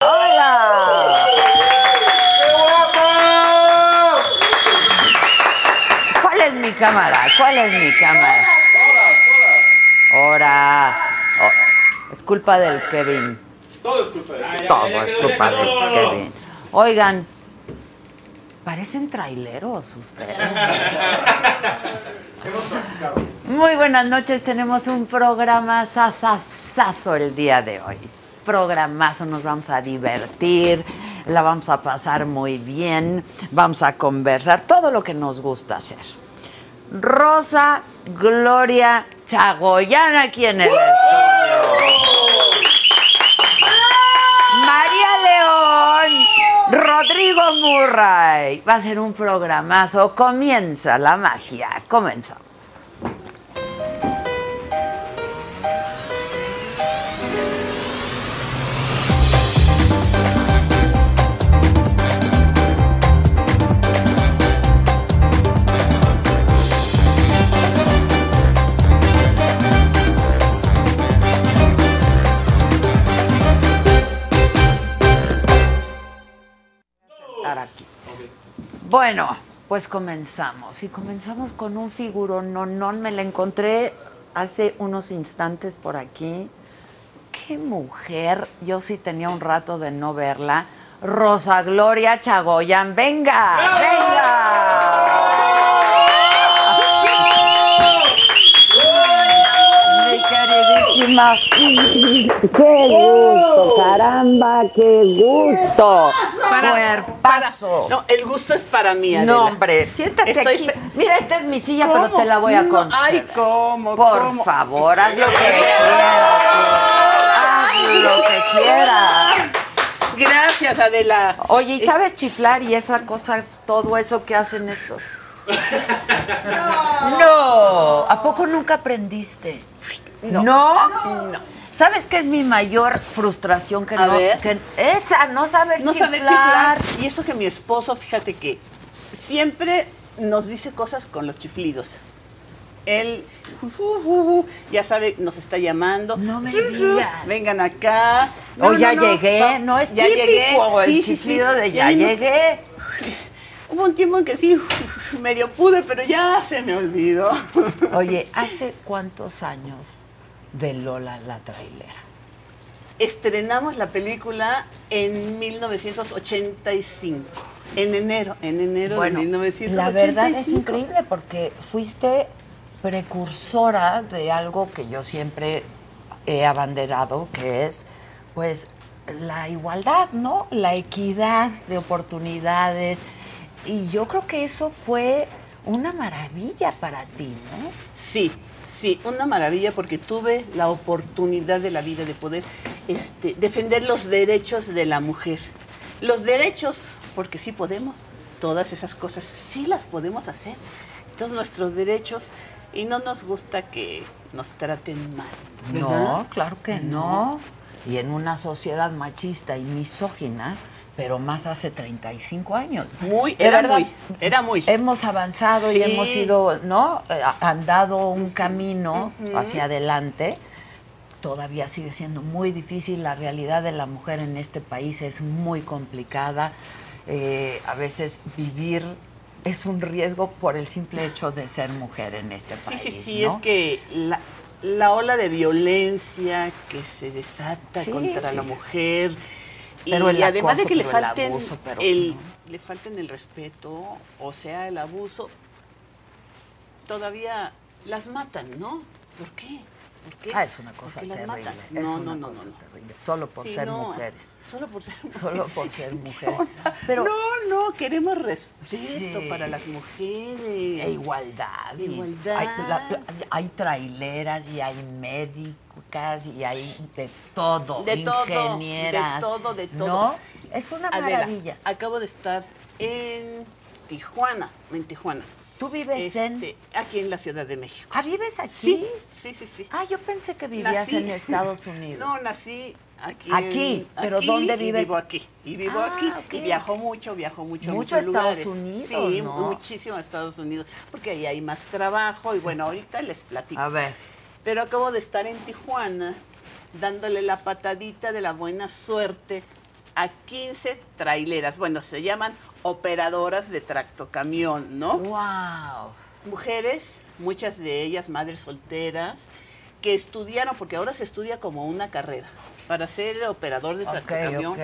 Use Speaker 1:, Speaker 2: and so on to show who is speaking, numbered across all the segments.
Speaker 1: ¡Hola! ¿Cuál es mi cámara? ¿Cuál es mi cámara? Ahora. Oh, es culpa del Kevin. Todo es culpa del Kevin. Oigan, parecen traileros ustedes. Muy buenas noches, tenemos un programa sasasazo el día de hoy. Programazo, nos vamos a divertir, la vamos a pasar muy bien, vamos a conversar, todo lo que nos gusta hacer. Rosa Gloria Chagoyana aquí en el estudio. María León, Rodrigo Murray. Va a ser un programazo. Comienza la magia. Comenzamos. estar aquí. Bueno, pues comenzamos. Y comenzamos con un figurón. No, no, me la encontré hace unos instantes por aquí. Qué mujer. Yo sí tenía un rato de no verla. Rosa Gloria Chagoyan, venga, venga. Mi queridísima. Qué gusto, caramba, qué gusto. Cuerpazo.
Speaker 2: No, el gusto es para mí, Adela.
Speaker 3: No, hombre, siéntate
Speaker 2: Estoy
Speaker 3: aquí.
Speaker 2: fe-
Speaker 3: Mira, esta es mi silla, pero
Speaker 2: ¿Cómo?
Speaker 3: te la voy a
Speaker 2: No,
Speaker 3: conceder.
Speaker 2: ay, ¿cómo?
Speaker 3: Por
Speaker 2: ¿cómo?
Speaker 3: favor, haz lo que quieras. Haz lo que quieras.
Speaker 2: Gracias, Adela.
Speaker 3: Oye, ¿y sabes chiflar y esa cosa, todo eso que hacen estos? No. ¿A poco nunca aprendiste? No. ¿No? ¿Sabes qué es mi mayor frustración que
Speaker 2: A
Speaker 3: no?
Speaker 2: ver.
Speaker 3: que- esa, no saber
Speaker 2: No
Speaker 3: chiflar.
Speaker 2: saber chiflar. Y eso que mi esposo, fíjate que siempre nos dice cosas con los chiflidos. Él ya sabe, nos está llamando.
Speaker 3: No me digas.
Speaker 2: Vengan acá.
Speaker 3: o
Speaker 2: No,
Speaker 3: Oh, ya
Speaker 2: no, no,
Speaker 3: llegué,
Speaker 2: pa-
Speaker 3: no es
Speaker 2: ya
Speaker 3: típico
Speaker 2: llegué.
Speaker 3: el
Speaker 2: Sí, sí, sí.
Speaker 3: chiflido de
Speaker 2: Y
Speaker 3: ya
Speaker 2: ahí no-
Speaker 3: llegué.
Speaker 2: Hubo un tiempo en que sí, medio pude, pero ya se me olvidó.
Speaker 3: Oye, ¿hace cuántos años de Lola la trailera?
Speaker 2: Estrenamos la película en 1985. En enero, en enero de 1985.
Speaker 3: la verdad es increíble porque fuiste precursora de algo que yo siempre he abanderado, que es, pues, la igualdad, ¿no? La equidad de oportunidades. Y yo creo que eso fue una maravilla para ti, ¿no?
Speaker 2: Sí, sí, una maravilla porque tuve la oportunidad de la vida de poder este, defender los derechos de la mujer. Los derechos, porque sí podemos, todas esas cosas sí las podemos hacer. Entonces nuestros derechos y no nos gusta que nos traten mal. ¿verdad?
Speaker 3: No, claro que no. Y en una sociedad machista y misógina, pero más hace 35 años.
Speaker 2: Muy,
Speaker 3: De
Speaker 2: era
Speaker 3: verdad,
Speaker 2: muy, era muy.
Speaker 3: Hemos avanzado y
Speaker 2: Sí.
Speaker 3: hemos ido, ¿no? Eh, Andado un camino hacia adelante. Todavía sigue siendo muy difícil. La realidad de la mujer en este país es muy complicada. Eh, a veces vivir es un riesgo por el simple hecho de ser mujer en este
Speaker 2: Sí,
Speaker 3: país.
Speaker 2: sí, sí,
Speaker 3: ¿no?
Speaker 2: es que la- la ola de violencia que se desata
Speaker 3: Sí.
Speaker 2: contra la mujer.
Speaker 3: Pero
Speaker 2: y
Speaker 3: el
Speaker 2: además
Speaker 3: acoso,
Speaker 2: de que le
Speaker 3: pero el
Speaker 2: falten
Speaker 3: abuso, pero
Speaker 2: el-
Speaker 3: no.
Speaker 2: le falten el respeto, o sea, el abuso, todavía las matan, ¿no? ¿Por qué? ¿Por qué?
Speaker 3: Ah, es una
Speaker 2: ¿Por
Speaker 3: cosa
Speaker 2: qué las
Speaker 3: terrible.
Speaker 2: matan?
Speaker 3: Es
Speaker 2: No,
Speaker 3: una
Speaker 2: no, no,
Speaker 3: cosa
Speaker 2: no, no.
Speaker 3: terrible. Solo por
Speaker 2: Sí,
Speaker 3: ser
Speaker 2: no,
Speaker 3: mujeres.
Speaker 2: Solo por ser mujeres.
Speaker 3: Solo por ser mujeres. Pero
Speaker 2: Pero, no, no, queremos respeto
Speaker 3: Sí.
Speaker 2: para las mujeres.
Speaker 3: e igualdad. y-
Speaker 2: Igualdad.
Speaker 3: Hay, la- hay traileras y hay médicas y hay de todo.
Speaker 2: De todo, de
Speaker 3: ingenieras,
Speaker 2: todo, de todo.
Speaker 3: ¿No? Es una
Speaker 2: Adela,
Speaker 3: maravilla.
Speaker 2: acabo de estar en Tijuana, en Tijuana.
Speaker 3: Tú vives en.
Speaker 2: Este, aquí en la Ciudad de México.
Speaker 3: Ah, ¿vives aquí?
Speaker 2: sí, sí, sí.
Speaker 3: Ah, yo pensé que vivías
Speaker 2: Nací-
Speaker 3: en Estados Unidos.
Speaker 2: No, nací aquí.
Speaker 3: Aquí, pero
Speaker 2: aquí
Speaker 3: ¿dónde
Speaker 2: y
Speaker 3: vives?
Speaker 2: vivo aquí. Y vivo
Speaker 3: Ah,
Speaker 2: aquí.
Speaker 3: ok.
Speaker 2: Y viajo mucho, viajo mucho. a
Speaker 3: Mucho a
Speaker 2: muchos
Speaker 3: Estados
Speaker 2: lugares.
Speaker 3: Unidos,
Speaker 2: Sí,
Speaker 3: ¿no?
Speaker 2: muchísimo a Estados Unidos. Porque ahí hay más trabajo. Y bueno, ahorita les platico.
Speaker 3: A ver.
Speaker 2: Pero acabo de estar en Tijuana dándole la patadita de la buena suerte a 15 traileras. Bueno, se llaman operadoras de tractocamión, ¿no?
Speaker 3: ¡Wow!
Speaker 2: mujeres, muchas de ellas madres solteras, que estudiaron, porque ahora se estudia como una carrera, para ser operador de
Speaker 3: Ok,
Speaker 2: tractocamión.
Speaker 3: ok.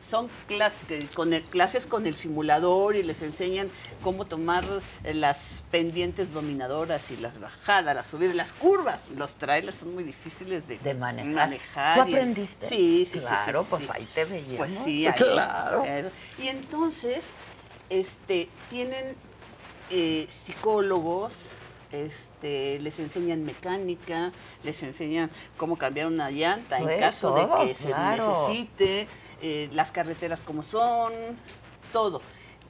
Speaker 2: Son clases que- con el- clases con el simulador y les enseñan cómo tomar eh, las pendientes dominadoras y las bajadas, las subidas, las curvas. Los trailers son muy difíciles de,
Speaker 3: De manejar.
Speaker 2: manejar
Speaker 3: ¿Tú
Speaker 2: y-
Speaker 3: aprendiste?
Speaker 2: Sí, sí, sí, sí,
Speaker 3: Claro,
Speaker 2: sí.
Speaker 3: pues ahí te veíamos.
Speaker 2: Pues sí, ahí-
Speaker 3: Claro.
Speaker 2: eh, Y entonces, este, tienen eh, psicólogos, este, les enseñan mecánica, les enseñan cómo cambiar una llanta
Speaker 3: Pues,
Speaker 2: en caso
Speaker 3: todo,
Speaker 2: de que se
Speaker 3: claro.
Speaker 2: necesite, eh, las carreteras como son, todo.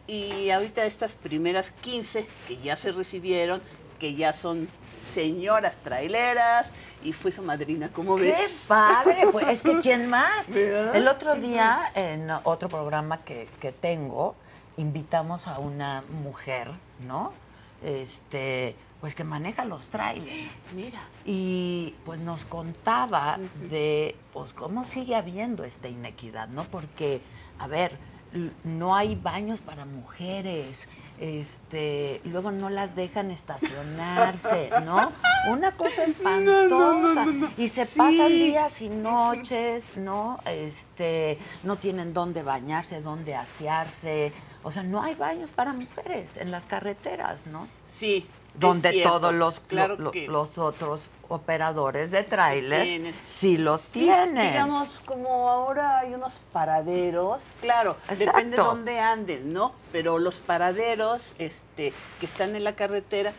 Speaker 2: Y ahorita estas primeras 15 que ya se recibieron, que ya son señoras traileras, y fue su madrina, ¿cómo
Speaker 3: ¡Qué
Speaker 2: ves?
Speaker 3: padre! Pues, es que ¿quién más?
Speaker 2: ¿Verdad?
Speaker 3: El otro día, en otro programa que, que tengo, invitamos a una mujer, ¿no? Este, pues que maneja los trailers.
Speaker 2: Mira.
Speaker 3: Y pues nos contaba de pues cómo sigue habiendo esta inequidad, ¿no? Porque, a ver, l- no hay baños para mujeres, este, luego no las dejan estacionarse, ¿no? Una cosa espantosa. Y se pasan días y noches, ¿no? Este, no tienen dónde bañarse, dónde asearse. O sea, no hay baños para mujeres en las carreteras, ¿no?
Speaker 2: Sí. es
Speaker 3: donde
Speaker 2: cierto,
Speaker 3: todos los,
Speaker 2: claro
Speaker 3: lo- lo-
Speaker 2: que-
Speaker 3: los otros operadores de trailers sí,
Speaker 2: tienen.
Speaker 3: los
Speaker 2: Sí,
Speaker 3: tienen.
Speaker 2: Digamos, como ahora hay unos paraderos, claro, depende de
Speaker 3: Exacto.
Speaker 2: dónde anden, ¿no? Pero los paraderos este, que están en la carretera,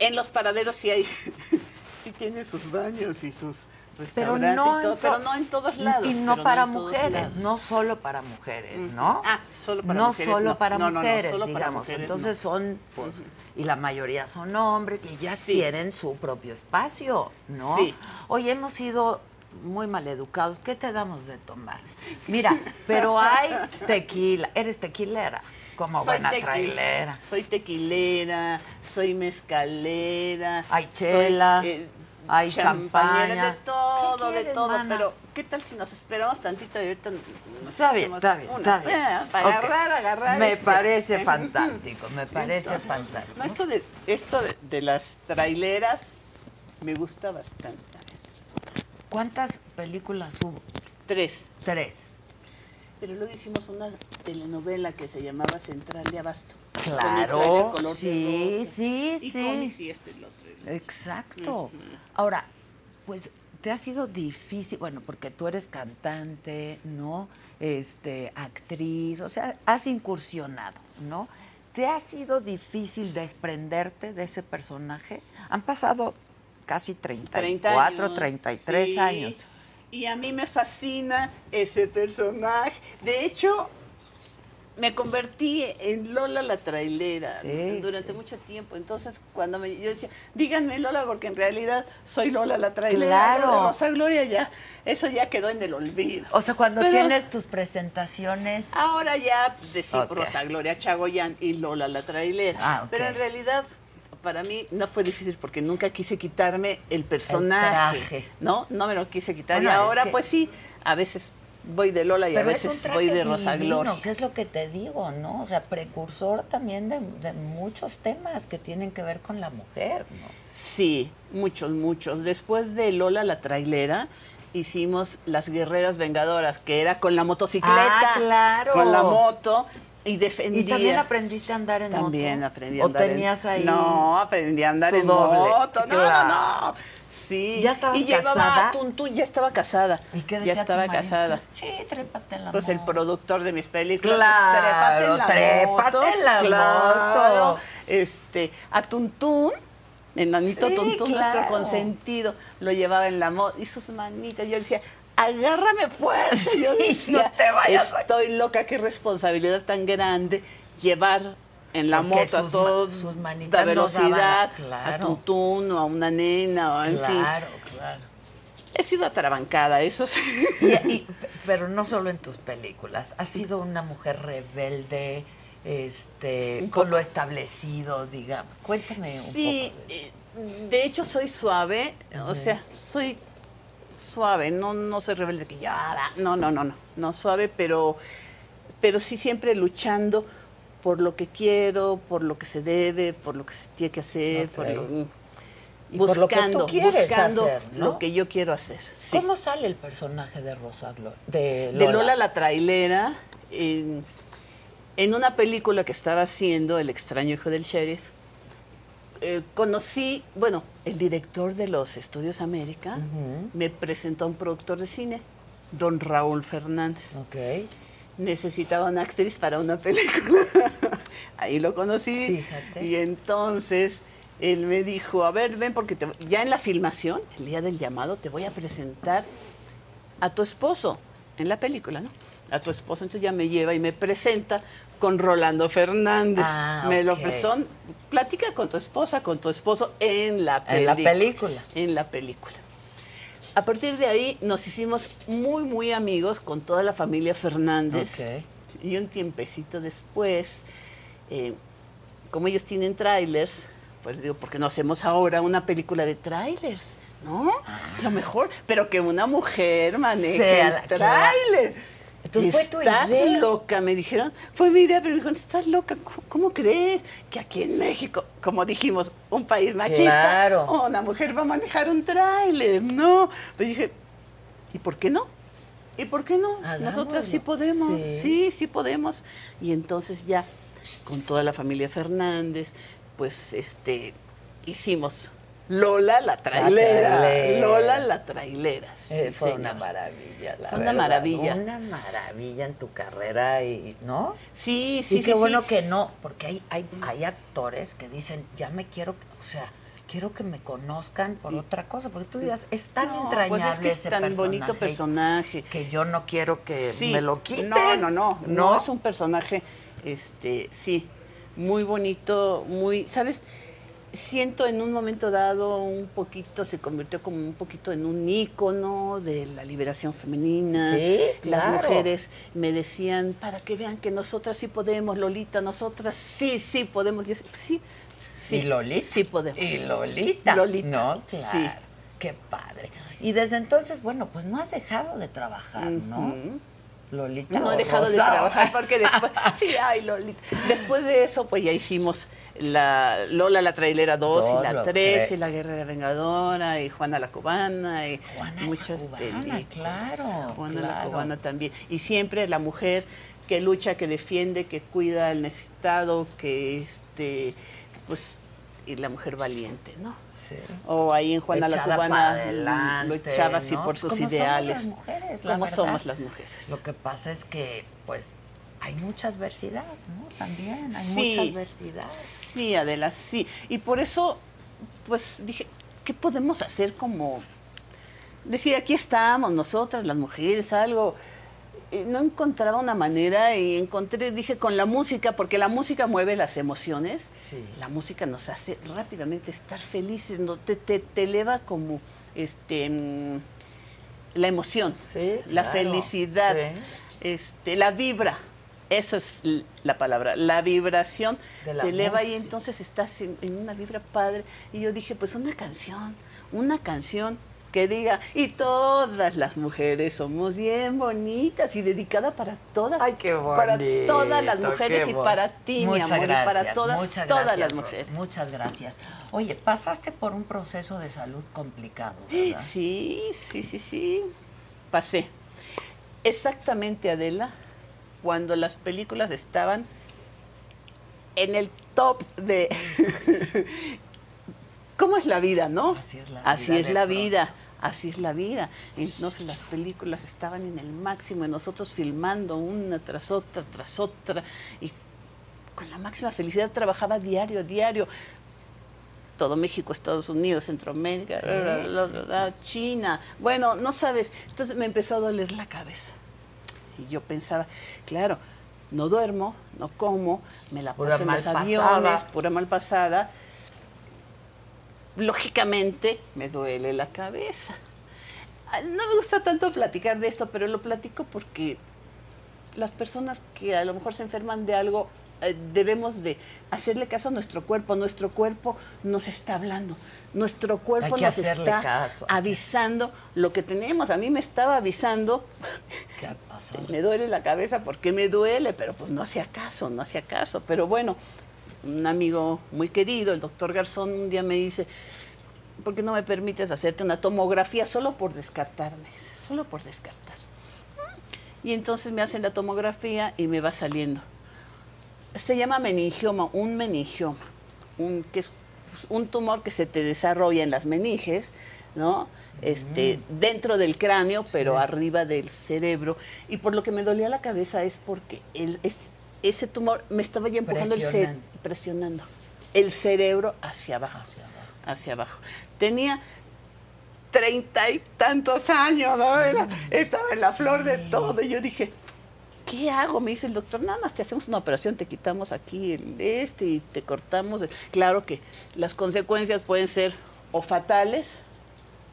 Speaker 2: en los paraderos sí hay, sí tienen sus baños y sus
Speaker 3: pero
Speaker 2: restaurantes
Speaker 3: no,
Speaker 2: y todo,
Speaker 3: en to-
Speaker 2: pero no en todos lados.
Speaker 3: Y
Speaker 2: pero
Speaker 3: no para
Speaker 2: en todos
Speaker 3: mujeres,
Speaker 2: lados.
Speaker 3: no solo para mujeres,
Speaker 2: Ujú.
Speaker 3: ¿no?
Speaker 2: Ah, solo para
Speaker 3: no
Speaker 2: mujeres,
Speaker 3: Solo
Speaker 2: no.
Speaker 3: para
Speaker 2: No, no, no,
Speaker 3: mujeres,
Speaker 2: solo para
Speaker 3: digamos.
Speaker 2: mujeres,
Speaker 3: Entonces
Speaker 2: no.
Speaker 3: son, pues, y la mayoría son hombres y ellas
Speaker 2: Sí.
Speaker 3: tienen su propio espacio, ¿no?
Speaker 2: Sí.
Speaker 3: Hoy hemos sido muy maleducados. ¿Qué te damos de tomar? Mira, pero hay tequila. Eres tequilera, como
Speaker 2: Soy
Speaker 3: buena
Speaker 2: tequi-
Speaker 3: trailera.
Speaker 2: Soy tequilera, soy mezcalera.
Speaker 3: Hay
Speaker 2: soy,
Speaker 3: chela,
Speaker 2: eh,
Speaker 3: hay
Speaker 2: champañera,
Speaker 3: champaña.
Speaker 2: De todo,
Speaker 3: ¿Qué
Speaker 2: de
Speaker 3: quieres,
Speaker 2: todo.
Speaker 3: mana?
Speaker 2: Pero, ¿qué tal si nos esperamos tantito y ahorita nos
Speaker 3: Está bien,
Speaker 2: hacemos
Speaker 3: está bien,
Speaker 2: una?
Speaker 3: está bien.
Speaker 2: Eh, para
Speaker 3: Ok.
Speaker 2: agarrar, agarrar.
Speaker 3: Me
Speaker 2: este.
Speaker 3: parece fantástico, me parece fantástico.
Speaker 2: No, esto de, esto de, de las traileras me gusta bastante.
Speaker 3: ¿Cuántas películas hubo?
Speaker 2: Tres.
Speaker 3: Tres.
Speaker 2: Pero luego hicimos una telenovela que se llamaba Central de Abasto. con el
Speaker 3: Claro,
Speaker 2: trailer color de
Speaker 3: sí,
Speaker 2: rosa,
Speaker 3: sí,
Speaker 2: y
Speaker 3: sí.
Speaker 2: cómics y esto y lo otro. y lo otro.
Speaker 3: Exacto. Ahora, pues te ha sido difícil, bueno, porque tú eres cantante, ¿no? Este, actriz, o sea, has incursionado, ¿no? ¿Te ha sido difícil desprenderte de ese personaje? Han pasado casi 34, 33
Speaker 2: sí.
Speaker 3: años.
Speaker 2: Y a mí me fascina ese personaje. De hecho, me convertí en Lola la trailera
Speaker 3: Sí,
Speaker 2: durante mucho tiempo. Entonces, cuando me, yo decía, díganme Lola, porque en realidad soy Lola la trailera.
Speaker 3: Claro.
Speaker 2: lo de Rosa Gloria ya, eso ya quedó en el olvido.
Speaker 3: O sea, cuando
Speaker 2: Pero-
Speaker 3: tienes tus presentaciones,
Speaker 2: Ahora ya decir
Speaker 3: Ok.
Speaker 2: Rosa Gloria Chagoyán y Lola la trailera.
Speaker 3: Ah, ok.
Speaker 2: Pero en realidad para mí no fue difícil porque nunca quise quitarme el personaje,
Speaker 3: traje.
Speaker 2: ¿no? No me lo quise quitar
Speaker 3: Bueno,
Speaker 2: y
Speaker 3: es
Speaker 2: ahora
Speaker 3: que-
Speaker 2: pues sí, a veces voy de Lola y a
Speaker 3: Pero es un
Speaker 2: veces
Speaker 3: traje
Speaker 2: voy de
Speaker 3: divino,
Speaker 2: Rosa Gloria.
Speaker 3: que es lo que te digo, ¿no? O sea, precursor también de, de muchos temas que tienen que ver con la mujer, ¿no?
Speaker 2: Sí, muchos, muchos. Después de Lola la trailera, hicimos Las Guerreras Vengadoras, que era con la motocicleta,
Speaker 3: Ah, claro.
Speaker 2: con la moto, y
Speaker 3: Y
Speaker 2: defendía.
Speaker 3: también aprendiste a andar en moto.
Speaker 2: También aprendí a
Speaker 3: ¿O
Speaker 2: andar en-
Speaker 3: tenías ahí?
Speaker 2: No, aprendí a andar
Speaker 3: tu
Speaker 2: en
Speaker 3: doble?
Speaker 2: moto. No,
Speaker 3: Claro.
Speaker 2: no, no. Sí.
Speaker 3: ¿Ya estabas
Speaker 2: y llevaba
Speaker 3: casada?
Speaker 2: a Tuntún, ya estaba casada.
Speaker 3: ¿Y qué
Speaker 2: ya
Speaker 3: decía tu
Speaker 2: estaba
Speaker 3: marido?
Speaker 2: casada.
Speaker 3: Sí, trépate en la
Speaker 2: Pues el
Speaker 3: moto.
Speaker 2: productor de mis películas. pues, trépate en
Speaker 3: Claro,
Speaker 2: la
Speaker 3: trépate
Speaker 2: moto.
Speaker 3: en la
Speaker 2: claro.
Speaker 3: moto.
Speaker 2: Este, a Tuntún, enanito
Speaker 3: Sí,
Speaker 2: Tuntún, nuestro
Speaker 3: claro.
Speaker 2: consentido, lo llevaba en la moto y sus manitas. Yo le decía, agárrame fuerte. Yo
Speaker 3: Sí,
Speaker 2: decía,
Speaker 3: no te vayas a-
Speaker 2: estoy loca, qué responsabilidad tan grande llevar en la
Speaker 3: Porque
Speaker 2: moto a
Speaker 3: sus
Speaker 2: todo
Speaker 3: ma- sus manitas
Speaker 2: la
Speaker 3: no
Speaker 2: velocidad,
Speaker 3: daban,
Speaker 2: a
Speaker 3: claro.
Speaker 2: Tuntún o a una nena, o en fin.
Speaker 3: claro, claro.
Speaker 2: He sido atrabancada, eso sí.
Speaker 3: Y- y- pero no solo en tus películas, has sido una mujer rebelde, este,
Speaker 2: Un
Speaker 3: con
Speaker 2: poco.
Speaker 3: lo establecido, digamos. Cuéntame un
Speaker 2: Sí,
Speaker 3: poco. de eso.
Speaker 2: eh, de hecho soy suave, o sea, soy suave, no, no soy rebelde que ya, va. no, no, no, no, no suave, pero, pero sí siempre luchando por lo que quiero, por lo que se debe, por lo que se tiene que hacer, por
Speaker 3: Ok.
Speaker 2: lo, mm,
Speaker 3: Y por lo que tú quieres
Speaker 2: buscando
Speaker 3: hacer, ¿no?
Speaker 2: lo que yo quiero hacer. sí.
Speaker 3: ¿Cómo sale el personaje de Rosa Gloria? De
Speaker 2: de Lola la trailera en, en una película que estaba haciendo El extraño hijo del sheriff. eh, conocí, bueno, el director de los Estudios América me presentó a un productor de cine, don Raúl Fernández.
Speaker 3: Ok.
Speaker 2: Necesitaba una actriz para una película. Ahí lo conocí.
Speaker 3: Fíjate.
Speaker 2: Y entonces él me dijo, a ver, ven, porque te- ya en la filmación, el día del llamado, te voy a presentar a tu esposo en la película, ¿no? A tu esposo, entonces ya me lleva y me presenta con Rolando Fernández.
Speaker 3: Ah,
Speaker 2: me lo
Speaker 3: ok.
Speaker 2: presentó, platica con tu esposa, con tu esposo en la
Speaker 3: En la
Speaker 2: película.
Speaker 3: película.
Speaker 2: En la película. A partir de ahí nos hicimos muy, muy amigos con toda la familia Fernández. Y un tiempecito después, eh, como ellos tienen trailers, pues digo, porque no hacemos ahora una película de trailers? ¿No? Lo mejor, pero que una mujer maneje
Speaker 3: Sea
Speaker 2: el
Speaker 3: Ah. la-
Speaker 2: trailer.
Speaker 3: Entonces, ¿fue tu
Speaker 2: estás
Speaker 3: idea?
Speaker 2: loca, me dijeron. Fue mi idea, pero me dijeron, estás loca, ¿cómo, cómo crees que aquí en México, como dijimos, un país machista,
Speaker 3: Claro.
Speaker 2: una mujer va a manejar un tráiler? No. Pues dije, ¿y por qué no? ¿Y por qué no? Nosotras sí
Speaker 3: Hagámoslo.
Speaker 2: podemos,
Speaker 3: Ah, Sí.
Speaker 2: sí. sí, podemos. Y entonces ya, con toda la familia Fernández, pues este, hicimos Lola la trailera.
Speaker 3: trailera.
Speaker 2: Lola la trailera. sí,
Speaker 3: Eh, fue una
Speaker 2: señor.
Speaker 3: maravilla, la
Speaker 2: Fue una
Speaker 3: verdad.
Speaker 2: maravilla.
Speaker 3: Una maravilla en tu carrera, y ¿no?
Speaker 2: Sí,
Speaker 3: Sí,
Speaker 2: sí,
Speaker 3: y
Speaker 2: sí,
Speaker 3: qué bueno
Speaker 2: sí.
Speaker 3: que no, porque hay, hay, hay actores que dicen, ya me quiero, o sea, quiero que me conozcan por otra cosa, porque tú dirás, es tan
Speaker 2: No,
Speaker 3: entrañable
Speaker 2: Pues es que es
Speaker 3: ese
Speaker 2: tan bonito personaje.
Speaker 3: que yo no quiero que
Speaker 2: Sí.
Speaker 3: me lo quiten.
Speaker 2: No, no, no, no. No es un personaje, este, sí, muy bonito, muy, ¿sabes? Siento en un momento dado un poquito, se convirtió como un poquito en un ícono de la liberación femenina.
Speaker 3: Sí,
Speaker 2: Las
Speaker 3: claro.
Speaker 2: mujeres me decían, para que vean que nosotras sí podemos, Lolita, nosotras sí, sí podemos. Yo, sí, sí.
Speaker 3: y Lolita.
Speaker 2: Sí podemos.
Speaker 3: Y Lolita.
Speaker 2: Lolita.
Speaker 3: No, claro.
Speaker 2: Sí.
Speaker 3: Qué padre. Y desde entonces, bueno, pues no has dejado de trabajar, ¿no?
Speaker 2: Ujú.
Speaker 3: Lolita.
Speaker 2: No
Speaker 3: o
Speaker 2: he dejado de
Speaker 3: Rosa.
Speaker 2: trabajar porque después. Sí, ay, Lolita. Después de eso, pues ya hicimos la Lola la trailera 2
Speaker 3: Dos,
Speaker 2: y la
Speaker 3: la
Speaker 2: 3 y
Speaker 3: tres.
Speaker 2: la Guerrera Vengadora y Juana la Cubana y
Speaker 3: Juana la
Speaker 2: muchas
Speaker 3: Cubana,
Speaker 2: películas.
Speaker 3: claro,
Speaker 2: Juana la
Speaker 3: claro.
Speaker 2: Cubana también. Y siempre la mujer que lucha, que defiende, que cuida al necesitado, que este. Pues. Y la mujer valiente, ¿no?
Speaker 3: Sí.
Speaker 2: O ahí en Juana
Speaker 3: Echada
Speaker 2: la
Speaker 3: pa'
Speaker 2: Cubana
Speaker 3: adelante,
Speaker 2: luchaba así
Speaker 3: ¿no?
Speaker 2: por sus
Speaker 3: Como somos las
Speaker 2: ideales.
Speaker 3: mujeres, la
Speaker 2: Como
Speaker 3: verdad.
Speaker 2: somos las mujeres.
Speaker 3: Lo que pasa es que, pues, hay mucha adversidad, ¿no? También hay
Speaker 2: Sí.
Speaker 3: mucha adversidad.
Speaker 2: Sí, Adela, sí. Y por eso, pues dije, ¿qué podemos hacer como decir aquí estamos nosotras, las mujeres, algo? Y No encontraba una manera y encontré, dije, con la música, porque la música mueve las emociones.
Speaker 3: Sí.
Speaker 2: La música nos hace rápidamente estar felices, no, te, te- te eleva como este mm, la emoción,
Speaker 3: Sí,
Speaker 2: la
Speaker 3: claro,
Speaker 2: felicidad,
Speaker 3: sí.
Speaker 2: este, la vibra. Esa es l- la palabra, la vibración
Speaker 3: De la
Speaker 2: te eleva y
Speaker 3: música.
Speaker 2: entonces estás en, en una vibra padre. Y yo dije, pues una canción, una canción que diga, y todas las mujeres somos bien bonitas y dedicada para todas.
Speaker 3: Ay, qué bonito,
Speaker 2: Para todas las mujeres
Speaker 3: qué
Speaker 2: y
Speaker 3: bon-
Speaker 2: para ti, mi
Speaker 3: Muchas
Speaker 2: amor, y para
Speaker 3: gracias,
Speaker 2: todas,
Speaker 3: muchas
Speaker 2: todas
Speaker 3: gracias,
Speaker 2: las
Speaker 3: Rosy,
Speaker 2: mujeres.
Speaker 3: muchas gracias. Oye, pasaste por un proceso de salud complicado, ¿verdad?
Speaker 2: Sí, sí, sí, sí. Pasé. Exactamente, Adela, cuando las películas estaban en el top de... ¿Cómo es la vida, no?
Speaker 3: Así es la
Speaker 2: Así
Speaker 3: vida
Speaker 2: es
Speaker 3: de
Speaker 2: la
Speaker 3: pronto.
Speaker 2: vida, así es la vida. Entonces las películas estaban en el máximo y nosotros filmando una tras otra, tras otra. Y con la máxima felicidad trabajaba diario, diario. Todo México, Estados Unidos, Centroamérica, bla, bla, bla, bla, China. Bueno, no sabes. Entonces me empezó a doler la cabeza. Y yo pensaba, claro, no duermo, no como, me la
Speaker 3: Pura
Speaker 2: paso en los
Speaker 3: mal
Speaker 2: aviones,
Speaker 3: pasada.
Speaker 2: pura mal pasada. Lógicamente me duele la cabeza. Ah, No me gusta tanto platicar de esto, pero lo platico porque las personas que a lo mejor se enferman de algo, eh, debemos de hacerle caso a nuestro cuerpo. Nuestro cuerpo nos está hablando. Nuestro cuerpo
Speaker 3: que
Speaker 2: nos
Speaker 3: hacerle
Speaker 2: está
Speaker 3: caso.
Speaker 2: avisando lo que tenemos. A mí me estaba avisando
Speaker 3: ¿Qué ha pasado?
Speaker 2: me duele la cabeza porque me duele, pero pues no hacía caso, no hacía caso. Pero bueno, un amigo muy querido, el doctor Garzón, un día me dice, ¿por qué no me permites hacerte una tomografía solo por descartarme? Dice, Solo por descartar. Y entonces me hacen la tomografía y me va saliendo. Se llama meningioma, un meningioma, un, que es pues, un tumor que se te desarrolla en las meninges, ¿no? Este,
Speaker 3: Mm.
Speaker 2: dentro del cráneo, pero arriba del cerebro. Y por lo que me dolía la cabeza es porque el- es- ese tumor me estaba ya empujando el cerebro,
Speaker 3: Presionando.
Speaker 2: presionando el cerebro hacia abajo.
Speaker 3: Hacia abajo.
Speaker 2: Hacia abajo. Tenía treinta y tantos años, ¿no? Era- estaba en la flor de todo. Y yo dije, ¿qué hago? Me dice el doctor, nada más te hacemos una operación, te quitamos aquí el este y te cortamos. el-". Claro que las consecuencias pueden ser o fatales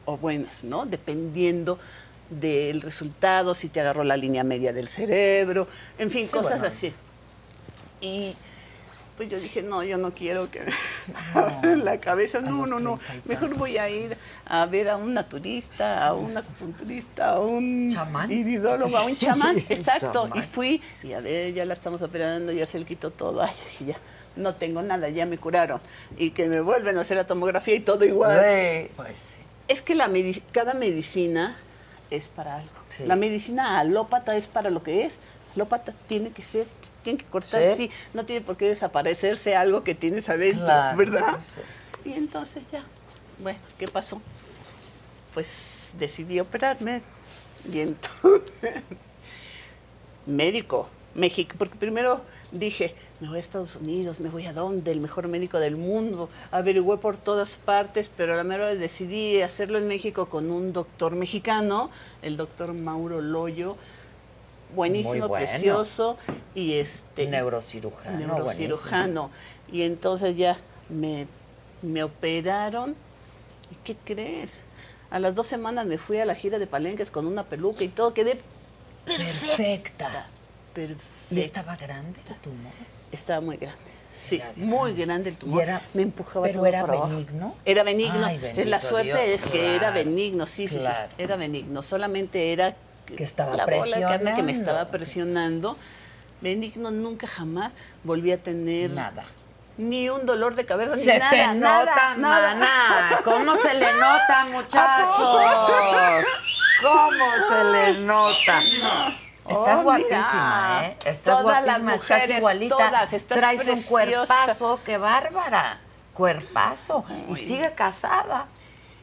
Speaker 2: o buenas, ¿no? Dependiendo del resultado, si te agarró la línea media del cerebro, en fin, cosas
Speaker 3: bueno.
Speaker 2: así. Y pues yo dije, no, yo no quiero que me abran la cabeza, no,
Speaker 3: los
Speaker 2: no, no,
Speaker 3: treinta y
Speaker 2: mejor
Speaker 3: tantos.
Speaker 2: voy a ir a ver a un naturista, a un acupunturista, a un
Speaker 3: ¿Chamán?
Speaker 2: iridólogo, a un chamán,
Speaker 3: Sí,
Speaker 2: exacto, y
Speaker 3: chamán.
Speaker 2: fui, y a ver, ya la estamos operando, ya se le quitó todo, ay, dije, ya, no tengo nada, ya me curaron, y que me vuelven a hacer la tomografía y todo igual.
Speaker 3: Sí, Pues sí.
Speaker 2: Es que la medic- cada medicina es para algo.
Speaker 3: Sí.
Speaker 2: La medicina alópata es para lo que es. Alópata tiene que ser, tiene que cortarse,
Speaker 3: Sí.
Speaker 2: no tiene por qué desaparecerse algo que tienes adentro,
Speaker 3: Claro,
Speaker 2: ¿verdad?
Speaker 3: sí.
Speaker 2: Y entonces ya, bueno, ¿qué pasó? Pues decidí operarme y entonces médico, México, porque primero dije, me voy a Estados Unidos, me voy a dónde, el mejor médico del mundo, averigüé por todas partes, pero a la mera hora decidí hacerlo en México con un doctor mexicano, el doctor Mauro Loyo,
Speaker 3: Muy
Speaker 2: buenísimo,
Speaker 3: bueno.
Speaker 2: precioso, y este
Speaker 3: Neurocirujano.
Speaker 2: neurocirujano. Y entonces ya me, me operaron. ¿Y qué crees? A las dos semanas me fui a la gira de palenques con una peluca y todo, quedé
Speaker 3: buenísimo. Perfecta. ¿Y
Speaker 2: perfecta.
Speaker 3: estaba grande tu tumor?
Speaker 2: Estaba muy grande. Sí,
Speaker 3: Era grande.
Speaker 2: muy grande el tumor.
Speaker 3: Y era-
Speaker 2: me empujaba
Speaker 3: pero
Speaker 2: todo
Speaker 3: era
Speaker 2: para abajo.
Speaker 3: benigno.
Speaker 2: Era benigno.
Speaker 3: Ay,
Speaker 2: Es
Speaker 3: bendito
Speaker 2: la suerte
Speaker 3: Dios,
Speaker 2: es que era
Speaker 3: claro,
Speaker 2: benigno, sí, sí,
Speaker 3: claro.
Speaker 2: sí, era benigno. Solamente era
Speaker 3: Que estaba
Speaker 2: la bola de carne que
Speaker 3: presionando.
Speaker 2: me estaba presionando. Benigno nunca jamás volví a tener
Speaker 3: Nada.
Speaker 2: ni un dolor de cabeza
Speaker 1: Se
Speaker 2: ni nada,
Speaker 1: te
Speaker 2: nada,
Speaker 1: nota,
Speaker 2: nada.
Speaker 1: maná. ¿Cómo se le nota, muchachos? ¿Cómo se le nota?
Speaker 3: Estás
Speaker 2: Oh,
Speaker 3: guapísima,
Speaker 2: mira.
Speaker 3: ¿eh? Estás
Speaker 2: Todas las
Speaker 3: guapísima, estás
Speaker 2: mujeres,
Speaker 3: igualita.
Speaker 2: todas, estás
Speaker 3: Traes un
Speaker 2: preciosa.
Speaker 3: cuerpazo, qué bárbara. Cuerpazo. Y sigue casada.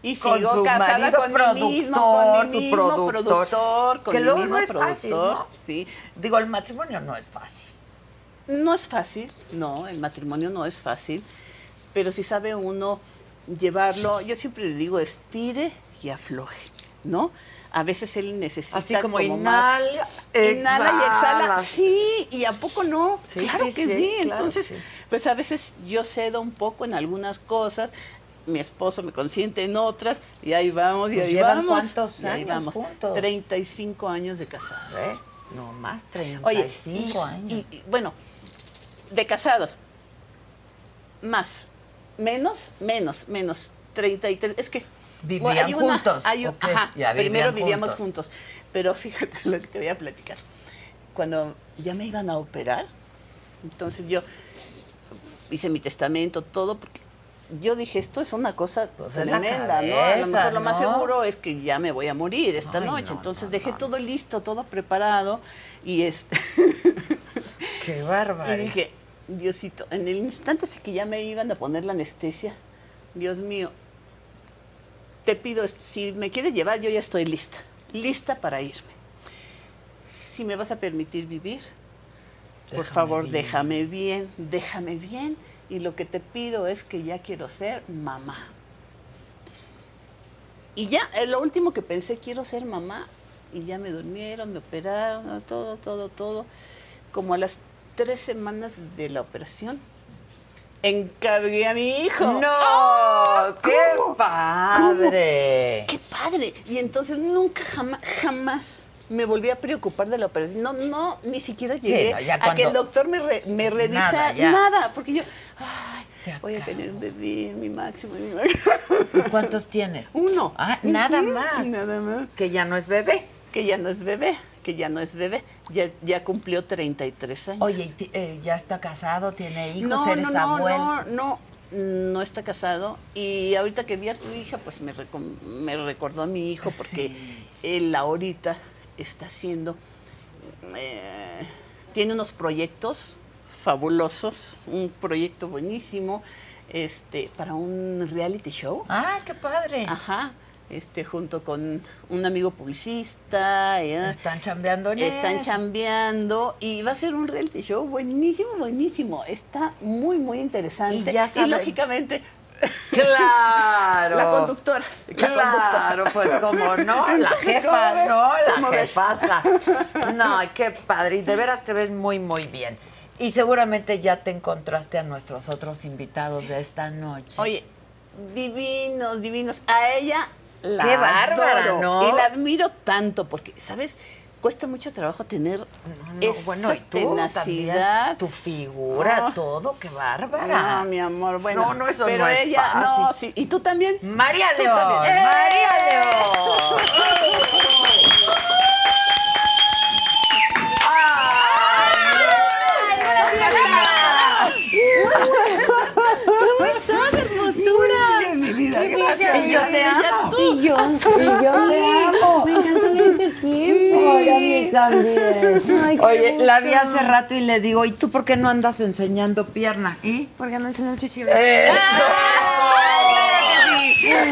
Speaker 2: Y
Speaker 3: Con
Speaker 2: sigo
Speaker 3: su
Speaker 2: casada
Speaker 3: marido
Speaker 2: con mi mismo, con
Speaker 3: productor,
Speaker 2: mi
Speaker 3: su
Speaker 2: mismo
Speaker 3: productor.
Speaker 2: productor, con
Speaker 3: Que
Speaker 2: mi
Speaker 3: luego
Speaker 2: mismo
Speaker 3: no es
Speaker 2: productor.
Speaker 3: fácil, ¿no?
Speaker 2: Sí.
Speaker 3: Digo, el matrimonio no es fácil.
Speaker 2: No es fácil, no, el matrimonio no es fácil, pero si sabe uno llevarlo, yo siempre le digo, estire y afloje, ¿no? A veces él necesita
Speaker 1: Así como
Speaker 2: más-
Speaker 1: inhala,
Speaker 2: inhala y
Speaker 1: exhala.
Speaker 2: exhala. Sí, y a poco no,
Speaker 1: Sí,
Speaker 2: claro
Speaker 1: sí,
Speaker 2: que
Speaker 1: sí,
Speaker 2: sí.
Speaker 1: claro,
Speaker 2: Entonces,
Speaker 1: sí.
Speaker 2: pues a veces yo cedo un poco en algunas cosas, mi esposo me consiente en otras y ahí vamos y
Speaker 3: Pues
Speaker 2: ahí
Speaker 3: llevan
Speaker 2: vamos.
Speaker 3: cuántos
Speaker 2: y ahí
Speaker 3: años
Speaker 2: vamos.
Speaker 3: juntos.
Speaker 2: 35 años de casados.
Speaker 3: ¿eh? No más, 35
Speaker 2: Oye, y-
Speaker 3: años.
Speaker 2: y- y, bueno, de casados, más, menos, menos, menos, 33. Es que
Speaker 4: ¿Vivían
Speaker 2: hay una-
Speaker 4: juntos?
Speaker 2: hay un-
Speaker 4: ¿O qué?
Speaker 2: ajá,
Speaker 4: Ya vivían
Speaker 2: primero vivíamos
Speaker 4: juntos.
Speaker 2: juntos. Pero fíjate lo que te voy a platicar. Cuando ya me iban a operar, entonces yo hice mi testamento, todo, porque yo dije, esto es una cosa
Speaker 4: Pues es la
Speaker 2: tremenda, ¿no? A
Speaker 4: cabeza,
Speaker 2: lo mejor lo más
Speaker 4: ¿no?
Speaker 2: seguro es que ya me voy a morir esta
Speaker 4: Ay,
Speaker 2: noche.
Speaker 4: no,
Speaker 2: entonces
Speaker 4: no,
Speaker 2: dejé
Speaker 4: no,
Speaker 2: todo listo, todo preparado y este...
Speaker 4: ¡Qué
Speaker 2: Y
Speaker 4: bárbaro!
Speaker 2: dije, Diosito, en el instante así que ya me iban a poner la anestesia, Dios mío, te pido, esto, si me quieres llevar, yo ya estoy lista, lista para irme. Si me vas a permitir vivir, por
Speaker 4: Déjame
Speaker 2: favor,
Speaker 4: vivir.
Speaker 2: déjame bien, déjame bien, y lo que te pido es que ya quiero ser mamá. Y ya, eh, lo último que pensé, quiero ser mamá. Y ya me durmieron, me operaron, ¿no? todo, todo, todo. Como a las tres semanas de la operación, encargué a mi hijo.
Speaker 4: ¡No!
Speaker 2: ¡Ah!
Speaker 4: ¡Qué
Speaker 2: ¿Cómo?
Speaker 4: padre!
Speaker 2: ¡Qué padre! Y entonces nunca, jamás, jamás me volví a preocupar de la operación. No, no, ni siquiera llegué
Speaker 4: no, ya
Speaker 2: a que
Speaker 4: cuando-
Speaker 2: el doctor me, re- me
Speaker 4: Nada,
Speaker 2: revisa nada,
Speaker 4: ya.
Speaker 2: porque yo, ay,
Speaker 4: Se
Speaker 2: voy a
Speaker 4: acabó.
Speaker 2: tener un bebé, mi máximo, mi máximo.
Speaker 3: ¿Y cuántos tienes?
Speaker 2: Uno.
Speaker 3: Ah, nada
Speaker 2: Ujú,
Speaker 3: más.
Speaker 2: Nada más.
Speaker 3: Que ya no es bebé.
Speaker 2: Que ya no es bebé, que ya no es bebé. Ya, ya cumplió 33 años.
Speaker 4: Oye, ¿y ti- eh, ¿ya está casado? ¿Tiene hijos?
Speaker 2: no,
Speaker 4: ¿Eres
Speaker 2: no, no,
Speaker 4: abuelo?
Speaker 2: no, no, no está casado. Y ahorita que vi a tu hija, pues me, recom- me recordó a mi hijo porque él ahorita está haciendo, eh, tiene unos proyectos fabulosos, un proyecto buenísimo este, para un reality show.
Speaker 4: ¡Ah, qué padre!
Speaker 2: Ajá. Este, junto con un amigo publicista. y, ah,
Speaker 4: Están chambeando en
Speaker 2: Están
Speaker 4: eso.
Speaker 2: chambeando. Y va a ser un reality show buenísimo, buenísimo. Está muy, muy interesante.
Speaker 4: Y ya saben.
Speaker 2: lógicamente,
Speaker 4: ¡Claro!
Speaker 2: la conductora. la
Speaker 3: Claro,
Speaker 2: conductora.
Speaker 3: pues como no, la
Speaker 2: Entonces, ¿cómo
Speaker 3: jefa,
Speaker 2: ves?
Speaker 3: no, la
Speaker 2: ¿Cómo ves?
Speaker 3: jefasa. No, qué padre, y de veras te ves muy, muy bien. Y seguramente ya te encontraste a nuestros otros invitados de esta noche.
Speaker 2: Oye, divinos, divinos. A ella la
Speaker 3: Qué bárbara,
Speaker 2: adoro.
Speaker 3: ¿no?
Speaker 2: Y la admiro tanto porque, ¿sabes? Cuesta mucho trabajo tener
Speaker 3: No,
Speaker 2: esa
Speaker 3: bueno, y tú
Speaker 2: tenacidad.
Speaker 3: también, tu figura,
Speaker 2: No.
Speaker 3: todo, qué bárbara.
Speaker 2: No, mi amor, bueno.
Speaker 3: No, no, eso
Speaker 2: pero
Speaker 3: no es
Speaker 2: ella, no,
Speaker 3: fácil. Mm,
Speaker 2: sí. ¿Y tú también?
Speaker 3: María
Speaker 2: Tú
Speaker 3: León,
Speaker 2: también.
Speaker 3: María
Speaker 2: ¡Eh!
Speaker 3: León. Ay, María.
Speaker 5: ¿Cómo estás, hermosura?
Speaker 2: Mi vida,
Speaker 5: Qué
Speaker 2: gracias.
Speaker 5: bella,
Speaker 3: Y yo te amo.
Speaker 5: Y yo, y yo te amo. Me encanta verte
Speaker 3: Ay, a mí
Speaker 5: siempre.
Speaker 3: también.
Speaker 5: Ay, qué
Speaker 3: Oye, la vi
Speaker 5: gusto.
Speaker 3: hace rato y le digo, ¿y tú por qué no andas enseñando pierna? ¿Y? ¡Ah!
Speaker 5: Porque no enseñó el chichi.
Speaker 3: ¡Eso!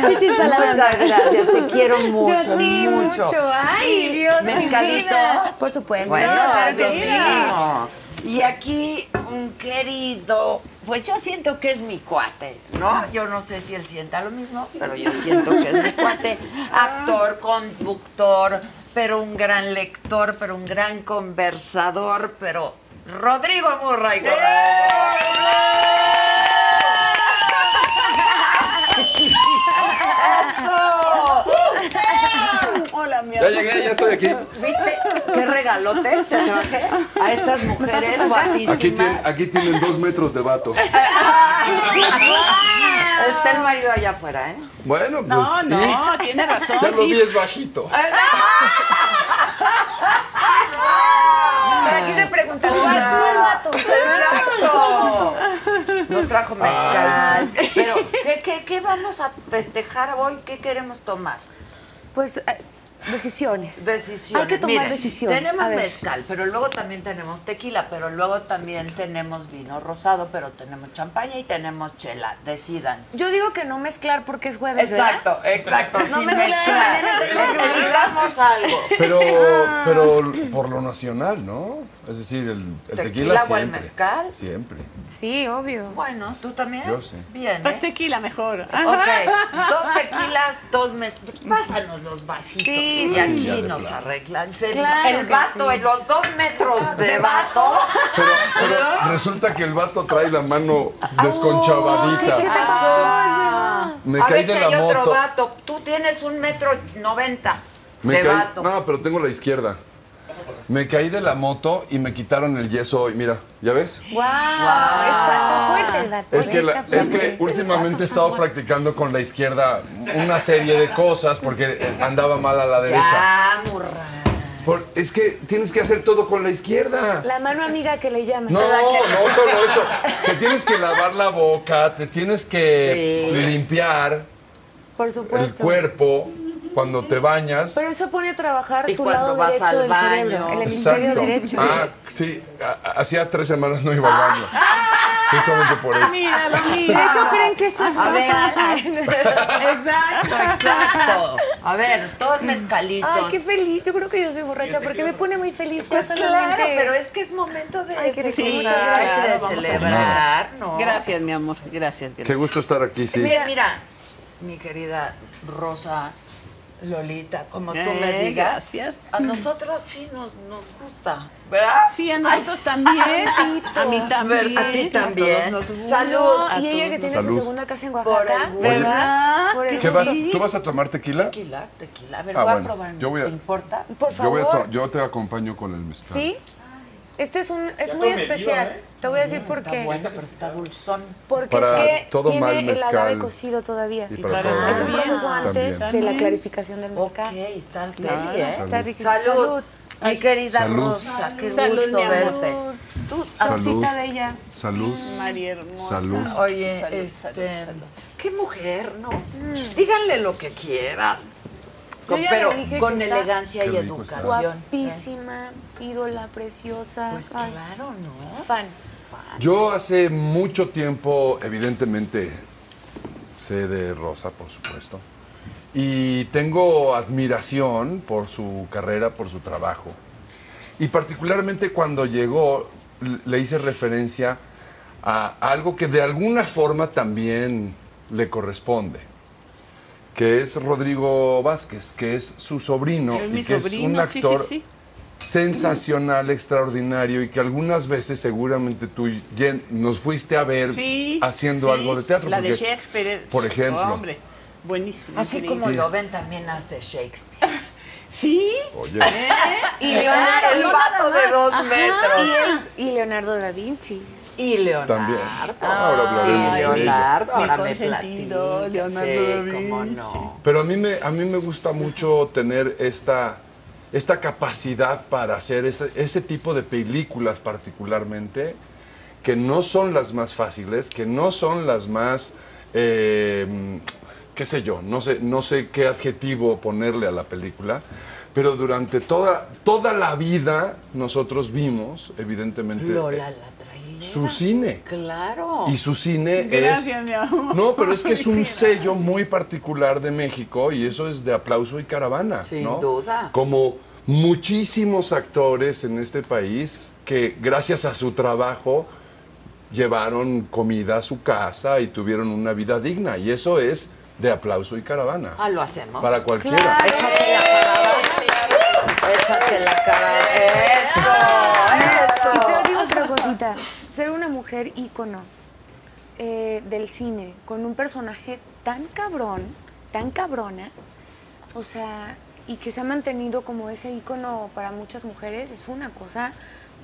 Speaker 5: Chichis para la dama.
Speaker 3: Muchas gracias, te quiero mucho.
Speaker 5: Yo te mucho. Ay, Dios de mi
Speaker 3: Mezcalito.
Speaker 5: vida. Por supuesto.
Speaker 3: Bueno,
Speaker 5: claro que sí.
Speaker 3: divino. Y aquí un querido, pues yo siento que es mi cuate, ¿no? Yo no sé si él sienta lo mismo, pero yo siento que es mi cuate. Actor, conductor, pero un gran lector, pero un gran conversador, pero Rodrigo Murray.
Speaker 2: ¿eh? Hola, mi
Speaker 6: Ya
Speaker 2: amor.
Speaker 6: llegué, ya estoy aquí.
Speaker 3: ¿Viste qué regalote te traje a estas mujeres
Speaker 6: Aquí, tienen-
Speaker 3: guapísimas?
Speaker 6: aquí tienen dos metros de vato.
Speaker 3: Está el marido allá afuera, ¿eh?
Speaker 6: Bueno, pues.
Speaker 2: No,
Speaker 6: sí.
Speaker 2: Ah, no, tiene razón.
Speaker 6: Ya lo
Speaker 2: sí.
Speaker 6: vi, es bajito.
Speaker 3: Ah.
Speaker 5: Pero aquí se pregunta, ¿cuál fue el vato?
Speaker 3: ¡Exacto! Nos trajo mezcal. Pero, ¿qué, qué, qué vamos a festejar hoy? ¿Qué queremos tomar?
Speaker 5: Pues, eh, decisiones.
Speaker 3: Decisiones.
Speaker 5: Hay que tomar
Speaker 3: Miren,
Speaker 5: decisiones.
Speaker 3: Tenemos
Speaker 5: A ver.
Speaker 3: mezcal, pero luego también tenemos tequila, pero luego también tenemos vino rosado, pero tenemos champaña y tenemos chela. Decidan.
Speaker 5: Yo digo que no mezclar porque es jueves, ¿Pues ¿verdad?
Speaker 3: exacto.
Speaker 5: No
Speaker 3: sin
Speaker 5: mezclar, mañana tenemos que volver.
Speaker 3: Elijamos algo.
Speaker 6: Pero, pero por lo nacional, ¿no? Es decir, el, el tequila.
Speaker 3: ¿Tequila o el
Speaker 6: siempre.
Speaker 3: mezcal?
Speaker 6: Siempre.
Speaker 5: Sí, obvio.
Speaker 3: Bueno, ¿tú también?
Speaker 6: Yo sí.
Speaker 3: Bien, ¿eh?
Speaker 2: Pues tequila mejor.
Speaker 3: Ok,
Speaker 2: Ajá.
Speaker 3: dos tequilas, dos mezcales. Pásanos los vasitos.
Speaker 5: Sí.
Speaker 3: y aquí
Speaker 6: Ya de
Speaker 3: nos
Speaker 6: plano.
Speaker 3: arreglan. Se-
Speaker 5: Claro
Speaker 3: el
Speaker 5: que
Speaker 3: vato,
Speaker 5: sí.
Speaker 3: en los dos metros de vato.
Speaker 6: Pero,
Speaker 3: Ah,
Speaker 6: pero resulta que el vato trae la mano desconchavadita. Me
Speaker 3: A
Speaker 6: caí
Speaker 3: ver si
Speaker 6: de la
Speaker 3: hay otro
Speaker 6: moto.
Speaker 3: vato. Tú tienes un metro noventa
Speaker 6: Me
Speaker 3: de
Speaker 6: caí.
Speaker 3: vato.
Speaker 6: No, pero tengo la izquierda. Me caí de la moto y me quitaron el yeso hoy. Mira, ¿ya ves?
Speaker 5: ¡Wow! Está fuerte el vato.
Speaker 6: Es que, la-
Speaker 5: Está
Speaker 6: es que
Speaker 5: fuerte.
Speaker 6: últimamente he estado practicando con la izquierda una serie de cosas porque eh, andaba mal a la derecha.
Speaker 3: Ya, murra.
Speaker 6: Por- es que tienes que hacer todo con la izquierda.
Speaker 5: La mano amiga que le llaman.
Speaker 6: No, no solo eso. Te tienes que lavar la boca, te tienes que limpiar
Speaker 5: Por
Speaker 6: el
Speaker 5: supuesto.
Speaker 6: cuerpo cuando te bañas.
Speaker 5: Pero eso pone a trabajar
Speaker 1: Y
Speaker 5: tu
Speaker 1: cuando
Speaker 5: lado
Speaker 1: vas
Speaker 5: derecho
Speaker 1: al
Speaker 5: del
Speaker 1: baño.
Speaker 5: cerebro, el hemisferio
Speaker 6: Exacto.
Speaker 5: derecho.
Speaker 6: Ah, sí, a- a- hacía tres semanas no iba al baño. Justamente por eso.
Speaker 2: Míralo,
Speaker 5: De
Speaker 2: mira.
Speaker 5: hecho, creen que eso es
Speaker 3: A ver,
Speaker 5: normal.
Speaker 3: Exacto, exacto. A ver, todos mezcalitos.
Speaker 5: Mm. Ay, qué feliz. Yo creo que yo soy borracha porque me pone muy feliz. ya
Speaker 3: Pues claro,
Speaker 5: solamente.
Speaker 3: pero es que es momento de
Speaker 5: Ay, qué rico,
Speaker 3: festejar,
Speaker 5: muchas gracias.
Speaker 3: de
Speaker 5: Vamos a
Speaker 3: celebrar, ¿no?
Speaker 2: Gracias, mi amor. Gracias, gracias.
Speaker 6: Qué gusto estar aquí,
Speaker 3: Es
Speaker 6: sí.
Speaker 3: que mira, mi querida Rosa, Lolita, como tú me
Speaker 2: Eh,
Speaker 3: digas,
Speaker 2: gracias.
Speaker 3: a nosotros sí nos, nos gusta, ¿verdad?
Speaker 2: Sí, a nosotros también. A mí también.
Speaker 3: A ti también.
Speaker 2: A todos nos gusta.
Speaker 3: Salud.
Speaker 5: No,
Speaker 2: A
Speaker 5: y ella que
Speaker 2: todos
Speaker 5: tiene
Speaker 6: Salud.
Speaker 5: su segunda casa en
Speaker 3: Por
Speaker 5: Oaxaca.
Speaker 3: el-
Speaker 2: ¿Verdad?
Speaker 5: Por el-
Speaker 6: ¿Qué vas-
Speaker 2: Sí.
Speaker 6: ¿Tú vas a tomar tequila?
Speaker 3: Tequila, tequila. A ver,
Speaker 6: Ah,
Speaker 3: voy
Speaker 6: bueno,
Speaker 3: a probar.
Speaker 6: yo voy a-
Speaker 3: ¿Te importa?
Speaker 5: Por
Speaker 6: Yo, voy a to-
Speaker 5: favor.
Speaker 6: yo te acompaño con el mezcal.
Speaker 5: ¿Sí? Este es un es muy especial. Te voy a decir por
Speaker 3: Está
Speaker 5: qué.
Speaker 3: bueno, pero está dulzón.
Speaker 5: Porque
Speaker 6: Para
Speaker 5: es que
Speaker 6: todo
Speaker 5: tiene
Speaker 6: mal
Speaker 5: el
Speaker 6: mezcal.
Speaker 5: agave cocido todavía.
Speaker 6: Y para
Speaker 3: para
Speaker 6: todo.
Speaker 5: Es un
Speaker 2: También.
Speaker 5: proceso antes
Speaker 2: También.
Speaker 5: de la clarificación del
Speaker 3: Ok,
Speaker 5: mezcal.
Speaker 3: está deli, ¿eh?
Speaker 5: Está riquísimo.
Speaker 3: Salud.
Speaker 5: Salud.
Speaker 3: Mi querida
Speaker 6: Salud.
Speaker 3: Rosa, qué
Speaker 2: Salud,
Speaker 3: gusto
Speaker 2: mi amor.
Speaker 3: verte.
Speaker 5: Tú,
Speaker 6: Salud.
Speaker 5: Rosita bella.
Speaker 6: Salud.
Speaker 2: María hermosa.
Speaker 6: Salud.
Speaker 3: Oye,
Speaker 2: Salud,
Speaker 3: este,
Speaker 2: salud, salud.
Speaker 3: qué mujer, ¿no? Díganle lo que quieran,
Speaker 5: Yo ya
Speaker 3: pero
Speaker 5: le dije que
Speaker 3: con
Speaker 5: está
Speaker 3: elegancia
Speaker 6: Qué
Speaker 3: y
Speaker 6: rico está.
Speaker 3: educación.
Speaker 5: Guapísima, ídola, preciosa.
Speaker 3: Pues
Speaker 5: Ay,
Speaker 3: claro, ¿no?
Speaker 5: Fan.
Speaker 6: Yo hace mucho tiempo, evidentemente, sé de Rosa, por supuesto. Y tengo admiración por su carrera, por su trabajo. Y particularmente cuando llegó, l- le hice referencia a algo que de alguna forma también le corresponde, que es Rodrigo Vázquez, que es su sobrino
Speaker 2: Es
Speaker 6: y
Speaker 2: mi
Speaker 6: que es un
Speaker 2: sobrino, sí,
Speaker 6: actor
Speaker 2: sí, sí.
Speaker 6: sensacional, extraordinario y que algunas veces seguramente tú Jen, nos fuiste a ver
Speaker 2: Sí,
Speaker 6: haciendo
Speaker 2: sí,
Speaker 6: algo de teatro.
Speaker 2: La de
Speaker 6: porque-
Speaker 2: Shakespeare.
Speaker 6: por ejemplo.
Speaker 2: Hombre, buenísimo.
Speaker 3: Así
Speaker 2: increíble.
Speaker 3: como lo ven, también hace Shakespeare.
Speaker 2: Sí.
Speaker 6: Oye,
Speaker 5: Y Leonardo,
Speaker 3: el vato de dos metros.
Speaker 5: y, él- y Leonardo da Vinci.
Speaker 3: Y Leonardo.
Speaker 6: también. Ah, Ahora hablaremos
Speaker 3: Y
Speaker 6: de ello.
Speaker 3: Leonardo, ahora
Speaker 2: Mi
Speaker 3: me
Speaker 2: consentido,
Speaker 3: platica.
Speaker 2: Leonardo
Speaker 3: sí,
Speaker 2: da Vinci.
Speaker 3: cómo no.
Speaker 6: Pero a mí me, a mí me gusta mucho tener esta, esta capacidad para hacer ese, ese tipo de películas particularmente, que no son las más fáciles, que no son las más, eh, qué sé yo, no sé, no sé qué adjetivo ponerle a la película. Pero durante toda, toda la vida nosotros vimos, evidentemente,
Speaker 3: Lola
Speaker 6: eh,
Speaker 3: la trailera.
Speaker 6: su cine.
Speaker 3: Claro.
Speaker 6: Y su cine
Speaker 2: Gracias,
Speaker 6: es.
Speaker 2: mi amor.
Speaker 6: No, pero es que es un sello muy particular de México y eso es de aplauso y caravana.
Speaker 3: Sin
Speaker 6: ¿no?
Speaker 3: duda.
Speaker 6: Como muchísimos actores en este país que, gracias a su trabajo, llevaron comida a su casa y tuvieron una vida digna. Y eso es de aplauso y caravana.
Speaker 3: Ah, lo hacemos.
Speaker 6: Para cualquiera.
Speaker 3: Échate la cara. Échate la cara. Eso,
Speaker 5: Y
Speaker 3: eso.
Speaker 5: pero digo otra cosita. Ser una mujer ícono eh, del cine con un personaje tan cabrón, tan cabrona, o sea, y que se ha mantenido como ese ícono para muchas mujeres, es una cosa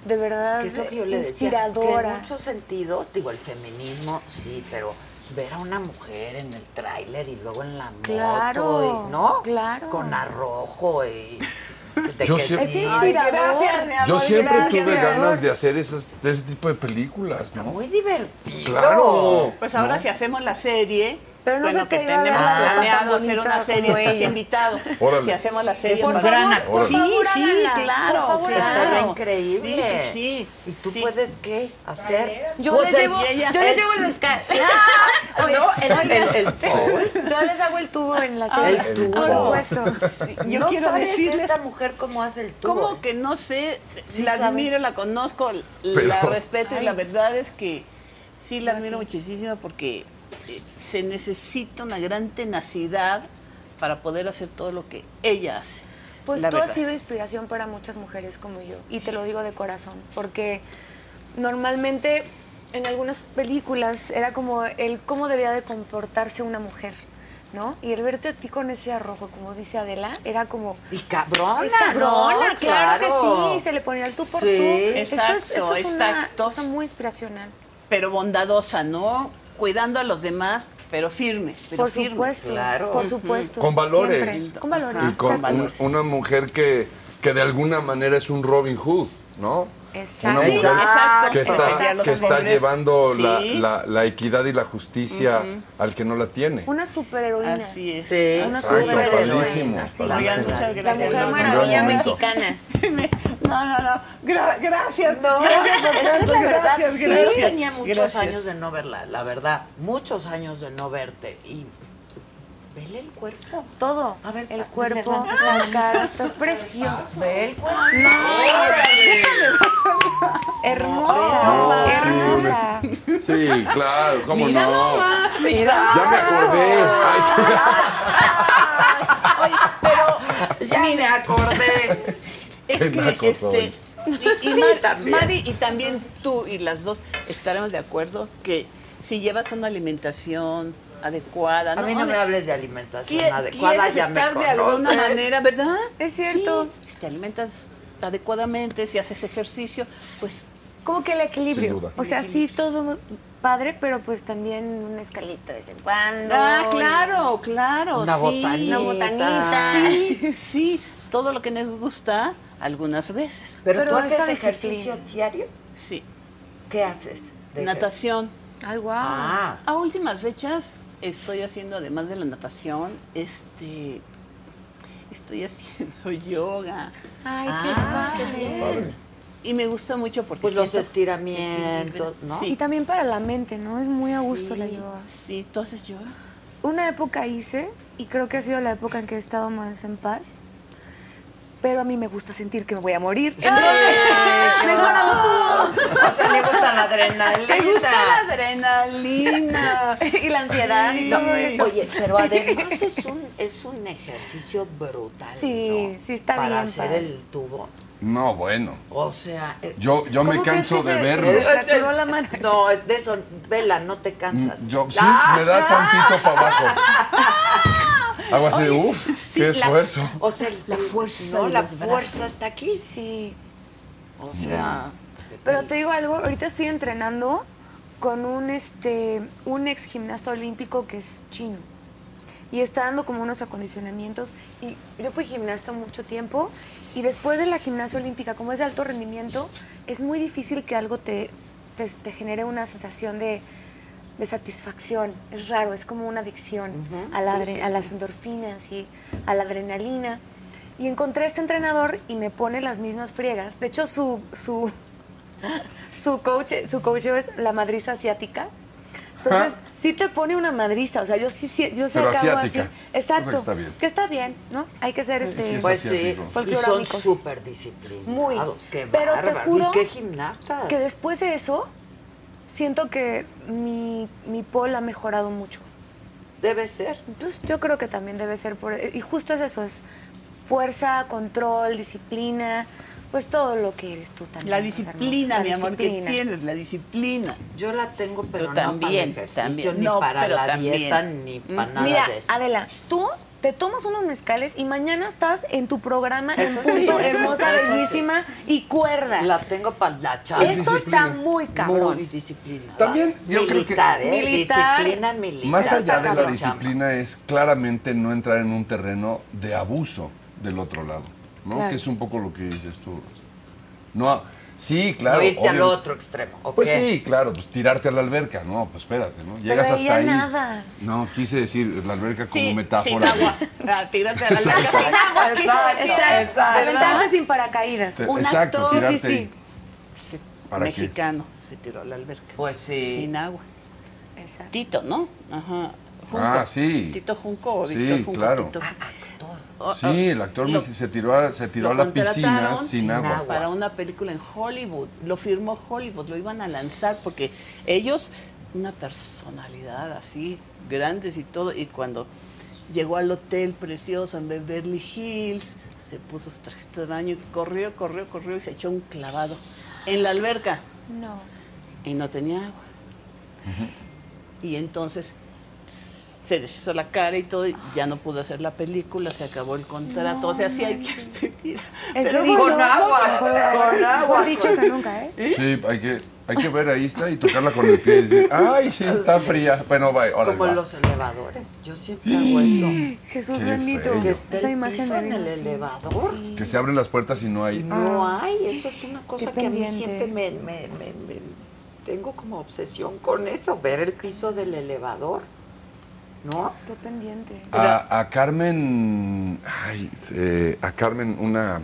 Speaker 5: de verdad
Speaker 3: Que es lo que yo le decía. Que
Speaker 5: inspiradora.
Speaker 3: en muchos sentidos, digo, el feminismo, sí, pero ver a una mujer en el tráiler y luego en la moto,
Speaker 5: Claro,
Speaker 3: y- ¿no?
Speaker 5: claro.
Speaker 3: Con arrojo y... de
Speaker 6: Yo
Speaker 3: que
Speaker 6: siempre-
Speaker 5: Es
Speaker 3: sí.
Speaker 5: inspirador.
Speaker 2: Gracias, mi amor.
Speaker 6: Yo siempre
Speaker 2: gracias,
Speaker 6: tuve
Speaker 2: mi amor.
Speaker 6: ganas de hacer esas, de ese tipo de películas, ¿no?
Speaker 3: Muy divertido.
Speaker 6: Claro.
Speaker 2: Pues ahora si hacemos la serie,
Speaker 5: Pero no
Speaker 2: bueno,
Speaker 5: se
Speaker 2: que
Speaker 5: te iba a
Speaker 2: tenemos
Speaker 5: dar la
Speaker 2: planeado
Speaker 5: tan
Speaker 2: hacer una
Speaker 5: bonita
Speaker 2: serie,
Speaker 5: como
Speaker 2: estás
Speaker 5: ella.
Speaker 2: invitado.
Speaker 6: Órale.
Speaker 2: Si hacemos la serie.
Speaker 5: Por
Speaker 2: para-
Speaker 5: favor,
Speaker 6: por
Speaker 2: Sí,
Speaker 5: favor,
Speaker 2: sí,
Speaker 5: háganla, por
Speaker 2: claro.
Speaker 5: favor,
Speaker 2: claro.
Speaker 3: Estaría increíble.
Speaker 2: Sí, sí, sí.
Speaker 3: ¿Y tú
Speaker 2: Sí.
Speaker 3: puedes qué? ¿Hacer?
Speaker 5: Yo les
Speaker 3: Pues el-
Speaker 5: llevo,
Speaker 2: y ella-
Speaker 5: yo les
Speaker 3: el-
Speaker 5: llevo el mezcal.
Speaker 3: No, el, el, el sol.
Speaker 5: Yo les hago el tubo en la
Speaker 2: El
Speaker 5: serie.
Speaker 6: tubo.
Speaker 5: Por supuesto.
Speaker 2: Sí, Yo
Speaker 3: no
Speaker 2: quiero
Speaker 3: sabes
Speaker 2: decirles
Speaker 3: esta mujer cómo hace el tubo.
Speaker 2: ¿Cómo que no sé?
Speaker 3: Sí
Speaker 2: la
Speaker 3: sabe.
Speaker 2: admiro, la conozco, la
Speaker 6: Pero-
Speaker 2: respeto y la verdad es que sí la admiro muchísimo porque eh, se necesita una gran tenacidad para poder hacer todo lo que ella hace.
Speaker 5: Pues
Speaker 2: la
Speaker 5: tú
Speaker 2: verdad.
Speaker 5: has sido inspiración para muchas mujeres como yo, y te lo digo de corazón, porque normalmente en algunas películas era como el cómo debía de comportarse una mujer, ¿no? Y el verte a ti con ese arrojo, como dice Adela, era como...
Speaker 3: Y cabrona,
Speaker 5: "Es cabrona,
Speaker 3: ¿no?
Speaker 5: claro,
Speaker 3: Claro.
Speaker 5: que sí, se le ponía el tú por
Speaker 3: Sí,
Speaker 5: tú. Eso es-
Speaker 2: exacto,
Speaker 5: eso es
Speaker 2: exacto.
Speaker 5: una cosa muy inspiracional.
Speaker 2: Pero bondadosa, ¿no? Cuidando a los demás, pero firme. Pero
Speaker 5: por
Speaker 2: firme.
Speaker 5: supuesto,
Speaker 3: claro.
Speaker 5: por supuesto.
Speaker 6: Con valores.
Speaker 5: siempre. Con valores,
Speaker 2: Ah,
Speaker 6: Y con
Speaker 5: exacto.
Speaker 6: un- una mujer que, que de alguna manera es un Robin Hood, ¿no?
Speaker 5: Exacto.
Speaker 6: Una
Speaker 2: Sí,
Speaker 6: mujer
Speaker 2: exacto,
Speaker 6: que
Speaker 2: proteger a
Speaker 6: está,
Speaker 2: los
Speaker 6: que está
Speaker 2: hombres.
Speaker 6: llevando
Speaker 2: Sí.
Speaker 6: la, la- la equidad y la justicia al que no la tiene.
Speaker 5: Una superheroína.
Speaker 2: Así es.
Speaker 3: Sí,
Speaker 2: Así
Speaker 5: Una
Speaker 6: Exacto,
Speaker 2: es.
Speaker 5: superheroína.
Speaker 6: padrísimo,
Speaker 5: así.
Speaker 2: Oigan, muchas
Speaker 5: La
Speaker 2: gracias.
Speaker 5: mujer
Speaker 2: no,
Speaker 7: maravilla
Speaker 6: no, no.
Speaker 7: mexicana.
Speaker 2: No, no, no. Gra- gracias. No,
Speaker 3: Es que es la verdad,
Speaker 2: gracias,
Speaker 3: sí,
Speaker 2: gracias.
Speaker 3: yo tenía muchos
Speaker 2: Gracias.
Speaker 3: años de no verla, la verdad, muchos años de no verte y vele el cuerpo.
Speaker 5: Todo.
Speaker 3: A ver,
Speaker 5: el
Speaker 3: pa-
Speaker 5: cuerpo,
Speaker 3: levanta.
Speaker 5: la cara, estás preciosa.
Speaker 3: Ve el cuerpo.
Speaker 5: Hermosa.
Speaker 6: Ah, No,
Speaker 5: hermosa.
Speaker 6: sí, me- sí, claro, cómo no.
Speaker 2: Ah, Mira.
Speaker 6: Ya me acordé. Ay, sí.
Speaker 2: pero ya me acordé. Es
Speaker 6: Qué naco
Speaker 2: que este
Speaker 6: soy.
Speaker 2: y, y Mar- Mari y también tú y las dos estaremos de acuerdo que si llevas una alimentación adecuada,
Speaker 3: A mí no me hables de alimentación
Speaker 2: Qui-
Speaker 3: adecuada,
Speaker 2: quieres
Speaker 3: ya me
Speaker 2: estar de alguna
Speaker 3: conoces.
Speaker 2: manera, ¿verdad?
Speaker 5: Es cierto.
Speaker 2: Sí, si te alimentas adecuadamente, si haces ejercicio, pues
Speaker 5: Como que el equilibrio.
Speaker 6: Sin duda.
Speaker 5: O sea, sí, todo padre, pero pues también una escalita de vez en cuando.
Speaker 2: ah, claro, claro,
Speaker 3: Una
Speaker 2: sí.
Speaker 3: botanita.
Speaker 5: Una botanita.
Speaker 2: Sí, sí, todo lo que nos gusta algunas veces.
Speaker 3: Pero,
Speaker 5: Pero
Speaker 3: tú haces
Speaker 5: esa
Speaker 3: ejercicio diario?
Speaker 2: Sí.
Speaker 3: ¿Qué haces? De
Speaker 2: Natación.
Speaker 5: Ay, wow.
Speaker 3: ejer- Ah,
Speaker 2: A últimas fechas estoy haciendo, además de la natación, este, estoy haciendo yoga.
Speaker 5: Ay,
Speaker 3: Ah,
Speaker 5: qué padre.
Speaker 6: Padre.
Speaker 2: Y me gusta mucho porque
Speaker 3: pues los
Speaker 2: siento-
Speaker 3: estiramientos, ¿no?
Speaker 2: Sí.
Speaker 5: Y también para la mente, ¿no? Es muy a gusto la
Speaker 2: Sí,
Speaker 5: yoga.
Speaker 2: Sí, ¿tú haces yoga?
Speaker 5: Una época hice, y creo que ha sido la época en que he estado más en paz, pero a mí me gusta sentir que me voy a morir. Ah, Mejor hazlo
Speaker 3: O sea, le gusta la adrenalina.
Speaker 2: ¿Te gusta la adrenalina?
Speaker 5: tú. y la ansiedad y todo eso.
Speaker 3: Oye, pero además es un, es un ejercicio brutal.
Speaker 5: Sí,
Speaker 3: ¿no?
Speaker 5: sí está
Speaker 3: Para
Speaker 5: bien,
Speaker 3: hacer
Speaker 5: padre.
Speaker 3: el tubo.
Speaker 6: No, bueno.
Speaker 3: O sea. eh,
Speaker 6: Yo, yo me
Speaker 5: ¿Cómo crees
Speaker 6: canso
Speaker 5: que
Speaker 6: de
Speaker 5: se-
Speaker 6: verlo.
Speaker 5: fracturó la mano.
Speaker 3: No, es de eso, vela, no te cansas.
Speaker 6: Yo, sí,
Speaker 3: Ah,
Speaker 6: me da tantito para abajo. Hago así, uff,
Speaker 2: sí,
Speaker 6: qué
Speaker 2: la-
Speaker 6: esfuerzo.
Speaker 3: O sea, la
Speaker 2: fuerza
Speaker 3: No,
Speaker 2: de
Speaker 3: la
Speaker 2: los
Speaker 3: fuerza
Speaker 2: brazos.
Speaker 3: está aquí.
Speaker 5: Sí.
Speaker 3: O sea.
Speaker 5: Pero te digo algo, ahorita estoy entrenando con un este un ex gimnasta olímpico que es chino. Y está dando como unos acondicionamientos. Y yo fui gimnasta mucho tiempo. Y después de la gimnasia olímpica, como es de alto rendimiento, es muy difícil que algo te, te, te genere una sensación de, de satisfacción. Es raro, es como una adicción a, la adre- a las endorfinas y a la adrenalina. Y encontré este entrenador y me pone las mismas friegas. De hecho, su, su, su coach, su coach es la madriza asiática. Entonces,
Speaker 6: Ah.
Speaker 5: sí te pone una madriza, o sea, yo sí, sí yo sé
Speaker 6: Pero
Speaker 5: que hago así.
Speaker 6: asiática,
Speaker 5: Exacto.
Speaker 6: cosa que está bien.
Speaker 5: Que está bien, ¿no? Hay que ser este
Speaker 6: sí, es
Speaker 3: Pues
Speaker 6: así,
Speaker 3: sí,
Speaker 6: amigo.
Speaker 3: y son
Speaker 5: Folclóricos.
Speaker 3: súper disciplinados.
Speaker 5: Muy.
Speaker 3: Qué
Speaker 5: Pero te
Speaker 3: bárbaro. ¿Y
Speaker 5: juro
Speaker 3: qué gimnastas?
Speaker 5: que después de eso siento que mi mi pol ha mejorado mucho.
Speaker 3: Debe ser.
Speaker 5: Entonces, yo creo que también debe ser por y justo es eso, es fuerza, control, disciplina, pues todo lo que eres tú también.
Speaker 2: La
Speaker 5: o sea, hermosa.
Speaker 2: disciplina,
Speaker 5: La
Speaker 2: mi amor, que
Speaker 5: disciplina.
Speaker 2: tienes, la disciplina.
Speaker 3: Yo la tengo, pero
Speaker 2: Yo
Speaker 3: no para el
Speaker 2: también,
Speaker 3: ejercicio,
Speaker 2: también.
Speaker 3: ni
Speaker 2: No,
Speaker 3: para
Speaker 2: pero
Speaker 3: la
Speaker 2: también.
Speaker 3: dieta, ni para
Speaker 2: Mm.
Speaker 3: nada
Speaker 5: Mira,
Speaker 3: de eso.
Speaker 5: Adela, tú te tomas unos mezcales y mañana estás en tu programa en
Speaker 3: Eso
Speaker 5: punto,
Speaker 3: sí.
Speaker 5: hermosa,
Speaker 3: Eso sí.
Speaker 5: bellísima y cuerda.
Speaker 3: La tengo para la chava.
Speaker 5: Esto
Speaker 6: disciplina.
Speaker 5: está muy cabrón.
Speaker 3: Muy disciplinada.
Speaker 6: También, yo creo que-
Speaker 3: militar, ¿eh?
Speaker 5: Militar.
Speaker 3: Disciplina militar.
Speaker 6: Más allá
Speaker 5: está
Speaker 6: de la
Speaker 3: cabrón.
Speaker 6: disciplina es claramente no entrar en un terreno de abuso del otro lado, ¿no?
Speaker 5: Claro.
Speaker 6: Que es un poco lo que dices tú. No, sí,
Speaker 3: No
Speaker 6: claro.
Speaker 3: irte al
Speaker 6: obvio.
Speaker 3: otro extremo. ¿o
Speaker 6: Pues
Speaker 3: qué?
Speaker 6: sí, claro, pues tirarte a la alberca, no, pues espérate, ¿no? Llegas
Speaker 5: ahí
Speaker 6: hasta
Speaker 5: ya
Speaker 6: ahí.
Speaker 5: nada.
Speaker 6: No, quise decir la alberca como
Speaker 2: Sí,
Speaker 6: metáfora.
Speaker 2: sin agua. Ah, Tírate a la alberca sin agua, quiso decir.
Speaker 5: Exacto.
Speaker 2: ¿verdad?
Speaker 5: Aventarte sin paracaídas.
Speaker 6: Te-
Speaker 2: Un
Speaker 6: Exacto,
Speaker 2: acto- Sí, sí,
Speaker 6: tirarte
Speaker 5: sí.
Speaker 6: ahí.
Speaker 2: Sí,
Speaker 6: ¿Para qué?
Speaker 2: Mexicano se tiró a la alberca.
Speaker 3: Pues sí.
Speaker 2: Sin agua.
Speaker 5: Exacto.
Speaker 2: Tito, ¿no? Ajá.
Speaker 6: Ah, sí.
Speaker 2: Tito Junco o
Speaker 6: Sí,
Speaker 2: Víctor Junco.
Speaker 6: claro.
Speaker 2: Tito.
Speaker 3: Ah, actor.
Speaker 2: O- o-
Speaker 6: Sí, el actor
Speaker 2: lo-
Speaker 6: me- se tiró a, se tiró a
Speaker 2: lo
Speaker 6: la piscina
Speaker 2: contrataron
Speaker 6: sin,
Speaker 2: sin
Speaker 6: agua.
Speaker 3: agua.
Speaker 2: para una película en Hollywood. Lo firmó Hollywood, lo iban a lanzar porque ellos, una personalidad así, grandes y todo, y cuando llegó al hotel precioso en Beverly Hills, se puso sus trajes de baño y corrió, corrió, corrió y se echó un clavado en la alberca
Speaker 5: No.
Speaker 2: y no tenía agua. Y entonces se deshizo la cara y todo, y ya no pudo hacer la película, se acabó el contrato. o sea, sí hay que se tira.
Speaker 5: Ese
Speaker 2: Pero
Speaker 5: dicho,
Speaker 2: bueno,
Speaker 5: con agua. dicho que nunca, ¿eh?
Speaker 6: Sí, hay que, hay que ver ahí está y tocarla con el pie y decir, ay, sí, está fría. Bueno, va, órale,
Speaker 3: Como
Speaker 6: va.
Speaker 3: los elevadores. Yo siempre hago eso.
Speaker 5: Jesús
Speaker 6: Qué
Speaker 5: bendito.
Speaker 6: feo. Que
Speaker 3: esté
Speaker 5: Esa
Speaker 3: el
Speaker 5: imagen
Speaker 3: piso
Speaker 5: de
Speaker 3: en el elevador.
Speaker 6: Que se abren las puertas y no hay.
Speaker 3: No hay, esto es una cosa
Speaker 5: Ah, Qué
Speaker 3: que a mí
Speaker 5: pendiente.
Speaker 3: siempre me, me- me- me- tengo como obsesión con eso, ver el piso del elevador. ¿No?
Speaker 5: Qué pendiente.
Speaker 6: A, a Carmen, ay, eh, a Carmen, una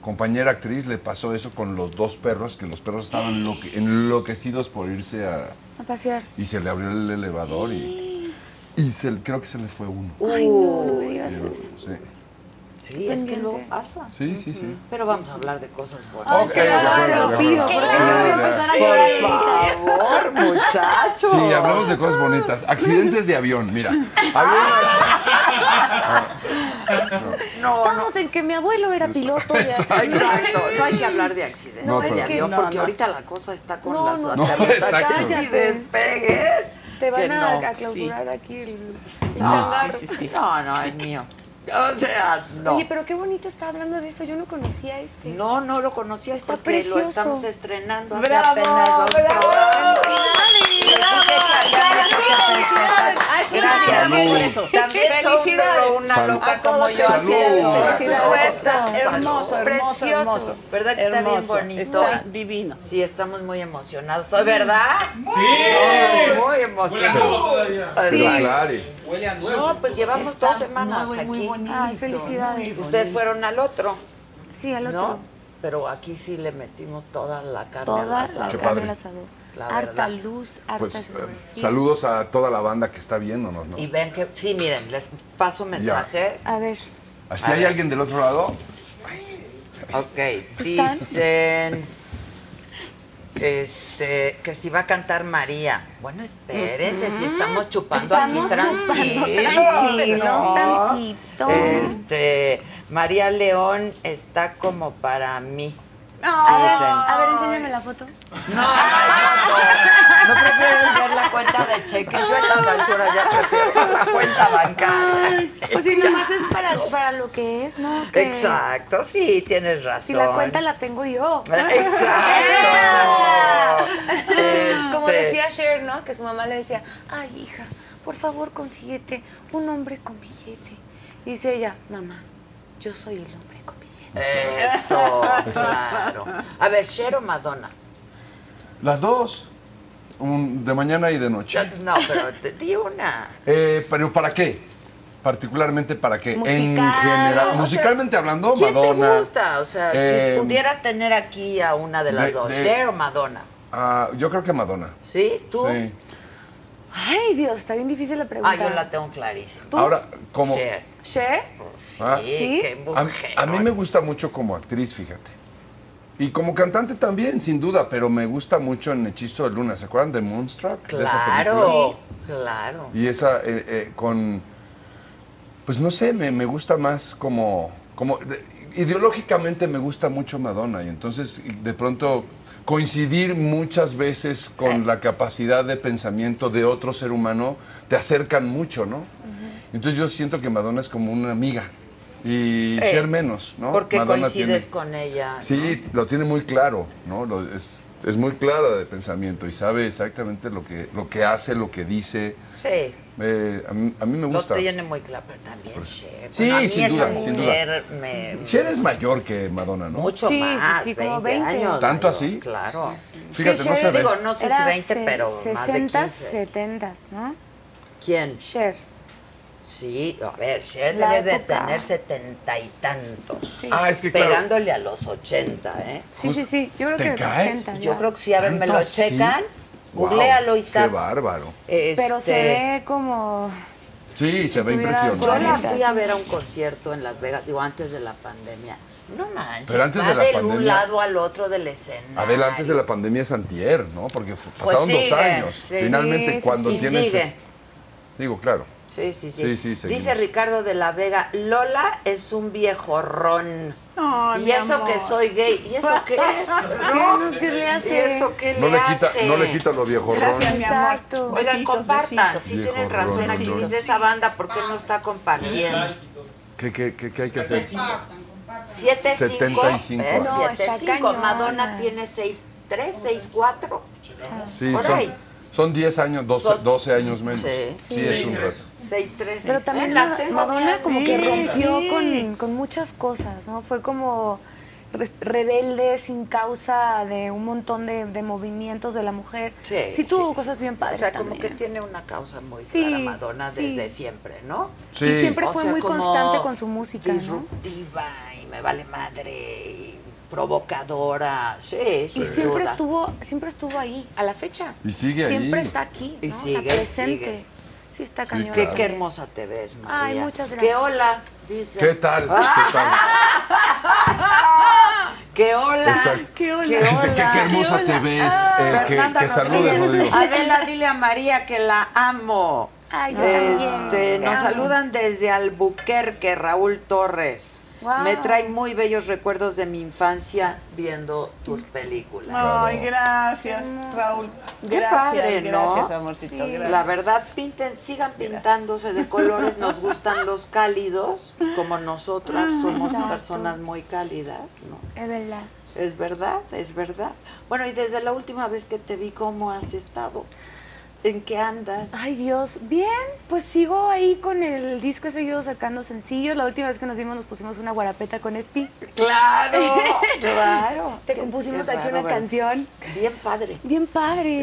Speaker 6: compañera actriz, le pasó eso con los dos perros, que los perros estaban enloque- enloquecidos por irse a...
Speaker 5: A pasear.
Speaker 6: Y se le abrió el elevador y, y se- creo que se les fue uno.
Speaker 5: Ay, no, no me digas
Speaker 6: Pero,
Speaker 5: eso.
Speaker 6: sí,
Speaker 3: Sí, es que
Speaker 5: pendiente.
Speaker 3: luego pasa.
Speaker 6: sí, sí. sí.
Speaker 3: Pero vamos a hablar de cosas buenas.
Speaker 6: Ay, Ok, claro, de acuerdo, de
Speaker 5: lo pido,
Speaker 6: acuerdo.
Speaker 5: porque yo voy a empezar a llorar
Speaker 3: Por
Speaker 5: ahorita.
Speaker 3: favor, muchachos.
Speaker 6: Sí, hablamos de cosas bonitas. Accidentes de avión, mira. Aviones-
Speaker 5: Estamos en que mi abuelo era piloto de
Speaker 3: Exacto, no hay que hablar de accidentes
Speaker 6: No,
Speaker 3: de
Speaker 6: pero-
Speaker 3: avión,
Speaker 2: No,
Speaker 3: porque
Speaker 2: no.
Speaker 3: ahorita la cosa está con
Speaker 5: No,
Speaker 3: las
Speaker 5: no,
Speaker 6: no,
Speaker 3: aterrizajes
Speaker 6: exacto.
Speaker 3: y despegues.
Speaker 5: Te van
Speaker 3: que
Speaker 5: a,
Speaker 3: no,
Speaker 5: a clausurar aquí el, el
Speaker 3: No,
Speaker 5: changarro.
Speaker 2: sí, sí, sí.
Speaker 3: No, no, es mío. O sea, no.
Speaker 5: Oye, pero qué bonito está hablando de eso. Yo no conocía a este.
Speaker 3: No, no lo conocía
Speaker 5: Está
Speaker 3: porque lo
Speaker 5: precioso.
Speaker 3: estamos estrenando hace
Speaker 1: ¡Bravo!
Speaker 3: apenas dos
Speaker 1: ¡Bravo!
Speaker 3: programas.
Speaker 2: Gracias,
Speaker 6: Salud.
Speaker 2: por eso.
Speaker 3: También
Speaker 2: Felicidades.
Speaker 3: sombro, una
Speaker 6: Salud.
Speaker 3: loca
Speaker 2: A
Speaker 3: como
Speaker 2: todos
Speaker 3: Ah, yo
Speaker 6: Salud.
Speaker 3: hacía eso.
Speaker 6: Por
Speaker 2: supuesto.
Speaker 3: Salud.
Speaker 2: Hermoso, hermoso,
Speaker 3: Precioso.
Speaker 2: hermoso.
Speaker 3: ¿Verdad que está bien
Speaker 2: Hermoso.
Speaker 3: bonito?
Speaker 2: Está divino.
Speaker 3: Sí, estamos muy emocionados. ¿Verdad? Sí. Muy emocionados.
Speaker 6: Claro.
Speaker 3: No, pues llevamos
Speaker 2: Está
Speaker 3: dos semanas
Speaker 2: muy,
Speaker 3: aquí.
Speaker 2: muy bonito.
Speaker 5: Ay, felicidades.
Speaker 3: Ustedes fueron al otro,
Speaker 5: Sí, al otro.
Speaker 3: ¿no? Pero aquí sí le metimos toda la carne al
Speaker 5: Toda
Speaker 3: asador.
Speaker 5: la
Speaker 6: Qué
Speaker 5: carne
Speaker 6: padre.
Speaker 5: al asador.
Speaker 3: La verdad.
Speaker 5: Harta luz, harta
Speaker 6: Pues eh,
Speaker 5: escenografía.
Speaker 6: saludos a toda la banda que está viéndonos, ¿no?
Speaker 3: Y ven que, sí, miren, les paso mensajes.
Speaker 5: A ver,
Speaker 6: ¿Así hay alguien del otro lado?
Speaker 3: Ok,
Speaker 5: están?
Speaker 3: dicen este, que si va a cantar María. Bueno, espérense, si estamos chupando
Speaker 5: estamos
Speaker 3: aquí
Speaker 5: chupando
Speaker 3: tranquilos.
Speaker 5: tranquilos,
Speaker 3: ¿no?
Speaker 5: tantito.
Speaker 3: Este, María León está como para mí.
Speaker 5: A ver, enséñame la foto.
Speaker 3: No, no, no, no prefieres ver la cuenta de cheques. Yo a estas alturas ya prefiero ver la cuenta bancaria.
Speaker 5: Pues si nomás es para, para lo que es, ¿no? Que
Speaker 3: Exacto, sí, tienes razón.
Speaker 5: Si la cuenta la tengo yo.
Speaker 3: Este. Exacto. Este,
Speaker 5: Como decía Cher, ¿no? Que su mamá le decía, ay, hija, por favor consíguete un hombre con billete. Dice ella, mamá, yo soy el hombre con
Speaker 3: Eh.
Speaker 5: billete.
Speaker 3: Eso, claro. A ver, Cher o Madonna.
Speaker 6: Las dos. Un- de mañana y de noche.
Speaker 3: No, pero te di una.
Speaker 6: Eh, pero ¿para qué? Particularmente para qué? En
Speaker 5: Musical.
Speaker 6: general, musicalmente hablando,
Speaker 3: ¿Quién
Speaker 6: Madonna.
Speaker 3: te gusta? O sea,
Speaker 6: Eh,
Speaker 3: si pudieras tener aquí a una de las
Speaker 6: de-
Speaker 3: dos,
Speaker 6: de-
Speaker 3: Cher o Madonna.
Speaker 6: ah, yo creo que Madonna.
Speaker 3: ¿Sí? ¿Tú?
Speaker 6: Sí.
Speaker 5: Ay, Dios, está bien difícil la pregunta.
Speaker 3: Ah, yo la tengo clarísima.
Speaker 6: Ahora, como
Speaker 3: Cher.
Speaker 5: Cher,
Speaker 6: ah,
Speaker 3: Sí,
Speaker 5: ¿Sí?
Speaker 3: qué
Speaker 6: a,
Speaker 3: mujer.
Speaker 6: a mí me gusta mucho como actriz, fíjate. Y como cantante también, sin duda, pero me gusta mucho en Hechizo de Luna. ¿Se acuerdan de Moonstruck? De esa película?
Speaker 3: Claro, claro.
Speaker 6: Y esa eh, eh, con, pues no sé, me, me gusta más como, como de- ideológicamente me gusta mucho Madonna y entonces y de pronto coincidir muchas veces
Speaker 3: Eh.
Speaker 6: con la capacidad de pensamiento de otro ser humano te acercan mucho, ¿no? Entonces yo siento que Madonna es como una amiga y
Speaker 3: Eh,
Speaker 6: ser menos, ¿no?
Speaker 3: Porque
Speaker 6: Madonna
Speaker 3: coincides
Speaker 6: tiene-
Speaker 3: con ella.
Speaker 6: Sí, lo tiene muy claro, ¿no? Lo- es, es muy clara de pensamiento y sabe exactamente lo que, lo que hace, lo que dice.
Speaker 3: Sí.
Speaker 6: Eh, a, mí, a mí me
Speaker 3: Lo
Speaker 6: gusta. Pues,
Speaker 3: tiene muy claro, pero también Cher.
Speaker 6: Sí,
Speaker 3: Bueno, a mí
Speaker 6: sin
Speaker 3: esa
Speaker 6: duda, sin duda.
Speaker 3: mujer me-
Speaker 6: Cher es mayor que Madonna, ¿no?
Speaker 3: Mucho
Speaker 5: Sí, sí,
Speaker 3: más,
Speaker 5: sí, como
Speaker 3: 20
Speaker 5: 20.
Speaker 3: años.
Speaker 6: ¿Tanto
Speaker 3: mayor,
Speaker 6: así?
Speaker 3: Claro.
Speaker 6: Fíjate,
Speaker 5: Que
Speaker 6: no se
Speaker 5: Cher,
Speaker 6: ve.
Speaker 3: Digo, no sé si
Speaker 5: era
Speaker 3: 20,
Speaker 5: se-
Speaker 3: pero más de
Speaker 5: 60,
Speaker 3: 15.
Speaker 5: 70, ¿no?
Speaker 3: ¿Quién?
Speaker 5: Cher.
Speaker 3: Sí, a ver, Cher
Speaker 5: La
Speaker 3: debe de
Speaker 5: época.
Speaker 3: tener setenta y tantos.
Speaker 6: Ah, es que claro.
Speaker 3: Pegándole a los 80, ¿eh?
Speaker 5: Sí, sí, sí. Yo creo
Speaker 6: ¿Te
Speaker 5: que
Speaker 6: caes?
Speaker 5: 80.
Speaker 3: Yo
Speaker 5: ya.
Speaker 3: creo que sí, a ver, me
Speaker 6: ¿Tanto
Speaker 3: lo
Speaker 6: así?
Speaker 3: checan,
Speaker 6: Wow,
Speaker 3: googlealo Este, y
Speaker 6: Qué
Speaker 3: está.
Speaker 6: bárbaro.
Speaker 5: Pero se ve como...
Speaker 6: Sí, se
Speaker 5: tuviera
Speaker 6: ve
Speaker 3: Yo la
Speaker 6: impresionante.
Speaker 5: problemas.
Speaker 3: fui a ver a un concierto en Las Vegas, digo, antes de la pandemia. No manches.
Speaker 6: Pero antes
Speaker 3: va
Speaker 6: de la
Speaker 3: un
Speaker 6: pandemia-
Speaker 3: lado al otro del escenario.
Speaker 6: Adela, antes de la pandemia es antier, ¿no? Porque f- pasaron dos
Speaker 3: sigue,
Speaker 6: años.
Speaker 3: sí.
Speaker 6: Finalmente,
Speaker 5: Sí, sí,
Speaker 6: cuando
Speaker 3: Y
Speaker 5: sí.
Speaker 6: tienes...
Speaker 3: sigue.
Speaker 6: Digo, claro.
Speaker 3: Sí, sí, sí.
Speaker 6: Sí, sí, seguimos.
Speaker 3: Dice Ricardo de la Vega, Lola es y un viejorrón.
Speaker 2: Ay,
Speaker 3: y
Speaker 2: mi
Speaker 3: eso
Speaker 2: amor.
Speaker 3: que soy gay. ¿Y eso qué?
Speaker 5: ¿Qué, no? ¿Qué le
Speaker 3: ¿Y
Speaker 5: hace?
Speaker 3: eso qué
Speaker 6: No le, quita,
Speaker 3: hace?
Speaker 6: no le quita lo viejo
Speaker 2: Gracias, mi amor.
Speaker 5: Exacto.
Speaker 2: Besitos,
Speaker 3: Oigan, compartan.
Speaker 2: besitos.
Speaker 3: Si tienen
Speaker 6: Viejorrón,
Speaker 3: razón aquí,
Speaker 6: ¿no?
Speaker 3: dice esa banda, ¿por qué no está compartiendo?
Speaker 6: ¿Qué, qué, qué, qué hay que hacer?
Speaker 3: 7-5.
Speaker 6: 75.
Speaker 3: ¿eh?
Speaker 5: No, está
Speaker 3: 7-5.
Speaker 5: cañón.
Speaker 3: Madonna tiene 6-3, 6-4.
Speaker 6: Sí,
Speaker 3: Por
Speaker 6: son,
Speaker 3: ahí.
Speaker 6: son 10 años, 12, 12 años menos.
Speaker 3: Sí.
Speaker 6: Sí,
Speaker 5: Sí.
Speaker 6: es un reto.
Speaker 3: 6-3.
Speaker 5: Pero también
Speaker 3: ¿Eh? las
Speaker 5: Mad-
Speaker 3: tengo.
Speaker 5: Madonna como que
Speaker 2: Sí,
Speaker 5: rompió
Speaker 2: sí.
Speaker 5: con, con muchas cosas, ¿no? Fue como res- rebelde sin causa de un montón de, de movimientos de la mujer. Sí, tuvo cosas bien padres
Speaker 3: O sea, como
Speaker 5: también.
Speaker 3: que tiene una causa muy
Speaker 5: Sí,
Speaker 3: clara Madonna
Speaker 5: sí.
Speaker 3: desde siempre, ¿no?
Speaker 6: Sí.
Speaker 5: Y siempre
Speaker 3: O
Speaker 5: fue
Speaker 3: sea,
Speaker 5: muy
Speaker 3: como
Speaker 5: constante con su música, ¿no?
Speaker 3: Disruptiva y me vale madre y provocadora. Sí,
Speaker 5: Y
Speaker 3: sin
Speaker 5: siempre
Speaker 3: duda.
Speaker 5: estuvo, siempre estuvo ahí, a la fecha.
Speaker 6: Y sigue
Speaker 5: Siempre
Speaker 6: ahí.
Speaker 5: está aquí,
Speaker 3: Y
Speaker 5: ¿no? o
Speaker 3: sigue,
Speaker 5: sea, presente.
Speaker 3: sigue.
Speaker 5: Sí está cañón.
Speaker 3: Qué,
Speaker 6: Claro.
Speaker 3: qué hermosa te ves, María.
Speaker 5: Ay, muchas
Speaker 3: Qué
Speaker 5: gracias.
Speaker 3: hola, dice.
Speaker 6: ¿Qué tal? ¿Qué tal?
Speaker 3: Qué hola.
Speaker 6: Exacto.
Speaker 2: Qué hola.
Speaker 3: Qué
Speaker 6: Dice que
Speaker 3: hola. Ah,
Speaker 6: qué hermosa te ves. eh, que
Speaker 3: Fernanda
Speaker 6: que saludes,
Speaker 3: Rodríguez.
Speaker 6: Rodrigo.
Speaker 3: Adela, dile a María que la amo.
Speaker 5: Ay, yo
Speaker 3: este,
Speaker 5: también, te
Speaker 3: nos
Speaker 5: amo.
Speaker 3: saludan desde Albuquerque, Raúl Torres.
Speaker 5: Wow.
Speaker 3: Me trae muy bellos recuerdos de mi infancia viendo tus películas.
Speaker 2: Ay, gracias, Raúl.
Speaker 3: Qué
Speaker 2: Gracias,
Speaker 3: padre, ¿no?
Speaker 2: gracias, amorcito.
Speaker 5: Sí.
Speaker 2: Gracias.
Speaker 3: La verdad, pinten, sigan pintándose de colores, nos gustan los cálidos, como nosotras somos
Speaker 5: Ah, Exacto.
Speaker 3: personas muy cálidas, ¿no?
Speaker 5: Es verdad.
Speaker 3: Es verdad, es verdad. Bueno, y desde la última vez que te vi, ¿cómo has estado? ¿En qué andas?
Speaker 5: Ay Dios, bien, pues sigo ahí con el disco, he seguido sacando sencillos. La última vez que nos vimos nos pusimos una guarapeta con este.
Speaker 3: Claro, claro.
Speaker 5: Te
Speaker 3: Qué-
Speaker 5: compusimos
Speaker 3: qué
Speaker 5: aquí
Speaker 3: raro,
Speaker 5: una
Speaker 3: ¿verdad?
Speaker 5: canción.
Speaker 3: Bien padre.
Speaker 5: Bien padre,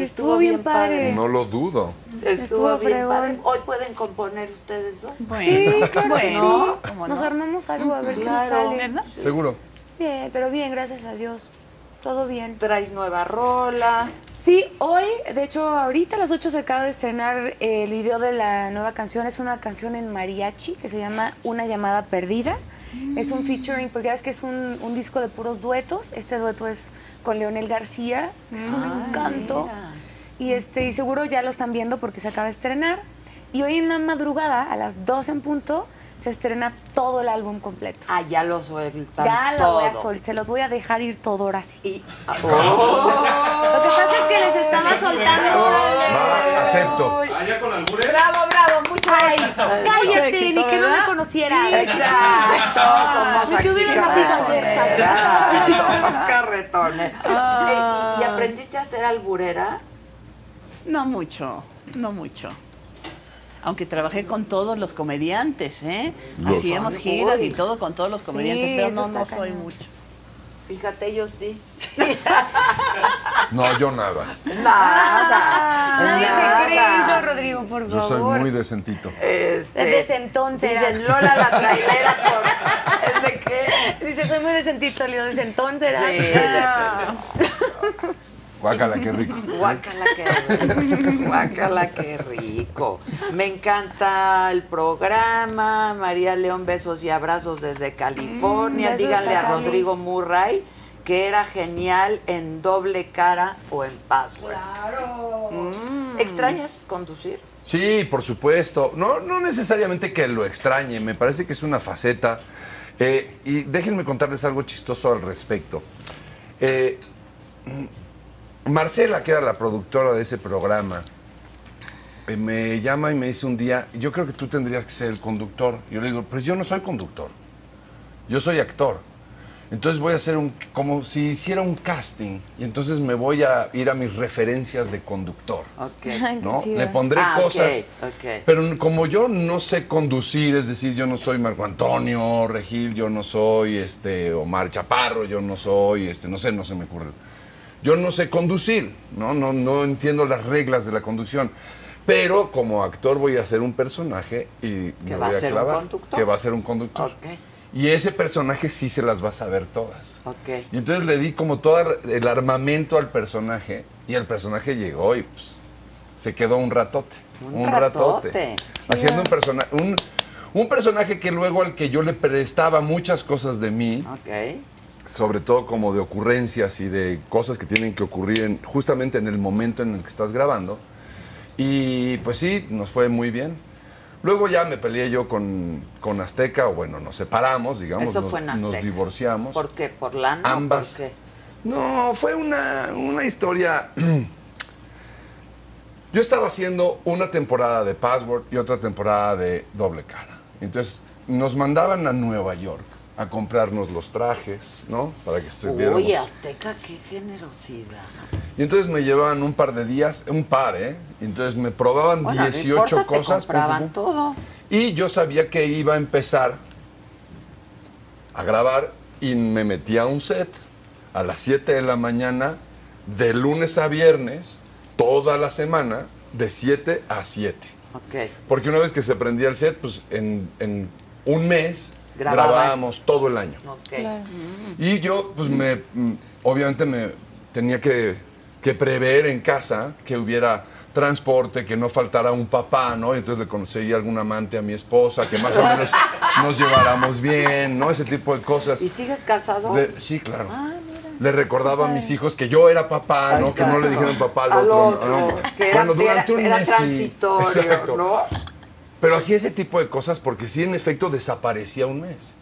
Speaker 3: Estuvo
Speaker 5: estuvo,
Speaker 3: bien
Speaker 5: bien, padre.
Speaker 6: No lo dudo.
Speaker 3: Estuvo,
Speaker 5: Estuvo
Speaker 3: bien padre.
Speaker 5: fregón.
Speaker 3: Hoy pueden componer ustedes dos.
Speaker 5: Sí, claro que
Speaker 2: Bueno,
Speaker 5: sí.
Speaker 2: ¿cómo
Speaker 5: Nos
Speaker 2: no?
Speaker 5: armamos algo a ver
Speaker 3: Claro.
Speaker 5: qué nos sale.
Speaker 2: ¿Verdad?
Speaker 6: Seguro.
Speaker 5: Bien, pero bien, gracias a Dios. Todo bien.
Speaker 3: Traes nueva rola.
Speaker 5: Sí, hoy, de hecho, ahorita a las 8 se acaba de estrenar eh, el video de la nueva canción. Es una canción en mariachi que se llama Una llamada perdida. Es un featuring, porque ya ves que es un, un disco de puros duetos. Este dueto es con Leonel García. Es un encanto. Y, este, y seguro ya lo están viendo porque se acaba de estrenar. Y hoy en la madrugada, a las 12 en punto, se estrena todo el álbum completo.
Speaker 3: Ah, ya lo sueltan
Speaker 5: Ya lo voy a
Speaker 3: todo.
Speaker 5: sol, se los voy a dejar ir todo ahora sí.
Speaker 3: Y, ah, ¡Oh!
Speaker 5: Lo que pasa es que les estaba soltando.
Speaker 6: Va, acepto.
Speaker 2: Bravo, bravo, mucho éxito.
Speaker 5: Cállate, ni que no me conocieras.
Speaker 3: Exacto, somos
Speaker 5: Ni que hubiera
Speaker 3: aquí
Speaker 5: nacido
Speaker 3: carretoneras.
Speaker 5: ayer,
Speaker 3: Somos carretones.
Speaker 2: Ah.
Speaker 3: ¿Y, y aprendiste a ser alburera?
Speaker 2: No mucho, no mucho. Aunque trabajé con todos los comediantes, ¿eh?
Speaker 6: Los-
Speaker 2: Hacíamos
Speaker 3: Ay,
Speaker 2: giras y
Speaker 3: uy.
Speaker 2: todo con todos los
Speaker 5: Sí,
Speaker 2: comediantes, pero
Speaker 5: eso
Speaker 2: no,
Speaker 5: está
Speaker 2: no soy
Speaker 5: cañón.
Speaker 2: mucho.
Speaker 3: Fíjate, yo sí.
Speaker 6: No, yo nada.
Speaker 3: Nada.
Speaker 5: Nadie
Speaker 3: nada.
Speaker 5: te cree eso, Rodrigo, por
Speaker 6: Yo soy
Speaker 5: favor.
Speaker 6: muy decentito.
Speaker 3: Este,
Speaker 5: Desde ese entonces.
Speaker 3: Dicen Lola la trailera por. ¿Es de qué?
Speaker 5: Dice, soy muy decentito, Leo, desde entonces. ¿ah?
Speaker 6: Guácala, qué rico.
Speaker 3: Guácala, qué rico. Guácala, qué rico. Me encanta el programa. María León, besos y abrazos desde California.
Speaker 5: besos
Speaker 3: Díganle
Speaker 5: pa'
Speaker 3: a
Speaker 5: Cali.
Speaker 3: Rodrigo Murray que era genial en doble cara o en password. Mm. ¿Extrañas conducir?
Speaker 6: Sí, por supuesto. No, no necesariamente que lo extrañe, me parece que es una faceta. Eh, y déjenme contarles algo chistoso al respecto. Eh, mm, Marcela, que era la productora de ese programa, eh, me llama y me dice un día, yo creo que tú tendrías que ser el conductor. Yo le digo, pues yo no soy conductor, yo soy actor. Entonces voy a hacer un, como si hiciera un casting, y entonces me voy a ir a mis referencias de conductor.
Speaker 3: Ok.
Speaker 5: Ay, qué
Speaker 6: ¿no?
Speaker 5: chido.
Speaker 6: Le pondré
Speaker 3: Ah,
Speaker 6: cosas.
Speaker 3: ok, ok.
Speaker 6: Pero n- como yo no sé conducir, es decir, yo no soy Marco Antonio Regil, yo no soy este Omar Chaparro, yo no soy este, no sé, no se me ocurre. Yo no sé conducir, ¿no? No, no entiendo las reglas de la conducción. Pero como actor voy a hacer un personaje y me
Speaker 3: va a
Speaker 6: voy a
Speaker 3: ser un
Speaker 6: clavar,
Speaker 3: conductor?
Speaker 6: que va a ser un conductor.
Speaker 3: Ok.
Speaker 6: Y ese personaje sí se las va a saber todas.
Speaker 3: Ok.
Speaker 6: Y entonces le di como todo el armamento al personaje y el personaje llegó y pues, se quedó un ratote.
Speaker 3: Un
Speaker 6: Un,
Speaker 3: ratote.
Speaker 6: ratote.
Speaker 3: Chido.
Speaker 6: Haciendo un, persona- un, un personaje que luego al que yo le prestaba muchas cosas de mí,
Speaker 3: Ok.
Speaker 6: sobre todo como de ocurrencias y de cosas que tienen que ocurrir en- justamente en el momento en el que estás grabando. Y pues sí, nos fue muy bien. Luego ya me peleé yo con, con Azteca, o bueno, nos separamos, digamos.
Speaker 3: Eso
Speaker 6: nos,
Speaker 3: fue en
Speaker 6: nos
Speaker 3: Azteca.
Speaker 6: divorciamos.
Speaker 3: ¿Por qué? Ah, ¿Por lana? o
Speaker 6: Ambas.
Speaker 3: ¿Por qué?
Speaker 6: No, fue una, una historia. Yo estaba haciendo una temporada de Password y otra temporada de Doble Cara. Entonces nos mandaban a Nueva York a comprarnos los trajes, ¿no? Para que se viéramos.
Speaker 3: Uy, Azteca, qué generosidad.
Speaker 6: Y entonces me llevaban un par de días, un par, ¿eh? Y entonces me probaban
Speaker 3: Bueno, no
Speaker 6: 18
Speaker 3: importa, te
Speaker 6: cosas. pum, pum,
Speaker 3: compraban
Speaker 6: pum.
Speaker 3: todo.
Speaker 6: Y yo sabía que iba a empezar a grabar y me metí a un set a las 7 de la mañana, de lunes a viernes, toda la semana, de 7 a 7.
Speaker 3: Ok.
Speaker 6: Porque una vez que se prendía el set, pues en, en un mes
Speaker 3: Grababan.
Speaker 6: grabábamos todo el año.
Speaker 3: Ok.
Speaker 5: Claro.
Speaker 6: Y yo, pues me, mm, obviamente me tenía que, que prever en casa que hubiera transporte, que no faltara un papá, ¿no? Y entonces le conseguí algún amante a mi esposa, que más o menos nos lleváramos bien, ¿no? Ese tipo de cosas.
Speaker 3: ¿Y Ah, sigues casado?
Speaker 6: Le- sí, claro. Le recordaba a mis hijos que yo era papá, ah, ¿no? Que no le dijeron papá al
Speaker 3: Al
Speaker 6: otro.
Speaker 3: otro,
Speaker 6: ¿no?
Speaker 3: que era-
Speaker 6: Bueno, durante
Speaker 3: era-
Speaker 6: un
Speaker 3: era
Speaker 6: mes. sí.
Speaker 3: transitorio,
Speaker 6: Exacto.
Speaker 3: ¿no?
Speaker 6: Pero así ese tipo de cosas, porque sí, en efecto, desaparecía un mes.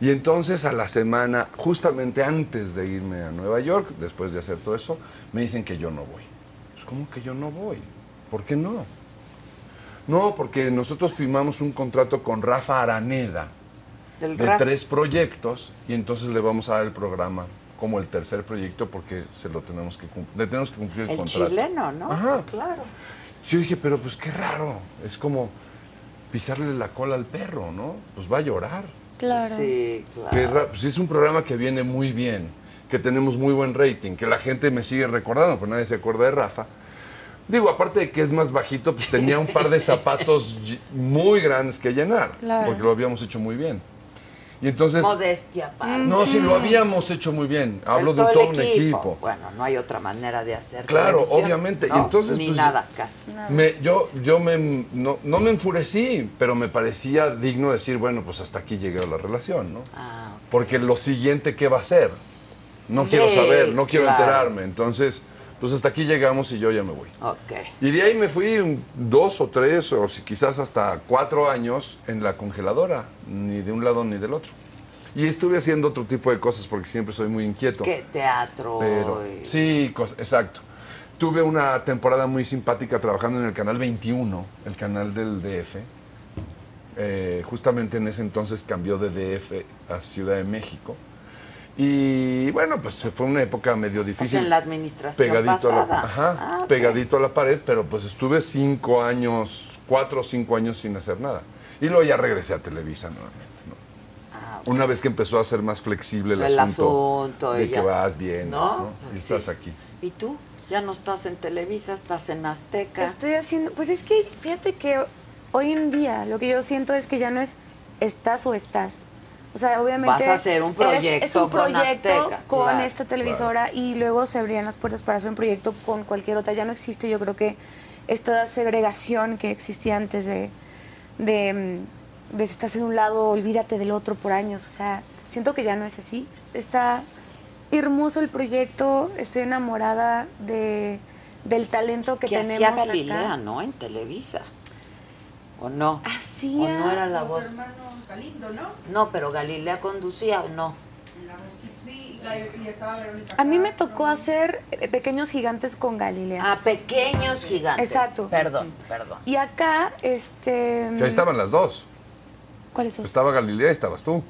Speaker 6: Y entonces a la semana, justamente antes de irme a Nueva York, después de hacer todo eso, me dicen que yo no voy. Pues, ¿Cómo que yo no voy? ¿Por qué no? No, porque nosotros firmamos un contrato con Rafa Araneda
Speaker 3: Del
Speaker 6: de
Speaker 3: Raf-
Speaker 6: tres proyectos y entonces le vamos a dar el programa como el tercer proyecto porque se lo tenemos que cum- le tenemos que cumplir el,
Speaker 3: El
Speaker 6: contrato.
Speaker 3: chileno, ¿no?
Speaker 6: Ajá.
Speaker 3: Claro.
Speaker 6: Yo dije, pero pues qué raro, es como pisarle la cola al perro, ¿no? Pues va a llorar.
Speaker 5: Claro.
Speaker 3: Sí, claro.
Speaker 6: Qué ra- Pues es un programa que viene muy bien, que tenemos muy buen rating, que la gente me sigue recordando, pero nadie se acuerda de Rafa. Digo, aparte de que es más bajito, pues tenía un par de zapatos ll- muy grandes que llenar,
Speaker 5: Claro.
Speaker 6: porque lo habíamos hecho muy bien. Y entonces...
Speaker 3: Modestia, aparte.
Speaker 6: No, sí, lo habíamos hecho muy bien.
Speaker 3: Pero
Speaker 6: Hablo de
Speaker 3: Pues, todo
Speaker 6: todo
Speaker 3: el
Speaker 6: un equipo.
Speaker 3: Bueno, no hay otra manera de hacer
Speaker 6: Claro,
Speaker 3: televisión,
Speaker 6: obviamente, y
Speaker 3: ¿no?
Speaker 6: entonces,
Speaker 3: Ni
Speaker 6: pues,
Speaker 3: nada, casi.
Speaker 6: Me- yo yo me, no, no me enfurecí, pero me parecía digno decir, bueno, pues hasta aquí llegó la relación, ¿no?
Speaker 3: Ah,
Speaker 6: Porque lo siguiente, ¿qué va a ser? No
Speaker 3: Sí,
Speaker 6: quiero saber, no quiero
Speaker 3: claro.
Speaker 6: enterarme. Entonces, pues hasta aquí llegamos y yo ya me voy.
Speaker 3: ok.
Speaker 6: Y de ahí me fui un- dos o tres, o si- quizás hasta cuatro años en la congeladora, ni de un lado ni del otro. Y estuve haciendo otro tipo de cosas porque siempre soy muy inquieto.
Speaker 3: ¿Qué teatro?
Speaker 6: Pero,
Speaker 3: y- pues,
Speaker 6: sí, cos- exacto. Tuve una temporada muy simpática trabajando en el canal 21, el canal del DF. Eh, justamente en ese entonces cambió de DF a Ciudad de México. Y bueno, pues fue una época medio
Speaker 3: O
Speaker 6: difícil.
Speaker 3: sea, en la administración
Speaker 6: pegadito, a la,
Speaker 3: pasada.
Speaker 6: ajá,
Speaker 3: Ah, ok.
Speaker 6: pegadito a la pared, pero pues estuve cinco años, cuatro o cinco años sin hacer nada. Y luego ya regresé a Televisa nuevamente. ¿no?
Speaker 5: Ah,
Speaker 6: Una vez que empezó a ser más flexible el,
Speaker 3: El
Speaker 6: asunto,
Speaker 3: asunto,
Speaker 6: de
Speaker 3: ella.
Speaker 6: que vas bien, ¿no? Y
Speaker 3: Sí.
Speaker 6: estás aquí.
Speaker 5: Mm.
Speaker 3: ¿Y tú? Ya no estás en Televisa, estás en Azteca.
Speaker 5: Estoy haciendo, pues es que fíjate que hoy en día lo que yo siento es que ya no es estás o estás. O sea, obviamente
Speaker 3: Vas a hacer un
Speaker 5: es- es,
Speaker 3: proyecto
Speaker 5: un
Speaker 3: con
Speaker 5: proyecto con,
Speaker 3: Azteca, claro,
Speaker 5: esta televisora y luego se abrían las puertas para hacer un proyecto con cualquier otra. Ya no existe, yo creo que esta segregación que existía antes de de, mm, de si estás en un lado, olvídate del otro por años. O sea, siento que ya no es así. Está hermoso el proyecto, estoy enamorada de, del talento que
Speaker 3: que
Speaker 5: tenemos.
Speaker 3: hacía
Speaker 5: acá.
Speaker 3: Galilea, ¿no? En Televisa. ¿O no?
Speaker 5: Hacía-
Speaker 3: ¿O no era la voz? No, pero Galilea conducía, ¿o no?
Speaker 5: A mí
Speaker 3: Ah.
Speaker 5: me tocó hacer eh, pequeños gigantes con Galilea.
Speaker 3: A pequeños gigantes.
Speaker 5: Exacto.
Speaker 3: Perdón, perdón.
Speaker 5: Y acá, este.
Speaker 6: Que ahí estaban las dos.
Speaker 5: ¿Cuáles son?
Speaker 6: Estaba Galilea y estabas tú.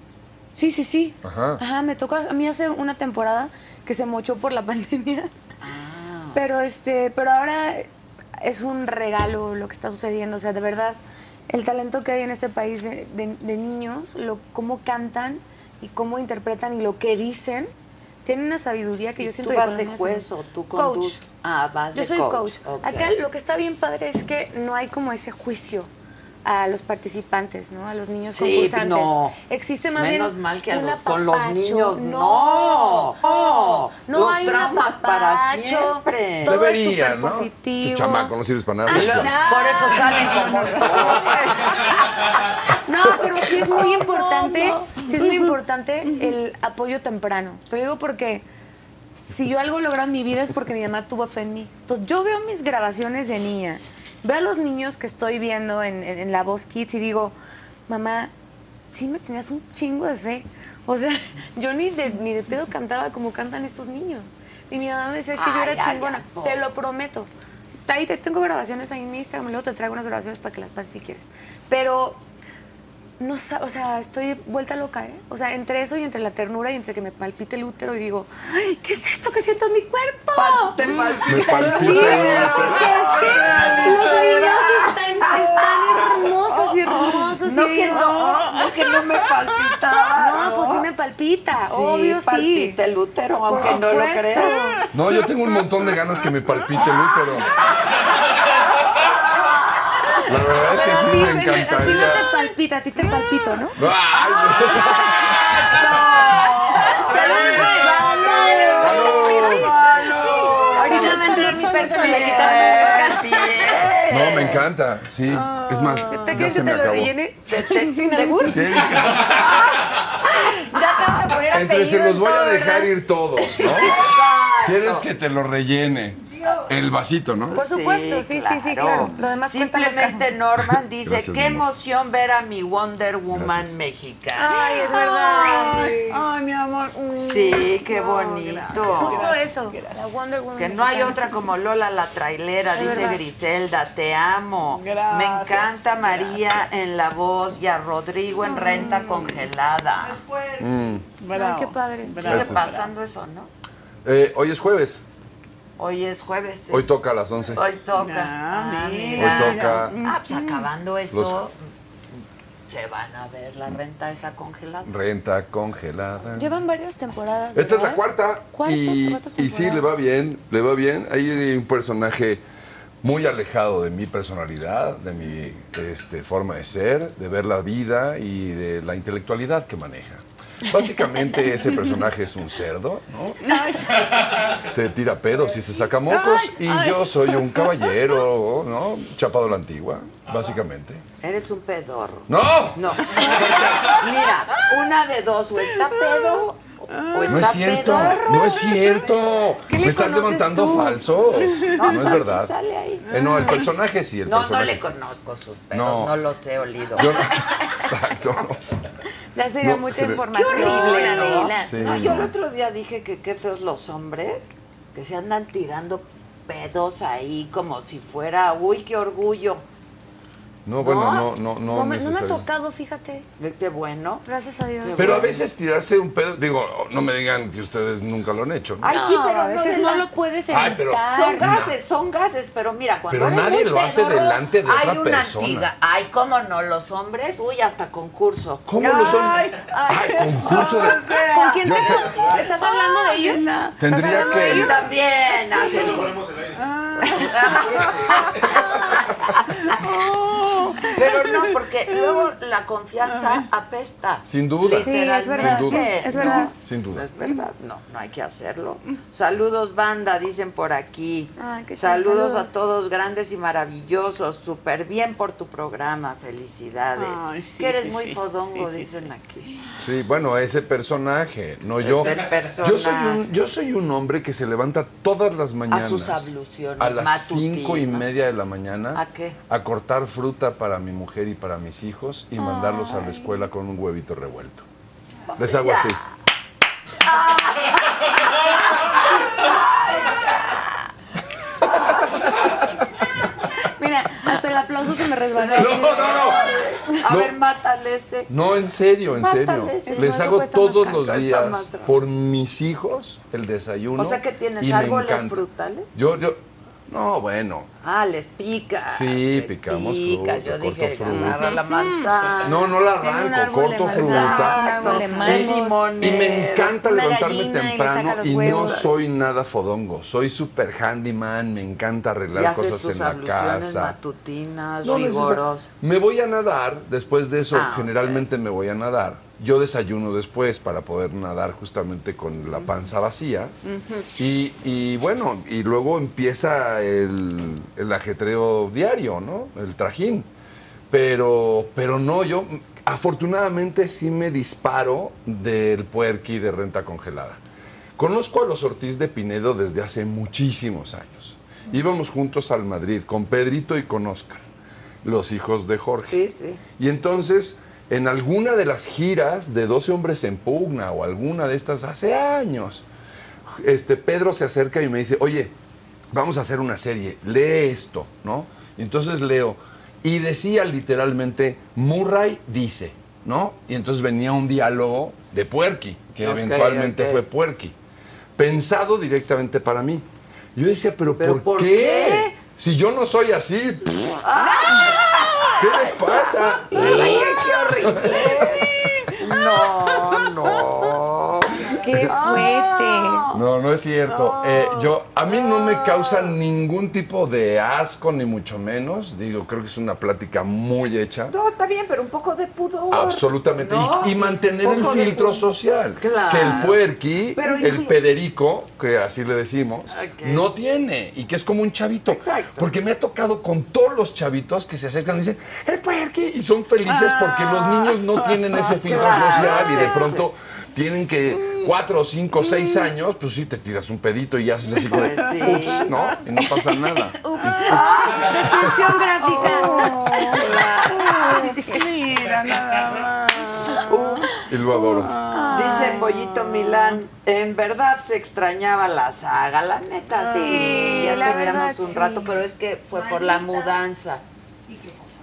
Speaker 5: Sí, sí, sí.
Speaker 6: Ajá.
Speaker 5: Ajá, me tocó a mí hacer una temporada que se mochó por la pandemia.
Speaker 3: Ah.
Speaker 5: Pero este, pero ahora es un regalo lo que está sucediendo, o sea, de verdad el talento que hay en este país de, de- de niños, lo cómo cantan y cómo interpretan y lo que dicen, tienen una sabiduría que
Speaker 3: ¿Y
Speaker 5: yo siento
Speaker 3: tú
Speaker 5: que
Speaker 3: vas
Speaker 5: con los
Speaker 3: de
Speaker 5: niños
Speaker 3: juez
Speaker 5: no.
Speaker 3: o tú
Speaker 5: Coach.
Speaker 3: conduces? Ah, vas
Speaker 5: Yo
Speaker 3: de
Speaker 5: soy
Speaker 3: coach,
Speaker 5: coach.
Speaker 3: ok.
Speaker 5: Acá lo que está bien padre es que no hay como ese juicio a los participantes, ¿no? A los niños
Speaker 3: Sí,
Speaker 5: concursantes.
Speaker 3: no.
Speaker 5: Existe más
Speaker 3: Menos
Speaker 5: bien
Speaker 3: mal que
Speaker 5: un
Speaker 3: algo- con los
Speaker 5: apapacho.
Speaker 3: niños, no, no, los
Speaker 5: un
Speaker 3: traumas para
Speaker 5: apapacho,
Speaker 3: siempre.
Speaker 5: Todo
Speaker 6: Debería,
Speaker 5: es Ah,
Speaker 6: ¿no?
Speaker 5: positivo.
Speaker 6: Tu chamaco, no sirves para nada.
Speaker 3: Y lo- Por eso salen como
Speaker 5: No, pero sí es muy importante, sí es muy importante el apoyo temprano. Te lo digo porque si yo algo logrado en mi vida es porque mi mamá tuvo fe en mí. Entonces yo veo mis grabaciones de niña Veo a los niños que estoy viendo en, en- en La Voz Kids y digo, mamá, sí me tenías un chingo de fe. O sea, yo ni de, ni de pedo cantaba como cantan estos niños. Y mi mamá me decía que yo
Speaker 3: Ay,
Speaker 5: era
Speaker 3: ay,
Speaker 5: chingona.
Speaker 3: ay, po.
Speaker 5: te lo prometo. Ahí te tengo grabaciones ahí en mi Instagram, luego te traigo unas grabaciones para que las pases si quieres. Pero no sa- o sea, estoy vuelta loca, ¿eh? O sea, entre eso y entre la ternura y entre que me palpite el útero y digo, ¡ay, qué es esto que siento en mi cuerpo!
Speaker 6: Me
Speaker 5: Sí,
Speaker 6: palpita.
Speaker 5: porque es que los videos están, están hermosos y hermosos.
Speaker 3: No
Speaker 5: y
Speaker 3: que
Speaker 5: digo,
Speaker 3: no, no que no me palpitaba.
Speaker 5: No, pues sí me palpita,
Speaker 3: Sí,
Speaker 5: obvio sí.
Speaker 3: palpita el útero,
Speaker 5: Por
Speaker 3: aunque no lo
Speaker 5: supuesto.
Speaker 3: creas.
Speaker 6: No, yo tengo un montón de ganas que me palpite el útero. La verdad es
Speaker 5: Pero
Speaker 6: que
Speaker 5: a
Speaker 6: sí
Speaker 5: ti,
Speaker 6: me
Speaker 5: a ti no
Speaker 6: encantaría.
Speaker 5: te palpita, a ti te palpito, ¿no?
Speaker 6: Ay,
Speaker 5: Ahorita va a entrar mi persona y le quitarme el
Speaker 6: no, no, me encanta. Sí, es más,
Speaker 5: Ah. ¿Te
Speaker 6: ya
Speaker 5: quieres
Speaker 6: se
Speaker 5: que
Speaker 6: me
Speaker 5: te lo
Speaker 6: acabó.
Speaker 5: rellene sin sin albur? Ya
Speaker 6: ¿Quieres que-
Speaker 5: te vas a poner
Speaker 6: Entre se
Speaker 5: apellido
Speaker 6: los voy
Speaker 5: todo,
Speaker 6: a
Speaker 5: ¿verdad?
Speaker 6: dejar ir todos, ¿no? ¿Quieres que te lo rellene? El vasito, ¿no?
Speaker 5: Por supuesto, sí, sí, sí, claro. Lo demás cuesta más caro.
Speaker 3: Simplemente Norman dice,
Speaker 6: Gracias,
Speaker 3: qué
Speaker 6: mi amor.
Speaker 3: emoción ver a mi Wonder Woman
Speaker 6: Gracias.
Speaker 3: mexicana.
Speaker 5: Ay, es verdad.
Speaker 2: Ay, mi amor. Mm.
Speaker 3: Sí, qué bonito.
Speaker 5: Justo eso, la Wonder Woman.
Speaker 3: Que no hay
Speaker 5: mexicana.
Speaker 3: otra como Lola la trailera,
Speaker 5: Es
Speaker 3: dice
Speaker 5: verdad.
Speaker 3: Griselda, te amo.
Speaker 2: Gracias,
Speaker 3: Me encanta María en la voz y a Rodrigo en renta congelada.
Speaker 5: pues,
Speaker 2: Bravo,
Speaker 5: qué padre.
Speaker 2: bravo.
Speaker 3: Sigue
Speaker 6: Gracias.
Speaker 3: pasando eso, ¿no?
Speaker 6: Eh, hoy es jueves.
Speaker 3: Hoy es jueves. sí.
Speaker 6: Hoy toca a las 11.
Speaker 3: Hoy toca.
Speaker 2: Ah,
Speaker 3: Ah,
Speaker 2: mira.
Speaker 3: mira.
Speaker 6: Hoy toca
Speaker 3: Ah, pues acabando esto,
Speaker 6: Los-
Speaker 3: se van a ver la renta esa congelada.
Speaker 6: renta congelada.
Speaker 5: Llevan varias temporadas.
Speaker 6: Esta es la
Speaker 5: ¿verdad?
Speaker 6: cuarta.
Speaker 5: Cuarta,
Speaker 6: y,
Speaker 5: cuarta
Speaker 6: y sí,
Speaker 5: temporada.
Speaker 6: le va bien, le va bien. Ahí Hay un personaje muy alejado de mi personalidad, de mi este, forma de ser, de ver la vida y de la intelectualidad que maneja. Básicamente ese personaje es un cerdo, ¿no? Se tira pedos y se saca mocos y yo soy un caballero, ¿no? Chapado a la antigua, básicamente.
Speaker 3: Eres un pedorro.
Speaker 6: ¡No!
Speaker 3: No. Mira, una de dos, o está pedo, o está
Speaker 6: No es cierto,
Speaker 3: pedorro.
Speaker 6: no es cierto.
Speaker 5: ¿Qué le
Speaker 6: Me estás
Speaker 5: conoces
Speaker 6: levantando
Speaker 5: tú?
Speaker 6: falsos. No, es
Speaker 3: pues así
Speaker 6: verdad.
Speaker 3: sale ahí.
Speaker 6: Eh, no, el personaje sí, el
Speaker 3: No, no
Speaker 6: personaje
Speaker 3: le
Speaker 6: sí.
Speaker 3: conozco sus pedos, no,
Speaker 6: No.
Speaker 3: los he olido.
Speaker 6: Yo no- Exacto.
Speaker 5: Ya sería
Speaker 6: No,
Speaker 5: mucha
Speaker 6: se ve-
Speaker 5: información.
Speaker 3: Qué horrible, ¿no?
Speaker 5: Adela.
Speaker 6: Sí,
Speaker 3: No, yo el
Speaker 6: no.
Speaker 3: otro día dije que qué feos los hombres que se andan tirando pedos ahí como si fuera, uy, qué orgullo.
Speaker 6: No, bueno, no, no, no.
Speaker 5: No, me- no me ha
Speaker 6: necesario.
Speaker 5: tocado, fíjate.
Speaker 3: Eh, Qué bueno.
Speaker 5: Gracias a Dios.
Speaker 6: Pero a veces tirarse un pedo, digo, no me digan que ustedes nunca lo han hecho. ¿no?
Speaker 3: Ay, sí, pero
Speaker 5: a veces no,
Speaker 3: delan-
Speaker 5: lo puedes evitar.
Speaker 6: Ay, pero-
Speaker 3: Son gases, son gases, pero mira, cuando
Speaker 6: Pero
Speaker 3: eres
Speaker 6: nadie
Speaker 3: muy
Speaker 6: lo hace
Speaker 3: pedorro,
Speaker 6: delante de
Speaker 3: hay
Speaker 6: otra
Speaker 3: una
Speaker 6: persona.
Speaker 3: antiga. Ay, cómo no, los hombres, uy, hasta concurso.
Speaker 6: ¿Cómo lo son? Ay, concurso de.
Speaker 5: ¿Con quién
Speaker 6: Yo
Speaker 5: te
Speaker 6: te-
Speaker 5: con- ¿Estás hablando de ellos? ¿Estás
Speaker 6: Tendría
Speaker 5: hablando de
Speaker 6: que-
Speaker 3: Y
Speaker 5: ellos?
Speaker 3: también hacen Pero no, porque luego la confianza apesta.
Speaker 6: Sin duda.
Speaker 5: Sí, es verdad.
Speaker 6: Sin duda.
Speaker 3: Literalmente.
Speaker 5: Es verdad.
Speaker 6: Sin duda.
Speaker 3: Es verdad, no, no hay que hacerlo. Saludos, banda, dicen por aquí.
Speaker 5: Ay, qué chido,
Speaker 3: saludos, a
Speaker 5: saludos.
Speaker 3: todos, grandes y maravillosos. Súper bien por tu programa, felicidades.
Speaker 2: Ay, sí,
Speaker 3: que eres
Speaker 2: sí,
Speaker 3: muy
Speaker 2: sí.
Speaker 3: fodongo,
Speaker 2: Sí, sí,
Speaker 3: dicen
Speaker 2: sí.
Speaker 3: aquí.
Speaker 6: Sí, bueno, ese personaje, no yo.
Speaker 3: Ese personaje.
Speaker 6: Yo soy un, yo soy un hombre que se levanta todas las mañanas.
Speaker 3: sus abluciones
Speaker 6: A las
Speaker 3: matutinas.
Speaker 6: cinco y media de la mañana.
Speaker 3: ¿A qué?
Speaker 6: A cortar fruta para mi mujer y para mis hijos y mandarlos a la escuela con un huevito revuelto. Les hago así.
Speaker 5: Mira, hasta el aplauso se me resbaló.
Speaker 6: No, no, no.
Speaker 3: A
Speaker 6: No.
Speaker 3: ver, mátale ese.
Speaker 6: No, en serio, en serio.
Speaker 3: Mátales, es
Speaker 6: Les
Speaker 5: más,
Speaker 6: hago
Speaker 5: cuesta más
Speaker 6: todos
Speaker 5: caro.
Speaker 6: los
Speaker 3: Cuesta
Speaker 6: días
Speaker 3: más trabajo.
Speaker 6: por mis hijos el desayuno.
Speaker 3: O sea que tienes
Speaker 6: y me
Speaker 3: árboles
Speaker 6: encanta.
Speaker 3: frutales.
Speaker 6: Yo, yo. No, bueno.
Speaker 3: Ah, les pica.
Speaker 6: Sí, picamos
Speaker 3: Pica.
Speaker 6: fruta,
Speaker 3: Yo dije,
Speaker 6: corto fruta.
Speaker 3: agarra la manzana.
Speaker 6: No, no la
Speaker 5: Ah, Tiene un
Speaker 6: arranco,
Speaker 5: árbol de
Speaker 6: corto
Speaker 5: manzana,
Speaker 6: fruta.
Speaker 5: un árbol de
Speaker 3: De
Speaker 5: mangos.
Speaker 3: limonero.
Speaker 6: Y me encanta
Speaker 5: eh, Una
Speaker 6: levantarme
Speaker 5: gallina y le
Speaker 6: temprano
Speaker 5: saca los
Speaker 6: y, no
Speaker 5: huevos.
Speaker 6: soy nada fodongo. Soy super handyman, me
Speaker 3: Y
Speaker 6: encanta arreglar
Speaker 3: haces
Speaker 6: cosas
Speaker 3: tus
Speaker 6: en la
Speaker 3: abluciones
Speaker 6: casa.
Speaker 3: matutinas,
Speaker 6: No neces-
Speaker 3: rigorosas.
Speaker 6: Me voy a nadar, después de eso
Speaker 3: Ah, ok.
Speaker 6: generalmente me voy a nadar. Yo desayuno después para poder nadar justamente con la panza vacía. y, y bueno, y luego empieza el, el ajetreo diario, ¿no? El trajín. Pero, pero no, yo afortunadamente sí me disparo del puerqui de renta congelada. Conozco a los Ortiz de Pinedo desde hace muchísimos años. Íbamos juntos al Madrid, con Pedrito y con Oscar, los hijos de
Speaker 3: Sí,
Speaker 6: Jorge.
Speaker 3: sí.
Speaker 6: Y entonces, en alguna de las giras de 12 hombres en pugna o alguna de estas hace años, este Pedro se acerca y me dice, oye, vamos a hacer una serie, lee esto, ¿no? Y entonces leo. Y decía literalmente, Murray dice, ¿no? Y entonces venía un diálogo de Puerky, que
Speaker 3: Ok,
Speaker 6: eventualmente
Speaker 3: ok.
Speaker 6: fue Puerky, pensado directamente para mí. Yo decía, pero,
Speaker 3: ¿Pero
Speaker 6: ¿por,
Speaker 3: por
Speaker 6: qué?
Speaker 3: qué?
Speaker 6: Si yo no soy así. ¿Qué les pasa? Ah,
Speaker 3: No, no.
Speaker 7: ¡Qué fuerte!
Speaker 6: No, no es cierto. Eh, yo, a mí no me causa ningún tipo de asco, ni mucho menos. Digo, creo que es una plática muy hecha.
Speaker 3: No, está bien, pero un poco de pudor.
Speaker 6: Absolutamente. Y-
Speaker 3: No,
Speaker 6: y,
Speaker 3: sí,
Speaker 6: mantener
Speaker 3: un
Speaker 6: el
Speaker 3: poco de
Speaker 6: filtro
Speaker 3: pudor.
Speaker 6: social.
Speaker 3: Claro.
Speaker 6: Que el puerqui,
Speaker 3: Pero
Speaker 6: el
Speaker 3: inclu-
Speaker 6: pederico, que así le decimos,
Speaker 3: Ok.
Speaker 6: no tiene. Y que es como un chavito.
Speaker 3: Exacto.
Speaker 6: Porque me ha tocado con todos los chavitos que se acercan y dicen, el puerqui. Y son felices porque los niños no tienen ese filtro
Speaker 3: Ah. claro.
Speaker 6: social y de
Speaker 3: Sí, Mm.
Speaker 6: pronto tienen que cuatro, cinco, seis años, pues sí, te tiras un pedito y haces así como, de,
Speaker 3: Pues sí.
Speaker 6: "Ups", ¿no? Y no pasa nada.
Speaker 7: Ups. Descripción gráfica.
Speaker 2: Mira, nada más.
Speaker 3: Ah.
Speaker 6: Y lo adoro.
Speaker 3: Dice Pollito Milán, en verdad se extrañaba la saga, la neta sí,
Speaker 5: Sí,
Speaker 3: ya
Speaker 5: la
Speaker 3: teníamos
Speaker 5: verdad,
Speaker 3: un
Speaker 5: sí.
Speaker 3: rato, pero es que fue por la mudanza.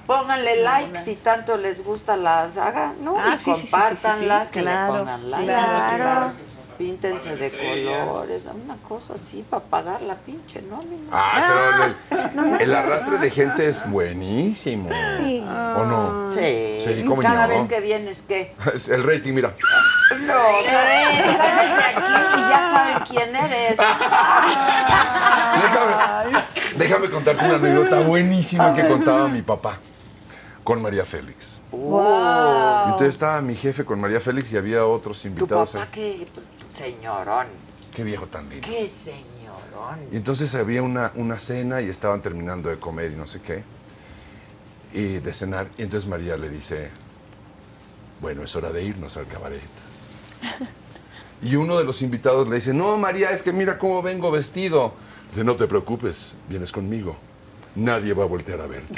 Speaker 3: Pónganle like si tanto les gusta la saga, ¿no?
Speaker 2: Ah,
Speaker 3: y
Speaker 2: sí, sí, sí, sí, sí,
Speaker 3: compártanla, que
Speaker 2: claro,
Speaker 3: le pongan like.
Speaker 2: claro,
Speaker 3: claro. Píntense de colores, una cosa así para pagar la pinche nómina.
Speaker 6: Ah, pero el, el arrastre de gente es buenísimo.
Speaker 7: Sí.
Speaker 6: ¿O no?
Speaker 3: Sí,
Speaker 6: Sí, cómo
Speaker 3: cada
Speaker 6: no.
Speaker 3: vez que vienes, ¿qué?
Speaker 6: Es El rating, mira.
Speaker 3: No, sales de aquí y ya saben quién eres.
Speaker 6: Ah, Déjame, déjame contarte una anécdota buenísima que contaba mi papá con María Félix. Entonces estaba mi jefe con María Félix y había otros
Speaker 3: Tu
Speaker 6: invitados.
Speaker 3: papá,
Speaker 6: ahí.
Speaker 3: qué señorón,
Speaker 6: Qué viejo tan lindo.
Speaker 3: qué señorón.
Speaker 6: Y entonces había una, una cena y estaban terminando de comer y no sé qué. Y de cenar. Y entonces María le dice, bueno, es hora de irnos al cabaret. Y uno de los invitados le dice, no, María, es que mira cómo vengo vestido. Dice, no te preocupes, vienes conmigo. Nadie va a voltear a verte.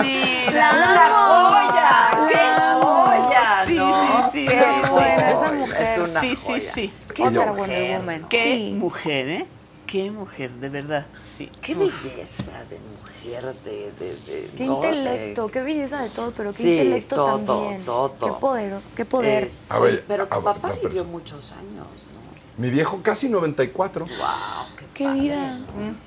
Speaker 3: Mira, una joya, qué joya,
Speaker 2: Sí,
Speaker 3: ¿no?
Speaker 2: sí, sí,
Speaker 3: Qué
Speaker 2: sí, sí.
Speaker 3: joya,
Speaker 5: Esa mujer.
Speaker 3: Es una
Speaker 2: Sí, sí,
Speaker 3: joya.
Speaker 2: sí.
Speaker 5: Qué
Speaker 6: Oye,
Speaker 5: Wonder
Speaker 3: mujer,
Speaker 5: Woman.
Speaker 2: Qué
Speaker 5: Sí.
Speaker 2: mujer, ¿eh? Qué mujer, de verdad. Sí.
Speaker 3: Qué belleza de mujer, de... de, de
Speaker 7: Qué
Speaker 3: ¿no?
Speaker 7: intelecto,
Speaker 3: De-
Speaker 7: qué belleza de todo, pero qué
Speaker 3: Sí,
Speaker 7: intelecto
Speaker 3: todo,
Speaker 7: también.
Speaker 3: todo.
Speaker 7: Qué poder, qué poder.
Speaker 3: Este,
Speaker 6: A ver,
Speaker 3: pero
Speaker 6: a
Speaker 3: tu
Speaker 6: ver,
Speaker 3: papá
Speaker 6: la
Speaker 3: vivió
Speaker 6: persona.
Speaker 3: muchos años, ¿no?
Speaker 6: Mi viejo casi 94.
Speaker 3: Wow, qué,
Speaker 7: qué
Speaker 3: padre.
Speaker 7: vida.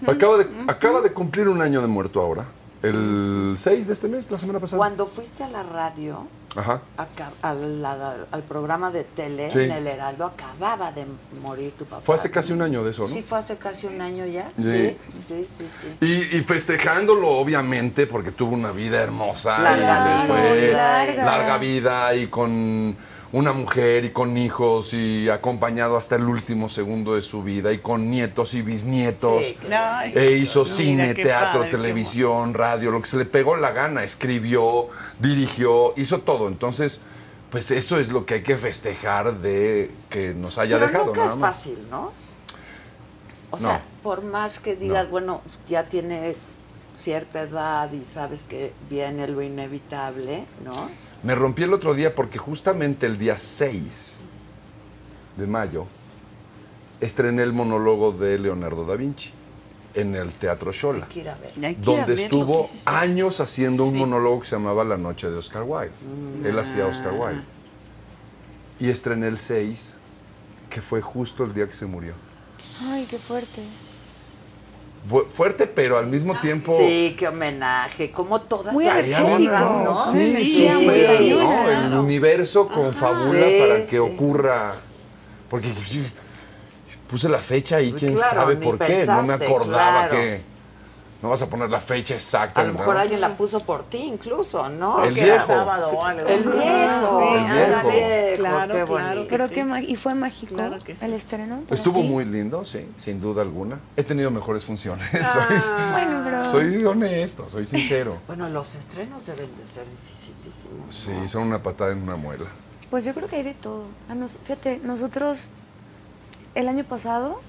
Speaker 6: Acaba de, acaba de cumplir un año de muerto ahora. El 6 de este mes, la semana pasada.
Speaker 3: Cuando fuiste a la radio,
Speaker 6: Ajá.
Speaker 3: aca- al, la- al programa de tele
Speaker 6: Sí.
Speaker 3: en el Heraldo, acababa de morir tu papá.
Speaker 6: Fue hace casi un año de eso, ¿no?
Speaker 3: Sí, fue hace casi un año ya.
Speaker 6: Sí.
Speaker 3: Sí, sí, sí, sí.
Speaker 6: Y, y festejándolo, obviamente, porque tuvo una vida hermosa.
Speaker 3: Larga
Speaker 6: y le
Speaker 3: vida,
Speaker 6: fue
Speaker 3: muy
Speaker 7: larga.
Speaker 6: larga vida y con una mujer y con hijos y acompañado hasta el último segundo de su vida y con nietos y bisnietos.
Speaker 3: Sí,
Speaker 2: Ay,
Speaker 6: E hizo
Speaker 2: mira,
Speaker 6: cine,
Speaker 2: qué
Speaker 6: teatro,
Speaker 2: padre, qué
Speaker 6: televisión, radio, lo que se le pegó la gana. Escribió, dirigió, hizo todo. Entonces, pues eso es lo que hay que festejar de que nos haya
Speaker 3: Pero
Speaker 6: dejado.
Speaker 3: nunca
Speaker 6: nada
Speaker 3: es
Speaker 6: más.
Speaker 3: fácil, ¿no? O sea, por más que digas,
Speaker 6: No.
Speaker 3: bueno, ya tiene cierta edad y sabes que viene lo inevitable, ¿no?
Speaker 6: Me rompí el otro día porque justamente el día 6 de mayo estrené el monólogo de Leonardo da Vinci en el Teatro Shola,
Speaker 3: Quiero ver.
Speaker 2: bueno. Hay que ir a
Speaker 6: donde
Speaker 2: verlo,
Speaker 6: estuvo
Speaker 2: sí, sí, sí.
Speaker 6: años haciendo un
Speaker 2: Sí. Mm.
Speaker 6: monólogo que se llamaba La Noche de Oscar Wilde. Él hacía Oscar
Speaker 2: Ah.
Speaker 6: Wilde. Y estrené el 6, que fue justo el día que se murió.
Speaker 7: Ay, qué fuerte.
Speaker 6: Bu- Fuerte, pero al mismo tiempo...
Speaker 3: Sí, qué homenaje, como todas
Speaker 7: Muy
Speaker 3: las
Speaker 7: energético,
Speaker 3: cosas,
Speaker 6: ¿no?
Speaker 3: ¿no?
Speaker 6: Sí,
Speaker 2: Sí,
Speaker 6: sí,
Speaker 2: sí,
Speaker 6: fuera,
Speaker 2: sí,
Speaker 6: ¿no?
Speaker 2: claro.
Speaker 6: El universo confabula
Speaker 3: Sí,
Speaker 6: para que
Speaker 3: sí.
Speaker 6: ocurra. Porque sí, puse la fecha y quién
Speaker 3: Claro,
Speaker 6: sabe
Speaker 3: ni
Speaker 6: por qué. no me
Speaker 3: pensaste,
Speaker 6: acordaba
Speaker 3: claro.
Speaker 6: que. No vas a poner la fecha exacta.
Speaker 3: A lo
Speaker 6: ¿no?
Speaker 3: mejor alguien la puso por ti incluso, ¿no?
Speaker 6: El
Speaker 2: Que
Speaker 3: Que-
Speaker 2: era
Speaker 6: viejo.
Speaker 2: sábado o algo.
Speaker 3: El viejo.
Speaker 2: Sí,
Speaker 6: El viejo.
Speaker 2: ándale.
Speaker 3: Claro, qué
Speaker 2: Claro,
Speaker 3: bonito.
Speaker 2: claro.
Speaker 7: Pero
Speaker 2: que
Speaker 7: qué
Speaker 2: sí.
Speaker 7: ma- y fue mágico
Speaker 2: Claro que sí.
Speaker 7: el estreno. para
Speaker 6: Estuvo
Speaker 7: ti?
Speaker 6: muy lindo, sí, sin duda alguna. He tenido mejores funciones. soy,
Speaker 7: Bueno, pero
Speaker 6: soy honesto, soy sincero.
Speaker 3: Bueno, los estrenos deben de ser dificilísimos. ¿no?
Speaker 6: Sí, son una patada en una muela.
Speaker 5: Ah,
Speaker 7: pues yo creo que hay de todo. A nos- fíjate, nosotros el año pasado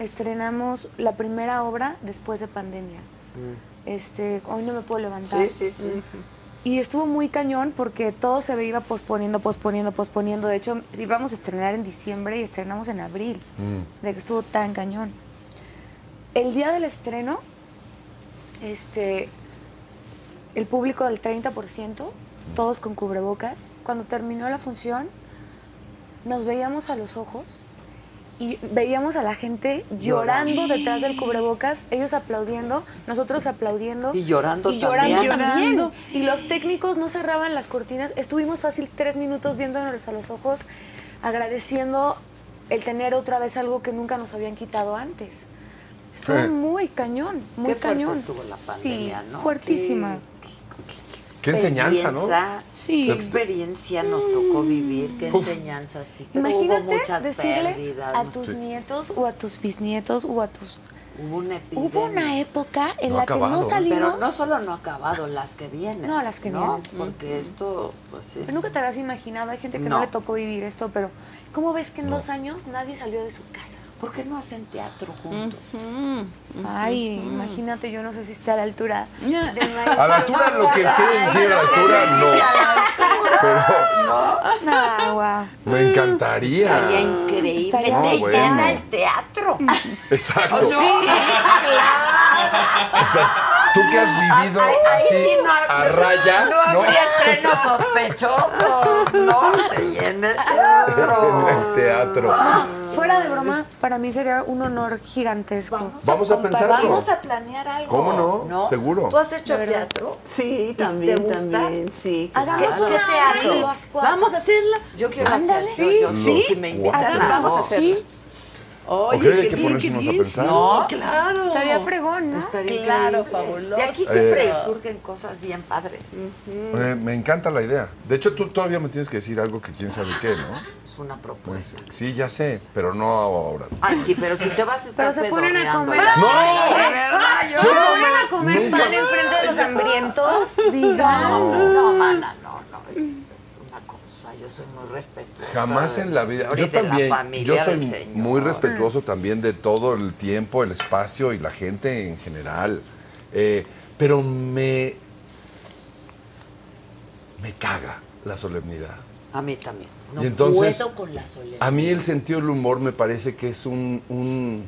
Speaker 5: estrenamos la primera obra después de pandemia. Este, hoy no me puedo levantar.
Speaker 3: sí.
Speaker 5: Y estuvo muy cañón porque todo se iba posponiendo, posponiendo, posponiendo. De hecho, íbamos a estrenar en diciembre y estrenamos en abril, de que estuvo tan cañón. El día del estreno, este, el público del 30%, todos con cubrebocas. Cuando terminó la función, nos veíamos a los ojos y veíamos a la gente llorando, detrás del cubrebocas, ellos aplaudiendo, nosotros aplaudiendo.
Speaker 3: Y llorando
Speaker 5: y llorando
Speaker 3: también.
Speaker 5: también.
Speaker 2: Llorando.
Speaker 5: Y los técnicos no cerraban las cortinas. Estuvimos fácil tres minutos viéndonos a los ojos, agradeciendo el tener otra vez algo que nunca nos habían quitado antes. Estuvo
Speaker 6: Sí.
Speaker 5: muy cañón, muy
Speaker 3: Qué fuerte
Speaker 5: cañón.
Speaker 3: estuvo la pandemia,
Speaker 5: sí,
Speaker 3: ¿no?
Speaker 5: Fuertísima.
Speaker 6: Qué enseñanza, ¿no?
Speaker 3: experiencia,
Speaker 5: Sí. Mm.
Speaker 3: Qué experiencia nos tocó vivir, qué
Speaker 6: Uf.
Speaker 3: enseñanza, sí. hubo
Speaker 5: Imagínate
Speaker 3: muchas
Speaker 5: decirle
Speaker 3: pérdidas.
Speaker 5: a
Speaker 3: ¿no?
Speaker 5: tus
Speaker 6: Sí.
Speaker 5: nietos o a tus bisnietos o a tus...
Speaker 3: Hubo una epidemia.
Speaker 5: Hubo una época en
Speaker 6: No ha
Speaker 5: la que
Speaker 6: acabado, ¿eh?
Speaker 5: no salimos...
Speaker 3: Pero no solo no ha acabado, las que vienen.
Speaker 5: No, las que
Speaker 3: ¿no?
Speaker 5: vienen. Mm.
Speaker 3: Porque esto, pues sí.
Speaker 5: Pero nunca te habías imaginado, hay gente que no.
Speaker 3: No.
Speaker 5: le tocó vivir esto, pero ¿cómo ves que en dos años nadie salió de su casa?
Speaker 3: ¿Por qué no hacen
Speaker 5: Mm.
Speaker 3: teatro juntos?
Speaker 5: Ay, imagínate, yo no sé si está a la altura.
Speaker 6: A la altura, lo que quiere decir a la altura, no.
Speaker 5: No, guau.
Speaker 6: Pero me
Speaker 3: Estaría
Speaker 6: encantaría.
Speaker 3: increíble.
Speaker 5: Ah, Estaría
Speaker 3: Te
Speaker 6: Ah, bueno.
Speaker 3: llena el teatro.
Speaker 6: Exacto. O sea, tú que has vivido
Speaker 3: Ahí- ahí
Speaker 6: así
Speaker 3: sí no hab-
Speaker 6: a raya,
Speaker 3: No
Speaker 6: ¿no?
Speaker 3: habría estrenos sospechosos, ¿no? Te llena el teatro.
Speaker 6: En el teatro.
Speaker 3: Ah,
Speaker 5: Fuera de broma, para mí sería un honor gigantesco.
Speaker 6: Vamos a pensarlo.
Speaker 3: Vamos a planear algo.
Speaker 6: ¿Cómo no? Seguro.
Speaker 3: ¿Tú has hecho
Speaker 5: De verdad.
Speaker 3: teatro?
Speaker 2: Sí,
Speaker 3: ¿Y
Speaker 2: también,
Speaker 3: te gusta?
Speaker 2: también, sí.
Speaker 5: Hagamos
Speaker 3: Claro.
Speaker 5: una
Speaker 3: ¿Qué teatro?
Speaker 5: de los cuatro.
Speaker 2: Vamos a hacerla.
Speaker 3: Yo quiero hacer
Speaker 5: Ándale.
Speaker 3: eso,
Speaker 5: Sí.
Speaker 3: yo sí.
Speaker 6: Lo-
Speaker 3: Si me invitan,
Speaker 5: Hagamos,
Speaker 3: vamos.
Speaker 2: a hacer.
Speaker 5: sí,
Speaker 2: Oye,
Speaker 6: Ok, hay que
Speaker 2: bien,
Speaker 6: ponernos a
Speaker 2: bien.
Speaker 6: pensar.
Speaker 2: No, claro.
Speaker 5: estaría fregón, ¿no?
Speaker 3: Estaría
Speaker 2: Claro,
Speaker 3: increíble.
Speaker 2: fabuloso.
Speaker 3: De aquí siempre surgen cosas bien padres.
Speaker 6: Eh, me encanta la idea. De hecho, tú todavía me tienes que decir algo que quién sabe qué, ¿no?
Speaker 3: Es una propuesta.
Speaker 6: Sí, ya sé, pero no ahora.
Speaker 3: Ay, sí, pero si te vas a estar
Speaker 5: Pero se ponen a
Speaker 3: pedoreando.
Speaker 5: comer.
Speaker 6: ¡No!
Speaker 3: De verdad, yo
Speaker 5: ¿Se ponen a comer
Speaker 6: Nunca.
Speaker 5: pan enfrente de los hambrientos? Digan.
Speaker 3: No, no, mana, no, no. Es, es una cosa. Yo soy muy respetuosa.
Speaker 6: Jamás
Speaker 3: del
Speaker 6: en la vida.
Speaker 3: Señor y
Speaker 6: Yo
Speaker 3: de la
Speaker 6: también.
Speaker 3: familia
Speaker 6: Yo soy
Speaker 3: del Señor.
Speaker 6: muy respetuoso también de todo el tiempo, el espacio y la gente en general. Eh, pero me. Me caga la solemnidad.
Speaker 3: A mí también. No
Speaker 6: Y entonces,
Speaker 3: puedo con la soledad.
Speaker 6: A mí el sentido del humor me parece que es un, un-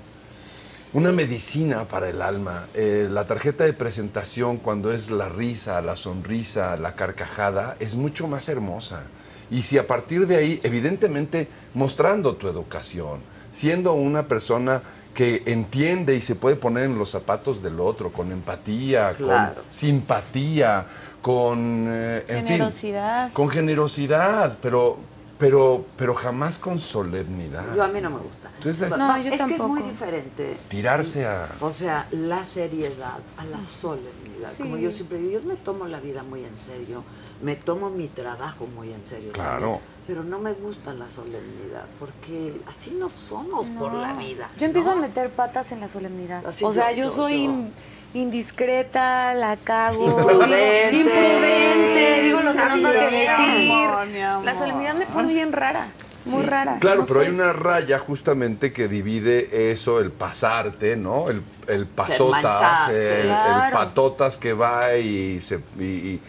Speaker 6: una medicina para el alma. Eh, la tarjeta de presentación, cuando es la risa, la sonrisa, la carcajada, es mucho más hermosa. Y si a partir de ahí, evidentemente, mostrando tu educación, siendo una persona que entiende y se puede poner en los zapatos del otro, con empatía,
Speaker 3: Claro.
Speaker 6: con simpatía, con... eh, en fin,
Speaker 5: Generosidad.
Speaker 6: con generosidad, pero, pero, pero jamás con solemnidad.
Speaker 3: Yo a mí no me gusta.
Speaker 6: Entonces, la-
Speaker 5: No, yo
Speaker 3: es que es
Speaker 5: tampoco.
Speaker 3: muy diferente.
Speaker 6: Tirarse a-
Speaker 3: O sea, la seriedad, a la solemnidad. Como
Speaker 5: Sí.
Speaker 3: yo siempre digo, yo me tomo la vida muy en serio, me tomo mi trabajo muy en serio.
Speaker 6: Claro.
Speaker 3: también, pero no me gusta la solemnidad, porque así no somos por la vida.
Speaker 5: Yo empiezo
Speaker 3: ¿no?
Speaker 5: a meter patas en la solemnidad.
Speaker 3: Así
Speaker 5: o sea,
Speaker 3: yo-
Speaker 5: yo,
Speaker 3: yo-
Speaker 5: soy
Speaker 3: yo.
Speaker 5: in- indiscreta, la cago,
Speaker 3: Imprudente.
Speaker 5: digo, imprudente, digo lo que no tengo que
Speaker 2: Ay, mi
Speaker 5: decir.
Speaker 2: amor, mi amor.
Speaker 5: La solemnidad me pone bien rara, muy rara.
Speaker 6: Claro,
Speaker 5: no
Speaker 6: pero
Speaker 5: sé.
Speaker 6: hay una raya justamente que divide eso, el pasarte, ¿no? El, el pasotas,
Speaker 3: manchado,
Speaker 6: el,
Speaker 3: sí.
Speaker 6: el
Speaker 5: Claro.
Speaker 6: patotas que va y se... y- y-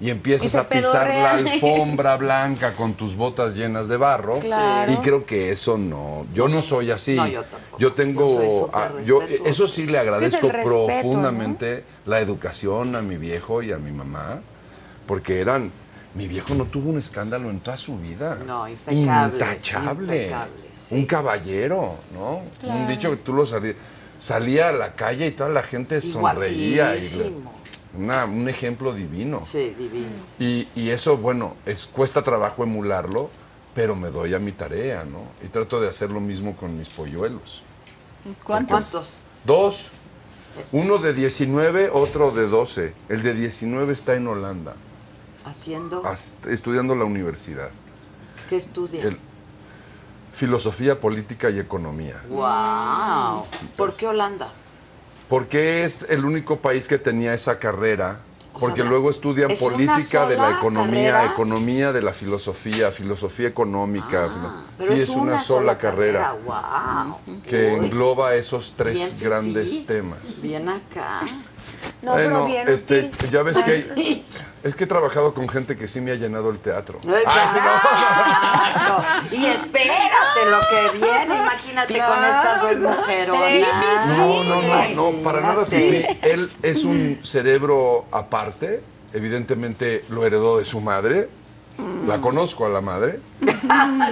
Speaker 6: y empiezas
Speaker 5: Y se
Speaker 6: a pisar la
Speaker 5: pedorrea.
Speaker 6: alfombra blanca con tus botas llenas de barro.
Speaker 5: Claro.
Speaker 6: Y creo que eso no. Yo no soy así.
Speaker 3: No, yo tampoco.
Speaker 6: Yo tengo.
Speaker 3: Yo soy súper
Speaker 6: ah, yo-
Speaker 3: respetuosa.
Speaker 6: eso sí le
Speaker 5: que es el
Speaker 6: agradezco
Speaker 5: respeto,
Speaker 6: profundamente la educación a mi viejo y a mi mamá, porque eran. Mi viejo no tuvo un escándalo en toda su vida.
Speaker 3: No, impecable,
Speaker 6: Intachable.
Speaker 3: impecable, sí.
Speaker 6: Un caballero, ¿no? Un dicho que tú lo salías. Salía a la calle y toda la gente
Speaker 3: Y
Speaker 6: sonreía. y le-
Speaker 3: guapísimo.
Speaker 6: una- un ejemplo divino.
Speaker 3: Sí, divino.
Speaker 6: Y, y eso, bueno, es, cuesta trabajo emularlo, pero me doy a mi tarea, ¿no? Y trato de hacer lo mismo con mis polluelos.
Speaker 2: ¿Cuántos?
Speaker 3: ¿Cuántos?
Speaker 6: Dos. Uno de 19, otro de 12. El de 19 está en Holanda,
Speaker 3: Haciendo,
Speaker 6: as- estudiando la universidad.
Speaker 3: ¿qué estudian?
Speaker 6: El- filosofía política y economía.
Speaker 3: ¡Wow! ¿Por qué Holanda?
Speaker 6: Porque es el único país que tenía esa carrera Porque luego estudian
Speaker 3: es una
Speaker 6: política de la
Speaker 3: sola
Speaker 6: economía,
Speaker 3: carrera. Ah,
Speaker 6: economía de la filosofía, filosofía económica. filo-
Speaker 3: Pero
Speaker 6: sí,
Speaker 3: es, una, sola, carrera. Wow.
Speaker 6: que engloba esos tres grandes temas.
Speaker 3: Bien acá.
Speaker 5: No,
Speaker 6: Bueno,
Speaker 5: pero bien
Speaker 6: este,
Speaker 5: útil.
Speaker 6: ya ves que es que he trabajado con gente que sí me ha llenado el teatro.
Speaker 3: No es
Speaker 6: Ah, ese no.
Speaker 3: Exacto. Y espérate lo que viene. Imagínate con estas dos mujeronas.
Speaker 6: No, no, no, no, para nada
Speaker 3: Imagínate.
Speaker 6: Fifi. Él es un cerebro aparte, evidentemente lo heredó de su madre. La conozco a la madre,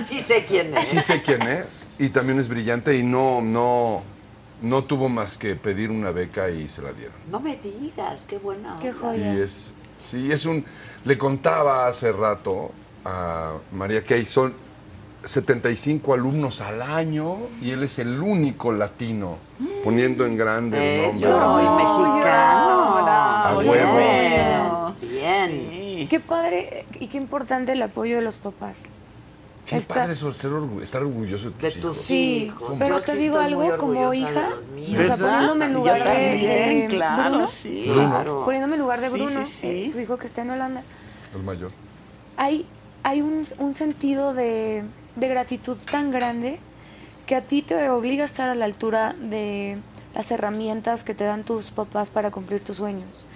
Speaker 3: Sí sé quién es.
Speaker 6: sí sé quién es y también es brillante y no no no tuvo más que pedir una beca y se la dieron.
Speaker 3: No me digas, qué buena onda.
Speaker 5: Qué joya.
Speaker 6: Y es sí es un le contaba hace rato a María Kay son 75 alumnos al año y él es el único latino poniendo en grande el nombre.
Speaker 3: Eso, y mexicano.
Speaker 6: A
Speaker 3: Bien,
Speaker 6: huevo.
Speaker 3: bien.
Speaker 5: Qué padre y qué importante el apoyo de los papás.
Speaker 6: Qué
Speaker 5: Está-
Speaker 6: padre eso, ser orgu- estar orgulloso de tus
Speaker 3: De
Speaker 6: hijos.
Speaker 3: tus
Speaker 5: Sí,
Speaker 3: hijos.
Speaker 5: pero
Speaker 3: Yo
Speaker 5: te
Speaker 3: sí
Speaker 5: digo
Speaker 3: estoy muy
Speaker 5: algo como
Speaker 3: orgullosa de
Speaker 5: hija,
Speaker 3: los
Speaker 5: o
Speaker 3: míos.
Speaker 5: sea, poniéndome en lugar
Speaker 2: Ah, Yo
Speaker 5: de,
Speaker 2: también,
Speaker 5: de
Speaker 2: claro,
Speaker 5: Bruno,
Speaker 2: sí.
Speaker 3: Claro.
Speaker 5: poniéndome en lugar de
Speaker 2: Sí, sí,
Speaker 5: Bruno,
Speaker 2: sí.
Speaker 5: eh, su hijo que está en Holanda,
Speaker 6: El mayor.
Speaker 5: hay, hay un, un sentido de, de gratitud tan grande que a ti te obliga a estar a la altura de las herramientas que te dan tus papás para cumplir tus sueños.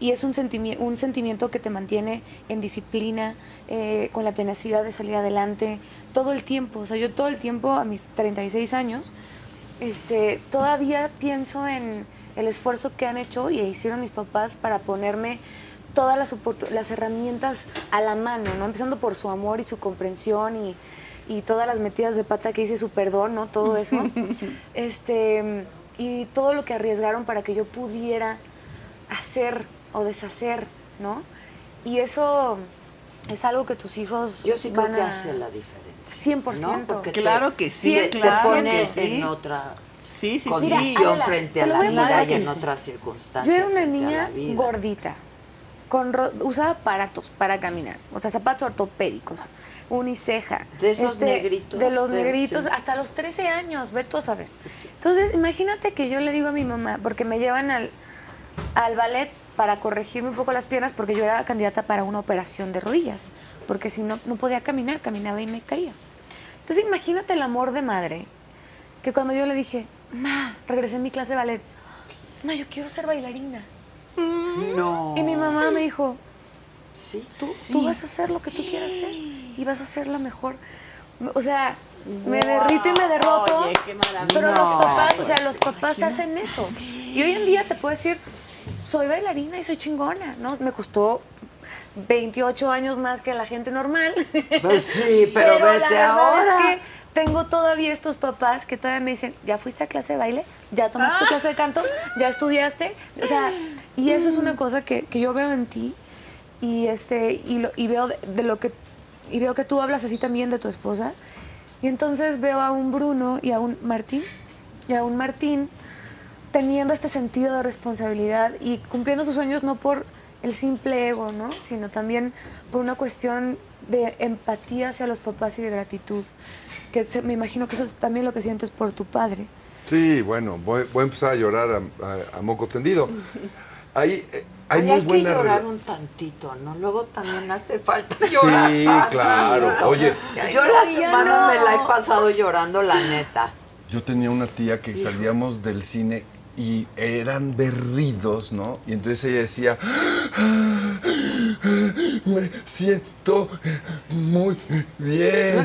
Speaker 5: Y es un, sentimi- un sentimiento que te mantiene en disciplina, eh, con la tenacidad de salir adelante, todo el tiempo. O sea, yo todo el tiempo, a mis 36 años, este, todavía pienso en el esfuerzo que han hecho y hicieron mis papás para ponerme todas las, oportu- las herramientas a la mano, ¿no? Empezando por su amor y su comprensión y, y todas las metidas de pata que hice, su perdón, ¿no? Todo eso. este, y todo lo que arriesgaron para que yo pudiera hacer o deshacer, ¿no? Y eso es algo que tus hijos
Speaker 3: Yo sí
Speaker 5: van
Speaker 3: creo que
Speaker 5: a-
Speaker 3: hace la diferencia.
Speaker 5: 100%.
Speaker 3: ¿no? Porque te-
Speaker 2: Claro que sí,
Speaker 3: te-
Speaker 2: claro
Speaker 3: Te
Speaker 2: que
Speaker 3: pones
Speaker 2: sí.
Speaker 3: en otra
Speaker 2: Sí, sí,
Speaker 3: condición
Speaker 2: sí.
Speaker 5: Mira, Adela,
Speaker 3: frente
Speaker 5: te
Speaker 3: a
Speaker 5: lo
Speaker 3: la
Speaker 5: voy a
Speaker 3: vida
Speaker 5: contar
Speaker 3: y en
Speaker 5: así.
Speaker 3: otras circunstancias.
Speaker 5: Yo era una
Speaker 3: frente a la
Speaker 5: niña
Speaker 3: vida.
Speaker 5: gordita, con ro- usaba aparatos para caminar, o sea, zapatos ortopédicos, uniceja. este,
Speaker 3: De esos negritos,
Speaker 5: De los
Speaker 3: pero
Speaker 5: negritos,
Speaker 3: sí.
Speaker 5: hasta los 13 años, ve tú a saber. Entonces, imagínate que yo le digo a mi mamá, porque me llevan al, al ballet para corregirme un poco las piernas, porque yo era candidata para una operación de rodillas, porque si no, no podía caminar, caminaba y me caía. Entonces, imagínate el amor de madre, que cuando yo le dije, ma, regresé a mi clase de ballet, ma, yo quiero ser bailarina.
Speaker 3: No.
Speaker 5: Y mi mamá me dijo,
Speaker 3: Sí,
Speaker 5: tú, tú vas a hacer lo que tú quieras hacer y vas a ser la mejor. O sea, me derrito y me derroto.
Speaker 2: Oye, qué maravilla.
Speaker 5: pero los
Speaker 3: No,
Speaker 5: papás, o sea, los papás hacen eso. Y hoy en día te puedo decir, soy bailarina y soy chingona, ¿no? Me costó 28 años más que la gente normal.
Speaker 3: Pues sí, pero vete
Speaker 5: la verdad
Speaker 3: ahora.
Speaker 5: es que tengo todavía estos papás que todavía me dicen, ya fuiste a clase de baile, ya tomaste
Speaker 3: Ah.
Speaker 5: clase de canto, ya estudiaste. O sea, y eso es una
Speaker 3: Mm.
Speaker 5: cosa que, que yo veo en ti y este y, lo- y veo de, de lo que y veo que tú hablas así también de tu esposa y entonces veo a un Bruno y a un Martín y a un Martín teniendo este sentido de responsabilidad y cumpliendo sus sueños no por el simple ego, ¿no? Sino también por una cuestión de empatía hacia los papás y de gratitud. Que se- me imagino que eso es también lo que sientes por tu padre.
Speaker 6: Sí, bueno, voy, voy a empezar a llorar a, a- a moco tendido. Hay, eh, hay
Speaker 3: Ay,
Speaker 6: muy
Speaker 3: hay que
Speaker 6: buena
Speaker 3: llorar
Speaker 6: rela-
Speaker 3: un tantito, ¿no? Luego también hace falta llorar.
Speaker 6: Sí,
Speaker 3: tantito.
Speaker 6: claro. Oye,
Speaker 3: Yo la
Speaker 5: no, ya
Speaker 3: semana
Speaker 5: no.
Speaker 3: me la he pasado llorando, la neta.
Speaker 6: yo tenía una tía que salíamos del cine y eran berridos, ¿no? Y entonces ella decía, me siento muy bien.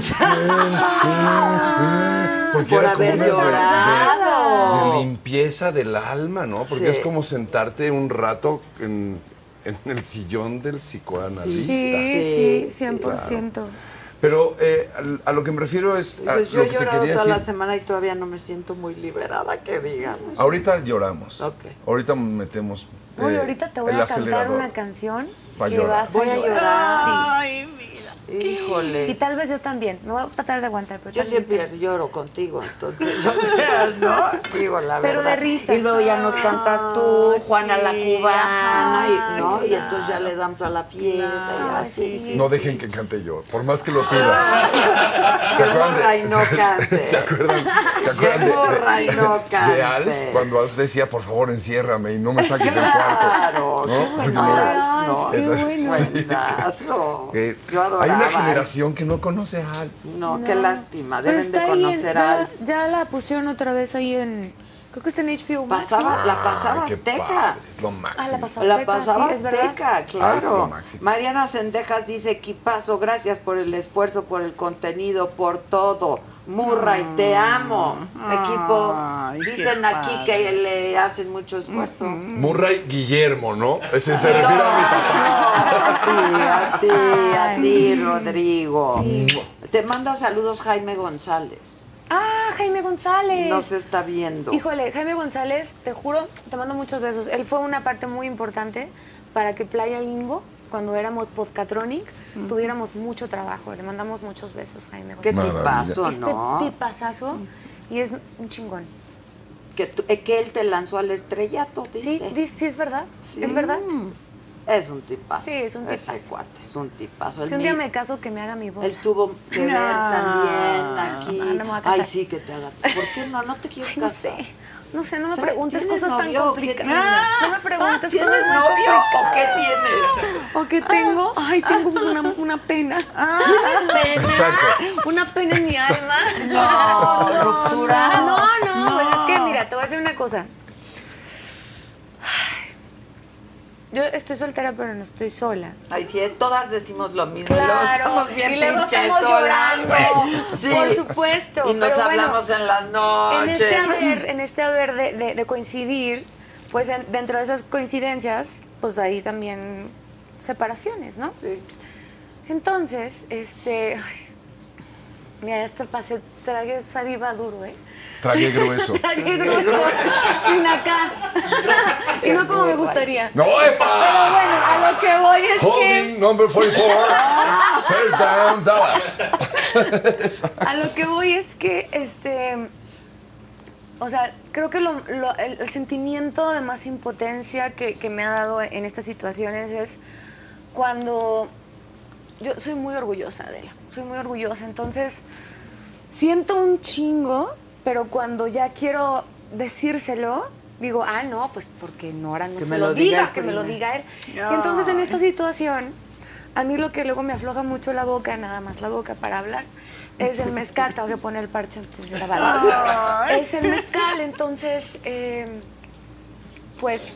Speaker 6: Porque
Speaker 3: Por
Speaker 6: era como
Speaker 3: haber
Speaker 6: una de- de-
Speaker 3: llorado.
Speaker 6: de limpieza del alma, ¿no? Porque
Speaker 3: Sí.
Speaker 6: es como sentarte un rato en, en el sillón del psicoanalista.
Speaker 3: Sí,
Speaker 5: Sí, sí, 100%.
Speaker 6: Pero eh, al- a lo que me refiero es a
Speaker 3: Pues yo
Speaker 6: Ah, lo
Speaker 3: he
Speaker 6: que te
Speaker 3: llorado toda
Speaker 6: quería
Speaker 3: la
Speaker 6: decir.
Speaker 3: semana y todavía no me siento muy liberada, que digamos.
Speaker 6: Ahorita lloramos.
Speaker 3: Ok.
Speaker 6: Ahorita metemos.
Speaker 5: Oye,
Speaker 6: eh,
Speaker 5: ahorita te voy
Speaker 6: el
Speaker 5: a cantar
Speaker 6: acelerador.
Speaker 5: una canción
Speaker 6: Va a
Speaker 5: que
Speaker 6: llorar.
Speaker 5: vas a
Speaker 3: Voy a
Speaker 5: llorar.
Speaker 3: llorar.
Speaker 2: Ay, mira.
Speaker 3: Híjole.
Speaker 5: Y tal vez yo también. Me voy a tratar de aguantar. Pero
Speaker 3: Yo
Speaker 5: también-
Speaker 3: siempre lloro contigo, entonces, o sea, ¿no? Digo la
Speaker 5: Pero de
Speaker 3: verdad.
Speaker 5: risa.
Speaker 3: Y luego ya nos cantas tú, Juana la
Speaker 2: sí,
Speaker 3: cubana,
Speaker 2: ajá,
Speaker 3: y, ¿no? Y
Speaker 2: claro.
Speaker 3: entonces ya le damos a la fiesta y
Speaker 5: Ay,
Speaker 3: así.
Speaker 5: sí.
Speaker 6: No dejen que cante yo, por más que lo pida. ¿Se acuerdan
Speaker 3: morra y Ah. no cante.
Speaker 6: ¿Se acuerdan, se acuerdan
Speaker 3: Que
Speaker 6: de,
Speaker 3: morra y
Speaker 6: de-
Speaker 3: no
Speaker 6: de
Speaker 3: cante.
Speaker 6: Alf? Cuando Alf decía, por favor, enciérrame y no me saques del
Speaker 3: Claro,
Speaker 6: cuarto.
Speaker 3: qué
Speaker 6: ¿no? Porque
Speaker 3: bueno,
Speaker 6: luego-
Speaker 5: Ay,
Speaker 3: no,
Speaker 5: qué
Speaker 6: Esas-
Speaker 5: bueno.
Speaker 6: sí.
Speaker 3: Buenazo.
Speaker 6: que
Speaker 3: Yo adoraba.
Speaker 6: hay una generación que no conoce a Alf.
Speaker 3: No, qué
Speaker 5: No.
Speaker 3: lástima,
Speaker 5: Pero
Speaker 3: deben
Speaker 5: está
Speaker 3: de
Speaker 5: ahí en-
Speaker 3: conocer
Speaker 5: ya,
Speaker 3: a Alf.
Speaker 5: Ya la pusieron otra vez ahí en. Creo que está en HBO Max. ¿no?
Speaker 3: Pasaba, la pasaba
Speaker 6: Ay, qué
Speaker 3: Azteca.
Speaker 6: padre, Lo
Speaker 5: Ah, la
Speaker 6: máximo.
Speaker 5: pasaba.
Speaker 3: La
Speaker 5: Azteca,
Speaker 3: pasaba
Speaker 5: sí, es verdad.
Speaker 3: Azteca,
Speaker 6: es lo
Speaker 3: claro.
Speaker 6: máximo.
Speaker 3: Mariana Sendejas dice, equipazo, gracias por el esfuerzo, por el contenido, por todo. Murray,
Speaker 5: Ah.
Speaker 3: te amo. Equipo,
Speaker 2: Ay, qué
Speaker 3: dicen aquí que le hacen mucho esfuerzo.
Speaker 6: Murray Guillermo, ¿no? Ese se refiere a mi papá.
Speaker 3: A ti, a ti, a ti, Rodrigo.
Speaker 5: Sí.
Speaker 3: Te manda saludos Jaime González.
Speaker 5: Ah, Jaime González.
Speaker 3: Nos está viendo.
Speaker 5: Híjole, Jaime González, te juro, te mando muchos besos. Él fue una parte muy importante para que Playa Limbo, cuando éramos Podcatronic, tuviéramos mucho trabajo. Le mandamos muchos besos, Jaime
Speaker 3: Qué
Speaker 5: González.
Speaker 6: Maravilla.
Speaker 3: tipazo,
Speaker 5: este
Speaker 3: ¿no?
Speaker 5: tipazazo y es un chingón.
Speaker 3: Que, tú- eh, que él te lanzó al estrellato,
Speaker 5: Sí,
Speaker 3: dice.
Speaker 5: di- sí es verdad.
Speaker 3: Sí. Mm.
Speaker 5: Es verdad.
Speaker 3: Es un tipazo.
Speaker 5: Sí, es un
Speaker 3: Ese
Speaker 5: tipazo.
Speaker 3: cuate, es un tipazo. El
Speaker 5: Si un día
Speaker 3: mi-
Speaker 5: me caso, que me haga mi voz.
Speaker 3: Él tuvo que ver también aquí.
Speaker 5: Ah, no me voy a casar.
Speaker 3: Ay, sí, que te haga. ¿Por qué no? No te quieres
Speaker 5: No
Speaker 3: casar.
Speaker 5: sé. No sé, no me
Speaker 3: Pero
Speaker 5: preguntes
Speaker 3: ¿tienes
Speaker 5: cosas tan
Speaker 3: novio o qué
Speaker 5: complicadas.
Speaker 3: tienes?
Speaker 5: No me preguntes
Speaker 3: ¿Tienes
Speaker 5: cosas tan
Speaker 3: novio o qué
Speaker 5: complicadas.
Speaker 3: tienes?
Speaker 5: ¿O qué tengo? Ay, tengo una, una pena.
Speaker 6: Exacto.
Speaker 5: Una pena en mi alma.
Speaker 3: No, ruptura.
Speaker 5: No, no, pues es que mira, te voy a decir una cosa. Ay, Yo estoy soltera, pero no estoy sola.
Speaker 3: Ay, sí, es, todas decimos lo mismo. Y
Speaker 5: Claro.
Speaker 3: luego estamos bien
Speaker 5: Y luego
Speaker 3: pinches
Speaker 5: estamos
Speaker 3: solas,
Speaker 5: llorando.
Speaker 3: güey. Sí.
Speaker 5: Por supuesto,
Speaker 3: Y nos
Speaker 5: pero bueno,
Speaker 3: hablamos en las
Speaker 5: En
Speaker 3: noches.
Speaker 5: este haber, en este haber de, de- de coincidir, pues en- dentro de esas coincidencias, pues ahí también separaciones, ¿no?
Speaker 3: Sí.
Speaker 5: Entonces, este. ay, Mira, este pasé, tragué saliva duro, ¿eh?
Speaker 6: Tragué grueso.
Speaker 5: Tragué grueso. y acá. y no como me gustaría.
Speaker 6: ¡No,
Speaker 5: Pero
Speaker 6: epa!
Speaker 5: bueno, a lo que voy es que.
Speaker 6: Holding number 44. First down, Dallas.
Speaker 5: A lo que voy es que, este. O sea, creo que lo- lo- el, el sentimiento de más impotencia que, que me ha dado en estas situaciones es cuando. Yo soy muy orgullosa, Adela. Soy muy orgullosa. Entonces, siento un chingo, pero cuando ya quiero decírselo, digo, ah, no, pues porque Nora no
Speaker 3: Que
Speaker 5: se
Speaker 3: me
Speaker 5: lo,
Speaker 3: lo diga
Speaker 5: diga,
Speaker 3: el
Speaker 5: que me lo
Speaker 3: primero.
Speaker 5: diga él. Y entonces en esta situación, a mí lo que luego me afloja mucho la boca, nada más la boca para hablar, es el mezcal. Tengo que poner el parche antes de grabar. es el mezcal, entonces, eh, pues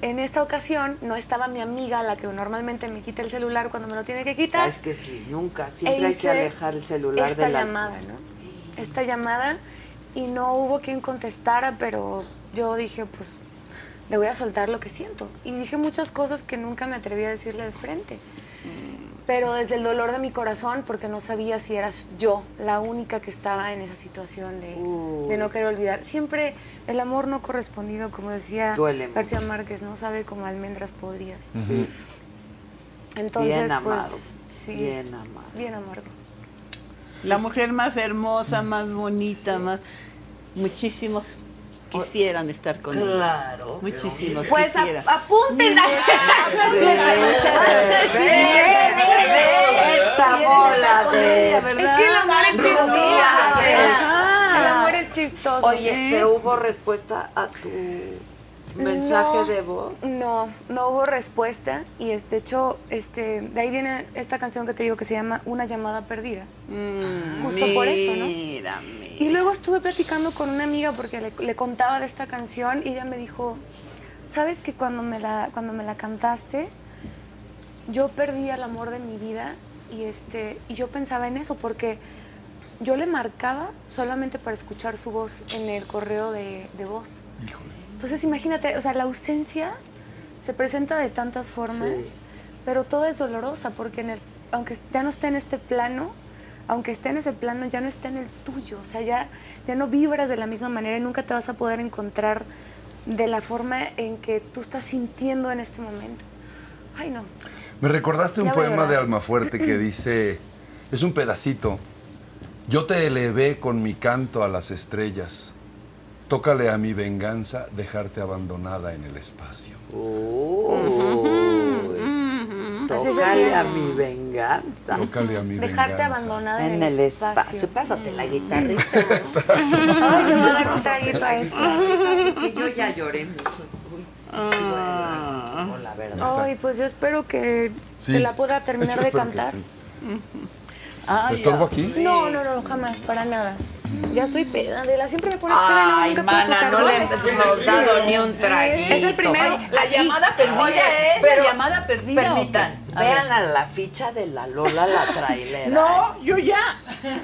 Speaker 5: en esta ocasión no estaba mi amiga, la que normalmente me quita el celular cuando me lo tiene que quitar.
Speaker 3: Es que sí, nunca.
Speaker 5: E
Speaker 3: Siempre hay que
Speaker 5: hice
Speaker 3: alejar el celular
Speaker 5: esta
Speaker 3: de la.
Speaker 5: llamada, ¿no? Esta llamada y no hubo quien contestara, pero yo dije, pues le voy a soltar lo que siento. Y dije muchas cosas que nunca me atreví a decirle de frente.
Speaker 3: Mm.
Speaker 5: Pero desde el dolor de mi corazón, porque no sabía si eras yo la única que estaba en esa situación de, de
Speaker 3: Uh.
Speaker 5: no querer olvidar. Siempre el amor no correspondido, como decía
Speaker 3: Duele mucho.
Speaker 5: García Márquez, no sabe como almendras podrías. Entonces,
Speaker 3: Bien amado.
Speaker 5: pues, sí,
Speaker 3: Bien amado.
Speaker 5: bien amargo.
Speaker 2: La mujer más hermosa, más bonita, más. Muchísimos quisieran estar con ella.
Speaker 3: Claro.
Speaker 2: Muchísimos
Speaker 5: Pues a-
Speaker 2: quisieran.
Speaker 5: apúntenla.
Speaker 3: Esta bola de.
Speaker 5: Es que el amor es chistoso.
Speaker 3: Rubia.
Speaker 5: ¿verdad? El amor es chistoso.
Speaker 3: Oye, pero hubo respuesta a tu mensaje
Speaker 5: No,
Speaker 3: de voz.
Speaker 5: No, no hubo respuesta y es- de hecho, este, de ahí viene esta canción que te digo que se llama Una llamada perdida. Justo por eso, ¿no?
Speaker 2: Mírame.
Speaker 5: Y luego estuve platicando con una amiga porque le, le contaba de esta canción y ella me dijo, ¿sabes que cuando me la, cuando me la cantaste, yo perdí el amor de mi vida y, este, y yo pensaba en eso porque yo le marcaba solamente para escuchar su voz en el correo de, de voz. Entonces imagínate, o sea, la ausencia se presenta de tantas formas, pero toda es dolorosa porque en el, aunque ya no esté en este plano, aunque esté en ese plano, ya no está en el tuyo, o sea, ya, ya no vibras de la misma manera y nunca te vas a poder encontrar de la forma en que tú estás sintiendo en este momento. Ay, no.
Speaker 6: Me recordaste un
Speaker 5: Ya voy a
Speaker 6: poema de
Speaker 5: llorar.
Speaker 6: Almafuerte que dice, es un pedacito. Yo te elevé con mi canto a las estrellas. Tócale a mi venganza dejarte abandonada en el espacio.
Speaker 5: Así se siente.
Speaker 1: a mi venganza.
Speaker 6: Tócale a mi
Speaker 5: Dejarte
Speaker 6: venganza.
Speaker 5: abandonada
Speaker 1: En el espacio. Pásate la guitarrita.
Speaker 5: Ay, le voy a dar un traguito a esto.
Speaker 3: Que yo ya lloré mucho. Uy, sí, sí, voy a
Speaker 5: Ah.
Speaker 3: llorar. No, la verdad.
Speaker 5: Ay, pues yo espero que
Speaker 6: Sí.
Speaker 5: te la pueda terminar
Speaker 6: Yo
Speaker 5: de
Speaker 6: espero que
Speaker 5: cantar.
Speaker 6: sí. ¿Te estorbo aquí?
Speaker 5: No, no, no, jamás, para nada. Ya estoy peda, Adela, siempre me pones peda y luego
Speaker 3: Ay,
Speaker 5: nunca
Speaker 3: mana, no
Speaker 5: puedo
Speaker 3: le
Speaker 5: tocar.
Speaker 3: hemos dado ni un traguito.
Speaker 5: Es el primero.
Speaker 3: Ay,
Speaker 2: La
Speaker 3: aquí-
Speaker 2: llamada perdida,
Speaker 3: Oye,
Speaker 2: ¿eh?
Speaker 3: pero
Speaker 2: la llamada perdida.
Speaker 3: Permitan,
Speaker 2: ¿o qué? A ver.
Speaker 3: vean a la ficha de la Lola la trailera.
Speaker 2: No, yo ya.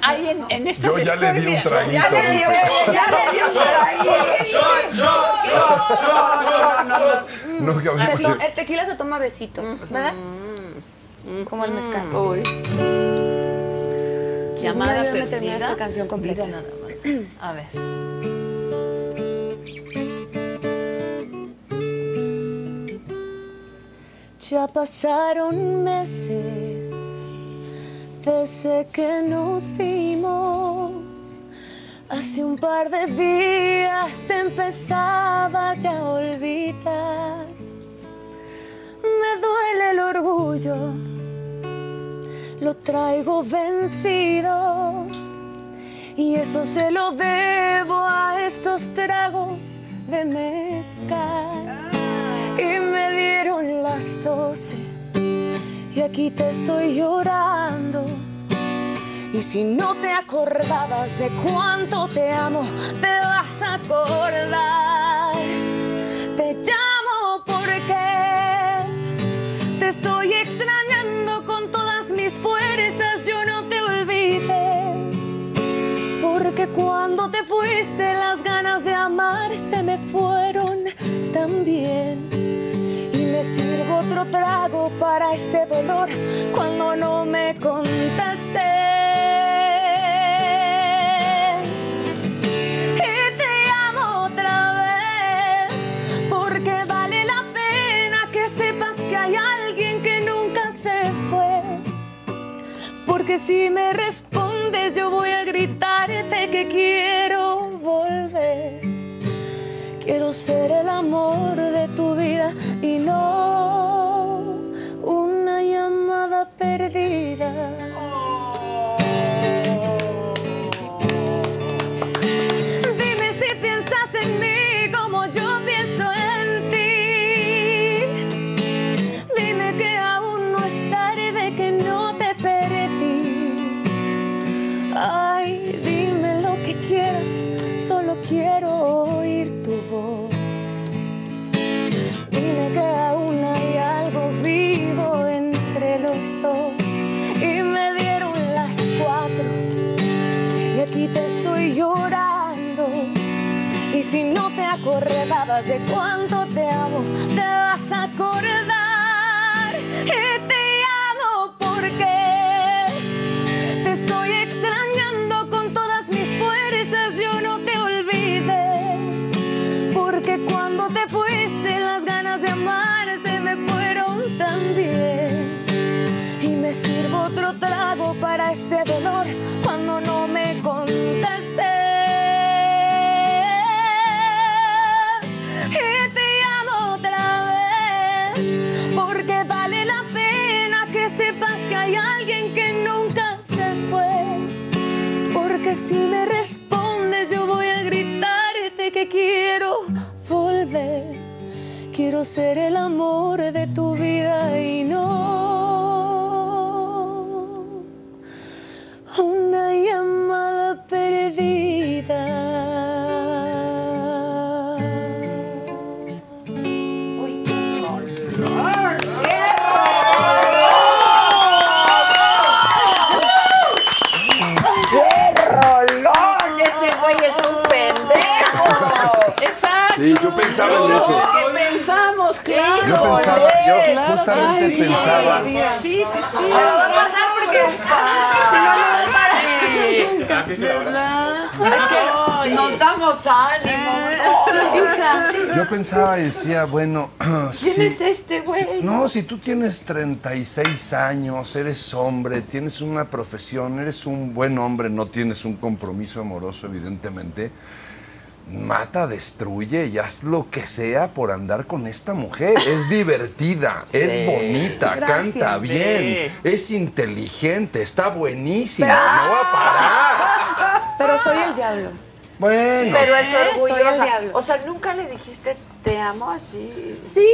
Speaker 2: Ahí en, en estas
Speaker 6: Yo ya le di un
Speaker 2: historias-
Speaker 6: traguito.
Speaker 2: Ya le di,
Speaker 6: dice.
Speaker 2: ya le di un traguito.
Speaker 6: No, que
Speaker 5: Se to-
Speaker 6: ahorita-
Speaker 5: pues, el tequila se toma a
Speaker 3: Mm,
Speaker 5: besitos, ¿verdad? Como el mezcal.
Speaker 2: Uy.
Speaker 5: Dios mío,
Speaker 2: Llamada
Speaker 5: ayúdame a terminar
Speaker 2: perdida.
Speaker 5: esta canción completa.
Speaker 2: Mira nada más. A ver.
Speaker 5: Ya pasaron meses desde que nos vimos. Hace un par de días te empezaba ya a olvidar. Me duele el orgullo, lo traigo vencido. Y eso se lo debo a estos tragos de mezcal. Y me dieron las doce y aquí te estoy llorando. Y si no te acordabas de cuánto te amo, te vas a acordar. Te llamo porque te estoy extrañando con todas mis fuerzas, yo no te olvidé. Porque cuando te fuiste las ganas de amar se me fueron también. Y me sirvo otro trago para este dolor cuando no me contestes. Y te amo otra vez porque vale la pena que sepas que hay alguien que nunca se fue. Porque si me respondes yo voy a gritarte que quiero volver. Quiero ser el amor de tu vida y no una llamada perdida. Dime si piensas en mí como yo pienso en ti. Dime que aún no es tarde, que no te perdí. Ay, dime lo que quieras, solo quiero oír tu voz. Dime que aún hay algo vivo entre los dos. Y me dieron las cuatro, y aquí te estoy llorando. Y si no te acordabas de cuánto te amo, te vas a acordar. Y te amo porque te estoy extrañando con todas mis fuerzas. Yo no te olvidé. Porque cuando te fuiste, las ganas de amar se me fueron también. Y me sirvo otro trago para este dolor cuando no me contestes. Y te amo otra vez, porque vale la pena que sepas que hay alguien que nunca se fue. Porque si me respondes, yo voy a gritarte que quiero volver. Quiero ser el amor de tu vida y no una llamada perdida.
Speaker 3: ¡Rolón! ¡Ese güey es un pendejo!
Speaker 2: Exacto.
Speaker 6: Sí, yo pensaba en ese.
Speaker 2: ¿Qué pensamos? Claro.
Speaker 6: Yo pensaba, yo
Speaker 2: Claro,
Speaker 6: justamente
Speaker 2: ay, sí.
Speaker 6: pensaba.
Speaker 2: Sí, sí, sí.
Speaker 3: porque...
Speaker 2: ¿Verdad?
Speaker 3: nos damos ánimo.
Speaker 7: Hija,
Speaker 6: Yo pensaba y decía, bueno.
Speaker 3: ¿Quién
Speaker 6: si-
Speaker 3: es este güey?
Speaker 6: si- no, si tú tienes 36 años, eres hombre, tienes una profesión, eres un buen hombre, no tienes un compromiso amoroso, evidentemente. Mata, destruye y haz lo que sea por andar con esta mujer. Es divertida, es bonita,
Speaker 5: Gracias.
Speaker 6: canta bien, es inteligente, está buenísima, no va a parar.
Speaker 5: Pero soy el diablo.
Speaker 6: Bueno,
Speaker 3: Pero es
Speaker 5: Soy el
Speaker 3: orgullosa.
Speaker 5: diablo.
Speaker 3: O sea, nunca le dijiste te amo así.
Speaker 5: Sí,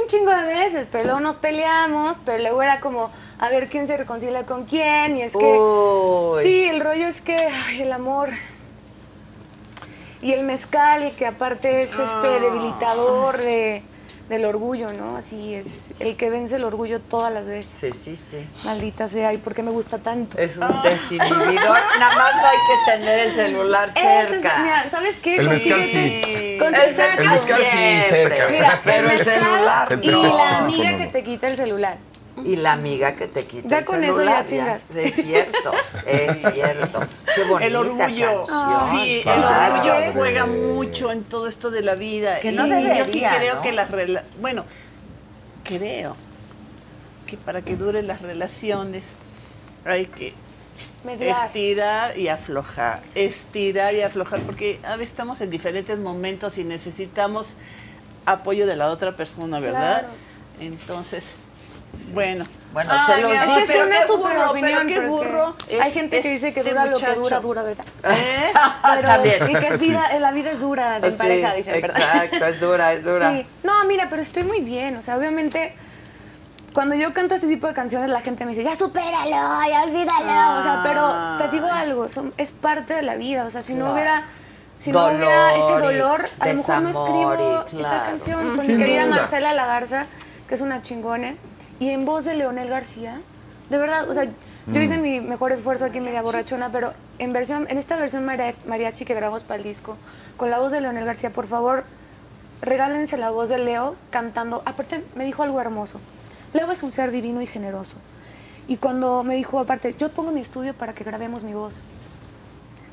Speaker 5: un chingo de veces, pero luego nos peleamos, pero luego era como, a ver quién se reconcilia con quién, y es que...
Speaker 3: Uy.
Speaker 5: Sí, el rollo es que ay, el amor y el mezcal, que aparte es
Speaker 2: Ah.
Speaker 5: este debilitador de, del orgullo, ¿no? Así es, el que vence el orgullo todas las veces.
Speaker 3: Sí, sí, sí.
Speaker 5: Maldita sea, ¿y por qué me gusta tanto?
Speaker 3: Es un desinhibidor. Nada más no hay que tener el celular
Speaker 5: Ese es-
Speaker 3: cerca.
Speaker 5: mira, ¿sabes qué?
Speaker 6: el mezcal
Speaker 5: Consíguete-
Speaker 6: sí.
Speaker 5: consíguete-
Speaker 6: El mezcal sí,
Speaker 3: siempre.
Speaker 6: cerca.
Speaker 5: Mira,
Speaker 3: pero el
Speaker 5: mezcal
Speaker 3: celular
Speaker 6: El
Speaker 5: y
Speaker 6: teléfono,
Speaker 5: la
Speaker 6: no,
Speaker 5: amiga
Speaker 6: no,
Speaker 5: que
Speaker 6: no.
Speaker 5: te quita el celular.
Speaker 3: Y la amiga que te quita
Speaker 5: Ya
Speaker 3: el
Speaker 5: con eso
Speaker 3: celular.
Speaker 5: ya chingaste.
Speaker 3: Es cierto, es cierto. Qué bonita
Speaker 2: El orgullo.
Speaker 3: canción.
Speaker 2: Sí, el
Speaker 3: Claro.
Speaker 2: orgullo
Speaker 5: padre.
Speaker 2: juega mucho en todo esto de la vida.
Speaker 3: Que no
Speaker 2: y, yo sí
Speaker 3: debería,
Speaker 2: creo
Speaker 3: ¿no?
Speaker 2: que las rela- bueno, creo que para que duren las relaciones hay que
Speaker 5: Mediar.
Speaker 2: Este, Estirar y aflojar, estirar y aflojar, porque a veces estamos en diferentes momentos y necesitamos apoyo de la otra persona, ¿verdad?
Speaker 5: Claro.
Speaker 2: Entonces, bueno.
Speaker 3: Bueno, se los
Speaker 2: ya,
Speaker 3: digo.
Speaker 5: Esa es
Speaker 2: pero
Speaker 5: una
Speaker 2: qué
Speaker 5: super
Speaker 2: burro,
Speaker 5: opinión.
Speaker 2: Pero qué
Speaker 5: porque
Speaker 2: burro.
Speaker 5: Hay
Speaker 2: es
Speaker 5: gente que dice que
Speaker 2: este
Speaker 5: dura lo que
Speaker 2: muchacho.
Speaker 5: dura, dura, ¿verdad?
Speaker 2: ¿Eh?
Speaker 5: Pero,
Speaker 3: Ah, También. Ah,
Speaker 5: Y que es vida, la vida es dura de
Speaker 3: Sí,
Speaker 5: pareja, dicen, ¿verdad?
Speaker 3: Exacto, es dura, es dura.
Speaker 5: Sí. No, mira, pero estoy muy bien. O sea, obviamente, cuando yo canto este tipo de canciones, la gente me dice, ya supéralo, ya olvídalo. o sea, pero te digo algo, son- es parte de la vida. O sea, si no
Speaker 3: Ah. Claro.
Speaker 5: hubiera. Si
Speaker 3: Dolor
Speaker 5: no hubiera ese dolor,
Speaker 3: y
Speaker 5: a lo mejor no
Speaker 3: desamor
Speaker 5: escribo
Speaker 3: y
Speaker 5: esa
Speaker 3: claro.
Speaker 5: canción con
Speaker 6: Sin
Speaker 5: mi querida
Speaker 6: duda.
Speaker 5: Marcela Lagarza, que es una chingona, y en voz de Leonel García. De verdad, o sea, yo
Speaker 6: Mm.
Speaker 5: hice mi mejor esfuerzo aquí media borrachona, pero en versión, en esta versión maria- mariachi que grabamos para el disco, con la voz de Leonel García, por favor, regálense la voz de Leo cantando. Aparte, me dijo algo hermoso. Leo es un ser divino y generoso. Y cuando me dijo, aparte, yo pongo mi estudio para que grabemos mi voz.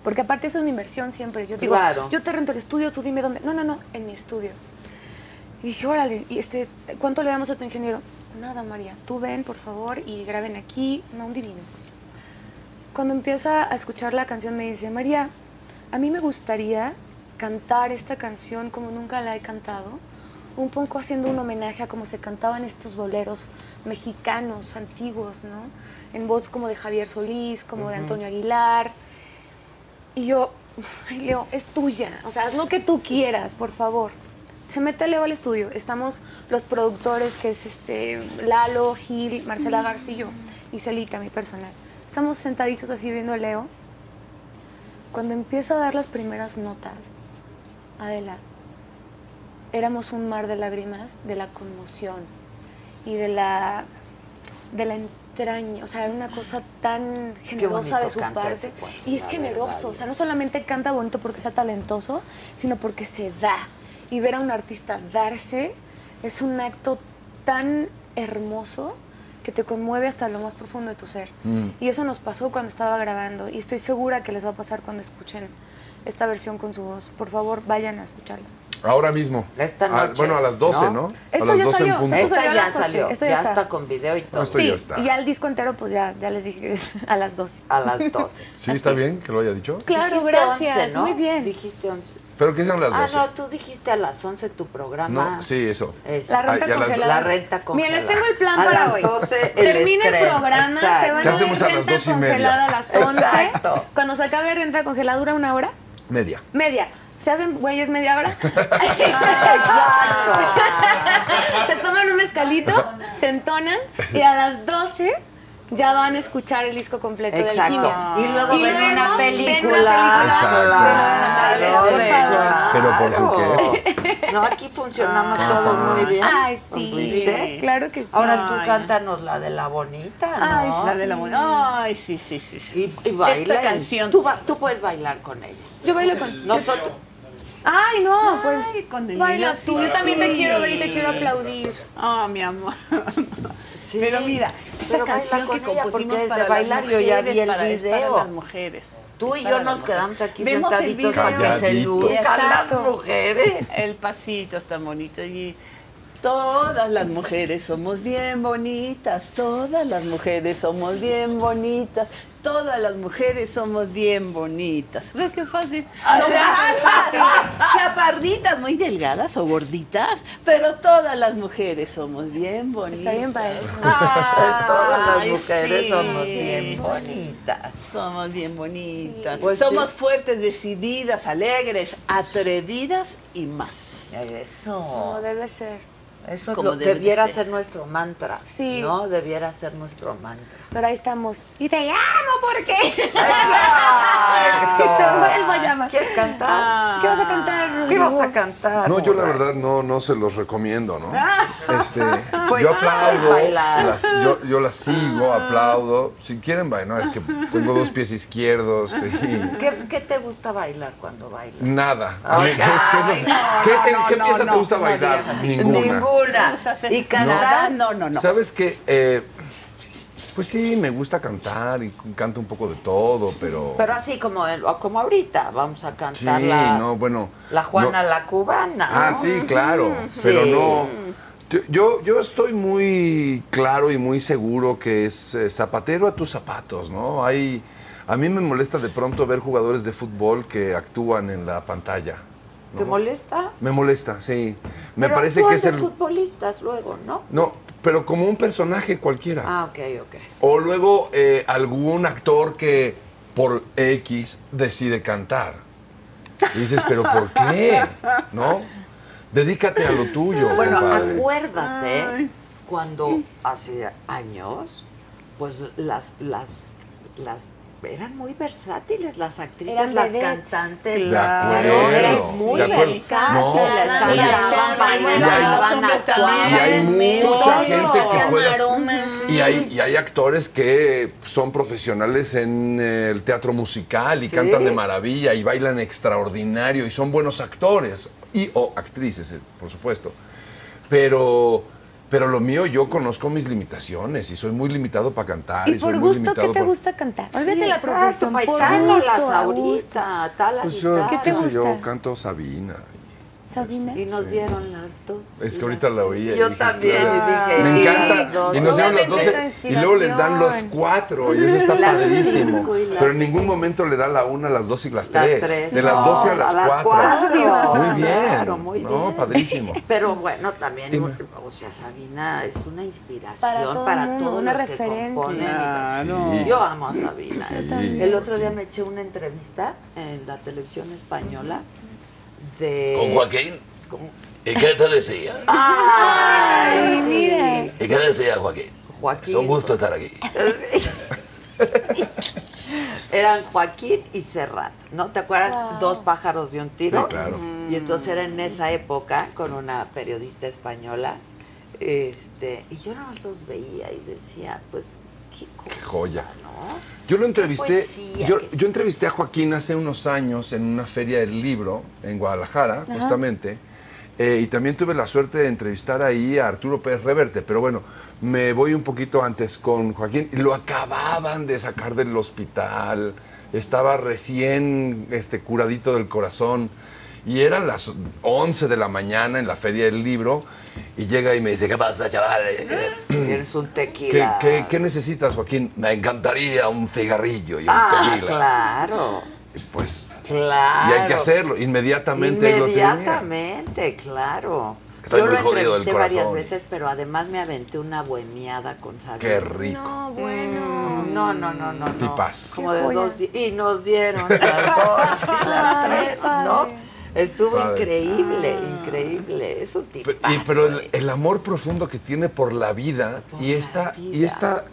Speaker 5: Porque aparte eso es mi inversión siempre. Yo digo,
Speaker 3: Claro.
Speaker 5: yo te rento el estudio, tú dime dónde. No, no, no, en mi estudio. Y dije, órale, ¿y este, cuánto le damos a tu ingeniero? Nada, María, tú ven, por favor, y graben aquí. No, un divino. Cuando empieza a escuchar la canción me dice, María, a mí me gustaría cantar esta canción como nunca la he cantado, un poco haciendo un homenaje a cómo se cantaban estos boleros mexicanos antiguos, ¿no? En voz como de Javier Solís, como de Antonio Aguilar. Y yo, ay, Leo, es tuya, o sea, haz lo que tú quieras, por favor. Se mete Leo al estudio, estamos los productores, que es este Lalo, Gil, Marcela García y yo, y Celita, mi personal. Estamos sentaditos así viendo a Leo. Cuando empieza a dar las primeras notas, Adela, éramos un mar de lágrimas de la conmoción y de la, de la entraña. O sea, era una cosa tan generosa
Speaker 3: bonito
Speaker 5: de su
Speaker 3: canta ese
Speaker 5: parte.
Speaker 3: cuate,
Speaker 5: Y es
Speaker 3: la
Speaker 5: generoso.
Speaker 3: verdad.
Speaker 5: O sea, no solamente canta bonito porque sea talentoso, sino porque se da. Y ver a un artista darse es un acto tan hermoso que te conmueve hasta lo más profundo de tu ser.
Speaker 3: Mm.
Speaker 5: Y eso nos pasó cuando estaba grabando y estoy segura que les va a pasar cuando escuchen esta versión con su voz. Por favor, vayan a escucharla.
Speaker 6: Ahora mismo.
Speaker 3: Esta
Speaker 6: Ah,
Speaker 3: noche,
Speaker 6: bueno, a las 12, ¿no?
Speaker 3: ¿no?
Speaker 6: A
Speaker 5: Esto
Speaker 6: las
Speaker 5: ya
Speaker 6: 12 en
Speaker 5: salió,
Speaker 6: punto.
Speaker 5: esto
Speaker 3: Esta
Speaker 5: salió a
Speaker 3: ya
Speaker 5: las ocho,
Speaker 3: salió,
Speaker 5: esto
Speaker 3: ya,
Speaker 5: ya está.
Speaker 3: está con video y todo.
Speaker 6: Esto ya
Speaker 5: sí,
Speaker 6: está.
Speaker 5: y ya el disco entero, pues ya, ya les dije que es a las 12.
Speaker 3: A las 12.
Speaker 6: Sí, está bien que lo haya dicho.
Speaker 5: Claro,
Speaker 3: Dijiste
Speaker 5: gracias.
Speaker 3: 11, ¿no?
Speaker 5: Muy bien.
Speaker 3: Dijiste 11.
Speaker 6: Pero que sean las
Speaker 3: Ah,
Speaker 6: 12.
Speaker 3: no, tú dijiste a las 11 tu programa.
Speaker 6: No, sí, eso.
Speaker 3: Es-
Speaker 5: La renta
Speaker 6: Ah, y a las-
Speaker 5: congelada.
Speaker 3: La renta
Speaker 5: Miren,
Speaker 3: congelada.
Speaker 5: les tengo el plan
Speaker 3: A
Speaker 5: para
Speaker 3: las
Speaker 5: hoy.
Speaker 3: 12 el
Speaker 5: Termina el
Speaker 3: estreno.
Speaker 5: programa, se
Speaker 3: Exacto.
Speaker 5: van
Speaker 6: ¿Qué
Speaker 5: a ir
Speaker 6: hacemos a las
Speaker 5: renta
Speaker 6: 12 y media?
Speaker 5: congelada a las 11.
Speaker 3: Exacto.
Speaker 5: Cuando se acabe renta congelada, ¿dura una hora?
Speaker 6: Media.
Speaker 5: Media. ¿Se hacen güeyes media hora?
Speaker 3: Exacto.
Speaker 5: se toman un mezcalito, se entonan y a las 12 ya van a escuchar el disco completo del
Speaker 3: Exacto.
Speaker 5: quimio.
Speaker 3: Y luego
Speaker 5: Y
Speaker 3: ven
Speaker 5: luego
Speaker 3: una
Speaker 5: ven una
Speaker 3: película.
Speaker 5: película.
Speaker 3: Claro,
Speaker 5: Por favor.
Speaker 6: Pero por supuesto.
Speaker 3: No, aquí funcionamos
Speaker 2: Ah.
Speaker 3: todos muy bien.
Speaker 5: Ay,
Speaker 3: ¿Nos
Speaker 5: sí.
Speaker 3: viste?
Speaker 5: Claro que sí.
Speaker 3: Ahora tú
Speaker 2: Ay.
Speaker 3: cántanos la de la bonita, ¿no?
Speaker 5: Ay,
Speaker 2: La de la moneda. Ay, sí, sí, sí. sí.
Speaker 3: Mm. Y, y baila.
Speaker 2: Esta
Speaker 3: en-
Speaker 2: canción.
Speaker 3: Tú, ba- tú puedes bailar con ella.
Speaker 5: Yo bailo con.
Speaker 3: Nosotros.
Speaker 5: Ay, no, pues.
Speaker 2: Ay, con el
Speaker 5: baila
Speaker 2: video,
Speaker 5: tú.
Speaker 2: sí.
Speaker 5: Yo también te
Speaker 2: Sí.
Speaker 5: quiero ver y te quiero aplaudir.
Speaker 2: Ah, mi amor. Ah, Pero mira,
Speaker 3: esa canción que compusimos para bailar, yo ya vi el
Speaker 2: para, es para
Speaker 3: video.
Speaker 2: las mujeres.
Speaker 3: Tú
Speaker 2: Es
Speaker 3: y
Speaker 2: para
Speaker 3: yo
Speaker 2: las
Speaker 3: nos
Speaker 2: mujeres.
Speaker 3: quedamos aquí
Speaker 2: Vemos el
Speaker 3: sentaditos
Speaker 2: video.
Speaker 3: para que se
Speaker 6: Calladitos.
Speaker 3: luzcan las
Speaker 5: Exacto.
Speaker 3: mujeres.
Speaker 2: El pasito es tan bonito y todas las mujeres somos bien bonitas, todas las mujeres somos bien bonitas, todas las mujeres somos bien bonitas. ¿Ves qué fácil?
Speaker 3: Ah,
Speaker 2: Somos altas, chaparritas, muy delgadas o gorditas, pero todas las mujeres somos bien Ah. bonitas.
Speaker 5: Está bien para eso.
Speaker 3: eh, Todas las
Speaker 2: Ay,
Speaker 3: mujeres
Speaker 2: sí.
Speaker 3: somos bien bonitas.
Speaker 2: Somos bien bonitas.
Speaker 3: Pues
Speaker 2: Somos
Speaker 3: sí.
Speaker 2: fuertes, decididas, alegres, atrevidas y más.
Speaker 5: Como
Speaker 3: Eso,
Speaker 5: debe ser.
Speaker 3: eso
Speaker 2: Como
Speaker 3: lo-
Speaker 2: debe de
Speaker 3: debiera
Speaker 2: ser.
Speaker 3: ser. nuestro mantra.
Speaker 5: Sí.
Speaker 3: No, debiera ser nuestro mantra.
Speaker 5: Pero ahí estamos. Y te llamo porque.
Speaker 3: Exacto.
Speaker 5: Y te vuelvo a llamar.
Speaker 3: ¿Quieres cantar?
Speaker 2: Ah.
Speaker 5: ¿Qué vas a cantar?
Speaker 3: ¿Qué vas
Speaker 5: Rulo?
Speaker 3: a cantar?
Speaker 6: No, yo la
Speaker 3: Mora?
Speaker 6: verdad no, no se los recomiendo, ¿no? Este, yo
Speaker 3: puedes
Speaker 6: aplaudo,
Speaker 3: bailar.
Speaker 6: las- yo, yo las sigo, aplaudo. Si quieren bailar, es que tengo dos pies izquierdos y
Speaker 3: ¿Qué, qué te gusta bailar cuando bailas?
Speaker 6: nada.
Speaker 3: Ay,
Speaker 6: Es que es lo- ¿Qué, te-
Speaker 2: no,
Speaker 6: qué
Speaker 2: no,
Speaker 6: pieza
Speaker 2: no,
Speaker 6: te gusta
Speaker 2: no
Speaker 6: bailar?
Speaker 2: digas así.
Speaker 6: Ninguna.
Speaker 3: Ninguna.
Speaker 2: Me gusta hacer-
Speaker 3: ¿Y
Speaker 2: cantar?
Speaker 3: cantar?
Speaker 2: No, no, no.
Speaker 6: ¿Sabes qué? Eh, pues sí, me gusta cantar y canto un poco de todo, pero...
Speaker 3: Pero así como, el- como ahorita, vamos a
Speaker 6: sí,
Speaker 3: cantar la,
Speaker 6: no, bueno...
Speaker 3: la Juana
Speaker 6: no-
Speaker 3: la Cubana.
Speaker 6: Ah,
Speaker 3: ¿no?
Speaker 6: sí, claro.
Speaker 3: Sí.
Speaker 6: Pero no. yo- Yo, yo estoy muy claro y muy seguro que es eh, zapatero a tus zapatos, ¿no? Hay. A mí me molesta de pronto ver jugadores de fútbol que actúan en la pantalla. ¿no?
Speaker 3: ¿Te molesta?
Speaker 6: Me molesta, sí. Me
Speaker 3: Pero
Speaker 6: parece
Speaker 3: actúan
Speaker 6: que es
Speaker 3: de
Speaker 6: el.
Speaker 3: futbolistas luego, ¿no?
Speaker 6: No, pero como un personaje cualquiera.
Speaker 3: Ah, ok, ok.
Speaker 6: O luego eh, algún actor que por X decide cantar. Y dices, ¿pero por qué? ¿No? Dedícate a lo tuyo.
Speaker 3: Bueno,
Speaker 6: compadre.
Speaker 3: acuérdate cuando hace años, pues las, las, las eran muy versátiles las actrices,
Speaker 7: Eran
Speaker 3: las
Speaker 7: vedettes.
Speaker 2: este,
Speaker 3: cantantes.
Speaker 6: De acuerdo.
Speaker 3: eran
Speaker 6: De
Speaker 3: muy
Speaker 6: acuerdo.
Speaker 3: versátiles,
Speaker 6: No.
Speaker 7: Oye,
Speaker 3: cantaban,
Speaker 6: y hay- los
Speaker 3: bailaban,
Speaker 2: hombres también.
Speaker 6: Y hay
Speaker 3: actuaban.
Speaker 6: mucha
Speaker 3: Todo.
Speaker 6: gente que puede.
Speaker 7: Maromas.
Speaker 6: Y hay, y hay actores que son profesionales en eh, el teatro musical y cantan de maravilla y bailan extraordinario y son buenos actores y o actrices, eh, por supuesto. Pero, pero lo mío, yo conozco mis limitaciones y soy muy limitado para cantar.
Speaker 5: Y por
Speaker 6: soy muy
Speaker 5: gusto, ¿qué
Speaker 6: limitado
Speaker 5: te
Speaker 6: para-
Speaker 5: gusta cantar?
Speaker 3: Sí,
Speaker 5: Olvídate la
Speaker 3: exacto,
Speaker 5: profesión.
Speaker 3: pa'
Speaker 5: Por
Speaker 3: echarlas
Speaker 5: gusto, a gusto.
Speaker 3: ahorita, tal la
Speaker 6: Pues yo,
Speaker 3: guitarra.
Speaker 5: ¿Qué te
Speaker 6: qué sé yo
Speaker 5: gusta?
Speaker 6: canto Sabina.
Speaker 5: Sabina.
Speaker 3: Y nos dieron las dos.
Speaker 6: Es
Speaker 3: y
Speaker 6: que ahorita
Speaker 3: las
Speaker 6: la
Speaker 3: tres.
Speaker 6: oía. y
Speaker 3: Yo
Speaker 6: dije,
Speaker 3: también,
Speaker 6: claro,
Speaker 3: y dije.
Speaker 6: Me
Speaker 3: y
Speaker 6: encanta.
Speaker 3: las dos.
Speaker 6: Y nos dieron las
Speaker 5: Obviamente
Speaker 6: 12
Speaker 5: tu
Speaker 6: y luego les dan los
Speaker 5: inspiración.
Speaker 6: cuatro y eso está
Speaker 3: Las
Speaker 6: padrísimo.
Speaker 3: cinco y las
Speaker 6: Pero en ningún
Speaker 3: cinco.
Speaker 6: momento le da la una, las dos y las
Speaker 3: Las
Speaker 6: tres.
Speaker 3: tres.
Speaker 6: De las
Speaker 3: No,
Speaker 6: doce a las cuatro.
Speaker 3: cuatro.
Speaker 6: Muy bien.
Speaker 3: Claro, muy
Speaker 6: no,
Speaker 3: bien.
Speaker 6: padrísimo.
Speaker 3: Pero bueno, también,
Speaker 6: Dime.
Speaker 3: o sea, Sabina es una
Speaker 5: Para
Speaker 3: inspiración
Speaker 5: todo
Speaker 3: para
Speaker 5: el mundo,
Speaker 3: todos
Speaker 5: una
Speaker 3: los que
Speaker 5: referencia.
Speaker 3: componen.
Speaker 6: Ah,
Speaker 2: Claro.
Speaker 3: Yo amo a Sabina. ¿eh?
Speaker 6: también.
Speaker 3: El otro día me eché una entrevista en la televisión española de...
Speaker 8: Con Joaquín. ¿Y qué te decía?
Speaker 3: ¡Ay, sí!
Speaker 5: mira.
Speaker 8: ¿Y qué decía Joaquín?
Speaker 3: Joaquín.
Speaker 8: Es un gusto estar aquí.
Speaker 3: Eran Joaquín y Serrat, ¿no? ¿Te acuerdas?
Speaker 5: Wow.
Speaker 3: Dos pájaros de un tiro.
Speaker 6: Sí, claro.
Speaker 3: Y entonces era en esa época con una periodista española. Este, y yo no los veía y decía, pues, qué cosa,
Speaker 6: joya.
Speaker 3: ¿no?
Speaker 6: Yo lo entrevisté,
Speaker 3: Poesía,
Speaker 6: yo,
Speaker 3: que-
Speaker 6: yo entrevisté a Joaquín hace unos años en una feria del libro en Guadalajara, justamente, eh, y también tuve la suerte de entrevistar ahí a Arturo Pérez Reverte, pero bueno, me voy un poquito antes con Joaquín, y lo acababan de sacar del hospital, estaba recién este, curadito del corazón, y eran las 11 de la mañana en la feria del libro, y llega y me dice, ¿qué pasa, chaval?
Speaker 3: Tienes un
Speaker 6: ¿Qué,
Speaker 3: tequila.
Speaker 6: qué- qué necesitas, Joaquín?
Speaker 8: Me encantaría un cigarrillo y un
Speaker 3: Ah,
Speaker 8: tequila.
Speaker 3: claro,
Speaker 6: Y Pues
Speaker 3: claro.
Speaker 6: Y hay que hacerlo, inmediatamente él lo tenía.
Speaker 3: Inmediatamente, claro.
Speaker 8: Estoy
Speaker 3: Yo
Speaker 8: muy
Speaker 3: lo
Speaker 8: jodido del
Speaker 3: entrevisté varias
Speaker 8: corazón.
Speaker 3: veces, pero además me aventé una bohemiada con Sabina.
Speaker 6: Qué rico.
Speaker 5: No, bueno.
Speaker 3: No, no, no, no, no.
Speaker 6: Tipas.
Speaker 3: Como
Speaker 5: Qué
Speaker 3: de
Speaker 5: joya.
Speaker 3: dos di- y nos dieron las dos y las
Speaker 5: Ay,
Speaker 3: tres,
Speaker 5: padre. Ah.
Speaker 3: ¿no? Estuvo
Speaker 6: Padre.
Speaker 3: increíble, increíble. Es un
Speaker 6: Pero,
Speaker 3: tipazo.
Speaker 6: y- pero el,
Speaker 3: ¿eh?
Speaker 6: el amor profundo que tiene por la vida
Speaker 3: Por
Speaker 6: y
Speaker 3: la
Speaker 6: esta y
Speaker 3: vida.
Speaker 6: esta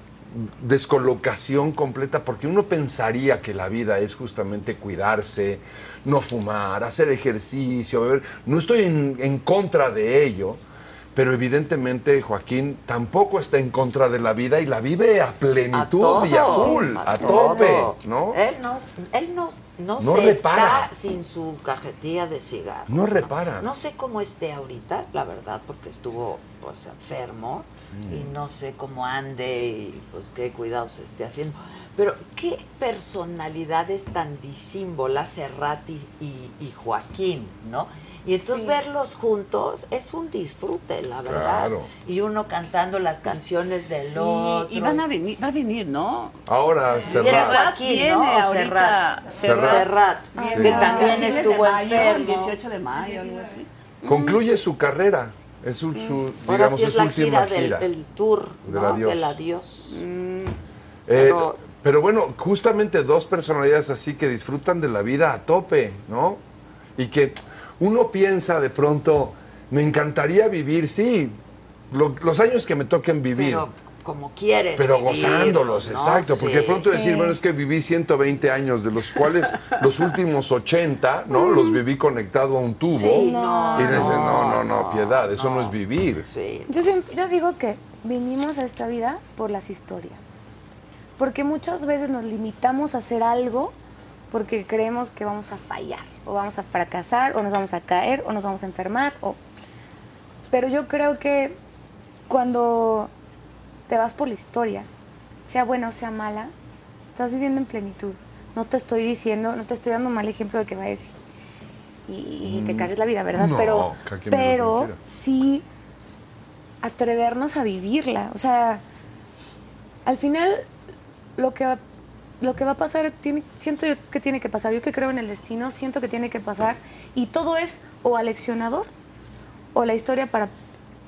Speaker 6: descolocación completa porque uno pensaría que la vida es justamente cuidarse, no fumar, hacer ejercicio, beber. No estoy en, en contra de ello, pero evidentemente Joaquín tampoco está en contra de la vida y la vive a plenitud y a
Speaker 3: todo,
Speaker 6: full, a,
Speaker 3: todo. ¿Eh?
Speaker 6: tope, ¿no?
Speaker 3: Él no, él no, no,
Speaker 6: No
Speaker 3: se
Speaker 6: repara.
Speaker 3: está sin su cajetilla de cigarro.
Speaker 6: No repara.
Speaker 3: No sé cómo esté ahorita, la verdad, porque estuvo pues enfermo y
Speaker 6: Mm.
Speaker 3: no sé cómo ande y pues qué cuidados esté haciendo. Pero qué personalidades tan disímbolas Serrati y, y Joaquín, ¿no? Y entonces verlos juntos es un disfrute, la verdad.
Speaker 6: Claro.
Speaker 3: Y uno cantando las canciones del
Speaker 2: Sí,
Speaker 3: otro.
Speaker 2: y van a venir, va a venir, ¿no?
Speaker 6: Ahora, cerrar.
Speaker 2: Serrat viene ahorita.
Speaker 3: Serrat,
Speaker 6: Serrat.
Speaker 3: Serrat,
Speaker 6: Viene
Speaker 3: que
Speaker 6: a
Speaker 3: también este
Speaker 2: fines de
Speaker 3: estuvo
Speaker 2: Ah, mayo, El
Speaker 3: enfermo.
Speaker 2: 18 de mayo, algo así.
Speaker 6: Concluye su carrera. Es su, su-
Speaker 3: mm. Ahora
Speaker 6: digamos,
Speaker 3: sí
Speaker 6: es
Speaker 3: es
Speaker 6: su
Speaker 3: la
Speaker 6: última
Speaker 3: gira
Speaker 6: gira.
Speaker 3: del, del tour,
Speaker 6: Del
Speaker 3: ¿no?
Speaker 6: adiós.
Speaker 3: Del adiós.
Speaker 6: Eh,
Speaker 3: Pero-
Speaker 6: pero, bueno, justamente dos personalidades así que disfrutan de la vida a tope, ¿no? Y que uno piensa de pronto, me encantaría vivir, sí, lo- los años que me toquen vivir.
Speaker 3: Pero como quieres.
Speaker 6: Pero
Speaker 3: vivirlos,
Speaker 6: gozándolos,
Speaker 3: ¿no?
Speaker 6: exacto. Porque de
Speaker 3: Sí,
Speaker 6: pronto
Speaker 3: sí.
Speaker 6: decir, bueno, es que viví 120 años, de los cuales los últimos 80, ¿no? Los viví conectado a un tubo.
Speaker 3: Sí,
Speaker 6: y
Speaker 3: no,
Speaker 6: dices, no, no, no, piedad, eso no, es vivir.
Speaker 3: Sí.
Speaker 5: Yo siempre yo digo que vinimos a esta vida por las historias. Porque muchas veces nos limitamos a hacer algo porque creemos que vamos a fallar, o vamos a fracasar, o nos vamos a caer, o nos vamos a enfermar, o... Pero yo creo que cuando te vas por la historia, sea buena o sea mala, estás viviendo en plenitud. No te estoy diciendo, no te estoy dando un mal ejemplo de que vayas y, y- y te cagues la vida, ¿verdad?
Speaker 6: no,
Speaker 5: pero
Speaker 6: cada quien vive lo que
Speaker 5: pero
Speaker 6: quiera.
Speaker 5: sí atrevernos a vivirla. O sea, al final lo que va, lo que va a pasar tiene, siento yo que tiene que pasar. Yo que creo en el destino, siento que tiene que pasar. Y todo es o aleccionador o la historia para,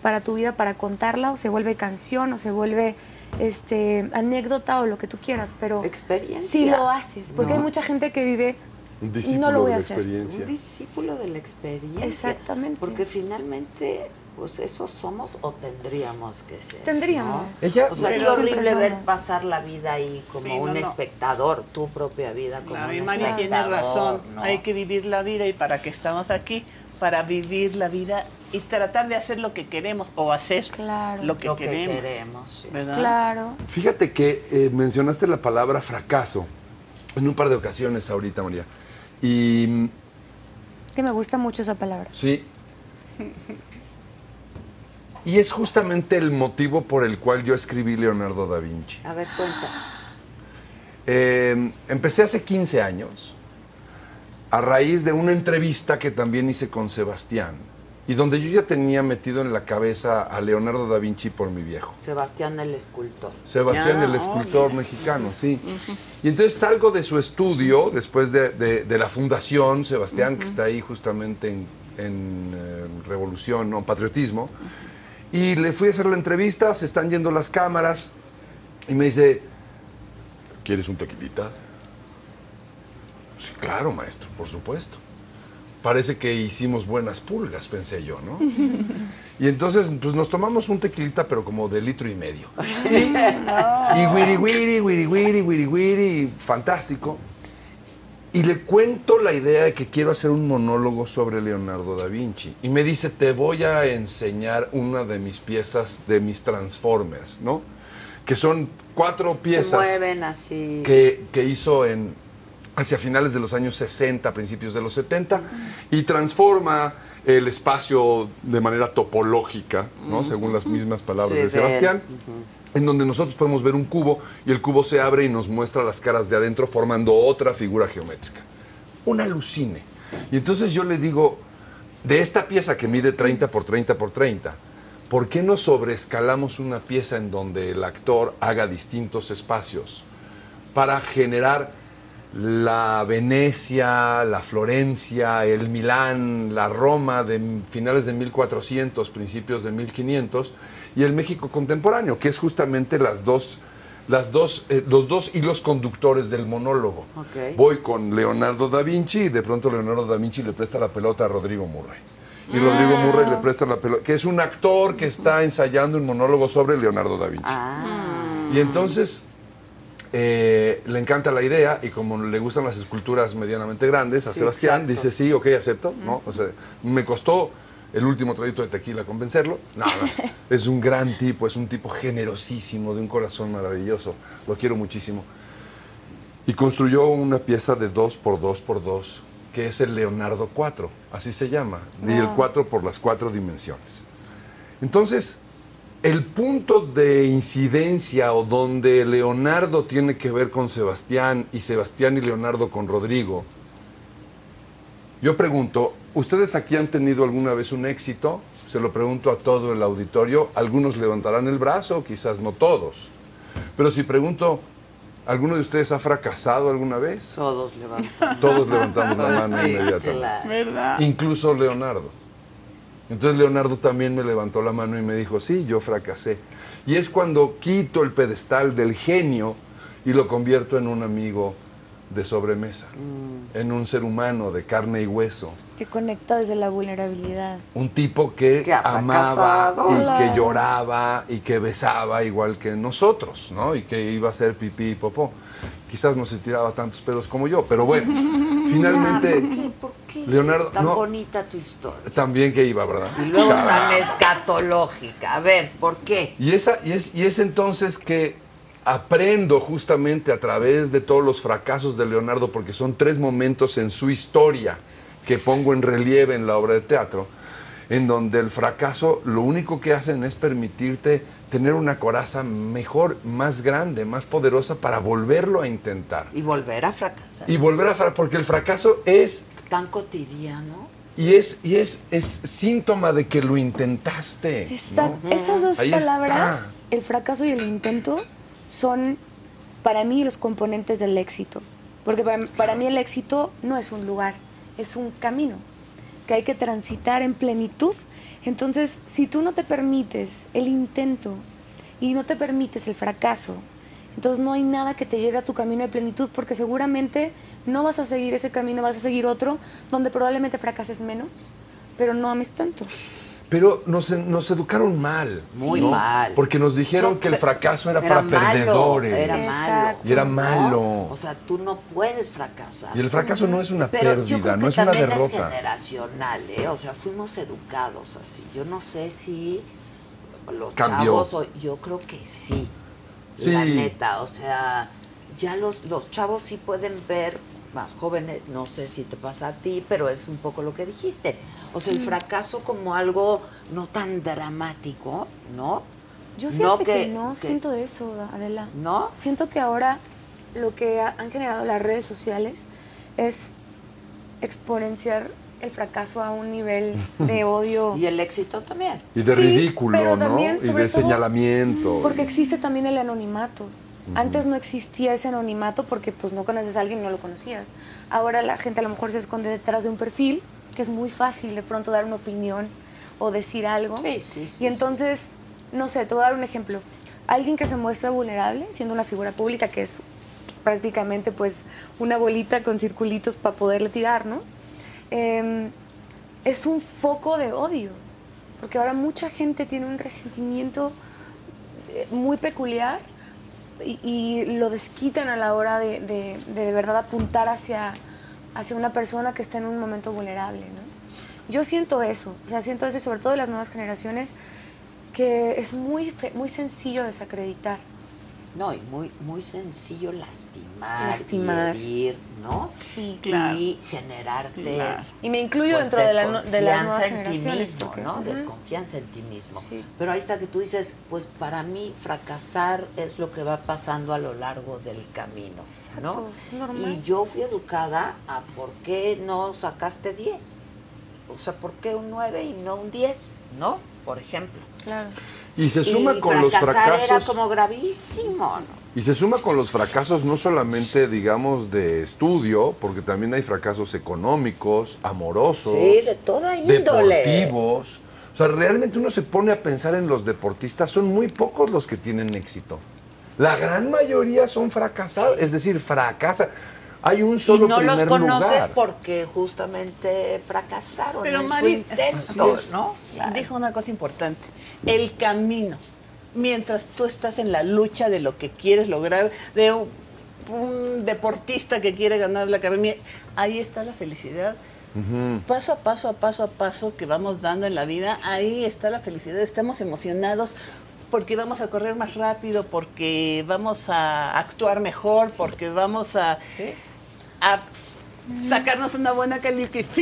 Speaker 5: para tu vida, para contarla, o se vuelve canción, o se vuelve este anécdota o lo que tú quieras, pero
Speaker 3: Experiencia.
Speaker 5: si lo haces, porque hay mucha gente que vive
Speaker 6: Un
Speaker 5: no lo voy
Speaker 6: discípulo de
Speaker 5: a
Speaker 6: la
Speaker 5: hacer.
Speaker 6: experiencia.
Speaker 3: Un discípulo de la experiencia.
Speaker 5: Exactamente.
Speaker 3: Porque finalmente, pues eso somos o tendríamos que ser.
Speaker 5: Tendríamos.
Speaker 3: ¿no?
Speaker 6: Ella-
Speaker 3: O sea, qué
Speaker 2: Pero-
Speaker 3: horrible
Speaker 5: Siempre
Speaker 3: ver
Speaker 5: somos.
Speaker 3: pasar la vida ahí como
Speaker 2: Sí, no,
Speaker 3: un
Speaker 2: no.
Speaker 3: espectador, tu propia vida como
Speaker 2: Claro, y
Speaker 3: un
Speaker 2: Mari
Speaker 3: espectador.
Speaker 2: tiene razón,
Speaker 3: ¿no?
Speaker 2: hay que vivir la vida y para qué estamos aquí, para vivir la vida y tratar de hacer lo que queremos o hacer
Speaker 5: Claro.
Speaker 2: lo que
Speaker 3: Lo que
Speaker 2: queremos.
Speaker 3: queremos, sí.
Speaker 2: ¿verdad?
Speaker 5: Claro.
Speaker 6: Fíjate que eh, mencionaste la palabra fracaso en un par de ocasiones ahorita, María. Y mm,
Speaker 5: Que me gusta mucho esa palabra.
Speaker 6: sí. Y es justamente el motivo por el cual yo escribí Leonardo da Vinci.
Speaker 3: A ver, cuenta.
Speaker 6: Eh, empecé hace 15 años a raíz de una entrevista que también hice con Sebastián y donde yo ya tenía metido en la cabeza a Leonardo da Vinci por mi viejo.
Speaker 3: Sebastián el escultor.
Speaker 6: Sebastián,
Speaker 2: Ah,
Speaker 6: el escultor mexicano, sí. Y entonces salgo de su estudio, después de, de- de la fundación, Sebastián, que está ahí justamente en, en, eh, Revolución, no, Patriotismo, y le fui a hacer la entrevista, se están yendo las cámaras, y me dice, ¿quieres un tequilita? Sí, claro, maestro, por supuesto. Parece que hicimos buenas pulgas, pensé yo, ¿no? Y entonces, pues nos tomamos un tequilita, pero como de litro y medio. Y wiri wiri, wiri wiri, wiri wiri, fantástico. Y le cuento la idea de que quiero hacer un monólogo sobre Leonardo da Vinci. Y me dice, te voy a enseñar una de mis piezas, de mis Transformers, ¿no? Que son cuatro piezas
Speaker 3: Se mueven así.
Speaker 6: que, que hizo en, hacia finales de los años 60, principios de los 70, y transforma el espacio de manera topológica, ¿no? según las mismas palabras
Speaker 3: Sí, de
Speaker 6: de
Speaker 3: él.
Speaker 6: Sebastián, en donde nosotros podemos ver un cubo y el cubo se abre y nos muestra las caras de adentro formando otra figura geométrica. Un alucine. Y entonces yo le digo, de esta pieza que mide 30 por 30 por 30, ¿por qué no sobreescalamos una pieza en donde el actor haga distintos espacios? para generar la Venecia, la Florencia, el Milán, la Roma de m- finales de 1400, principios de 1500 y el México contemporáneo, que es justamente las dos, las dos, eh, los dos hilos conductores del monólogo.
Speaker 3: Ok.
Speaker 6: Voy con Leonardo da Vinci y de pronto Leonardo da Vinci le presta la pelota a Rodrigo Murray. Y Rodrigo Murray le presta la pelota, que es un actor que está ensayando un monólogo sobre Leonardo da Vinci. Y entonces eh, le encanta la idea y como le gustan las esculturas medianamente grandes a
Speaker 3: Sí,
Speaker 6: Sebastián,
Speaker 3: exacto.
Speaker 6: dice sí, ok, acepto, ¿no? O sea, me costó el último traguito de tequila convencerlo. No, no, es un gran tipo, es un tipo generosísimo, de un corazón maravilloso, lo quiero muchísimo. Y construyó una pieza de 2 por 2 por 2 que es el Leonardo 4, así se llama, y el 4 por las cuatro dimensiones. Entonces, El punto de incidencia o donde Leonardo tiene que ver con Sebastián y Sebastián y Leonardo con Rodrigo. Yo pregunto, ¿ustedes aquí han tenido alguna vez un éxito? Se lo pregunto a todo el auditorio. Algunos levantarán el brazo, quizás no todos. Pero si pregunto, ¿alguno de ustedes ha fracasado alguna vez?
Speaker 3: Todos levantan.
Speaker 6: Todos levantamos la mano
Speaker 3: Sí,
Speaker 6: inmediatamente.
Speaker 3: claro.
Speaker 2: ¿Verdad?
Speaker 6: Incluso Leonardo. Entonces Leonardo también me levantó la mano y me dijo, sí, yo fracasé. Y es cuando quito el pedestal del genio y lo convierto en un amigo de sobremesa,
Speaker 3: Mm.
Speaker 6: en un ser humano de carne y hueso,
Speaker 5: Que conecta desde la vulnerabilidad.
Speaker 6: un tipo que,
Speaker 3: Que ha
Speaker 6: amaba
Speaker 3: fracasado.
Speaker 6: y
Speaker 5: Claro.
Speaker 6: que lloraba y que besaba igual que nosotros, ¿no? Y que iba a ser pipí y popó. Quizás no se tiraba tantos pedos como yo, pero bueno, finalmente
Speaker 3: ¿Por qué?
Speaker 6: Leonardo,
Speaker 3: Tan
Speaker 6: no.
Speaker 3: bonita tu historia.
Speaker 6: también que iba, ¿verdad?
Speaker 3: Y luego
Speaker 6: Carajo.
Speaker 3: tan escatológica. A ver, ¿por qué?
Speaker 6: Y, esa, y, es, y es entonces que aprendo justamente a través de todos los fracasos de Leonardo, porque son tres momentos en su historia que pongo en relieve en la obra de teatro, en donde el fracaso lo único que hacen es permitirte tener una coraza mejor, más grande, más poderosa para volverlo a intentar.
Speaker 3: Y volver a fracasar.
Speaker 6: Y volver a fracasar, porque el fracaso es
Speaker 3: Tan cotidiano.
Speaker 6: y es y es, es síntoma de que lo intentaste. ¿no?
Speaker 5: Esa- Esas dos
Speaker 6: Ahí
Speaker 5: palabras,
Speaker 6: está.
Speaker 5: el fracaso y el intento, son para mí los componentes del éxito. Porque para, para mí el éxito no es un lugar, es un camino que hay que transitar en plenitud. Entonces, si tú no te permites el intento y no te permites el fracaso, entonces no hay nada que te lleve a tu camino de plenitud porque seguramente no vas a seguir ese camino, vas a seguir otro donde probablemente fracases menos, pero no ames tanto.
Speaker 6: Pero nos, nos educaron mal.
Speaker 3: Muy
Speaker 6: ¿no?
Speaker 3: mal.
Speaker 6: Porque nos dijeron
Speaker 3: Son
Speaker 6: que el
Speaker 3: pre-
Speaker 6: fracaso era, para
Speaker 3: malo,
Speaker 6: perdedores.
Speaker 3: Era malo.
Speaker 5: Exacto.
Speaker 6: Y era
Speaker 3: ¿no?
Speaker 6: malo.
Speaker 3: O sea, tú no puedes fracasar.
Speaker 6: Y el fracaso no es una
Speaker 3: Pero yo creo
Speaker 6: pérdida,
Speaker 3: que
Speaker 6: no es una
Speaker 3: también
Speaker 6: derrota.
Speaker 3: es generacional, ¿eh? O sea, fuimos educados así. Yo no sé si los
Speaker 6: Cambió.
Speaker 3: chavos, o- yo creo que sí.
Speaker 6: Sí.
Speaker 3: La neta, o sea, ya los, los chavos sí pueden ver más jóvenes, no sé si te pasa a ti, pero es un poco lo que dijiste. O
Speaker 5: Mm.
Speaker 3: sea, el fracaso como algo no tan dramático, ¿no?
Speaker 5: Yo fíjate
Speaker 3: No
Speaker 5: que,
Speaker 3: que-
Speaker 5: no
Speaker 3: que-
Speaker 5: siento eso, Adela.
Speaker 3: ¿No?
Speaker 5: Siento que ahora lo que ha- han generado las redes sociales es exponenciar el fracaso a un nivel de odio.
Speaker 3: Y el éxito también.
Speaker 6: Y de
Speaker 5: Sí,
Speaker 6: ridículo,
Speaker 5: pero
Speaker 6: ¿no?
Speaker 5: también,
Speaker 6: y
Speaker 5: sobre
Speaker 6: de
Speaker 5: todo,
Speaker 6: señalamiento.
Speaker 5: Porque
Speaker 6: y-
Speaker 5: existe también el anonimato. Antes no existía ese anonimato porque pues no conoces a alguien y no lo conocías. Ahora la gente a lo mejor se esconde detrás de un perfil, que es muy fácil de pronto dar una opinión o decir algo.
Speaker 3: Sí, sí, sí,
Speaker 5: Y entonces, no sé, te voy a dar un ejemplo. Alguien que se muestra vulnerable, siendo una figura pública que es prácticamente pues una bolita con circulitos para poderle tirar, ¿no? Em, es un foco de odio, porque ahora mucha gente tiene un resentimiento eh, muy peculiar y, y lo desquitan a la hora de de, de de verdad apuntar hacia, hacia una persona que está en un momento vulnerable. ¿no? Yo siento eso, o sea, siento eso y sobre todo de las nuevas generaciones, que es muy, fe- muy sencillo desacreditar.
Speaker 3: No, y muy, muy sencillo lastimar,
Speaker 5: Lastimar.
Speaker 3: y herir, ¿no?
Speaker 5: Sí,
Speaker 2: Claro.
Speaker 3: Y generarte.
Speaker 2: Claro.
Speaker 5: Y me incluyo dentro de, la, nu- de las nuevas
Speaker 3: pues desconfianza en ti
Speaker 5: generaciones.
Speaker 3: mismo,
Speaker 5: porque-
Speaker 3: ¿no?
Speaker 5: Ujú.
Speaker 3: Desconfianza en ti mismo.
Speaker 5: Sí.
Speaker 3: Pero ahí está que tú dices, pues para mí fracasar es lo que va pasando a lo largo del camino, ¿no?
Speaker 5: Exacto, es normal.
Speaker 3: Y yo fui educada a por qué no sacaste 10. O sea, ¿por qué un 9 y no un 10? ¿No? Por ejemplo.
Speaker 5: Claro.
Speaker 6: y se suma
Speaker 3: Y
Speaker 6: con los
Speaker 3: fracasar
Speaker 6: fracasos.
Speaker 3: era como gravísimo, ¿no?
Speaker 6: Y se suma con los fracasos no solamente, digamos, de estudio, porque también hay fracasos económicos, amorosos.
Speaker 3: Sí, de toda índole.
Speaker 6: Deportivos. O sea, realmente uno se pone a pensar en los deportistas, son muy pocos los que tienen éxito. La gran mayoría son fracasados, es decir, fracasa. Hay un
Speaker 3: Y
Speaker 6: solo
Speaker 3: no los
Speaker 6: primer
Speaker 3: conoces
Speaker 6: lugar.
Speaker 3: porque justamente fracasaron
Speaker 2: Pero
Speaker 3: en
Speaker 2: Mari,
Speaker 3: su intento, ¿no?
Speaker 2: dijo una cosa importante, el camino. Mientras tú estás en la lucha de lo que quieres lograr, de un, un deportista que quiere ganar la academia, ahí está la felicidad. Paso a paso, a paso a paso que vamos dando en la vida, ahí está la felicidad. Estamos emocionados porque vamos a correr más rápido, porque vamos a actuar mejor, porque vamos a, a sacarnos una buena calificación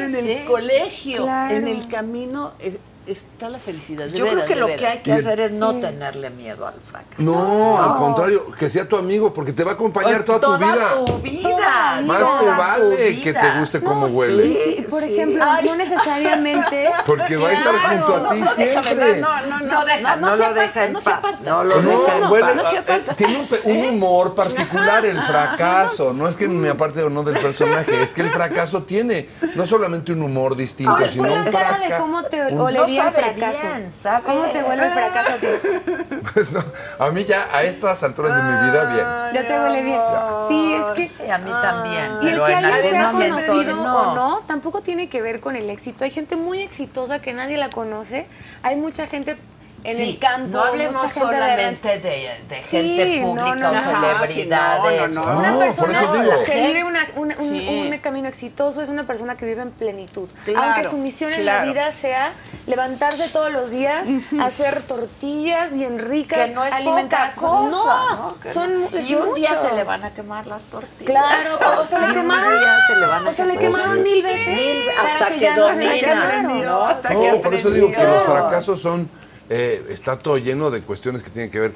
Speaker 3: Sí,
Speaker 2: en el
Speaker 3: sí.
Speaker 2: colegio.
Speaker 5: Claro.
Speaker 2: En el camino eh, está la felicidad. de
Speaker 3: Yo creo
Speaker 2: veras,
Speaker 3: que
Speaker 2: de
Speaker 3: lo que
Speaker 2: veras.
Speaker 3: hay que
Speaker 6: Y-
Speaker 3: hacer es no tenerle miedo al fracaso.
Speaker 6: No, al contrario, que sea tu amigo, porque te va a acompañar toda, tu vida.
Speaker 3: Pues tu vida.
Speaker 6: Más
Speaker 3: toda
Speaker 6: te
Speaker 3: tu
Speaker 6: vale que te
Speaker 3: vida.
Speaker 6: guste cómo huele.
Speaker 5: Y sí, por ejemplo, no necesariamente.
Speaker 6: Porque va a estar
Speaker 5: Claro.
Speaker 6: junto a ti
Speaker 2: No, déjame,
Speaker 6: siempre.
Speaker 3: No, no, no, no, deja, no,
Speaker 2: se
Speaker 3: lo
Speaker 2: aparta,
Speaker 3: deja en
Speaker 2: no se
Speaker 3: paz.
Speaker 2: aparta.
Speaker 3: No lo
Speaker 6: No,
Speaker 3: deja en
Speaker 6: huele-
Speaker 3: paz.
Speaker 2: No se aparta.
Speaker 6: eh, tiene un, pe- un humor particular el fracaso. No es que me aparte o no del personaje, es que el fracaso tiene no solamente un humor distinto,
Speaker 5: Ahora,
Speaker 6: sino
Speaker 5: pon
Speaker 6: un
Speaker 5: la cara de
Speaker 6: fraca-
Speaker 5: cómo te
Speaker 6: un-
Speaker 5: olería
Speaker 3: No
Speaker 5: el
Speaker 3: sabe
Speaker 5: fracaso.
Speaker 3: bien, sabe.
Speaker 5: ¿Cómo te huele el fracaso a ti?
Speaker 6: Pues no, a mí ya a estas alturas de mi vida, bien.
Speaker 5: Ya te huele bien. Sí, es que.
Speaker 3: Sí, a mí también.
Speaker 5: Y el
Speaker 3: pero
Speaker 5: que
Speaker 3: en
Speaker 5: alguien sea
Speaker 3: algunos
Speaker 5: conocido
Speaker 3: entonces
Speaker 5: o no, tampoco tiene que ver con el éxito. Hay gente muy exitosa que nadie la conoce. Hay mucha gente en
Speaker 3: Sí,
Speaker 5: el campo.
Speaker 3: No hablemos
Speaker 5: mucha gente de rancho.
Speaker 3: solamente de, de
Speaker 5: Sí,
Speaker 3: gente
Speaker 5: no,
Speaker 3: pública
Speaker 5: no,
Speaker 3: o
Speaker 5: no.
Speaker 3: celebridades.
Speaker 2: No, no,
Speaker 6: no.
Speaker 5: Una
Speaker 6: Ah, por
Speaker 5: persona
Speaker 6: eso digo.
Speaker 5: que vive una- una- un,
Speaker 2: Sí.
Speaker 5: un camino exitoso es una persona que vive en plenitud.
Speaker 2: Claro,
Speaker 5: Aunque su misión en
Speaker 2: claro.
Speaker 5: la vida sea levantarse todos los días, hacer tortillas bien ricas,
Speaker 3: Que no es
Speaker 5: alimentar
Speaker 3: poca cosa.
Speaker 5: No,
Speaker 3: ¿no? Que
Speaker 5: son
Speaker 3: no.
Speaker 5: es
Speaker 3: Y un día
Speaker 5: mucho.
Speaker 3: se le van a quemar las tortillas.
Speaker 5: Claro, o se
Speaker 3: Y
Speaker 5: le
Speaker 3: un
Speaker 5: quemaron.
Speaker 3: día se le van a
Speaker 5: o se le
Speaker 3: quemar.
Speaker 5: quemaron mil veces.
Speaker 3: Mil-
Speaker 5: para
Speaker 3: hasta que
Speaker 5: ya no se le
Speaker 3: domina.
Speaker 5: quemaron.
Speaker 3: Oh,
Speaker 2: Aprendió, hasta que
Speaker 6: No, por eso digo que
Speaker 2: aprendió.
Speaker 6: los fracasos son. eh, está todo lleno de cuestiones que tienen que ver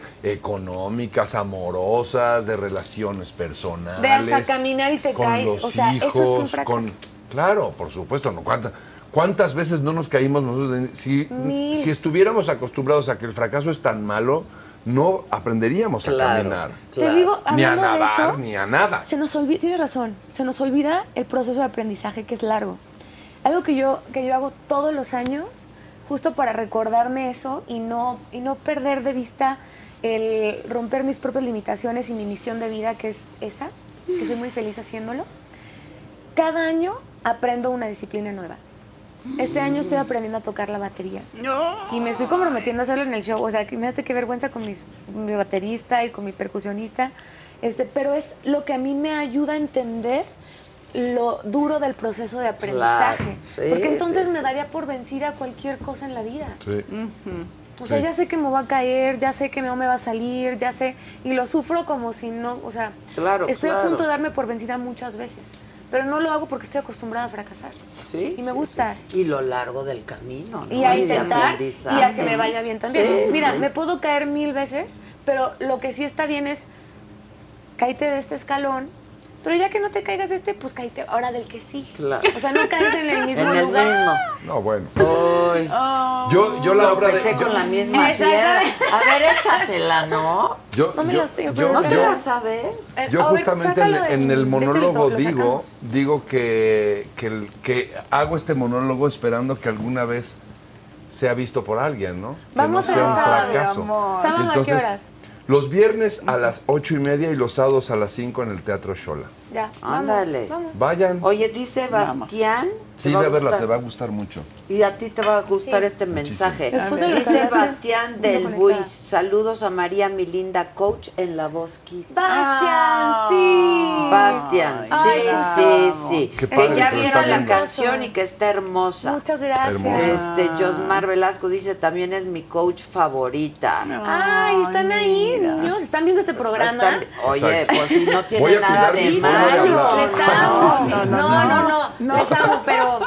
Speaker 6: económicas, amorosas, de relaciones personales.
Speaker 5: De hasta caminar y te
Speaker 6: con
Speaker 5: caes,
Speaker 6: los
Speaker 5: o sea, eso es un
Speaker 6: hijos,
Speaker 5: fracaso.
Speaker 6: claro, por supuesto, no cuánta- ¿Cuántas veces no nos caímos nosotros? de- si,
Speaker 5: Mil.
Speaker 6: si estuviéramos acostumbrados a que el fracaso es tan malo, no aprenderíamos a caminar.
Speaker 5: Te digo,
Speaker 6: Ni a
Speaker 5: hablando de
Speaker 6: nadar,
Speaker 5: eso,
Speaker 6: ni a nada.
Speaker 5: se nos olvida, tienes razón, se nos olvida el proceso de aprendizaje que es largo. Algo que yo, que yo hago todos los años, justo para recordarme eso y no, y no perder de vista el romper mis propias limitaciones y mi misión de vida, que es esa, que soy muy feliz haciéndolo. Cada año aprendo una disciplina nueva. Este año estoy aprendiendo a tocar la batería.
Speaker 2: No.
Speaker 5: Y me estoy comprometiendo a hacerlo en el show. O sea, que imagínate qué vergüenza con mis- mi baterista y con mi percusionista. Este, pero es lo que a mí me ayuda a entender lo duro del proceso de aprendizaje.
Speaker 3: sí,
Speaker 5: Porque entonces
Speaker 3: sí,
Speaker 5: me daría por vencida cualquier cosa en la vida.
Speaker 6: Sí.
Speaker 5: O sea,
Speaker 6: Sí.
Speaker 5: ya sé que me va a caer, ya sé que no me va a salir, ya sé. Y lo sufro como si no. O sea,
Speaker 3: Claro,
Speaker 5: estoy a
Speaker 3: claro.
Speaker 5: punto de darme por vencida muchas veces. Pero no lo hago porque estoy acostumbrada a fracasar.
Speaker 3: Sí,
Speaker 5: Y me
Speaker 3: sí,
Speaker 5: gusta.
Speaker 3: sí. Y lo largo del camino. ¿no?
Speaker 5: Y a
Speaker 3: de
Speaker 5: intentar y a
Speaker 3: aprendizaje.
Speaker 5: que me vaya bien también.
Speaker 3: Sí,
Speaker 5: Mira,
Speaker 3: sí.
Speaker 5: me puedo caer mil veces, pero lo que sí está bien es caíte de este escalón, pero ya que no te caigas de este, pues caíte ahora del que sí.
Speaker 3: Claro.
Speaker 5: O sea, no caes en el mismo
Speaker 3: en el
Speaker 5: lugar.
Speaker 3: mismo.
Speaker 6: No, bueno.
Speaker 3: Ay,
Speaker 6: Yo, yo la obra de.
Speaker 3: Empecé
Speaker 6: yo-
Speaker 3: con la misma piedra.
Speaker 5: Exactamente.
Speaker 3: A ver, échatela, ¿no?
Speaker 6: yo-
Speaker 5: No me
Speaker 6: yo-
Speaker 5: la sé,
Speaker 6: yo-
Speaker 5: pero
Speaker 3: ¿No te
Speaker 6: yo-
Speaker 3: la sabes?
Speaker 5: Eh,
Speaker 6: Yo
Speaker 5: a ver,
Speaker 6: justamente en,
Speaker 5: sácalo de-
Speaker 6: en el
Speaker 5: de este
Speaker 6: monólogo
Speaker 5: lo
Speaker 6: digo,
Speaker 5: sacamos.
Speaker 6: digo que, que, el- que hago este monólogo esperando que alguna vez sea visto por alguien, ¿no? Que
Speaker 5: Vamos
Speaker 6: no
Speaker 5: a
Speaker 6: sea un
Speaker 5: sábado,
Speaker 6: fracaso.
Speaker 5: amor. ¿Sábado a qué
Speaker 6: Entonces,
Speaker 5: horas?
Speaker 6: Los viernes a las ocho y media y los sábados a las cinco en el Teatro Shola.
Speaker 5: Ya, vamos,
Speaker 3: Ándale.
Speaker 5: vamos.
Speaker 6: Vayan.
Speaker 3: Oye, dice Bastián. te
Speaker 6: sí,
Speaker 3: va
Speaker 6: ve a verla,
Speaker 3: gustar-
Speaker 6: te va a gustar mucho.
Speaker 3: Y a ti te va a gustar
Speaker 5: Sí.
Speaker 3: este mensaje.
Speaker 5: Después de lo que
Speaker 3: Dice
Speaker 5: hablaste,
Speaker 3: Bastián
Speaker 5: una
Speaker 3: del
Speaker 5: conectada.
Speaker 3: Buis. Saludos a María, mi linda coach en La Voz Kids. Ah,
Speaker 5: Bastian, sí.
Speaker 3: Bastian,
Speaker 5: Ay,
Speaker 3: sí,
Speaker 5: bravo.
Speaker 3: sí, sí.
Speaker 6: Qué
Speaker 3: Que
Speaker 6: padre
Speaker 3: ya
Speaker 6: que lo
Speaker 3: vieron
Speaker 6: está
Speaker 3: la
Speaker 6: viendo.
Speaker 3: canción y que está hermosa.
Speaker 5: Muchas gracias.
Speaker 6: Hermoso.
Speaker 3: Este, Josmar Velasco dice, también es mi coach favorita.
Speaker 5: Ay, están ahí, niños. Están viendo este programa.
Speaker 3: Están- oye,
Speaker 6: Exacto.
Speaker 3: pues si no
Speaker 6: Voy
Speaker 3: tiene
Speaker 6: a
Speaker 3: nada
Speaker 6: cuidar
Speaker 3: de
Speaker 6: mi forma de
Speaker 3: malo.
Speaker 6: hablar.
Speaker 5: Les amo. No, no, no, Les amo, pero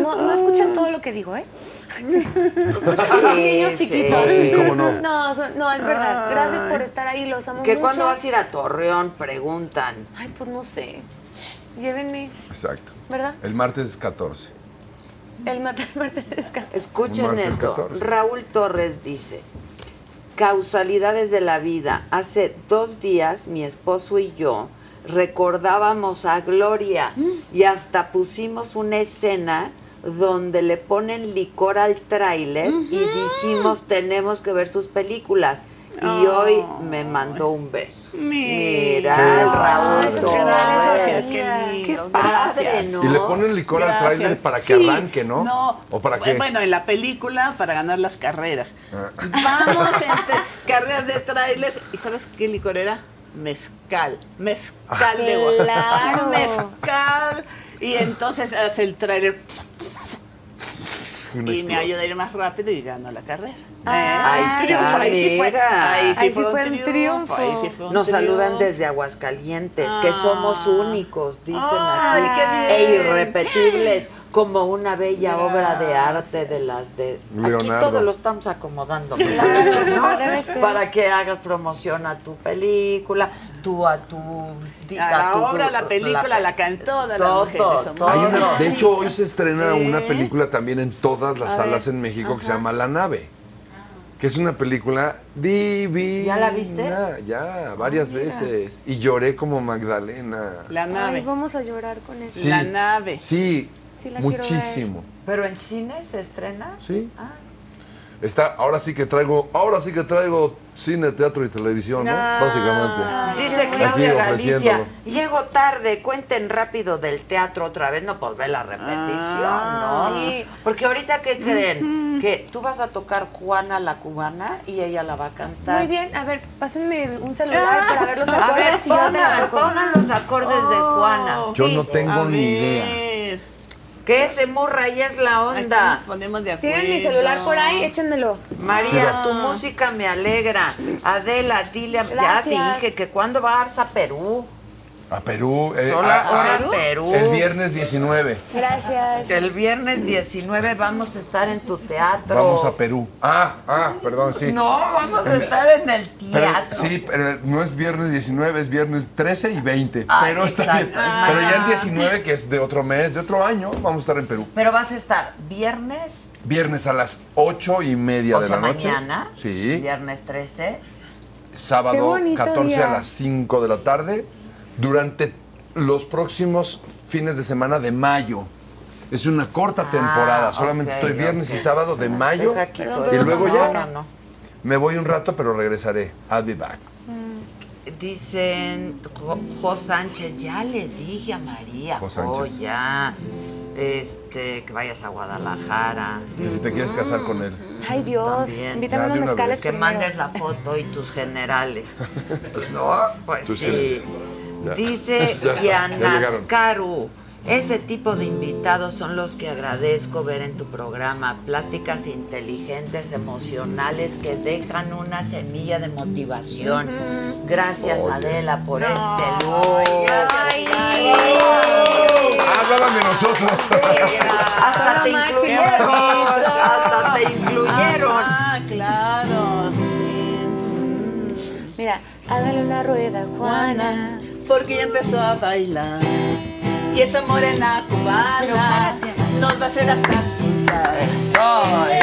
Speaker 5: no, no escuchan todo lo que digo, ¿eh? Son los niños
Speaker 3: sí.
Speaker 5: chiquitos.
Speaker 6: Sí, cómo no.
Speaker 5: No, son- no, es verdad. Gracias por estar ahí, los amo
Speaker 3: Que
Speaker 5: mucho.
Speaker 3: cuando vas a ir a Torreón, preguntan.
Speaker 5: Ay, pues no sé. Llévenme,
Speaker 6: Exacto.
Speaker 5: ¿verdad?
Speaker 6: El martes 14.
Speaker 5: El matar parte de escape.
Speaker 6: Un
Speaker 3: Escuchen
Speaker 6: martes
Speaker 3: esto.
Speaker 6: 14.
Speaker 3: Raúl Torres dice, causalidades de la vida. Hace dos días mi esposo y yo recordábamos a Gloria y hasta pusimos una escena donde le ponen licor al tráiler y dijimos tenemos que ver sus películas. Y hoy me mandó un beso. Mira, el Raúl
Speaker 5: Ay,
Speaker 2: pues
Speaker 5: esos
Speaker 3: Torres.
Speaker 5: canales
Speaker 2: Gracias,
Speaker 5: así.
Speaker 2: qué lindo.
Speaker 3: Qué padre,
Speaker 2: gracias.
Speaker 3: ¿no?
Speaker 6: Y le ponen licor al
Speaker 2: Gracias.
Speaker 6: tráiler para que
Speaker 2: Sí,
Speaker 6: arranque, ¿no?
Speaker 2: No.
Speaker 6: ¿O para
Speaker 2: Bu-
Speaker 6: qué?
Speaker 2: Bueno, en la película para ganar las carreras.
Speaker 6: Ah.
Speaker 2: Vamos entre carreras de trailers. ¿Y sabes qué licor era? Mezcal. Mezcal de Oaxaca.
Speaker 5: Claro.
Speaker 2: Mezcal. Y entonces hace el tráiler y me ayuda a ir más rápido y gano la carrera.
Speaker 5: Ay,
Speaker 2: Eh, triunfo, ahí sí fue.
Speaker 3: mira.
Speaker 2: Ahí sí,
Speaker 5: Ahí
Speaker 2: fue, un triunfo, Ahí sí fue un
Speaker 3: Nos saludan
Speaker 2: triunfo.
Speaker 3: desde Aguascalientes, que somos
Speaker 2: Ah.
Speaker 3: únicos, dicen
Speaker 2: Ay,
Speaker 3: aquí,
Speaker 2: qué
Speaker 3: e
Speaker 2: bien.
Speaker 3: irrepetibles. como una bella obra de arte de las de aquí
Speaker 6: Leonardo.
Speaker 3: todo lo estamos acomodando ¿no?
Speaker 5: debe ser.
Speaker 3: para que hagas promoción a tu película tú a tu di-
Speaker 2: A la
Speaker 3: tu-
Speaker 2: obra, la película, la, can- todas las
Speaker 3: todo,
Speaker 2: mujeres somos-
Speaker 3: todo.
Speaker 6: Hay una-
Speaker 3: no.
Speaker 6: de hecho, hoy se estrena
Speaker 2: ¿Eh?
Speaker 6: una película también en todas las
Speaker 2: A
Speaker 6: salas
Speaker 2: ver,
Speaker 6: en México que se llama La Nave, que es una película divina.
Speaker 3: ¿Ya la viste?
Speaker 6: Ya, varias veces. Y lloré como Magdalena.
Speaker 2: La
Speaker 5: Ay,
Speaker 2: nave.
Speaker 5: vamos a llorar con eso.
Speaker 6: Sí.
Speaker 2: La nave.
Speaker 6: Sí,
Speaker 5: Sí, la quiero
Speaker 6: muchísimo.
Speaker 3: pero en cine se estrena
Speaker 6: Sí.
Speaker 3: Ah.
Speaker 6: Está, ahora sí que traigo, ahora sí que traigo cine, teatro y televisión, ¿no?
Speaker 2: No.
Speaker 6: Básicamente.
Speaker 3: Dice
Speaker 6: Aquí
Speaker 3: Claudia Galicia,
Speaker 6: ofreciéndolo.
Speaker 3: llego tarde, cuenten rápido del teatro otra vez, no, pues ve la repetición,
Speaker 2: Ah.
Speaker 3: ¿no?
Speaker 5: Sí.
Speaker 3: Porque ahorita, ¿qué creen? Que tú vas a tocar Juana la cubana y ella la va a cantar.
Speaker 5: Muy bien, a ver, pásenme un celular para ver los
Speaker 3: A ver,
Speaker 5: acordes y yo te
Speaker 3: pongan,
Speaker 5: marco.
Speaker 3: pongan los acordes de
Speaker 5: Oh.
Speaker 3: Juana.
Speaker 6: Yo
Speaker 5: Sí.
Speaker 6: no
Speaker 2: A
Speaker 6: tengo ni idea.
Speaker 2: ver,
Speaker 3: Que ese murra y es la
Speaker 2: aquí
Speaker 3: onda.
Speaker 2: nos ponemos de acuerdo.
Speaker 5: ¿Tienen mi celular por ahí? Échenmelo.
Speaker 3: María, tu música me alegra. Adela, dile, a- ya
Speaker 5: Gracias.
Speaker 3: dije que cuándo vas a Perú.
Speaker 6: A Perú. eh,
Speaker 3: Solo
Speaker 6: a- a-
Speaker 3: a Perú.
Speaker 6: El viernes 19
Speaker 5: Gracias.
Speaker 3: El viernes 19 vamos a estar en tu teatro.
Speaker 6: vamos a Perú. Ah, ah, perdón, sí.
Speaker 3: No, vamos a estar en el
Speaker 6: Pero-
Speaker 3: teatro.
Speaker 6: sí, pero no es viernes 19, es viernes 13 y 20.
Speaker 3: Ah,
Speaker 6: pero está
Speaker 3: exacto,
Speaker 6: bien.
Speaker 3: es mañana.
Speaker 6: Pero ya el 19, que es de otro mes, de otro año, vamos a estar en Perú.
Speaker 3: Pero vas a estar viernes,
Speaker 6: Viernes a las 8 y media
Speaker 3: o
Speaker 6: de
Speaker 3: sea,
Speaker 6: la noche.
Speaker 3: mañana.
Speaker 6: Sí.
Speaker 3: Viernes 13.
Speaker 5: Qué
Speaker 6: sábado
Speaker 5: bonito
Speaker 6: 14
Speaker 5: día.
Speaker 6: a las 5 de la tarde durante los próximos fines de semana de mayo. Es una corta temporada, solamente
Speaker 3: Ah, ok,
Speaker 6: estoy viernes
Speaker 3: ok.
Speaker 6: y sábado de mayo
Speaker 3: Deja aquí todo
Speaker 6: y
Speaker 3: esto.
Speaker 6: luego
Speaker 3: No,
Speaker 6: ya
Speaker 3: no, no.
Speaker 6: me voy un rato pero regresaré. I'll be back.
Speaker 3: Dicen Jo, Jo Sánchez, ya le dije a María,
Speaker 6: Jo
Speaker 3: Jo,
Speaker 6: Sánchez.
Speaker 3: ya, este, que vayas a Guadalajara.
Speaker 6: Que si te quieres casar con él.
Speaker 5: Ay, Dios.
Speaker 3: También.
Speaker 5: Invítame
Speaker 6: Ya,
Speaker 5: unos
Speaker 6: de una
Speaker 5: mezcales
Speaker 6: vez.
Speaker 3: Que
Speaker 5: primero.
Speaker 3: mandes la foto y tus generales. Pues no, pues
Speaker 6: Tus
Speaker 3: sí.
Speaker 6: generales. Ya.
Speaker 3: Dice
Speaker 6: Ya está, ya llegaron.
Speaker 3: Yanascaru. Ese tipo de invitados son los que agradezco ver en tu programa. Pláticas inteligentes, emocionales, que dejan una semilla de motivación. Gracias, Adela, por este look.
Speaker 5: Ay,
Speaker 6: Ah, Hablaban de nosotros.
Speaker 3: Hasta
Speaker 2: Ah,
Speaker 5: Solo
Speaker 3: te
Speaker 5: máximo.
Speaker 3: incluyeron. Hasta te incluyeron.
Speaker 2: Ah, claro, sí.
Speaker 5: Mira, hágale una rueda, Juana.
Speaker 2: Porque ya empezó a bailar. Y esa morena cubana nos va a hacer hasta su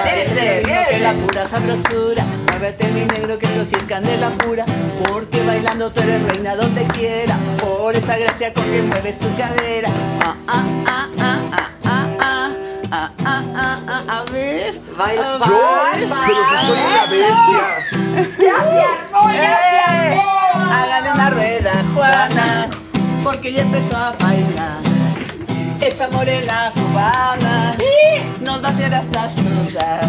Speaker 3: Ese,
Speaker 2: que
Speaker 3: bien.
Speaker 2: la pura sabrosura, muévete mi negro que eso sí es candela pura, porque bailando tú eres reina donde quiera, por esa gracia con que mueves tu cadera. Ah, ah, ah, ah, ah, ah, ah, ah, ah, ah, ah, a ver.
Speaker 3: Baila,
Speaker 2: Ah,
Speaker 6: Yo,
Speaker 3: baila.
Speaker 6: pero si soy una bestia.
Speaker 2: ¡Eh! Hágale una rueda, Juana, porque ya empezó a bailar. Esa morena cubana nos va a hacer hasta sudar.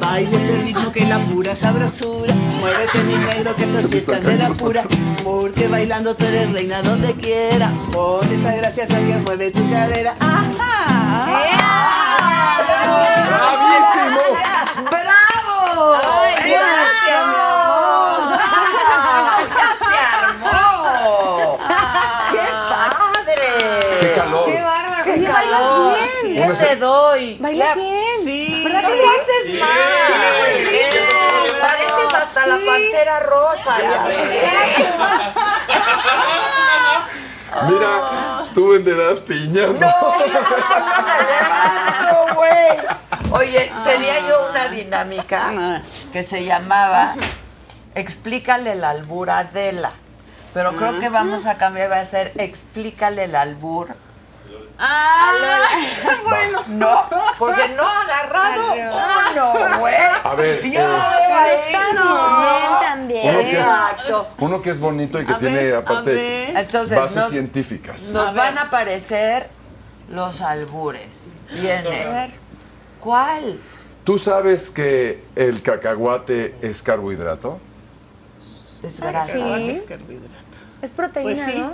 Speaker 2: Baila ese ritmo que la pura sabrosura. Muévete mi negro que esas fiestas de la pura. Porque bailando tú eres reina donde quiera. Por esa gracia también mueve tu cadera. ¡Ajá!
Speaker 6: ¡Bravísimo!
Speaker 3: ¡Bravo!
Speaker 2: Ay, gracias, mi amor.
Speaker 3: ¡Ya se armó! ¡Qué padre!
Speaker 6: ¡Qué calor!
Speaker 5: ¡Qué bárbaro!
Speaker 3: ¡Qué
Speaker 5: Oye,
Speaker 3: calor!
Speaker 5: bailas bien.
Speaker 3: ¿Qué
Speaker 2: Pues, eh,
Speaker 3: te Pues, doy?
Speaker 5: Bailas
Speaker 3: ¿Qué-
Speaker 5: bien.
Speaker 2: Sí.
Speaker 3: ¿Para qué
Speaker 2: pues,
Speaker 3: haces mal?
Speaker 2: Bien.
Speaker 3: Pareces hasta la pantera rosa. ya sé.
Speaker 6: Mira, tú venderás piñas.
Speaker 3: No, no me levanto, güey. Oye,
Speaker 2: Ah.
Speaker 3: tenía yo una dinámica que se llamaba Explícale la albur a Adela. Pero creo
Speaker 2: Ah.
Speaker 3: que vamos a cambiar, va a ser Explícale el albur.
Speaker 2: Ah. bueno.
Speaker 3: No, porque no ha agarrado uno, güey.
Speaker 6: A ver,
Speaker 3: Yo no
Speaker 6: eh,
Speaker 3: veo ahí,
Speaker 5: Está
Speaker 3: no.
Speaker 5: bien también.
Speaker 6: Uno que es-
Speaker 3: Exacto.
Speaker 6: uno que es bonito y que
Speaker 2: A
Speaker 6: tiene
Speaker 2: ver, a
Speaker 6: aparte
Speaker 2: ver.
Speaker 3: Entonces,
Speaker 6: bases
Speaker 3: no-
Speaker 6: científicas.
Speaker 3: Nos
Speaker 2: A ver.
Speaker 3: van a aparecer los albures. Viene. ¿Cuál?
Speaker 6: ¿Tú sabes que el cacahuate es carbohidrato? pues,
Speaker 3: Desgracia.
Speaker 5: Sí. Es proteína,
Speaker 2: Pues sí.
Speaker 5: ¿no?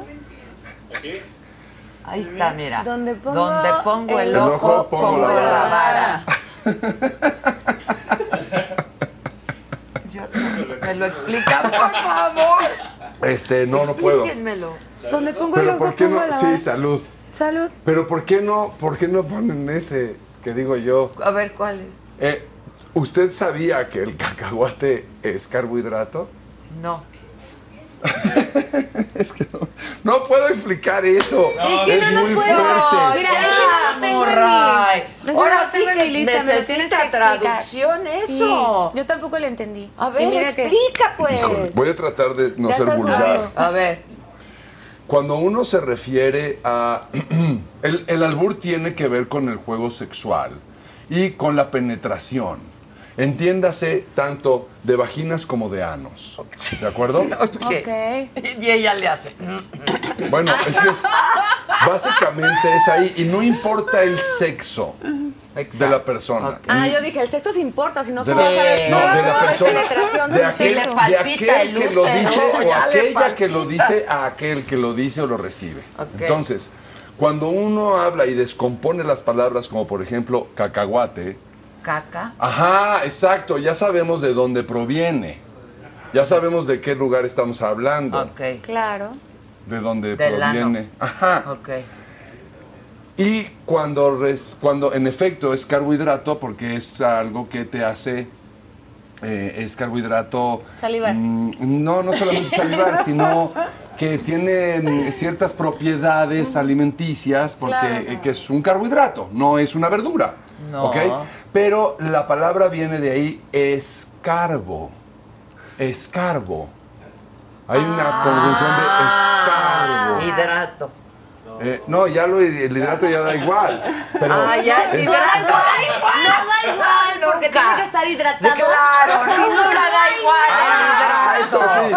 Speaker 3: Ahí está, mira.
Speaker 5: Donde pongo
Speaker 3: Donde pongo el,
Speaker 5: el
Speaker 3: ojo, pongo, la vara. Yo, ¿Me lo explica, por favor?
Speaker 6: Este, no, no puedo.
Speaker 3: Explíquenmelo.
Speaker 5: Donde pongo el
Speaker 6: Pero
Speaker 5: ojo,
Speaker 6: ¿por qué
Speaker 5: pongo
Speaker 6: no?
Speaker 5: la
Speaker 6: Sí,
Speaker 5: vara.
Speaker 6: salud.
Speaker 5: Salud.
Speaker 6: Pero ¿por qué no, por qué no ponen ese que digo yo?
Speaker 3: A ver, ¿cuál es?
Speaker 6: Eh, ¿Usted sabía que el cacahuate es carbohidrato?
Speaker 3: No.
Speaker 6: Es que no, no puedo explicar eso.
Speaker 5: Es que no
Speaker 6: muy
Speaker 5: nos puedo.
Speaker 6: fuerte.
Speaker 5: Mira, ese no lo tengo en mi-
Speaker 3: Ay,
Speaker 5: ese no
Speaker 3: ahora
Speaker 5: lo tengo
Speaker 3: sí
Speaker 5: en
Speaker 3: que
Speaker 5: mi lista, me lo tienes
Speaker 3: necesita
Speaker 5: que explicar.
Speaker 3: traducción eso.
Speaker 5: Sí, yo tampoco lo entendí.
Speaker 3: A
Speaker 5: Y
Speaker 3: ver,
Speaker 5: mira que-
Speaker 3: explica pues.
Speaker 6: Híjole, voy a tratar de no
Speaker 5: Ya
Speaker 6: ser
Speaker 5: estás
Speaker 6: vulgar.
Speaker 5: hablando.
Speaker 3: A ver,
Speaker 6: Cuando uno se refiere a... el, el albur tiene que ver con el juego sexual y con la penetración. Entiéndase tanto de vaginas como de anos. ¿De acuerdo?
Speaker 5: Ok.
Speaker 3: y ella le hace.
Speaker 6: Bueno, es que es- básicamente es ahí y no importa el sexo de la persona.
Speaker 5: Ah, yo dije, el sexo sí importa, si no,
Speaker 6: De
Speaker 5: ¿cómo
Speaker 6: la-
Speaker 5: vas a ver?
Speaker 6: no, de la
Speaker 5: hay
Speaker 6: persona.
Speaker 5: penetración
Speaker 6: De
Speaker 5: sin
Speaker 6: aquel,
Speaker 3: Le
Speaker 5: sexo.
Speaker 6: de
Speaker 3: palpita
Speaker 6: aquel
Speaker 3: el
Speaker 6: que lo
Speaker 3: útero,
Speaker 6: dice o
Speaker 3: ya le
Speaker 6: aquella que lo dice a aquel que lo dice o lo recibe.
Speaker 3: Ok.
Speaker 6: Entonces, cuando uno habla y descompone las palabras como por ejemplo cacahuate,
Speaker 3: Caca.
Speaker 6: ajá, exacto, ya sabemos de dónde proviene. Ya sabemos de qué lugar estamos hablando,
Speaker 3: Ok.
Speaker 5: Claro.
Speaker 6: de dónde
Speaker 3: Del ano.
Speaker 6: proviene. Ajá.
Speaker 3: Ok.
Speaker 6: Y cuando, res- cuando en efecto es carbohidrato, porque es algo que te hace, eh, es carbohidrato...
Speaker 5: Salivar.
Speaker 6: mm, no, no solamente salivar, sino que tiene mm, ciertas propiedades alimenticias, porque
Speaker 5: Claro.
Speaker 6: eh, que es un carbohidrato, no es una verdura.
Speaker 3: No.
Speaker 6: ¿ok? Pero la palabra viene de ahí, escarbo. Escarbo. Hay
Speaker 5: Ah.
Speaker 6: una conjunción de
Speaker 3: Ah.
Speaker 6: escarbo.
Speaker 3: Hidrato.
Speaker 6: Eh, no, ya lo, el hidrato ya da igual. Pero
Speaker 3: Ah, ya,
Speaker 6: es-
Speaker 3: hidrato.
Speaker 5: No da igual, porque
Speaker 3: Nunca.
Speaker 5: tiene que estar hidratado.
Speaker 3: Claro, sí, nunca da igual
Speaker 6: Ah,
Speaker 3: el
Speaker 6: eso
Speaker 3: hidrato.
Speaker 6: sí.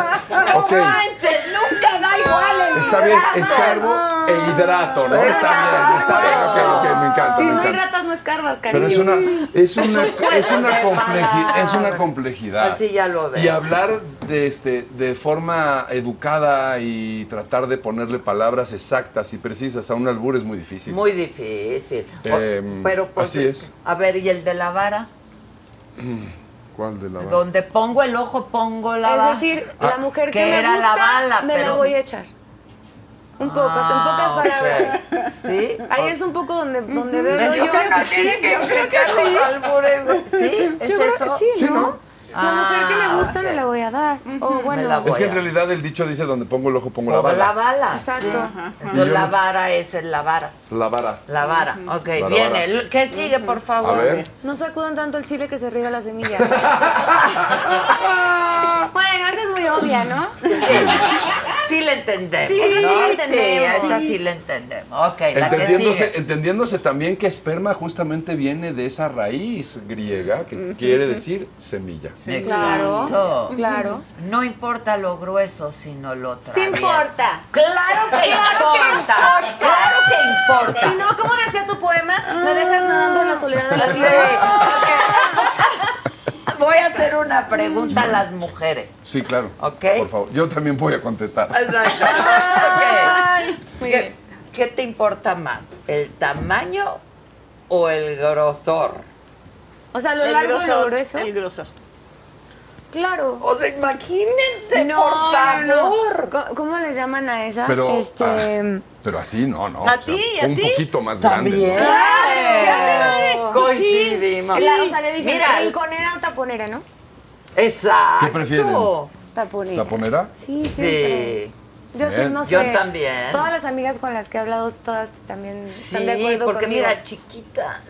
Speaker 3: No
Speaker 6: Ok.
Speaker 3: manches, nunca da igual el
Speaker 6: Está bien,
Speaker 3: hidrato.
Speaker 6: escarbo e hidrato, ¿no? Está bien, está bien, ok, ok, me encanta.
Speaker 5: Si
Speaker 6: me
Speaker 5: no
Speaker 6: encanta.
Speaker 5: hidratas, no escarbas, cariño.
Speaker 6: Pero es una, es una, es
Speaker 3: juego
Speaker 6: una,
Speaker 3: de
Speaker 6: compleji- es una
Speaker 3: palabras.
Speaker 6: complejidad.
Speaker 3: Así ya lo veo.
Speaker 6: Y hablar de, este, de forma educada y tratar de ponerle palabras exactas y precisas a un albur es muy difícil.
Speaker 3: Muy difícil. O-
Speaker 6: Em,
Speaker 3: Pero pues,
Speaker 6: así es.
Speaker 3: A ver, ¿y el de la vara?
Speaker 6: ¿Cuál de la vara?
Speaker 3: Donde pongo el ojo, pongo la vara.
Speaker 5: Es decir, la
Speaker 6: Ah,
Speaker 5: mujer que,
Speaker 3: que
Speaker 5: me
Speaker 3: era la
Speaker 5: gusta,
Speaker 3: bala,
Speaker 5: me la
Speaker 3: pero-
Speaker 5: voy a echar. Un poco, hasta en pocas
Speaker 3: Ah, ok.
Speaker 5: palabras.
Speaker 3: ¿Sí?
Speaker 5: Ahí es un poco donde, donde veo
Speaker 3: Yo
Speaker 5: yo.
Speaker 3: creo que sí, yo creo que sí. ¿Sí? ¿Es
Speaker 5: Yo creo
Speaker 3: eso?
Speaker 5: que sí,
Speaker 6: Sí,
Speaker 5: ¿no?
Speaker 6: ¿no?
Speaker 5: La mujer que
Speaker 3: Ah,
Speaker 5: me gusta
Speaker 3: ok.
Speaker 5: me la voy a dar. O bueno,
Speaker 3: la voy
Speaker 6: Es que
Speaker 3: a-
Speaker 6: en realidad el dicho dice donde pongo el ojo pongo la
Speaker 3: Pongo
Speaker 6: bala.
Speaker 3: la bala.
Speaker 5: Exacto.
Speaker 3: sí.
Speaker 5: Ajá.
Speaker 6: Y
Speaker 3: Entonces
Speaker 6: yo
Speaker 3: la
Speaker 6: no-
Speaker 3: vara es el la vara.
Speaker 6: Es la vara.
Speaker 3: La vara. Ok,
Speaker 6: La
Speaker 3: viene.
Speaker 6: vara.
Speaker 3: El- ¿Qué sigue, por
Speaker 6: A
Speaker 3: favor?
Speaker 6: ver.
Speaker 5: no sacudan tanto el chile que se riega la semilla. bueno, esa es muy obvia, ¿no?
Speaker 3: Sí la entendemos.
Speaker 5: esa sí
Speaker 3: ¿no?
Speaker 5: la entendemos.
Speaker 3: Sí, esa sí la entendemos. Ok, la que
Speaker 6: Entendiéndose,
Speaker 3: sigue.
Speaker 6: entendiéndose también que esperma justamente viene de esa raíz griega que quiere decir semilla.
Speaker 3: Exacto.
Speaker 5: Claro. Claro.
Speaker 3: No importa lo grueso, sino lo
Speaker 5: Sí
Speaker 3: travieso.
Speaker 5: importa.
Speaker 3: Claro que importa. Claro que importa.
Speaker 5: Si no, como decía tu poema, me dejas nadando en la soledad de la
Speaker 3: Sí.
Speaker 5: tierra.
Speaker 3: Voy a hacer una pregunta a las mujeres.
Speaker 6: Sí, claro.
Speaker 3: Ok.
Speaker 6: Por favor, yo también voy a contestar.
Speaker 3: Exacto.
Speaker 5: Muy
Speaker 3: ¿Qué,
Speaker 5: bien.
Speaker 3: qué te importa más? ¿El tamaño o el grosor?
Speaker 5: O sea, lo largo y lo grueso.
Speaker 2: El grosor.
Speaker 5: Claro.
Speaker 3: O sea, imagínense, por favor.
Speaker 5: no. ¿Cómo- ¿Cómo les llaman a esas?
Speaker 6: Pero,
Speaker 5: este.
Speaker 6: ah, pero así no, no.
Speaker 2: ¿A ti? ¿A
Speaker 6: Un
Speaker 2: ti?
Speaker 6: poquito más
Speaker 3: También.
Speaker 6: grande.
Speaker 3: Claro. Coincidimos.
Speaker 5: la- o sea, le dicen
Speaker 3: Mira,
Speaker 5: rinconera o taponera, ¿no?
Speaker 3: Exacto.
Speaker 6: ¿Qué prefieren?
Speaker 5: Taponera.
Speaker 6: ¿La ponera?
Speaker 5: Sí, siempre.
Speaker 3: Sí.
Speaker 5: Yo sí,
Speaker 6: Bien.
Speaker 5: no sé.
Speaker 3: Yo también.
Speaker 5: Todas las amigas con las que he hablado, todas también están de
Speaker 3: Sí,
Speaker 5: acuerdo
Speaker 3: porque
Speaker 5: conmigo.
Speaker 3: mira, chiquita,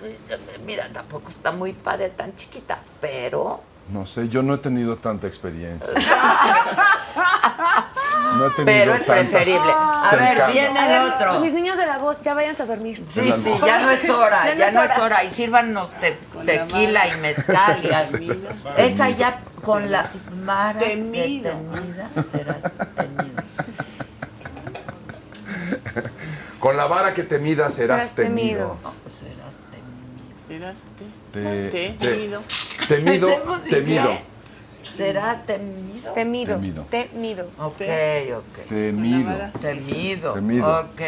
Speaker 3: mira, tampoco está muy padre tan chiquita, pero
Speaker 6: No sé, yo no he tenido tanta experiencia. No he tenido
Speaker 3: pero es
Speaker 6: tantas
Speaker 3: preferible. A ver,
Speaker 6: cercanas.
Speaker 3: viene
Speaker 5: Ah.
Speaker 3: el
Speaker 5: A ver,
Speaker 3: otro.
Speaker 5: Mis niños de la voz, ya vayan a dormir.
Speaker 3: Sí, sí, ya no es hora, ya no es hora. Y sírvanos te- tequila y mezcal. y así. Esa ya con la mara
Speaker 2: Temido.
Speaker 3: detenida serás temido.
Speaker 6: Con la vara que te mida serás
Speaker 5: Serás temido.
Speaker 6: temido.
Speaker 3: No, serás temido.
Speaker 2: Serás te,
Speaker 6: Te-
Speaker 2: te,
Speaker 6: te-
Speaker 2: ido.
Speaker 6: Temido,
Speaker 3: ¿Es posible?
Speaker 6: temido.
Speaker 3: Serás temido.
Speaker 5: Te mido.
Speaker 6: Temido.
Speaker 5: Te mido.
Speaker 3: Ok, ok.
Speaker 6: Temido.
Speaker 2: vara.
Speaker 3: Temido.
Speaker 6: Temido.
Speaker 3: Ok,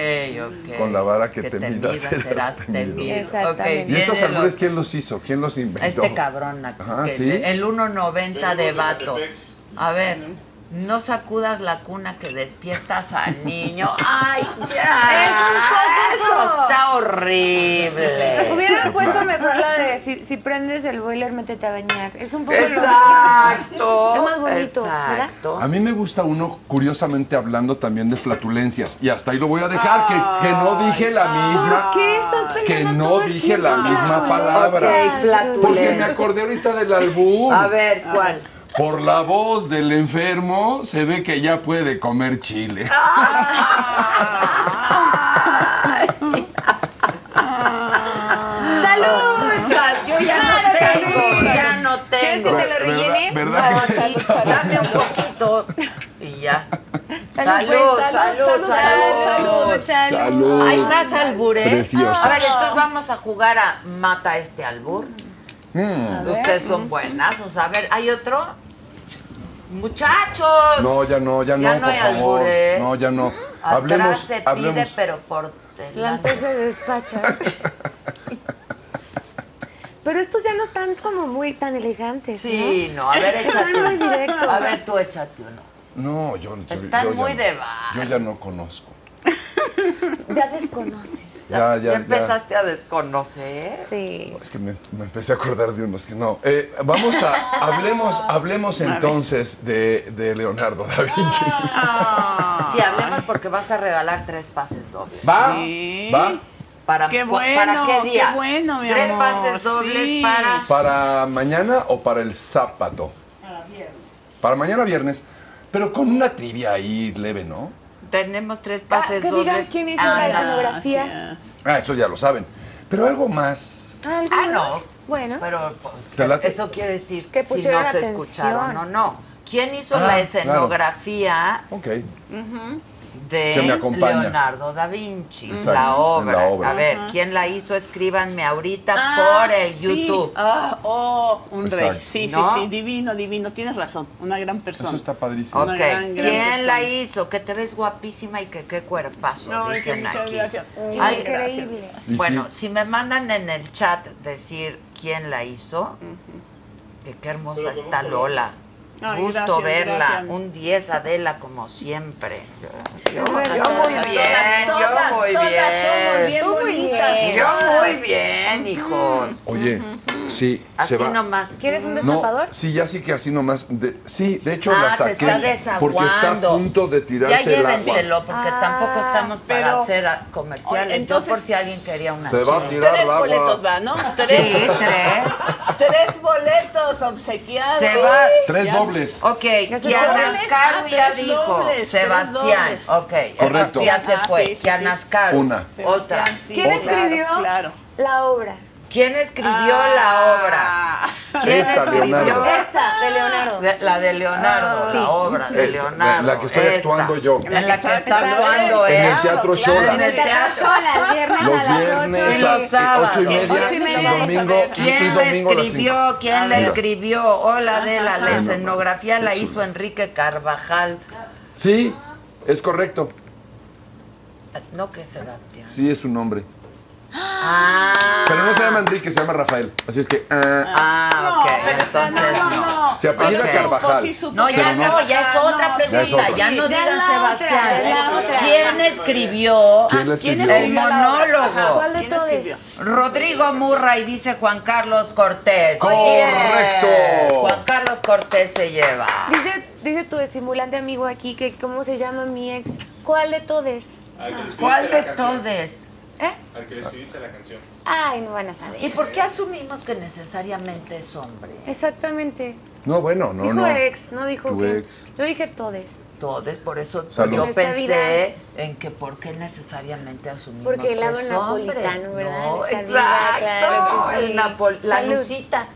Speaker 3: ok.
Speaker 6: Con la vara que te mida
Speaker 3: mida
Speaker 6: serás temido.
Speaker 5: Exactamente.
Speaker 3: Ok,
Speaker 6: ¿Y estos
Speaker 3: viene el
Speaker 6: albures
Speaker 3: otro.
Speaker 6: quién los hizo? ¿Quién los inventó?
Speaker 3: Este cabrón. aquí,
Speaker 6: Ajá,
Speaker 3: que-
Speaker 6: ¿sí?
Speaker 3: El 1.90 de vato. A ver. No sacudas la cuna que despiertas al niño. ¡Ay, ya!
Speaker 5: Es un poco
Speaker 3: Eso
Speaker 5: como-
Speaker 3: está horrible.
Speaker 5: Hubieran puesto mejor la de si, si prendes el boiler, métete a bañar. Es un poco lo mismo.
Speaker 3: Exacto.
Speaker 5: Es más bonito, ¿verdad?
Speaker 3: exacto.
Speaker 6: A mí me gusta uno, curiosamente hablando también de flatulencias. Y hasta ahí lo voy a dejar, que, que no dije la misma.
Speaker 5: ¿Por qué estás pensando
Speaker 6: Que no
Speaker 5: todo el
Speaker 6: dije la
Speaker 5: tiempo en
Speaker 6: misma
Speaker 5: flatulencias?
Speaker 6: palabra.
Speaker 3: Ok, flatulencias.
Speaker 6: Porque me acordé ahorita del albur.
Speaker 3: A ver, ¿cuál?
Speaker 6: Por la voz del enfermo se ve que ya puede comer chile.
Speaker 3: Ah,
Speaker 5: ¡Salud!
Speaker 3: Sal- Yo ya no tengo, ya no
Speaker 5: ¿Quieres que
Speaker 3: tengo.
Speaker 5: te lo rellene?
Speaker 6: ¿Verdad? ¿Verdad?
Speaker 3: No, sí, dame un poquito y ya.
Speaker 5: Salud,
Speaker 3: Salud,
Speaker 5: pues,
Speaker 3: salud, salud.
Speaker 5: salud, salud.
Speaker 6: Salud.
Speaker 3: Hay más albures.
Speaker 6: Preciosa.
Speaker 3: A ver, entonces vamos a jugar a mata este albur.
Speaker 6: Mm.
Speaker 3: Ustedes son buenazos. A ver, ¿hay otro? Muchachos.
Speaker 6: No, ya no, ya no,
Speaker 3: Ya no
Speaker 6: por
Speaker 3: hay
Speaker 6: favor.
Speaker 3: albur, ¿eh?
Speaker 6: No, ya no.
Speaker 3: Atrás
Speaker 6: hablemos,
Speaker 3: se pide,
Speaker 6: hablemos.
Speaker 3: pero por
Speaker 5: Delante
Speaker 3: delante.
Speaker 5: se despacha. Pero estos ya no están como muy tan elegantes.
Speaker 3: Sí, no, a ver, échate
Speaker 5: Están muy
Speaker 3: uno.
Speaker 5: directos.
Speaker 3: A ver, tú échate uno.
Speaker 6: No, yo no.
Speaker 3: Están
Speaker 6: yo ya
Speaker 3: muy
Speaker 6: no.
Speaker 3: de bar.
Speaker 6: Yo ya no conozco.
Speaker 5: ¿no? Ya desconoces.
Speaker 6: Ya, ya,
Speaker 3: Ya
Speaker 6: ya.
Speaker 3: empezaste a desconocer.
Speaker 5: Sí.
Speaker 6: Es que me, me empecé a acordar de unos que no. Eh, vamos a, hablemos, hablemos entonces de, de Leonardo da Vinci.
Speaker 3: Sí, hablemos porque vas a regalar tres pases dobles.
Speaker 6: ¿Va?
Speaker 2: Sí.
Speaker 6: ¿Va?
Speaker 3: Para,
Speaker 2: Qué
Speaker 3: cu- ¿Para
Speaker 2: bueno,
Speaker 3: qué
Speaker 2: qué
Speaker 3: día?
Speaker 2: bueno, mi
Speaker 3: Tres
Speaker 2: amor,
Speaker 3: pases dobles
Speaker 2: sí.
Speaker 3: para.
Speaker 6: ¿Para mañana o para el sábado? Para mañana viernes. Pero con una trivia ahí leve, ¿no?
Speaker 3: Tenemos tres
Speaker 5: Ah,
Speaker 3: pases
Speaker 5: que
Speaker 3: dobles.
Speaker 5: digas quién hizo
Speaker 3: Ah,
Speaker 5: la
Speaker 3: no.
Speaker 5: escenografía.
Speaker 6: Ah, eso ya lo saben. Pero algo más.
Speaker 5: ¿Algunos?
Speaker 3: Ah, no.
Speaker 5: Bueno,
Speaker 3: Pero pues,
Speaker 6: ¿Te late?
Speaker 3: eso quiere decir
Speaker 5: Que
Speaker 3: si no
Speaker 5: pusieran
Speaker 3: se
Speaker 5: atención.
Speaker 3: escucharon o no. ¿Quién hizo
Speaker 6: Ah,
Speaker 3: la
Speaker 6: claro.
Speaker 3: escenografía
Speaker 6: Ok. Que me
Speaker 3: de
Speaker 6: acompaña.
Speaker 3: Leonardo da Vinci?
Speaker 6: Exacto,
Speaker 3: la, obra.
Speaker 6: en la obra.
Speaker 3: A ver, ¿quién la hizo? Escríbanme ahorita
Speaker 2: Ah,
Speaker 3: por el
Speaker 2: sí.
Speaker 3: YouTube.
Speaker 2: Ah, oh, un rey.
Speaker 6: Exacto.
Speaker 2: Sí,
Speaker 3: ¿No?
Speaker 2: sí, sí, divino, divino. Tienes razón, una gran persona.
Speaker 6: Pues Eso está padrísimo.
Speaker 3: Ok,
Speaker 2: Una gran, gran
Speaker 3: ¿quién la
Speaker 2: persona.
Speaker 3: hizo? Que te ves guapísima y que qué cuerpazo,
Speaker 2: No, es que
Speaker 3: dicen
Speaker 2: muchas
Speaker 3: aquí.
Speaker 2: gracias. Ay,
Speaker 3: Ay,
Speaker 2: gracias.
Speaker 5: increíble.
Speaker 6: Y
Speaker 3: Bueno,
Speaker 6: sí.
Speaker 3: si me mandan en el chat decir quién la hizo, que qué hermosa está Lola.
Speaker 2: Ay,
Speaker 3: Gusto
Speaker 2: gracias,
Speaker 3: verla,
Speaker 2: gracias.
Speaker 3: un 10 Adela como siempre. Yo, yo
Speaker 5: verdad.
Speaker 3: muy
Speaker 5: Todas,
Speaker 3: bien,
Speaker 2: todas,
Speaker 3: yo muy
Speaker 2: todas somos
Speaker 3: bien.
Speaker 2: bien
Speaker 5: Tú muy
Speaker 2: bonitas.
Speaker 5: bien.
Speaker 3: Yo muy bien, hijos.
Speaker 6: Oye, sí,
Speaker 3: Así
Speaker 6: se va.
Speaker 3: nomás.
Speaker 5: ¿quieres un
Speaker 6: No,
Speaker 5: destapador?
Speaker 6: sí, ya sí que así nomás. de- sí, de hecho
Speaker 3: Ah,
Speaker 6: la
Speaker 3: se
Speaker 6: saqué.
Speaker 3: está desaguando.
Speaker 6: porque está a punto de
Speaker 3: Ya
Speaker 6: tirarse el agua.
Speaker 3: llévenselo, porque tampoco estamos para
Speaker 2: Ah, pero-
Speaker 3: hacer a- comerciales.
Speaker 2: Oye,
Speaker 3: entonces,
Speaker 2: entonces-
Speaker 3: por si alguien quería una
Speaker 6: Se va a
Speaker 3: chela.
Speaker 6: tirar
Speaker 2: Tres
Speaker 6: el agua.
Speaker 2: boletos va, ¿no? Tres.
Speaker 3: Sí, tres.
Speaker 2: Tres boletos obsequiados.
Speaker 3: Se va.
Speaker 6: Tres
Speaker 2: Ya.
Speaker 6: dobles.
Speaker 3: Ok,
Speaker 5: se
Speaker 3: Kiana
Speaker 2: dobles,
Speaker 3: Ascaru
Speaker 2: ah,
Speaker 3: ya
Speaker 2: tres
Speaker 3: dijo.
Speaker 2: dobles,
Speaker 3: Sebastián.
Speaker 2: tres dobles.
Speaker 3: Ok,
Speaker 6: Correcto.
Speaker 3: Sebastián se
Speaker 2: Ah,
Speaker 3: fue.
Speaker 2: sí, sí,
Speaker 3: Kiana
Speaker 2: sí.
Speaker 3: Ascaru.
Speaker 6: Una.
Speaker 3: Otra.
Speaker 2: Sebastián, sí.
Speaker 5: ¿Quién
Speaker 2: Otra.
Speaker 5: escribió
Speaker 2: Claro.
Speaker 5: la obra?
Speaker 3: ¿Quién escribió
Speaker 2: Ah.
Speaker 3: la obra? ¿Quién
Speaker 6: Esta,
Speaker 3: escribió
Speaker 6: Leonardo.
Speaker 5: Esta, de Leonardo.
Speaker 3: De- La de
Speaker 2: Ah,
Speaker 3: Leonardo,
Speaker 5: Sí.
Speaker 3: la obra de
Speaker 6: Esa,
Speaker 3: Leonardo.
Speaker 6: la que estoy
Speaker 3: esta.
Speaker 6: actuando yo.
Speaker 3: En la que está
Speaker 2: Claro,
Speaker 3: actuando
Speaker 6: En el
Speaker 3: él.
Speaker 6: Teatro Shola.
Speaker 2: claro.
Speaker 3: ¿eh? En el teatro.
Speaker 5: las viernes
Speaker 6: Los
Speaker 5: a las
Speaker 6: viernes,
Speaker 3: y los
Speaker 5: 8
Speaker 6: eh,
Speaker 3: sábados.
Speaker 6: ocho y media,
Speaker 5: Ocho y media,
Speaker 6: y domingo,
Speaker 2: vamos a ver.
Speaker 6: y- y
Speaker 3: ¿Quién la
Speaker 6: domingo a las cinco.
Speaker 3: escribió? ¿Quién la
Speaker 2: Ah,
Speaker 6: Mira.
Speaker 3: escribió? Hola Adela, la
Speaker 6: Ajá.
Speaker 3: escenografía la
Speaker 6: Qué chulo.
Speaker 3: hizo Enrique Carvajal.
Speaker 6: Sí, es correcto.
Speaker 3: No que Sebastián.
Speaker 6: Sí, es su nombre.
Speaker 3: Ah,
Speaker 6: Pero no se llama Enrique, se llama Rafael. Así es que. ah,
Speaker 3: ah,
Speaker 2: No,
Speaker 3: ok.
Speaker 2: pero está-
Speaker 3: Entonces no.
Speaker 2: no, no, no.
Speaker 6: Se apellida
Speaker 2: Pero supo,
Speaker 6: Carvajal.
Speaker 2: sí supo
Speaker 3: No, ya
Speaker 2: que
Speaker 3: no, ya es
Speaker 2: Carvajal,
Speaker 3: otra
Speaker 2: Ah, no, sí,
Speaker 6: Ya es
Speaker 3: pregunta.
Speaker 6: otra.
Speaker 3: Ya no
Speaker 5: Ya
Speaker 3: digan
Speaker 5: la
Speaker 3: Sebastián.
Speaker 5: otra, ya la otra.
Speaker 3: ¿Quién escribió
Speaker 6: ¿Quién la
Speaker 2: ¿Quién
Speaker 6: escribió?
Speaker 3: el
Speaker 2: escribió la obra?
Speaker 3: monólogo?
Speaker 5: ¿Cuál de
Speaker 2: ¿Quién
Speaker 5: todos?
Speaker 2: escribió?
Speaker 3: Rodrigo Murray dice Juan Carlos Cortés.
Speaker 6: Correcto.
Speaker 3: Yes, Juan Carlos Cortés se lleva.
Speaker 5: Dice, dice tu estimulante amigo aquí que cómo se llama mi ex. ¿Cuál de todos?
Speaker 3: ¿Cuál de todos?
Speaker 5: ¿Eh? Al que escribiste la canción. Ay, no van a saber.
Speaker 3: ¿Y por qué asumimos que necesariamente es hombre?
Speaker 5: Exactamente.
Speaker 6: No, bueno, no,
Speaker 5: dijo
Speaker 6: no.
Speaker 5: ex, no dijo
Speaker 6: Tu
Speaker 5: que.
Speaker 6: ex.
Speaker 5: Yo dije todes.
Speaker 3: Todos, por eso
Speaker 6: Salud.
Speaker 3: yo
Speaker 5: Nuestra
Speaker 3: pensé en que por qué necesariamente asumimos
Speaker 5: Porque
Speaker 3: que
Speaker 5: el lado
Speaker 3: es
Speaker 5: napolitano,
Speaker 3: hombre.
Speaker 5: ¿verdad?
Speaker 3: No,
Speaker 5: Nuestra
Speaker 3: exacto,
Speaker 5: vida, claro que
Speaker 3: el
Speaker 5: sí.
Speaker 3: napol- la
Speaker 5: Salud.
Speaker 3: lucita,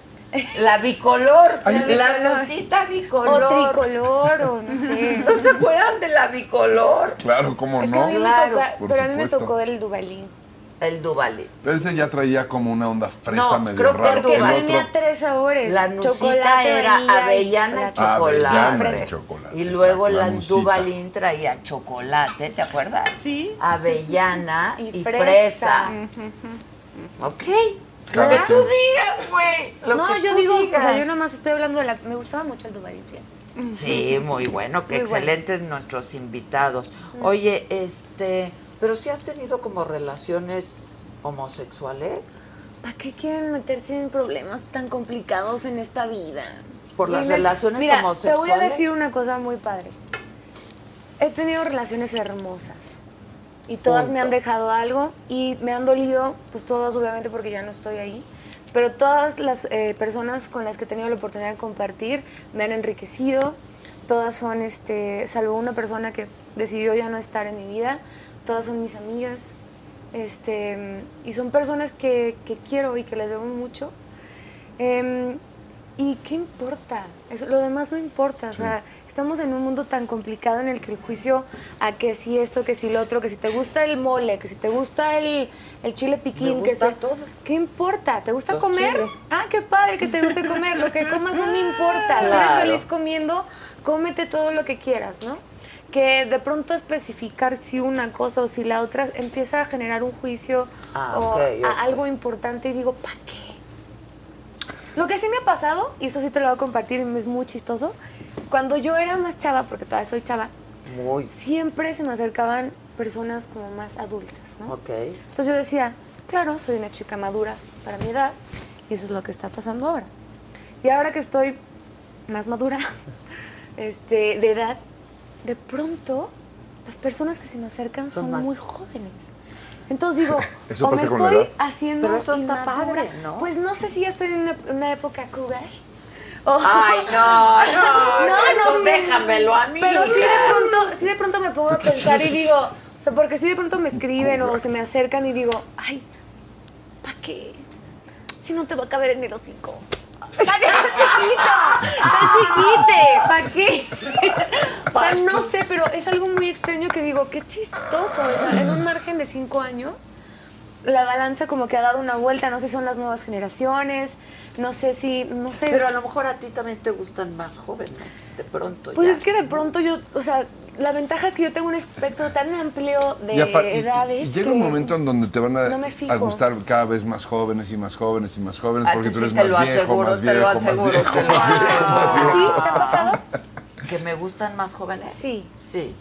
Speaker 3: la bicolor,
Speaker 6: Ay,
Speaker 3: la
Speaker 5: bicolor.
Speaker 3: lucita bicolor.
Speaker 5: O tricolor, o no sé.
Speaker 3: ¿No se acuerdan de la bicolor?
Speaker 6: Claro, cómo
Speaker 5: Es que
Speaker 6: no.
Speaker 5: a mí
Speaker 3: Claro,
Speaker 5: me tocó,
Speaker 6: por
Speaker 5: pero a mí me
Speaker 6: supuesto.
Speaker 5: tocó el Dubalín.
Speaker 3: El Duvalín.
Speaker 6: Pero ese ya traía como una onda fresa
Speaker 3: No,
Speaker 6: medio
Speaker 3: creo que
Speaker 6: rara.
Speaker 3: tú
Speaker 5: Porque
Speaker 6: El
Speaker 3: vas-
Speaker 5: tenía
Speaker 6: otro-
Speaker 5: tres sabores.
Speaker 3: La nucita
Speaker 5: chocolate,
Speaker 3: era
Speaker 5: vainilla y
Speaker 3: avellana
Speaker 5: chocolate.
Speaker 3: chocolate.
Speaker 6: Avellana y chocolate,
Speaker 3: Y luego
Speaker 6: exacto, la
Speaker 3: la
Speaker 6: nucita.
Speaker 3: Duvalín traía chocolate, ¿te acuerdas?
Speaker 2: Sí,
Speaker 3: Avellana
Speaker 5: sí, sí.
Speaker 3: y
Speaker 5: Y
Speaker 3: fresa.
Speaker 5: fresa. Mm.
Speaker 3: Ok. Lo
Speaker 6: Claro.
Speaker 3: que tú digas, güey. Lo
Speaker 5: no,
Speaker 3: que
Speaker 5: yo
Speaker 3: tú
Speaker 5: digo, o
Speaker 3: digas.
Speaker 5: sea, yo nomás estoy hablando de la. Me gustaba mucho el Dubalín, fíjate.
Speaker 3: Sí, muy bueno, qué
Speaker 5: Muy bueno. Mm.
Speaker 3: excelentes nuestros invitados. Oye, este, pero si has tenido como relaciones homosexuales
Speaker 5: ¿Para qué quieren meterse en problemas tan complicados en esta vida?
Speaker 3: por las
Speaker 5: Y me-
Speaker 3: relaciones
Speaker 5: Mira,
Speaker 3: homosexuales.
Speaker 5: Te voy a decir una cosa muy padre. He tenido relaciones hermosas y todas me han dejado algo y me han dolido, pues todas obviamente porque ya no estoy ahí, pero todas las eh, personas con las que he tenido la oportunidad de compartir me han enriquecido, todas son, este, salvo una persona que decidió ya no estar en mi vida, todas son mis amigas este, y son personas que, que quiero y que les debo mucho. Em, ¿Y qué importa? Eso, lo demás no importa. O sea, estamos en un mundo tan complicado en el que el juicio a que si esto, que si lo otro, que si te gusta el mole, que si te gusta el, el chile piquín,
Speaker 3: Me
Speaker 5: que
Speaker 3: gusta
Speaker 5: si-
Speaker 3: todo.
Speaker 5: ¿Qué importa? ¿Te gusta
Speaker 3: Los
Speaker 5: comer?
Speaker 3: chiles.
Speaker 5: Ah, qué padre que te guste comer. Lo que comas no me importa. Si eres
Speaker 3: Claro.
Speaker 5: feliz comiendo, cómete todo lo que quieras, ¿no? Que de pronto especificar si una cosa o si la otra empieza a generar un juicio
Speaker 3: Ah,
Speaker 5: o
Speaker 3: ok,
Speaker 5: a-
Speaker 3: ok.
Speaker 5: algo importante y digo, ¿para qué? Lo que sí me ha pasado, y esto sí te lo voy a compartir, y es muy chistoso, cuando yo era más chava, porque todavía soy chava,
Speaker 3: Muy,
Speaker 5: siempre se me acercaban personas como más adultas, ¿no?
Speaker 3: ok.
Speaker 5: Entonces yo decía, claro, soy una chica madura para mi edad, y eso es lo que está pasando ahora. Y ahora que estoy más madura, este, de edad, de pronto las personas que se me acercan
Speaker 3: Son
Speaker 5: son,
Speaker 3: más-
Speaker 5: muy jóvenes. Entonces digo,
Speaker 6: ¿Eso
Speaker 5: o me
Speaker 6: pasa con la
Speaker 5: estoy
Speaker 6: edad?
Speaker 5: haciendo
Speaker 3: Pero eso está
Speaker 5: inmadura.
Speaker 3: padre, ¿no?
Speaker 5: Pues no sé si ya estoy en una, una época cougar. o-
Speaker 3: Ay, no, no,
Speaker 5: No,
Speaker 3: no,
Speaker 5: no, no.
Speaker 3: déjamelo a mí.
Speaker 5: Pero sí
Speaker 3: hija.
Speaker 5: de pronto, sí de pronto me pongo a pensar y digo, o sea, porque sí de pronto me escriben o se me acercan y digo, ay, ¿para qué? Si no te va a caber en el hocico. Está chiquito, está chiquite, ¿para qué? O sea, no sé, pero es algo muy extraño que digo, qué chistoso. O sea, en un margen de cinco años, la balanza como que ha dado una vuelta. No sé si son las nuevas generaciones, no sé si, no sé.
Speaker 3: Pero a lo mejor a ti también te gustan más jóvenes, de pronto.
Speaker 5: Pues
Speaker 3: ya.
Speaker 5: es que de pronto yo, o sea, la ventaja es que yo tengo un espectro tan amplio de
Speaker 6: Y apa-
Speaker 3: Eh,
Speaker 6: y- y-
Speaker 5: edades.
Speaker 6: y llega
Speaker 5: que-
Speaker 6: un momento en donde te van a,
Speaker 5: no me fijo.
Speaker 6: a gustar cada vez más jóvenes y más jóvenes y más jóvenes
Speaker 3: Ah,
Speaker 6: porque
Speaker 3: tú
Speaker 6: tú
Speaker 3: sí
Speaker 6: eres
Speaker 3: te
Speaker 6: más
Speaker 3: lo
Speaker 6: viejo,
Speaker 3: aseguro,
Speaker 6: más
Speaker 3: te lo
Speaker 6: viejo, más
Speaker 3: aseguro,
Speaker 6: viejo,
Speaker 3: te lo
Speaker 6: más viejo,
Speaker 3: aseguro.
Speaker 6: más
Speaker 5: ¿A
Speaker 6: viejo.
Speaker 5: ti te ha pasado?
Speaker 3: ¿Que me gustan más jóvenes?
Speaker 5: Sí.
Speaker 3: Sí.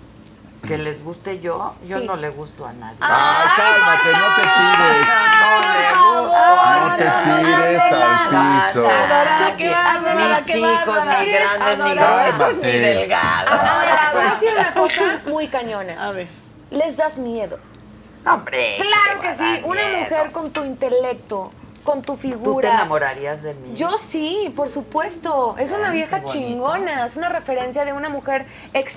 Speaker 6: Mm.
Speaker 3: ¿Que les guste yo? Yo
Speaker 5: Sí.
Speaker 3: no le gusto a nadie.
Speaker 6: Ay, cálmate, no te tires.
Speaker 3: No le
Speaker 5: favor.
Speaker 3: gusto a
Speaker 6: No te
Speaker 3: nadie.
Speaker 6: tires al piso.
Speaker 3: Adorada,
Speaker 5: Qué bárbara,
Speaker 3: Ni
Speaker 5: qué
Speaker 3: chicos,
Speaker 5: bárbara.
Speaker 3: ni
Speaker 5: Eres
Speaker 3: grandes, ni
Speaker 5: adorada.
Speaker 3: gruesos, ni
Speaker 6: Cálmate.
Speaker 5: A ver,
Speaker 3: delgados.
Speaker 5: te voy a decir una cosa muy cañona.
Speaker 2: A ver.
Speaker 5: Les das miedo.
Speaker 3: Hombre.
Speaker 5: Claro
Speaker 3: te
Speaker 5: que
Speaker 3: va a
Speaker 5: sí,
Speaker 3: dar
Speaker 5: una
Speaker 3: miedo.
Speaker 5: mujer con tu intelecto, con tu figura.
Speaker 3: ¿Tú te enamorarías de mí?
Speaker 5: Yo sí, por supuesto. Es una
Speaker 3: Ay,
Speaker 5: vieja
Speaker 3: qué bonito.
Speaker 5: chingona, es una referencia de una mujer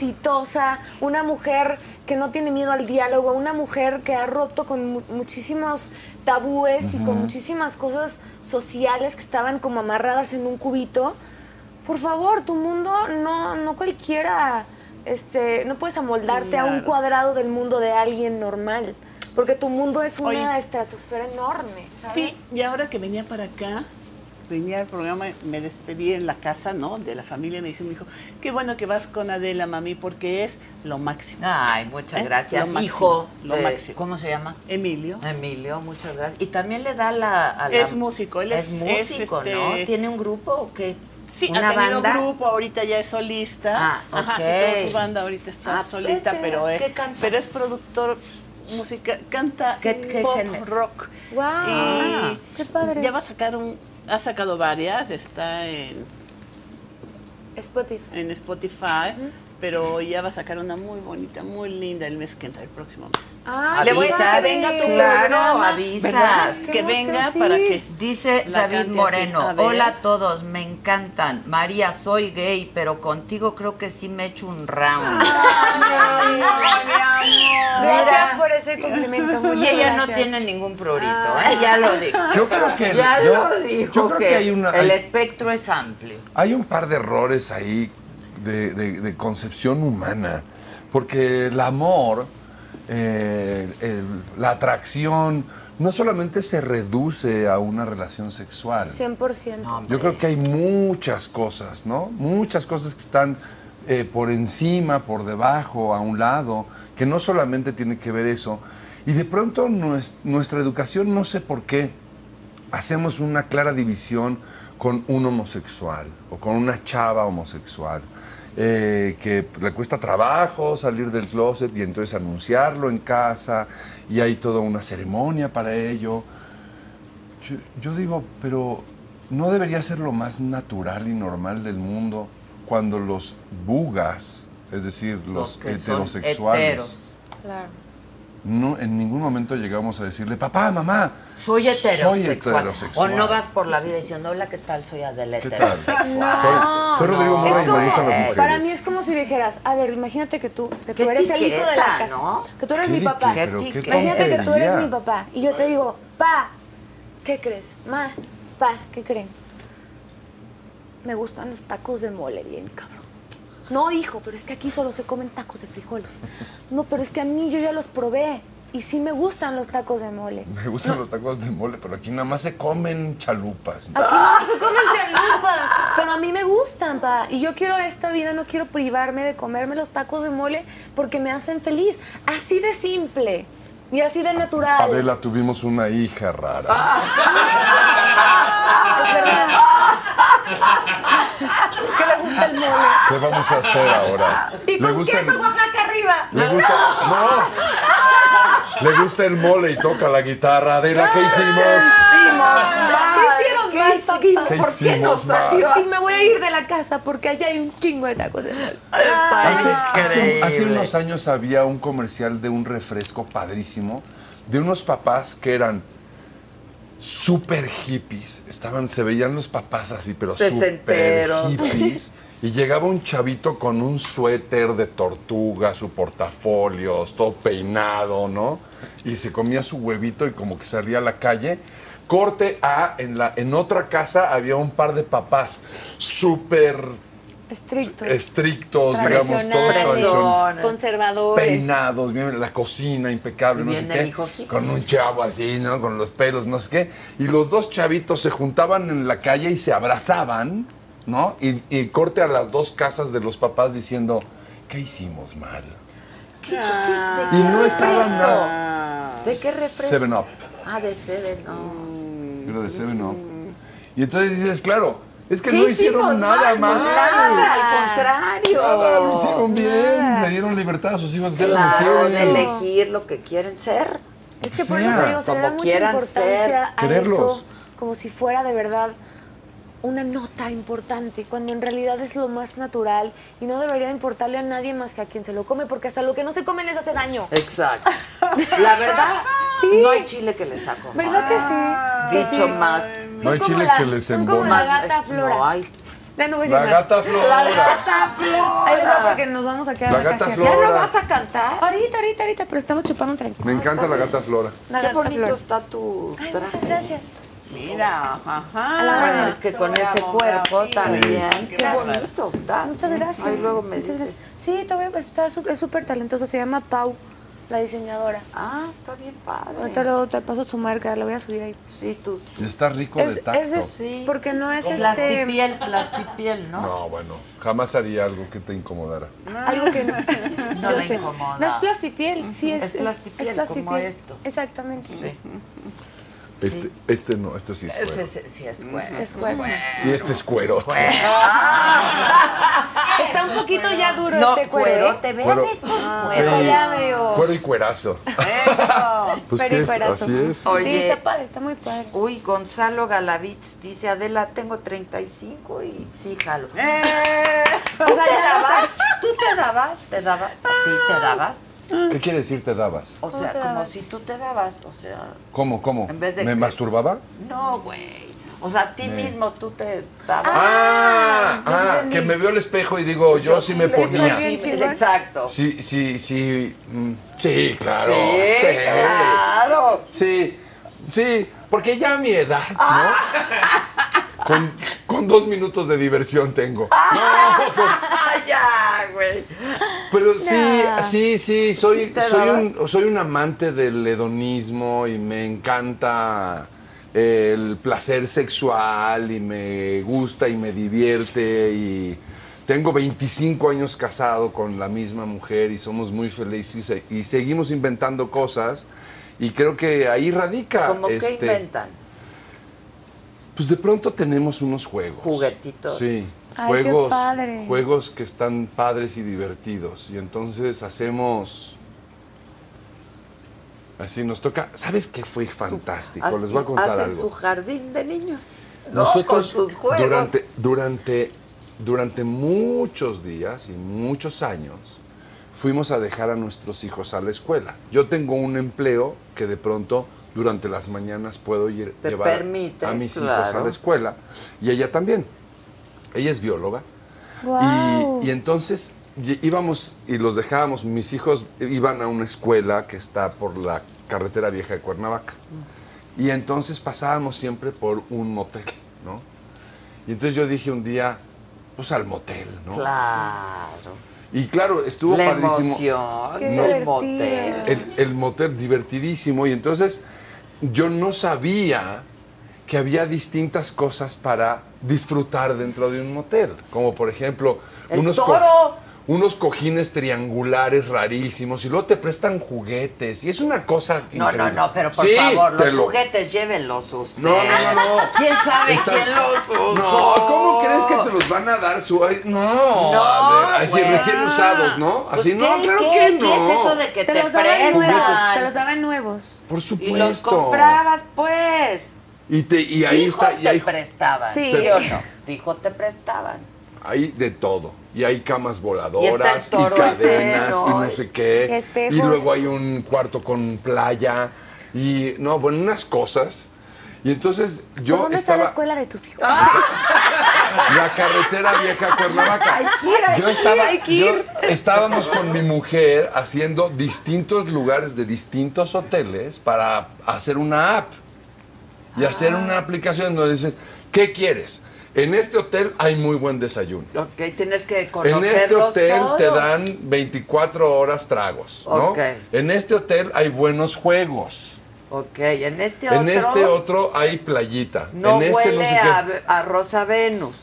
Speaker 5: exitosa, una mujer que no tiene miedo al diálogo, una mujer que ha roto con mu- muchísimos tabúes y con muchísimas cosas sociales que estaban como amarradas en un cubito. Por favor, tu mundo no, no cualquiera, este, no puedes amoldarte a un
Speaker 2: Claro.
Speaker 5: cuadrado del mundo de alguien normal, porque tu mundo es una
Speaker 2: Oye.
Speaker 5: estratosfera enorme. ¿sabes?
Speaker 2: Sí, y ahora que venía para acá, venía al programa, me despedí en la casa, ¿no? De la familia, me dijo, me dijo, qué bueno que vas con Adela, mami, porque es lo máximo.
Speaker 3: Ay, muchas
Speaker 2: ¿Eh?
Speaker 3: gracias,
Speaker 2: Lo máximo,
Speaker 3: hijo.
Speaker 2: lo
Speaker 3: de-
Speaker 2: máximo.
Speaker 3: ¿Cómo se llama?
Speaker 2: Emilio.
Speaker 3: Emilio, muchas gracias. Y también le da la... a la-
Speaker 2: Es músico, él
Speaker 3: es
Speaker 2: es- es,
Speaker 3: músico, ¿no?
Speaker 2: este-
Speaker 3: ¿Tiene un grupo o qué?
Speaker 2: Sí,
Speaker 3: ¿Una
Speaker 2: ha tenido
Speaker 3: banda?
Speaker 2: grupo, ahorita ya es solista.
Speaker 3: Ah,
Speaker 2: Ajá, sí,
Speaker 3: ok.
Speaker 2: toda su banda ahorita está
Speaker 3: Ah,
Speaker 2: solista,
Speaker 3: vete,
Speaker 2: pero, eh,
Speaker 3: ¿qué canta?
Speaker 2: pero es productor, música, canta
Speaker 3: ¿Qué- qué
Speaker 2: pop
Speaker 3: género? Ah,
Speaker 2: rock.
Speaker 5: Guau,
Speaker 2: Y
Speaker 5: qué padre.
Speaker 2: Eh, Ya va a sacar un, ha sacado varias, está en,
Speaker 5: Spotify.
Speaker 2: en Spotify, pero ya va a sacar una muy bonita, muy linda el mes que entra, el próximo mes.
Speaker 5: Ay,
Speaker 2: Le voy a decir
Speaker 3: avisas,
Speaker 2: que venga a tu
Speaker 3: claro,
Speaker 2: programa,
Speaker 3: avisas.
Speaker 2: ¿verdad?
Speaker 5: Qué
Speaker 2: Que
Speaker 5: emoción,
Speaker 2: venga
Speaker 5: sí.
Speaker 2: para que...
Speaker 3: Dice
Speaker 2: La
Speaker 3: David
Speaker 2: cante
Speaker 3: Moreno,
Speaker 2: aquí, a ver.
Speaker 3: hola a todos, me encantan. María, soy gay, pero contigo creo que sí me echo un round.
Speaker 5: Gracias
Speaker 3: Mira.
Speaker 5: por ese complemento. Muchas
Speaker 3: y ella no
Speaker 5: gracias.
Speaker 3: tiene ningún prurito, ¿eh? ya lo dijo.
Speaker 6: Yo creo que,
Speaker 3: Ya
Speaker 6: yo-
Speaker 3: lo dijo
Speaker 6: yo creo que,
Speaker 3: que
Speaker 6: hay, una,
Speaker 3: el
Speaker 6: hay,
Speaker 3: espectro es amplio.
Speaker 6: hay un par de errores ahí de, de- de concepción humana. Porque el amor, eh, el- la atracción, no solamente se reduce a una relación sexual.
Speaker 5: 100%.
Speaker 6: Yo creo que hay muchas cosas, ¿no? Muchas cosas que están eh, por encima, por debajo, a un lado, que no solamente tiene que ver eso. Y de pronto nues- nuestra educación, no sé por qué, hacemos una clara división con un homosexual o con una chava homosexual. eh, que le cuesta trabajo salir del closet y entonces anunciarlo en casa y hay toda una ceremonia para ello. Yo, yo digo, pero ¿no debería ser lo más natural y normal del mundo cuando los bugas, es decir, los,
Speaker 3: Los que son heteros.
Speaker 6: heterosexuales,
Speaker 5: Claro.
Speaker 6: no, en ningún momento llegamos a decirle, papá, mamá,
Speaker 3: Soy heterosexual.
Speaker 6: heterosexual.
Speaker 3: O no vas por la vida diciendo, hola, ¿qué tal? Soy Adela
Speaker 6: ¿Qué tal?
Speaker 3: heterosexual.
Speaker 6: Soy, soy Rodrigo Mora
Speaker 5: Es
Speaker 6: y me gustan las
Speaker 5: como,
Speaker 6: mujeres.
Speaker 5: para mí es como si dijeras, a ver, imagínate que tú, que tú
Speaker 3: Eh, Qué
Speaker 5: eres el hijo de la
Speaker 3: etiqueta,
Speaker 5: casa,
Speaker 3: ¿no?
Speaker 5: que tú eres
Speaker 6: Qué
Speaker 5: mi papá.
Speaker 6: etiqueta, pero qué
Speaker 5: Imagínate que tú eres
Speaker 6: tontería.
Speaker 5: mi papá y yo te digo, pa, ¿qué crees? Ma, pa, ¿qué creen? Me gustan los tacos de mole, bien cabrón. No, hijo, pero es que aquí solo se comen tacos de frijoles. No, pero es que a mí yo ya los probé y sí me gustan los tacos de mole.
Speaker 6: Me gustan los tacos de mole, pero aquí nada más se comen chalupas.
Speaker 5: Aquí no se comen chalupas, pero a mí me gustan, pa. Y yo quiero esta vida, no quiero privarme de comerme los tacos de mole porque me hacen feliz. Así de simple y así de natural.
Speaker 6: Adela, tuvimos una hija rara.
Speaker 5: Es verdad. ¿Qué le gusta el mole?
Speaker 6: ¿Qué vamos a hacer ahora?
Speaker 5: Y con
Speaker 6: gusta
Speaker 5: queso
Speaker 6: el-
Speaker 5: Oaxaca arriba.
Speaker 6: Le gusta... ¡No! Le gusta el mole y toca la guitarra. Adela, ¿qué hicimos?
Speaker 5: ¿Qué hicieron
Speaker 3: ¿Qué
Speaker 5: mal,
Speaker 3: hicimos?
Speaker 5: papá?
Speaker 6: ¿Qué
Speaker 3: ¿Por qué nos
Speaker 6: hicimos mal?
Speaker 3: salió
Speaker 5: Y me voy a ir de la casa porque allá hay un chingo de tacos de mole.
Speaker 6: Hace, hace-
Speaker 3: Increíble.
Speaker 6: hace unos años había un comercial de un refresco padrísimo de unos papás que eran super hippies. Estaban, se veían los papás así, pero super
Speaker 3: Sesenteros.
Speaker 6: hippies. Y llegaba un chavito con un suéter de tortuga, su portafolios, todo peinado, ¿no? Y se comía su huevito y como que salía a la calle. Corte A, en, la, en otra casa había un par de papás super
Speaker 5: Estricto.
Speaker 6: estrictos, digamos, todos
Speaker 5: Tradicionales.
Speaker 6: tradicion-
Speaker 7: Conservadores.
Speaker 6: peinados, bien, la cocina impecable,
Speaker 3: Y
Speaker 6: no sé
Speaker 3: viene
Speaker 6: qué,
Speaker 3: el hijo hippie.
Speaker 6: con un chavo así, ¿no? Con los pelos, no sé qué, y los dos chavitos se juntaban en la calle y se abrazaban, ¿no? Y, y corte a las dos casas de los papás diciendo, ¿qué hicimos mal?
Speaker 3: ¿De
Speaker 6: Y
Speaker 3: qué
Speaker 6: no estaban
Speaker 3: refresco?
Speaker 6: nada.
Speaker 3: ¿De qué refresco?
Speaker 6: Seven Up.
Speaker 3: Ah, de Seven, no.
Speaker 6: Era de Seven Up. Y entonces dices, claro, es que
Speaker 3: ¿Qué
Speaker 6: no hicieron
Speaker 3: hicimos
Speaker 6: nada
Speaker 3: mal?
Speaker 6: más.
Speaker 3: Pues nada, al contrario.
Speaker 6: Nada, lo hicieron bien. Le dieron libertad a sus hijos de hacer lo que
Speaker 3: Oh, Claro, de
Speaker 6: quieren.
Speaker 3: elegir lo que quieren ser.
Speaker 5: Es que
Speaker 6: O
Speaker 5: por eso
Speaker 6: sea,
Speaker 5: te digo, se le
Speaker 3: como
Speaker 5: da mucha
Speaker 3: quieran
Speaker 5: importancia
Speaker 6: ser,
Speaker 5: a
Speaker 6: quererlos.
Speaker 5: eso, como si fuera de verdad una nota importante, cuando en realidad es lo más natural y no debería importarle a nadie más que a quien se lo come, porque hasta lo que no se come les hace daño.
Speaker 3: Exacto. La verdad,
Speaker 5: Sí.
Speaker 3: no hay chile que le saco. mal.
Speaker 5: ¿Verdad que sí? Que
Speaker 3: Dicho
Speaker 5: sí.
Speaker 3: más.
Speaker 5: Son
Speaker 6: No hay
Speaker 5: como
Speaker 6: chile
Speaker 5: la-
Speaker 6: que les
Speaker 5: Son como la
Speaker 6: embona.
Speaker 5: gata flora.
Speaker 3: No hay.
Speaker 5: Ya no voy a decir
Speaker 6: La
Speaker 5: nada.
Speaker 6: gata flora.
Speaker 5: Ahí les va porque nos vamos a quedar
Speaker 6: La
Speaker 5: en
Speaker 6: gata
Speaker 5: cajera.
Speaker 3: ¿Ya
Speaker 6: Flora.
Speaker 3: no vas a cantar?
Speaker 5: Ahorita, ahorita, ahorita, pero estamos chupando un tranquilo.
Speaker 6: Me encanta la gata flora.
Speaker 5: La
Speaker 3: Qué
Speaker 5: gata
Speaker 3: bonito
Speaker 5: flora.
Speaker 3: está tu
Speaker 5: Ay,
Speaker 3: traje.
Speaker 5: muchas gracias.
Speaker 2: Mira, ajá.
Speaker 3: Bueno, es que con ese cuerpo también. Qué
Speaker 2: Gracias.
Speaker 3: bonito está.
Speaker 5: Muchas gracias.
Speaker 3: Ahí luego me
Speaker 5: Muchas
Speaker 3: dices.
Speaker 5: gracias. Sí, todavía pues, está su- es súper talentosa. Se llama Pau, la diseñadora.
Speaker 3: Ah, está bien
Speaker 5: Ahorita
Speaker 3: padre.
Speaker 5: luego te paso su marca, la voy a subir ahí.
Speaker 3: Sí, tus.
Speaker 6: Y Está rico
Speaker 5: Es,
Speaker 6: de tacto.
Speaker 5: es, es-
Speaker 3: Sí.
Speaker 5: porque no es este
Speaker 3: Plastipiel, plastipiel, ¿no?
Speaker 6: No, bueno, jamás haría algo que te incomodara.
Speaker 5: algo que no,
Speaker 3: No
Speaker 5: yo
Speaker 3: la
Speaker 5: sé.
Speaker 3: incomoda.
Speaker 5: No es plastipiel, sí es
Speaker 3: Es plastipiel, como esto.
Speaker 5: Exactamente.
Speaker 3: Sí.
Speaker 6: Este, este no, este sí es cuero.
Speaker 3: Ese sí- sí es bueno.
Speaker 5: Es cuero.
Speaker 6: Y este es cuero.
Speaker 5: Está un poquito ya duro
Speaker 3: No,
Speaker 5: este cuero.
Speaker 3: cuero,
Speaker 5: ¿eh?
Speaker 3: te vean
Speaker 6: Cuero.
Speaker 3: estos
Speaker 5: Está
Speaker 3: cueros.
Speaker 5: ya medio.
Speaker 6: Cuero y cuerazo.
Speaker 3: Eso.
Speaker 6: Pues
Speaker 5: Pero
Speaker 6: qué
Speaker 5: y
Speaker 6: es,
Speaker 5: cuerazo.
Speaker 6: así es.
Speaker 5: Sí,
Speaker 3: Oye.
Speaker 5: está padre, está muy padre.
Speaker 3: Uy, Gonzalo Galavich dice, Adela, tengo 35 y sí, jalo. ¿Tú te dabas? ¿Tú te dabas? ¿Te dabas? ¿A ti te dabas?
Speaker 6: ¿Qué quiere decir te dabas?
Speaker 3: O sea,
Speaker 5: te
Speaker 3: como
Speaker 5: dabas?
Speaker 3: si tú Ah. te dabas, o sea...
Speaker 6: ¿Cómo, cómo?
Speaker 3: En vez de
Speaker 6: ¿Me
Speaker 3: que-
Speaker 6: masturbaba?
Speaker 3: No, güey. O sea, a ti mismo tú te dabas.
Speaker 6: Ah,
Speaker 5: ya
Speaker 6: ah,
Speaker 5: entendí.
Speaker 6: que me veo al espejo y digo, yo, sí me
Speaker 3: le estoy
Speaker 6: ponía.
Speaker 5: bien.
Speaker 3: Sí,
Speaker 5: chingón.
Speaker 3: exacto. Sí,
Speaker 6: Sí, sí, sí. mm, Sí, claro.
Speaker 3: claro.
Speaker 6: Sí, sí, porque ya a mi edad, ¿no? Con, con dos minutos de diversión tengo.
Speaker 3: Ah, ya, güey.
Speaker 6: Pero sí, sí, sí, soy,
Speaker 3: Sí te
Speaker 6: soy,
Speaker 3: daba.
Speaker 6: un, soy un amante del hedonismo y me encanta eh, el placer sexual y me gusta y me divierte y tengo 25 años casado con la misma mujer y somos muy felices y seguimos inventando cosas y creo que ahí radica
Speaker 3: Como que
Speaker 6: este,
Speaker 3: inventan.
Speaker 6: Pues de pronto tenemos unos juegos.
Speaker 3: Juguetitos.
Speaker 6: Sí.
Speaker 5: Ay, qué
Speaker 6: juegos,
Speaker 5: padre.
Speaker 6: juegos que están padres y divertidos. Y entonces hacemos. Así nos toca. ¿Sabes qué fue fantástico? Les voy a contar
Speaker 3: Hacen
Speaker 6: algo.
Speaker 3: su jardín de niños. ¿no?
Speaker 6: Nosotros
Speaker 3: con sus juegos.
Speaker 6: Durante, durante, durante muchos días y muchos años fuimos a dejar a nuestros hijos a la escuela. Yo tengo un empleo que de pronto durante las mañanas puedo ir,
Speaker 3: Te
Speaker 6: llevar
Speaker 3: permite,
Speaker 6: a mis hijos a
Speaker 3: claro.
Speaker 6: la escuela y ella también. Ella es bióloga.
Speaker 5: Guau.
Speaker 6: Y, y entonces y- íbamos y los dejábamos, mis hijos iban a una escuela que está por la carretera vieja de Cuernavaca. Y entonces pasábamos siempre por un motel, ¿no? Y entonces yo dije un día, pues al motel, ¿no?
Speaker 3: Claro.
Speaker 6: Y claro, estuvo
Speaker 3: La
Speaker 6: padrísimo.
Speaker 3: emoción,
Speaker 5: Qué
Speaker 3: el
Speaker 5: divertido.
Speaker 3: motel.
Speaker 6: El, el motel divertidísimo. Y entonces yo no sabía que había distintas cosas para disfrutar dentro de un motel. Como por ejemplo,
Speaker 3: ¡El
Speaker 6: unos,
Speaker 3: toro!
Speaker 6: unos cojines triangulares rarísimos. Y luego te prestan juguetes. Y es una cosa.
Speaker 3: No, no,
Speaker 6: increíble.
Speaker 3: no, pero por
Speaker 6: Sí,
Speaker 3: favor,
Speaker 6: te
Speaker 3: los
Speaker 6: lo-
Speaker 3: juguetes llévenlos ustedes.
Speaker 6: No, no, no, no.
Speaker 3: ¿Quién sabe
Speaker 6: Está-
Speaker 3: quién los usó?
Speaker 6: No, ¿cómo crees que te los van a dar su.? ay, no, a ver, así
Speaker 3: güey.
Speaker 6: recién usados, ¿no? Así,
Speaker 3: Pues,
Speaker 6: no,
Speaker 3: ¿qué-
Speaker 6: claro
Speaker 3: qué-
Speaker 6: que
Speaker 3: qué
Speaker 6: no.
Speaker 3: es eso de que te,
Speaker 5: Te los daban nuevos, te los
Speaker 3: prestan?
Speaker 5: daban nuevos.
Speaker 6: Por
Speaker 3: Y
Speaker 6: supuesto.
Speaker 3: los comprabas, pues.
Speaker 6: Y, te, y ahí
Speaker 3: Dijo,
Speaker 6: está, y
Speaker 3: te
Speaker 6: hay,
Speaker 3: prestaban. Sí.
Speaker 5: Sí.
Speaker 3: o no? Dijo, te prestaban.
Speaker 6: hay de todo. Y hay camas
Speaker 3: Y
Speaker 6: voladoras,
Speaker 3: está
Speaker 6: y,
Speaker 3: el toro ese,
Speaker 6: cadenas, y
Speaker 3: ¿no?
Speaker 6: no sé qué.
Speaker 5: Y espejos.
Speaker 6: Y luego hay un cuarto con playa. Y no, bueno, unas cosas. Y entonces yo
Speaker 5: ¿Dónde está
Speaker 6: estaba.
Speaker 5: la escuela de tus hijos?
Speaker 6: La carretera vieja a Cuernavaca.
Speaker 3: hay
Speaker 6: yo
Speaker 3: que ir,
Speaker 6: estaba,
Speaker 3: hay que ir.
Speaker 6: yo- estábamos con mi mujer haciendo distintos lugares de distintos hoteles para hacer una app y hacer
Speaker 3: Ah.
Speaker 6: una aplicación donde dices, ¿qué quieres? En este hotel hay muy buen desayuno.
Speaker 3: Ok, tienes que
Speaker 6: En
Speaker 3: conocerlos
Speaker 6: este hotel te
Speaker 3: todos.
Speaker 6: dan 24 horas tragos, ¿no?
Speaker 3: Ok.
Speaker 6: En este hotel hay buenos juegos.
Speaker 3: Ok, en este
Speaker 6: En
Speaker 3: otro...
Speaker 6: este otro hay playita.
Speaker 3: No
Speaker 6: en este
Speaker 3: huele
Speaker 6: no sé qué.
Speaker 3: a, a Rosa Venus.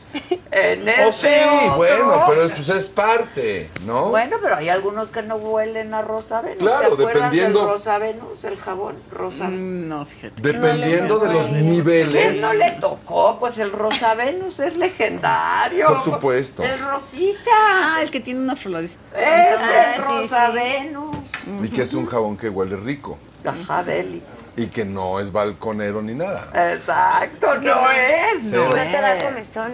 Speaker 3: En este
Speaker 6: Oh, sí,
Speaker 3: otro-
Speaker 6: bueno, pero pues es parte, ¿no?
Speaker 3: Bueno, pero hay algunos que no huelen a Rosa Venus.
Speaker 6: Claro,
Speaker 3: ¿Te acuerdas
Speaker 6: dependiendo- Mm,
Speaker 3: del Rosa Venus, el jabón Rosa
Speaker 2: No, fíjate.
Speaker 6: Dependiendo de los
Speaker 3: ¿Quién
Speaker 6: niveles.
Speaker 3: no le tocó? Pues el Rosa Venus es legendario.
Speaker 6: Por supuesto.
Speaker 3: El Rosita.
Speaker 2: Ah, el que tiene una flores.
Speaker 3: Es
Speaker 5: Ah,
Speaker 3: el
Speaker 5: sí,
Speaker 3: Rosa
Speaker 5: sí.
Speaker 3: Venus.
Speaker 6: Y que es un jabón que huele rico.
Speaker 3: Ajá, Beli.
Speaker 6: Y que no es balconero ni nada.
Speaker 3: Exacto, no es, no
Speaker 5: No te da
Speaker 3: es.
Speaker 5: comezón.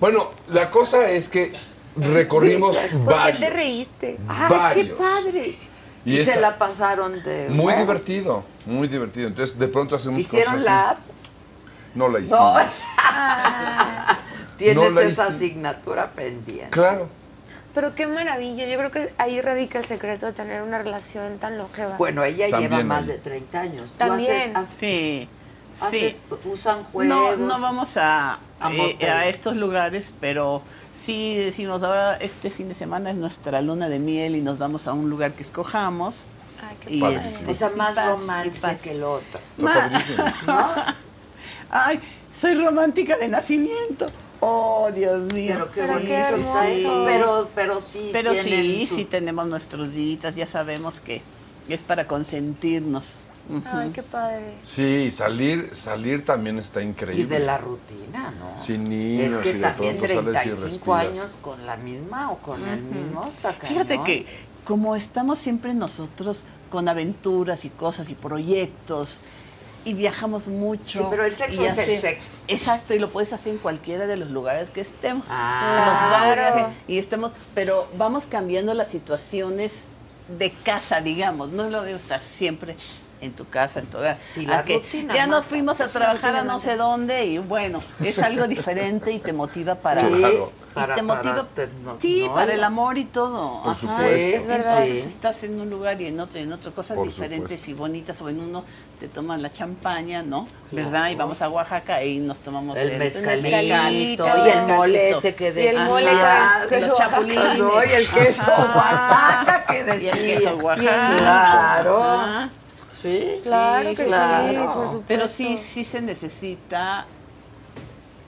Speaker 6: Bueno, la cosa es que recorrimos
Speaker 5: ¿Por
Speaker 6: varios.
Speaker 5: qué te reíste?
Speaker 3: Ay, qué
Speaker 6: varios.
Speaker 3: padre.
Speaker 6: Y
Speaker 3: Y, se
Speaker 6: esa-
Speaker 3: la pasaron de.
Speaker 6: Muy
Speaker 3: huevos.
Speaker 6: divertido, muy divertido. Entonces, de pronto hacemos
Speaker 3: ¿Hicieron
Speaker 6: cosas ¿eh?
Speaker 3: la app?
Speaker 6: así. No la
Speaker 3: No.
Speaker 6: hicimos.
Speaker 3: Tienes
Speaker 6: No la
Speaker 3: esa
Speaker 6: hice.
Speaker 3: asignatura pendiente.
Speaker 6: Claro.
Speaker 5: Pero qué maravilla. Yo creo que ahí radica el secreto de tener una relación tan longeva.
Speaker 3: Bueno, ella lleva
Speaker 6: También
Speaker 3: más
Speaker 6: ahí.
Speaker 3: de 30 años. Tú
Speaker 5: También.
Speaker 3: haces-
Speaker 2: Sí.
Speaker 3: haces-
Speaker 2: Sí.
Speaker 3: usan juegos.
Speaker 2: No, no vamos a,
Speaker 3: A
Speaker 2: eh,
Speaker 3: motel.
Speaker 2: a estos lugares, pero sí decimos ahora este fin de semana es nuestra luna de miel y nos vamos a un lugar que escojamos.
Speaker 5: Ay, qué
Speaker 2: Y
Speaker 5: padre.
Speaker 2: este,
Speaker 3: O sea, más
Speaker 2: y paz, y
Speaker 3: romance
Speaker 2: paz.
Speaker 3: que el otro.
Speaker 2: Ma-
Speaker 6: padrísimo.
Speaker 2: Ay, soy romántica de nacimiento. Oh, Dios mío.
Speaker 3: Pero qué
Speaker 5: Pero
Speaker 3: bonito
Speaker 5: qué
Speaker 3: está eso.
Speaker 5: hermoso.
Speaker 3: Pero, pero sí.
Speaker 2: Pero
Speaker 3: tienen
Speaker 2: sí,
Speaker 3: sus-
Speaker 2: sí tenemos nuestros días, ya sabemos que es para consentirnos.
Speaker 5: Ay, qué padre.
Speaker 6: Sí, salir, salir también está
Speaker 3: Y
Speaker 6: increíble.
Speaker 3: de la rutina, ¿no?
Speaker 6: Sin
Speaker 3: Es
Speaker 6: niños
Speaker 3: que
Speaker 6: y de
Speaker 3: también
Speaker 6: pronto sales y
Speaker 3: 35
Speaker 6: respiras.
Speaker 3: años con la misma o con el mismo está
Speaker 2: Fíjate
Speaker 3: cañón.
Speaker 2: que como estamos siempre nosotros con aventuras y cosas y proyectos y viajamos mucho.
Speaker 3: Sí, pero el sexo
Speaker 2: y
Speaker 3: es el sexo.
Speaker 2: Exacto, y lo puedes hacer en cualquiera de los lugares que estemos.
Speaker 3: Ah.
Speaker 2: Nos vamos de
Speaker 5: Claro.
Speaker 2: viaje y estemos, pero vamos cambiando las situaciones de casa, digamos. No es lo de estar siempre en tu casa, en tu hogar.
Speaker 3: Sí, la
Speaker 2: Ah, que
Speaker 3: rutina
Speaker 2: ya nos
Speaker 3: mata.
Speaker 2: fuimos a trabajar a no sé dónde y bueno, es algo diferente y te motiva para
Speaker 6: Sí, Claro.
Speaker 2: y
Speaker 3: para-
Speaker 2: te motiva
Speaker 3: para- te- no-
Speaker 2: sí,
Speaker 3: no,
Speaker 2: para
Speaker 3: no.
Speaker 2: el amor y todo.
Speaker 6: Por
Speaker 2: Ajá.
Speaker 6: supuesto. Sí,
Speaker 3: es verdad.
Speaker 2: Entonces
Speaker 3: Sí.
Speaker 2: estás en un lugar y en otro y en otro, cosas
Speaker 6: Por
Speaker 2: diferentes
Speaker 6: supuesto.
Speaker 2: y bonitas. O en uno te tomas la champaña, ¿no? ¿Verdad? Y vamos a Oaxaca y nos tomamos
Speaker 3: El mezcalito,
Speaker 5: mezcalito,
Speaker 3: y el mole
Speaker 2: mezcalito.
Speaker 3: ese que
Speaker 5: Y el
Speaker 3: decía.
Speaker 5: mole con el
Speaker 3: Ah,
Speaker 5: queso
Speaker 2: los
Speaker 5: Oaxaca.
Speaker 2: chapulines.
Speaker 3: No, y el queso
Speaker 2: Ajá.
Speaker 3: Oaxaca que
Speaker 2: Y
Speaker 3: decía.
Speaker 2: el queso Oaxaca.
Speaker 3: Claro.
Speaker 2: Ajá.
Speaker 3: Sí.
Speaker 5: Claro que sí,
Speaker 3: claro.
Speaker 5: por supuesto.
Speaker 2: Pero sí, sí se necesita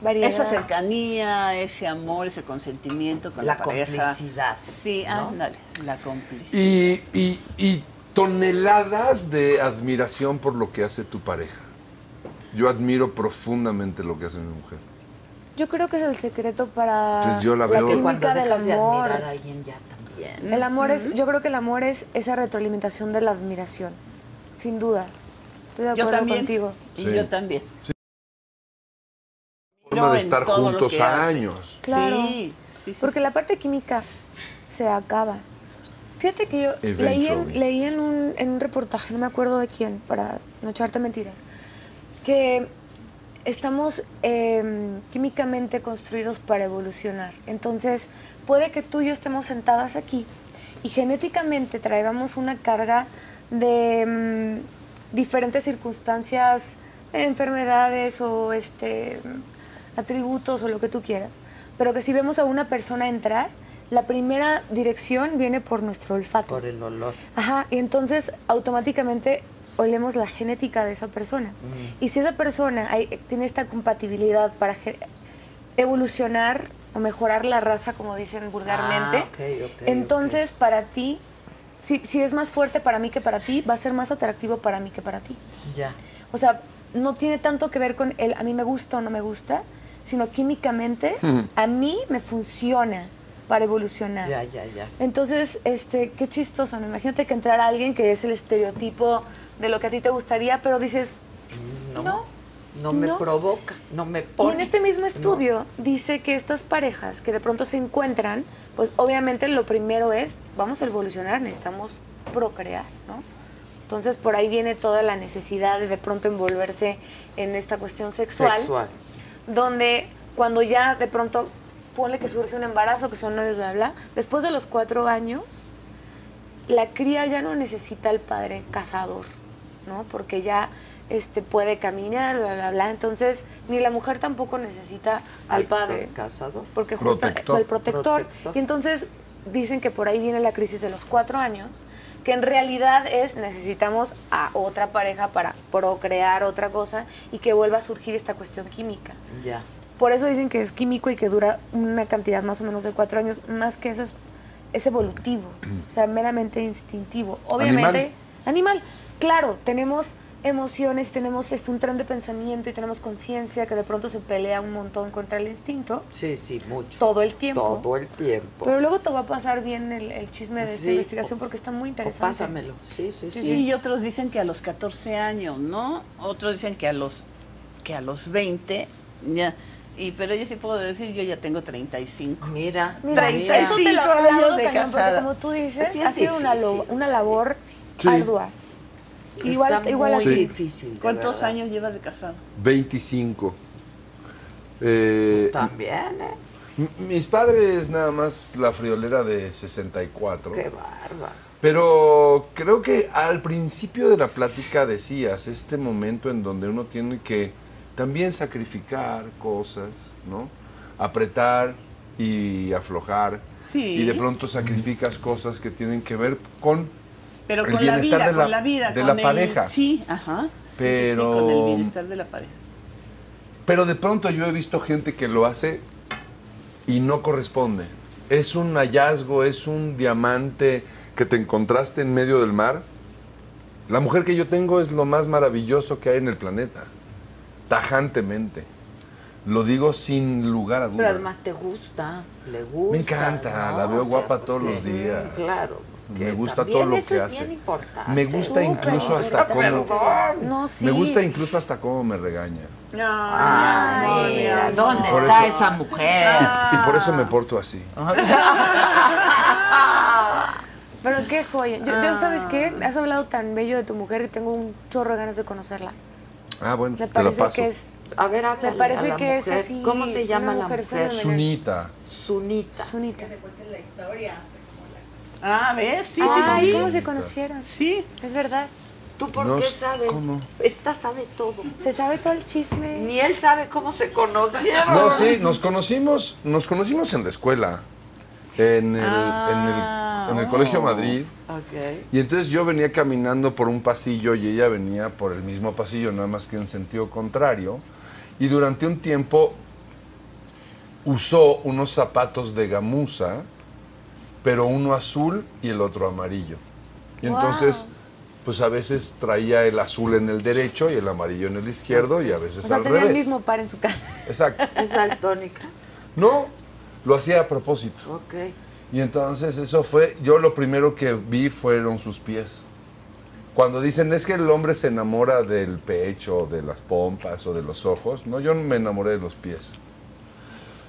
Speaker 5: Variedad.
Speaker 2: esa cercanía, ese amor, ese consentimiento con la,
Speaker 3: La
Speaker 2: pareja.
Speaker 3: complicidad,
Speaker 2: Sí,
Speaker 3: ¿no?
Speaker 2: ándale, la complicidad.
Speaker 6: Y, y- y toneladas de admiración por lo que hace tu pareja. Yo admiro profundamente lo que hace mi mujer.
Speaker 5: Yo creo que es el secreto para
Speaker 6: Pues yo la veo-
Speaker 3: que cuando
Speaker 5: química del
Speaker 3: dejas de
Speaker 5: amor.
Speaker 3: admirar a alguien ya también.
Speaker 5: El amor es, yo creo que el amor es esa retroalimentación de la admiración, sin duda. Estoy de
Speaker 2: Yo
Speaker 5: acuerdo
Speaker 2: también.
Speaker 5: contigo.
Speaker 2: Y
Speaker 6: Sí.
Speaker 2: yo también.
Speaker 6: Forma de
Speaker 2: en
Speaker 6: estar
Speaker 2: todo lo
Speaker 6: juntos
Speaker 2: que hace.
Speaker 6: años.
Speaker 5: Claro.
Speaker 2: Sí, sí, sí,
Speaker 5: Porque
Speaker 2: sí.
Speaker 5: la parte química se acaba. Fíjate que yo leí, en,
Speaker 6: Eventually.
Speaker 5: leí en un, en un reportaje, no me acuerdo de quién, para no echarte mentiras, que estamos eh, químicamente construidos para evolucionar. Entonces, puede que tú y yo estemos sentadas aquí y genéticamente traigamos una carga de mm, diferentes circunstancias, eh, enfermedades o este, mm, atributos o lo que tú quieras. Pero que si vemos a una persona entrar, la primera dirección viene por nuestro olfato.
Speaker 3: Por el olor.
Speaker 5: Ajá, y entonces automáticamente olemos la genética de esa persona. Y si esa persona hay- tiene esta compatibilidad para ge- evolucionar o mejorar la raza, como dicen vulgarmente,
Speaker 3: Ah, ok, ok,
Speaker 5: entonces para ti, si, si es más fuerte para mí que para ti, va a ser más atractivo para mí que para ti.
Speaker 3: Ya.
Speaker 5: O sea, no tiene tanto que ver con el a mí me gusta o no me gusta, sino químicamente a mí me funciona para evolucionar.
Speaker 3: Ya, ya, ya.
Speaker 5: Entonces, este, qué chistoso, ¿no? Imagínate que entrara alguien que es el estereotipo de lo que a ti te gustaría, pero dices, no.
Speaker 3: No me
Speaker 5: No.
Speaker 3: provoca, no me
Speaker 5: Y
Speaker 3: pone.
Speaker 5: en este mismo estudio dice que estas parejas que de pronto se encuentran, pues obviamente lo primero es, vamos a evolucionar, necesitamos procrear, ¿no? Entonces por ahí viene toda la necesidad de de pronto envolverse en esta cuestión sexual,
Speaker 3: Sexual.
Speaker 5: donde cuando ya de pronto ponle que surge un embarazo, que son novios, bla, bla, bla, después de los cuatro años, la cría ya no necesita al padre cazador, ¿no? Porque ya este, puede caminar, bla, bla, bla. Entonces, ni la mujer tampoco necesita al, padre.
Speaker 3: Casado.
Speaker 5: Porque justo
Speaker 6: Protector.
Speaker 5: el protector.
Speaker 3: Protector.
Speaker 5: Y entonces dicen que por ahí viene la crisis de los cuatro años, que en realidad es necesitamos a otra pareja para procrear otra cosa y que vuelva a surgir esta cuestión química.
Speaker 3: Ya.
Speaker 5: Por eso dicen que es químico y que dura una cantidad más o menos de cuatro años. Más que eso es, es evolutivo, o sea, meramente instintivo. Obviamente, animal. Claro, tenemos emociones, tenemos este, un tren de pensamiento y tenemos conciencia que de pronto se pelea un montón contra el instinto
Speaker 3: Sí, sí, mucho.
Speaker 5: todo el tiempo.
Speaker 3: Todo el tiempo.
Speaker 5: Pero luego te va a pasar bien el, el chisme de esta
Speaker 3: Sí,
Speaker 5: investigación
Speaker 3: o-
Speaker 5: porque está muy
Speaker 3: O
Speaker 5: interesante.
Speaker 3: pásamelo. Sí, sí, sí.
Speaker 2: Sí, y otros dicen que a los 14 años, ¿no? Otros dicen que a los que a los 20, ya. Y pero yo sí puedo decir, yo ya tengo 35.
Speaker 3: Mira,
Speaker 5: Mira,
Speaker 2: Treinta y
Speaker 5: eso te lo
Speaker 2: cinco
Speaker 5: aplaudo,
Speaker 2: años de
Speaker 5: cañón, porque
Speaker 2: casada.
Speaker 5: como tú
Speaker 3: Es
Speaker 5: dices,
Speaker 3: bien
Speaker 5: ha sido una, lo-
Speaker 3: difícil.
Speaker 5: una labor
Speaker 6: Sí.
Speaker 5: ardua. Igual,
Speaker 3: Está
Speaker 5: igual a
Speaker 3: muy
Speaker 5: ti.
Speaker 3: difícil. de
Speaker 2: ¿Cuántos
Speaker 3: verdad.
Speaker 2: años llevas de casado?
Speaker 6: 25. Eh,
Speaker 3: También, ¿eh?
Speaker 6: m- mis padres nada más la friolera de 64.
Speaker 3: Qué bárbaro.
Speaker 6: Pero creo que al principio de la plática decías este momento en donde uno tiene que también sacrificar cosas, ¿no? Apretar y aflojar.
Speaker 2: Sí.
Speaker 6: Y de pronto sacrificas cosas que tienen que ver con...
Speaker 2: Pero
Speaker 6: El
Speaker 2: con la
Speaker 6: bienestar
Speaker 2: vida,
Speaker 6: de la-
Speaker 2: con la vida,
Speaker 6: de
Speaker 2: con
Speaker 6: la
Speaker 2: el-
Speaker 6: pareja.
Speaker 2: Sí, ajá. Sí,
Speaker 6: Pero-
Speaker 2: sí, sí, con el bienestar de la pareja.
Speaker 6: Pero de pronto yo he visto gente que lo hace y no corresponde. Es un hallazgo, es un diamante que te encontraste en medio del mar. La mujer que yo tengo es lo más maravilloso que hay en el planeta. Tajantemente. Lo digo sin lugar a dudas.
Speaker 3: Pero además te gusta, le gusta.
Speaker 6: Me encanta,
Speaker 3: ¿no?
Speaker 6: la veo
Speaker 3: O sea,
Speaker 6: guapa todos
Speaker 3: porque-
Speaker 6: los días.
Speaker 3: Mm, Claro. porque
Speaker 6: Me gusta
Speaker 3: también
Speaker 6: todo lo
Speaker 3: eso
Speaker 6: que
Speaker 3: es
Speaker 6: hace.
Speaker 3: bien importante.
Speaker 6: Me gusta
Speaker 5: Súper
Speaker 6: incluso hasta
Speaker 5: importante.
Speaker 6: cómo.
Speaker 5: No, sí.
Speaker 6: Me gusta incluso hasta cómo me regaña.
Speaker 2: Ay, mi
Speaker 1: Mira,
Speaker 2: amor.
Speaker 1: ¿Dónde
Speaker 6: Por
Speaker 1: está
Speaker 6: eso-
Speaker 1: esa mujer? Ah.
Speaker 6: Y por eso me porto así.
Speaker 5: Pero qué joya. Yo,
Speaker 3: Ah.
Speaker 5: yo, ¿Sabes qué? Has hablado tan bello de tu mujer que tengo un chorro de ganas de conocerla.
Speaker 6: Ah, bueno,
Speaker 5: Me
Speaker 6: te la
Speaker 5: parece
Speaker 6: paso.
Speaker 5: que es
Speaker 3: A ver, háblale
Speaker 5: Me parece
Speaker 3: a la
Speaker 5: que es
Speaker 3: mujer.
Speaker 5: así,
Speaker 3: ¿Cómo se
Speaker 5: una
Speaker 3: llama la
Speaker 5: mujer
Speaker 3: mujer?
Speaker 5: fenomenal.
Speaker 6: Sunita.
Speaker 3: Sunita.
Speaker 5: Sunita.
Speaker 2: Ah, ¿ves? Sí, sí,
Speaker 5: Ay,
Speaker 2: sí.
Speaker 5: ¿cómo se conocieron?
Speaker 2: Sí.
Speaker 5: Es verdad.
Speaker 3: ¿Tú por
Speaker 6: No
Speaker 3: qué
Speaker 6: sé,
Speaker 3: sabes?
Speaker 6: ¿cómo?
Speaker 3: Esta sabe todo.
Speaker 5: Se sabe todo el chisme.
Speaker 3: Ni él sabe cómo se
Speaker 5: Ah.
Speaker 3: conocieron.
Speaker 6: No, sí, nos conocimos, nos conocimos en la escuela, en el,
Speaker 2: Ah,
Speaker 6: en el, en el
Speaker 2: oh.
Speaker 6: Colegio Madrid.
Speaker 3: Ok.
Speaker 6: Y entonces yo venía caminando por un pasillo y ella venía por el mismo pasillo, nada más que en sentido contrario. Y durante un tiempo usó unos zapatos de gamuza, pero uno azul y el otro amarillo. Y entonces pues a veces traía el azul en el derecho y el amarillo en el izquierdo y a veces
Speaker 5: O sea,
Speaker 6: al
Speaker 5: tenía
Speaker 6: revés.
Speaker 5: el mismo par en su casa.
Speaker 6: Exacto.
Speaker 3: ¿Es daltónica?
Speaker 6: No, lo hacía a propósito.
Speaker 3: Ok.
Speaker 6: Y entonces eso fue, yo lo primero que vi fueron sus pies. Cuando dicen es que el hombre se enamora del pecho, de las pompas o de los ojos, no, yo me enamoré de los pies.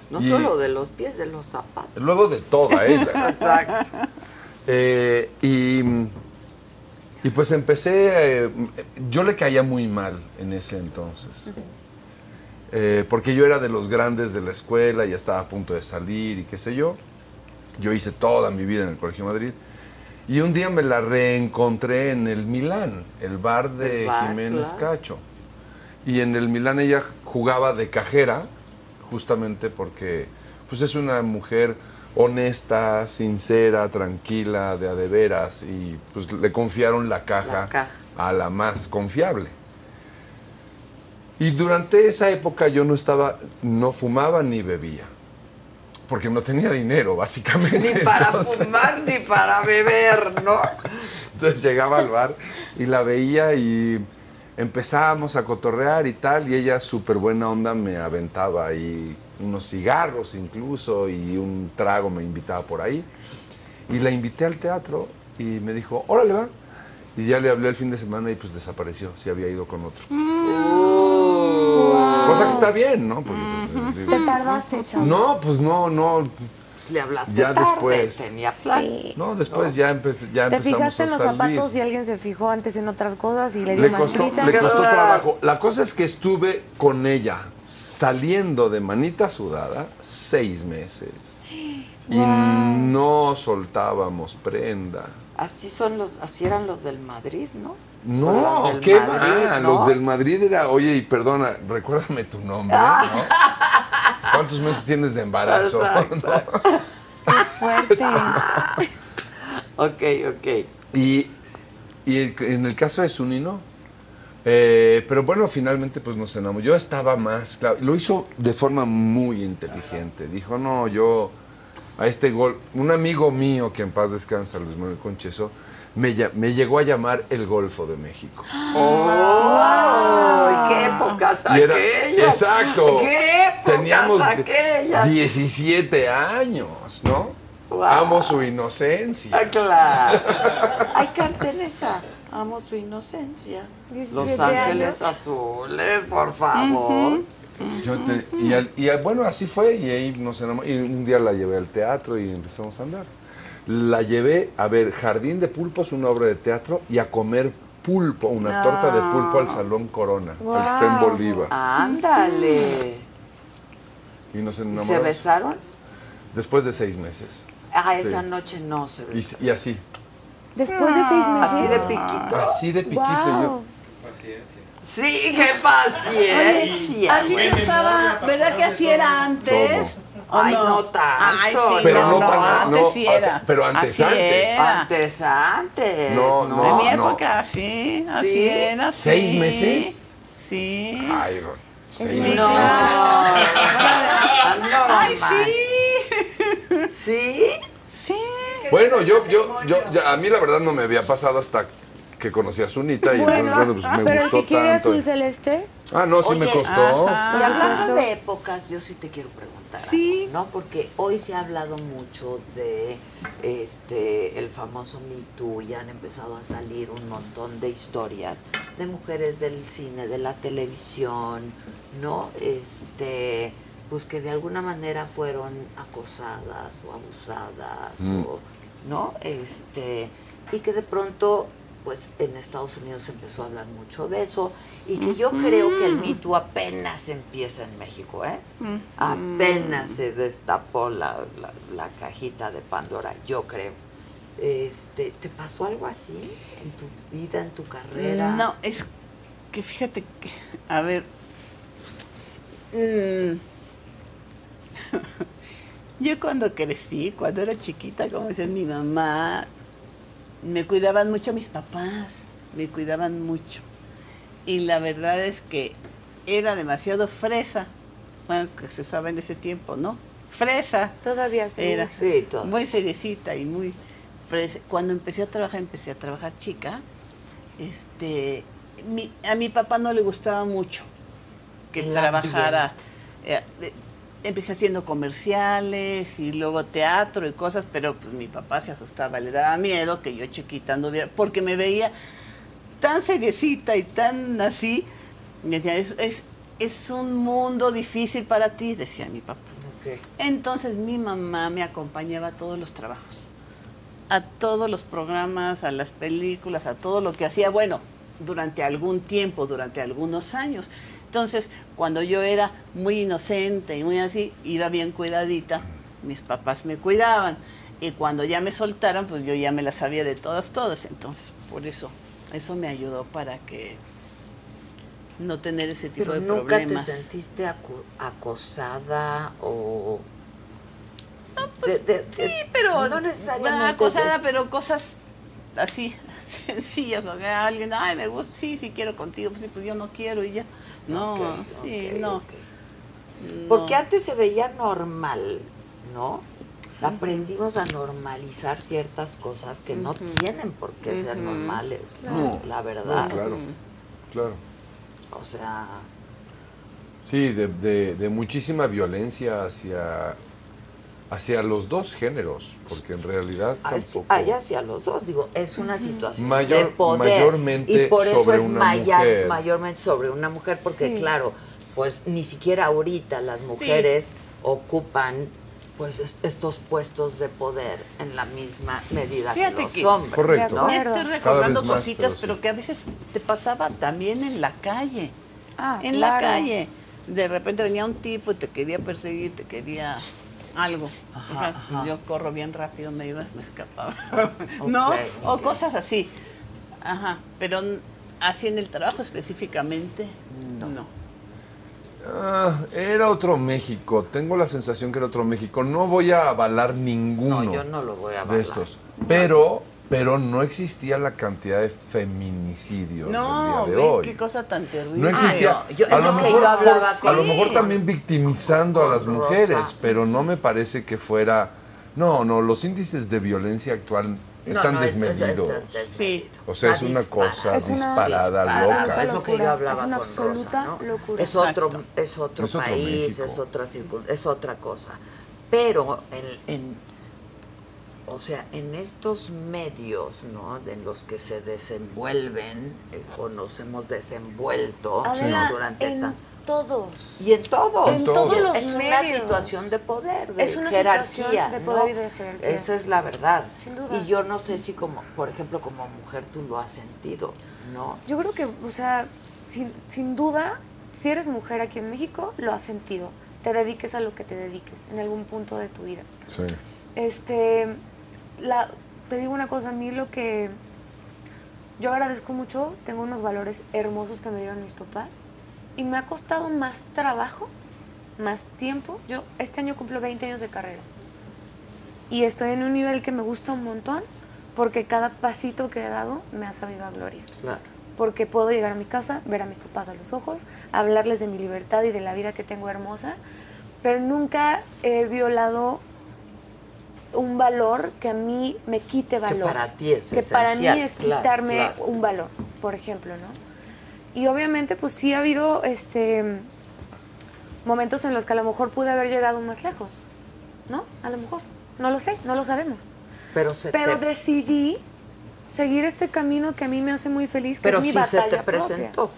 Speaker 3: No
Speaker 6: Y-
Speaker 3: solo de los pies, de los zapatos.
Speaker 6: Luego de toda ella.
Speaker 3: Exacto.
Speaker 6: Eh, y, y pues empecé, eh, yo le caía muy mal en ese entonces. Eh, porque yo era de los grandes de la escuela, ya estaba a punto de salir y qué sé yo. Yo hice toda mi vida en el Colegio Madrid. Y un día me la reencontré en el Milán, el bar de
Speaker 3: El bar,
Speaker 6: Jiménez
Speaker 3: claro.
Speaker 6: Cacho. Y en el Milán ella jugaba de cajera, justamente porque pues es una mujer honesta, sincera, tranquila, de a de veras. Y pues le confiaron la caja,
Speaker 3: La caja.
Speaker 6: a la más confiable. Y durante esa época yo no estaba, no fumaba ni bebía. Porque no tenía dinero, básicamente.
Speaker 3: Ni para
Speaker 6: Entonces-
Speaker 3: fumar ni para beber, ¿no?
Speaker 6: entonces llegaba al bar y la veía y empezábamos a cotorrear y tal, y ella súper buena onda me aventaba ahí unos cigarros incluso y un trago me invitaba por ahí. Y la invité al teatro y me dijo, órale va. Y ya le hablé el fin de semana y pues desapareció, se había ido con otro.
Speaker 5: Mm,
Speaker 6: Cosa que está bien, ¿no? Porque, pues, digo,
Speaker 5: Te tardaste, chavo.
Speaker 6: no, pues no, no.
Speaker 3: Pues le hablaste
Speaker 6: Ya
Speaker 3: tarde,
Speaker 6: después.
Speaker 3: tenía plan.
Speaker 5: Sí.
Speaker 6: No, después ya, empecé, ya
Speaker 5: Te
Speaker 6: empezamos
Speaker 5: fijaste
Speaker 6: a
Speaker 5: en los
Speaker 6: salir.
Speaker 5: zapatos y alguien se fijó antes en otras cosas y le dio
Speaker 6: Le
Speaker 5: más
Speaker 6: costó,
Speaker 5: prisa.
Speaker 6: le costó
Speaker 3: ¿verdad?
Speaker 6: trabajo. La cosa es que estuve con ella saliendo de manita sudada seis meses. Y no soltábamos prenda.
Speaker 3: Así son los, así eran los del Madrid, ¿no? Los
Speaker 6: No,
Speaker 3: del
Speaker 6: qué
Speaker 3: Madrid,
Speaker 6: va.
Speaker 3: ¿no?
Speaker 6: Los del Madrid era, oye, y perdona, recuérdame tu nombre, ¿no? ¿Cuántos meses tienes de embarazo?
Speaker 3: Exacto.
Speaker 6: ¿No?
Speaker 5: Fuerte.
Speaker 3: Ok, ok.
Speaker 6: Y, y el- en el caso de Suni, no. Eh, pero bueno, finalmente pues nos enamoramos. Yo estaba más claro. Lo hizo de forma muy inteligente. Dijo, no, yo a este gol... Un amigo mío que en paz descansa, Luis Manuel Concheso, me, lla- me llegó a llamar el Golfo de México.
Speaker 3: ¡Ay, qué épocas
Speaker 6: Y era-
Speaker 3: aquellas!
Speaker 6: Exacto.
Speaker 3: ¡Qué épocas
Speaker 6: Teníamos
Speaker 3: aquellas!
Speaker 6: 17 años, ¿no?
Speaker 3: Wow.
Speaker 6: Amo su inocencia.
Speaker 3: Ah, claro. Ay, canten esa. Amo su inocencia. Los
Speaker 5: 17
Speaker 3: Ángeles Azules, por favor.
Speaker 6: Yo te- y, al- y al- bueno, así fue y ahí nos enamoramos. Y un día la llevé al teatro y empezamos a andar. La llevé a ver Jardín de Pulpos, una obra de teatro, y a comer pulpo, una torta de pulpo al Salón Corona, al que está en
Speaker 5: Guau.
Speaker 6: Bolívar.
Speaker 3: Ándale.
Speaker 6: Y nos
Speaker 3: ¿Y
Speaker 6: enamoramos
Speaker 3: ¿Se besaron?
Speaker 6: después de seis meses.
Speaker 3: Ah, esa
Speaker 6: Sí.
Speaker 3: noche no se besaron.
Speaker 6: Y, y así,
Speaker 5: Después de seis meses.
Speaker 3: Así de piquito.
Speaker 6: así de piquito.
Speaker 5: Wow.
Speaker 3: Sí, qué paciencia.
Speaker 2: Así se usaba, ¿verdad que así era antes? ¿O
Speaker 3: Ay, no tanto.
Speaker 2: Ay, sí,
Speaker 6: yo- pero no,
Speaker 2: no, no,
Speaker 6: tan
Speaker 2: antes
Speaker 6: no,
Speaker 2: sí
Speaker 6: o sea,
Speaker 2: era.
Speaker 6: pero antes,
Speaker 2: Así
Speaker 6: antes.
Speaker 2: era.
Speaker 3: Antes, antes.
Speaker 6: No,
Speaker 2: De
Speaker 6: no.
Speaker 2: mi época, sí, así
Speaker 3: ¿Sí?
Speaker 2: era. sí.
Speaker 6: ¿Seis meses?
Speaker 2: Sí.
Speaker 6: Ay, Ros- seis
Speaker 5: muy
Speaker 6: meses.
Speaker 5: No.
Speaker 3: Ah, no,
Speaker 2: Ay,
Speaker 3: ma.
Speaker 2: sí.
Speaker 3: Ah. ¿Sí?
Speaker 2: Sí.
Speaker 6: Bueno, yo, yo, yo, ya, a mí la verdad no me había pasado hasta que conocí a Sunita y entonces, bueno, pues me
Speaker 5: pero el
Speaker 6: gustó
Speaker 5: que quiere
Speaker 6: tanto.
Speaker 5: azul celeste,
Speaker 6: Ah, no, sí me
Speaker 3: Oye,
Speaker 6: costó.
Speaker 2: ajá.
Speaker 3: Y hablando
Speaker 5: supuesto.
Speaker 3: de épocas, yo sí te quiero preguntar.
Speaker 2: Sí.
Speaker 3: algo, ¿no? Porque hoy se ha hablado mucho de este el famoso Me Too y han empezado a salir un montón de historias de mujeres del cine, de la televisión, ¿no? Este, pues que de alguna manera fueron acosadas o abusadas o ¿no? Este, y que de pronto, pues en Estados Unidos se empezó a hablar mucho de eso, y que yo creo que el Me Too apenas empieza en México, ¿eh? Apenas se destapó la, la- la cajita de Pandora, yo creo. Este, ¿Te pasó algo así en tu vida, en tu carrera?
Speaker 2: No, es que fíjate que, a ver. mm, Yo cuando crecí, cuando era chiquita, como decía mi mamá, me cuidaban mucho mis papás, me cuidaban mucho. Y la verdad es que era demasiado fresa, bueno, que se usaba en ese tiempo, ¿no? Fresa
Speaker 5: todavía se
Speaker 2: era
Speaker 5: usa.
Speaker 3: Sí, todo.
Speaker 2: muy seriecita y muy fresa. Cuando empecé a trabajar, empecé a trabajar chica este, mi- a mi papá no le gustaba mucho que
Speaker 3: El
Speaker 2: trabajara. eh, de- empecé haciendo comerciales y luego teatro y cosas, pero pues mi papá se asustaba, le daba miedo que yo chiquita anduviera, porque me veía tan seriecita y tan así. Y decía, es, es, es un mundo difícil para ti, decía mi papá. Entonces mi mamá me acompañaba a todos los trabajos, a todos los programas, a las películas, a todo lo que hacía, bueno, durante algún tiempo, durante algunos años. Entonces, cuando yo era muy inocente y muy así, iba bien cuidadita, mis papás me cuidaban. Y cuando ya me soltaron, pues yo ya me la sabía de todas, todas. Entonces, por eso, eso me ayudó para que no tener ese tipo
Speaker 3: Pero
Speaker 2: de
Speaker 3: nunca
Speaker 2: problemas.
Speaker 3: te sentiste acu- acosada o.
Speaker 2: Pues,
Speaker 3: de- de- de-
Speaker 2: Sí, pero
Speaker 3: eh, No necesariamente.
Speaker 2: va acosada,
Speaker 3: de-
Speaker 2: pero cosas así sencillas, o que alguien, ay, me gusta, sí, sí quiero contigo, pues, sí, pues yo no quiero y ya. No,
Speaker 3: Ok,
Speaker 2: sí,
Speaker 3: ok,
Speaker 2: no.
Speaker 3: ok. Porque antes se veía normal, ¿no? Aprendimos a normalizar ciertas cosas que no tienen por qué ser
Speaker 2: Ujú.
Speaker 3: normales,
Speaker 6: No.
Speaker 3: la verdad.
Speaker 6: No, claro, claro.
Speaker 3: O sea,
Speaker 6: Sí, de, de- de muchísima violencia hacia, hacia los dos géneros, porque en realidad
Speaker 3: así-
Speaker 6: tampoco...
Speaker 3: allá hacia los dos, digo, es una situación de
Speaker 6: Mayor-
Speaker 3: poder.
Speaker 6: mayormente
Speaker 3: y por eso
Speaker 6: sobre
Speaker 3: es
Speaker 6: una
Speaker 3: maya-
Speaker 6: mujer.
Speaker 3: mayormente sobre una mujer, porque
Speaker 5: Sí.
Speaker 3: claro, pues ni siquiera ahorita las
Speaker 2: Sí.
Speaker 3: mujeres ocupan pues es- estos puestos de poder en la misma medida
Speaker 2: Fíjate
Speaker 3: que los
Speaker 2: que-
Speaker 3: hombres.
Speaker 6: Correcto.
Speaker 3: ¿no?
Speaker 2: Me
Speaker 5: Claro.
Speaker 2: estoy
Speaker 5: Cada
Speaker 2: recordando
Speaker 6: vez más,
Speaker 2: cositas,
Speaker 6: pero
Speaker 2: pero,
Speaker 6: sí.
Speaker 2: que a veces te pasaba también en la calle.
Speaker 5: Ah,
Speaker 2: en la
Speaker 5: claro.
Speaker 2: calle. De repente venía un tipo y te quería perseguir, te quería algo.
Speaker 3: Ajá,
Speaker 2: Ajá,
Speaker 3: ajá.
Speaker 2: Yo corro bien rápido, me iba, me escapaba. ¿No?
Speaker 3: Ok,
Speaker 2: O
Speaker 3: ok.
Speaker 2: cosas así. Ajá. Pero n- así en el trabajo específicamente,
Speaker 6: Mm,
Speaker 2: no.
Speaker 6: Ah, era otro México, tengo la sensación que era otro México. No voy a avalar ninguno.
Speaker 3: No, yo no lo voy a
Speaker 6: de
Speaker 3: avalar.
Speaker 6: estos. Pero, pero no existía la cantidad de feminicidios
Speaker 2: No,
Speaker 6: del día
Speaker 2: ve
Speaker 6: de hoy.
Speaker 2: qué cosa tan terrible.
Speaker 6: No existía.
Speaker 3: no, Ah, yo-
Speaker 6: a,
Speaker 3: es
Speaker 6: lo
Speaker 3: lo que
Speaker 6: mejor,
Speaker 3: yo hablaba
Speaker 6: por- a lo
Speaker 3: con-
Speaker 6: mejor también victimizando a
Speaker 3: con
Speaker 6: las
Speaker 3: Rosa.
Speaker 6: mujeres, pero no me parece que fuera. No, no, los índices de violencia actual
Speaker 3: No,
Speaker 6: están
Speaker 3: no, es- es- es-
Speaker 6: desmedidos.
Speaker 3: es desmedido.
Speaker 2: Sí.
Speaker 6: O sea, es
Speaker 3: Está
Speaker 6: una
Speaker 3: disparado.
Speaker 6: cosa
Speaker 5: Es una-
Speaker 6: disparada,
Speaker 5: disparada,
Speaker 6: loca.
Speaker 3: Es lo que yo
Speaker 5: locura.
Speaker 3: hablaba
Speaker 5: Es una
Speaker 3: con Rosa,
Speaker 5: absoluta
Speaker 3: ¿no?
Speaker 5: locura.
Speaker 3: Es otro,
Speaker 2: Exacto.
Speaker 3: es otro
Speaker 6: Es otro
Speaker 3: país,
Speaker 6: México.
Speaker 3: es otra circun- es otra cosa. Pero en, en- o sea, en estos medios, ¿no? En los que se desenvuelven eh, o nos hemos desenvuelto
Speaker 5: Adela,
Speaker 3: durante
Speaker 5: en
Speaker 3: tan-
Speaker 5: todos.
Speaker 3: y en todo,
Speaker 5: En
Speaker 6: En todos todo.
Speaker 5: los
Speaker 3: es una
Speaker 5: medios.
Speaker 3: situación de poder, de
Speaker 5: Es una
Speaker 3: jerarquía,
Speaker 5: situación de poder
Speaker 3: ¿no?
Speaker 5: y de jerarquía.
Speaker 3: Esa es la verdad.
Speaker 5: Sin duda.
Speaker 3: Y yo no sé si como, por ejemplo, como mujer tú lo has sentido, ¿no?
Speaker 5: Yo creo que, o sea, sin, sin duda, si eres mujer aquí en México, lo has sentido. Te dediques a lo que te dediques en algún punto de tu vida.
Speaker 6: Sí.
Speaker 5: Este, la, te digo una cosa, a mí lo que yo agradezco mucho, tengo unos valores hermosos que me dieron mis papás y me ha costado más trabajo, más tiempo. Yo este año cumplo 20 años de carrera y estoy en un nivel que me gusta un montón porque cada pasito que he dado me ha sabido a gloria
Speaker 3: Claro.
Speaker 5: porque puedo llegar a mi casa, ver a mis papás a los ojos, hablarles de mi libertad y de la vida que tengo hermosa, pero nunca he violado un valor que a mí me quite valor.
Speaker 3: para ti es
Speaker 5: Que para mí
Speaker 3: esencial,
Speaker 5: es
Speaker 3: claro,
Speaker 5: quitarme
Speaker 3: claro.
Speaker 5: un valor, por ejemplo, ¿no? Y obviamente, pues sí ha habido este momentos en los que a lo mejor pude haber llegado más lejos, ¿no? A lo mejor. No lo sé, no lo sabemos.
Speaker 3: Pero se
Speaker 5: Pero
Speaker 3: te,
Speaker 5: decidí seguir este camino que a mí me hace muy feliz, que
Speaker 3: pero
Speaker 5: es mi
Speaker 3: sí se
Speaker 5: batalla
Speaker 3: te
Speaker 5: propia.
Speaker 3: presentó.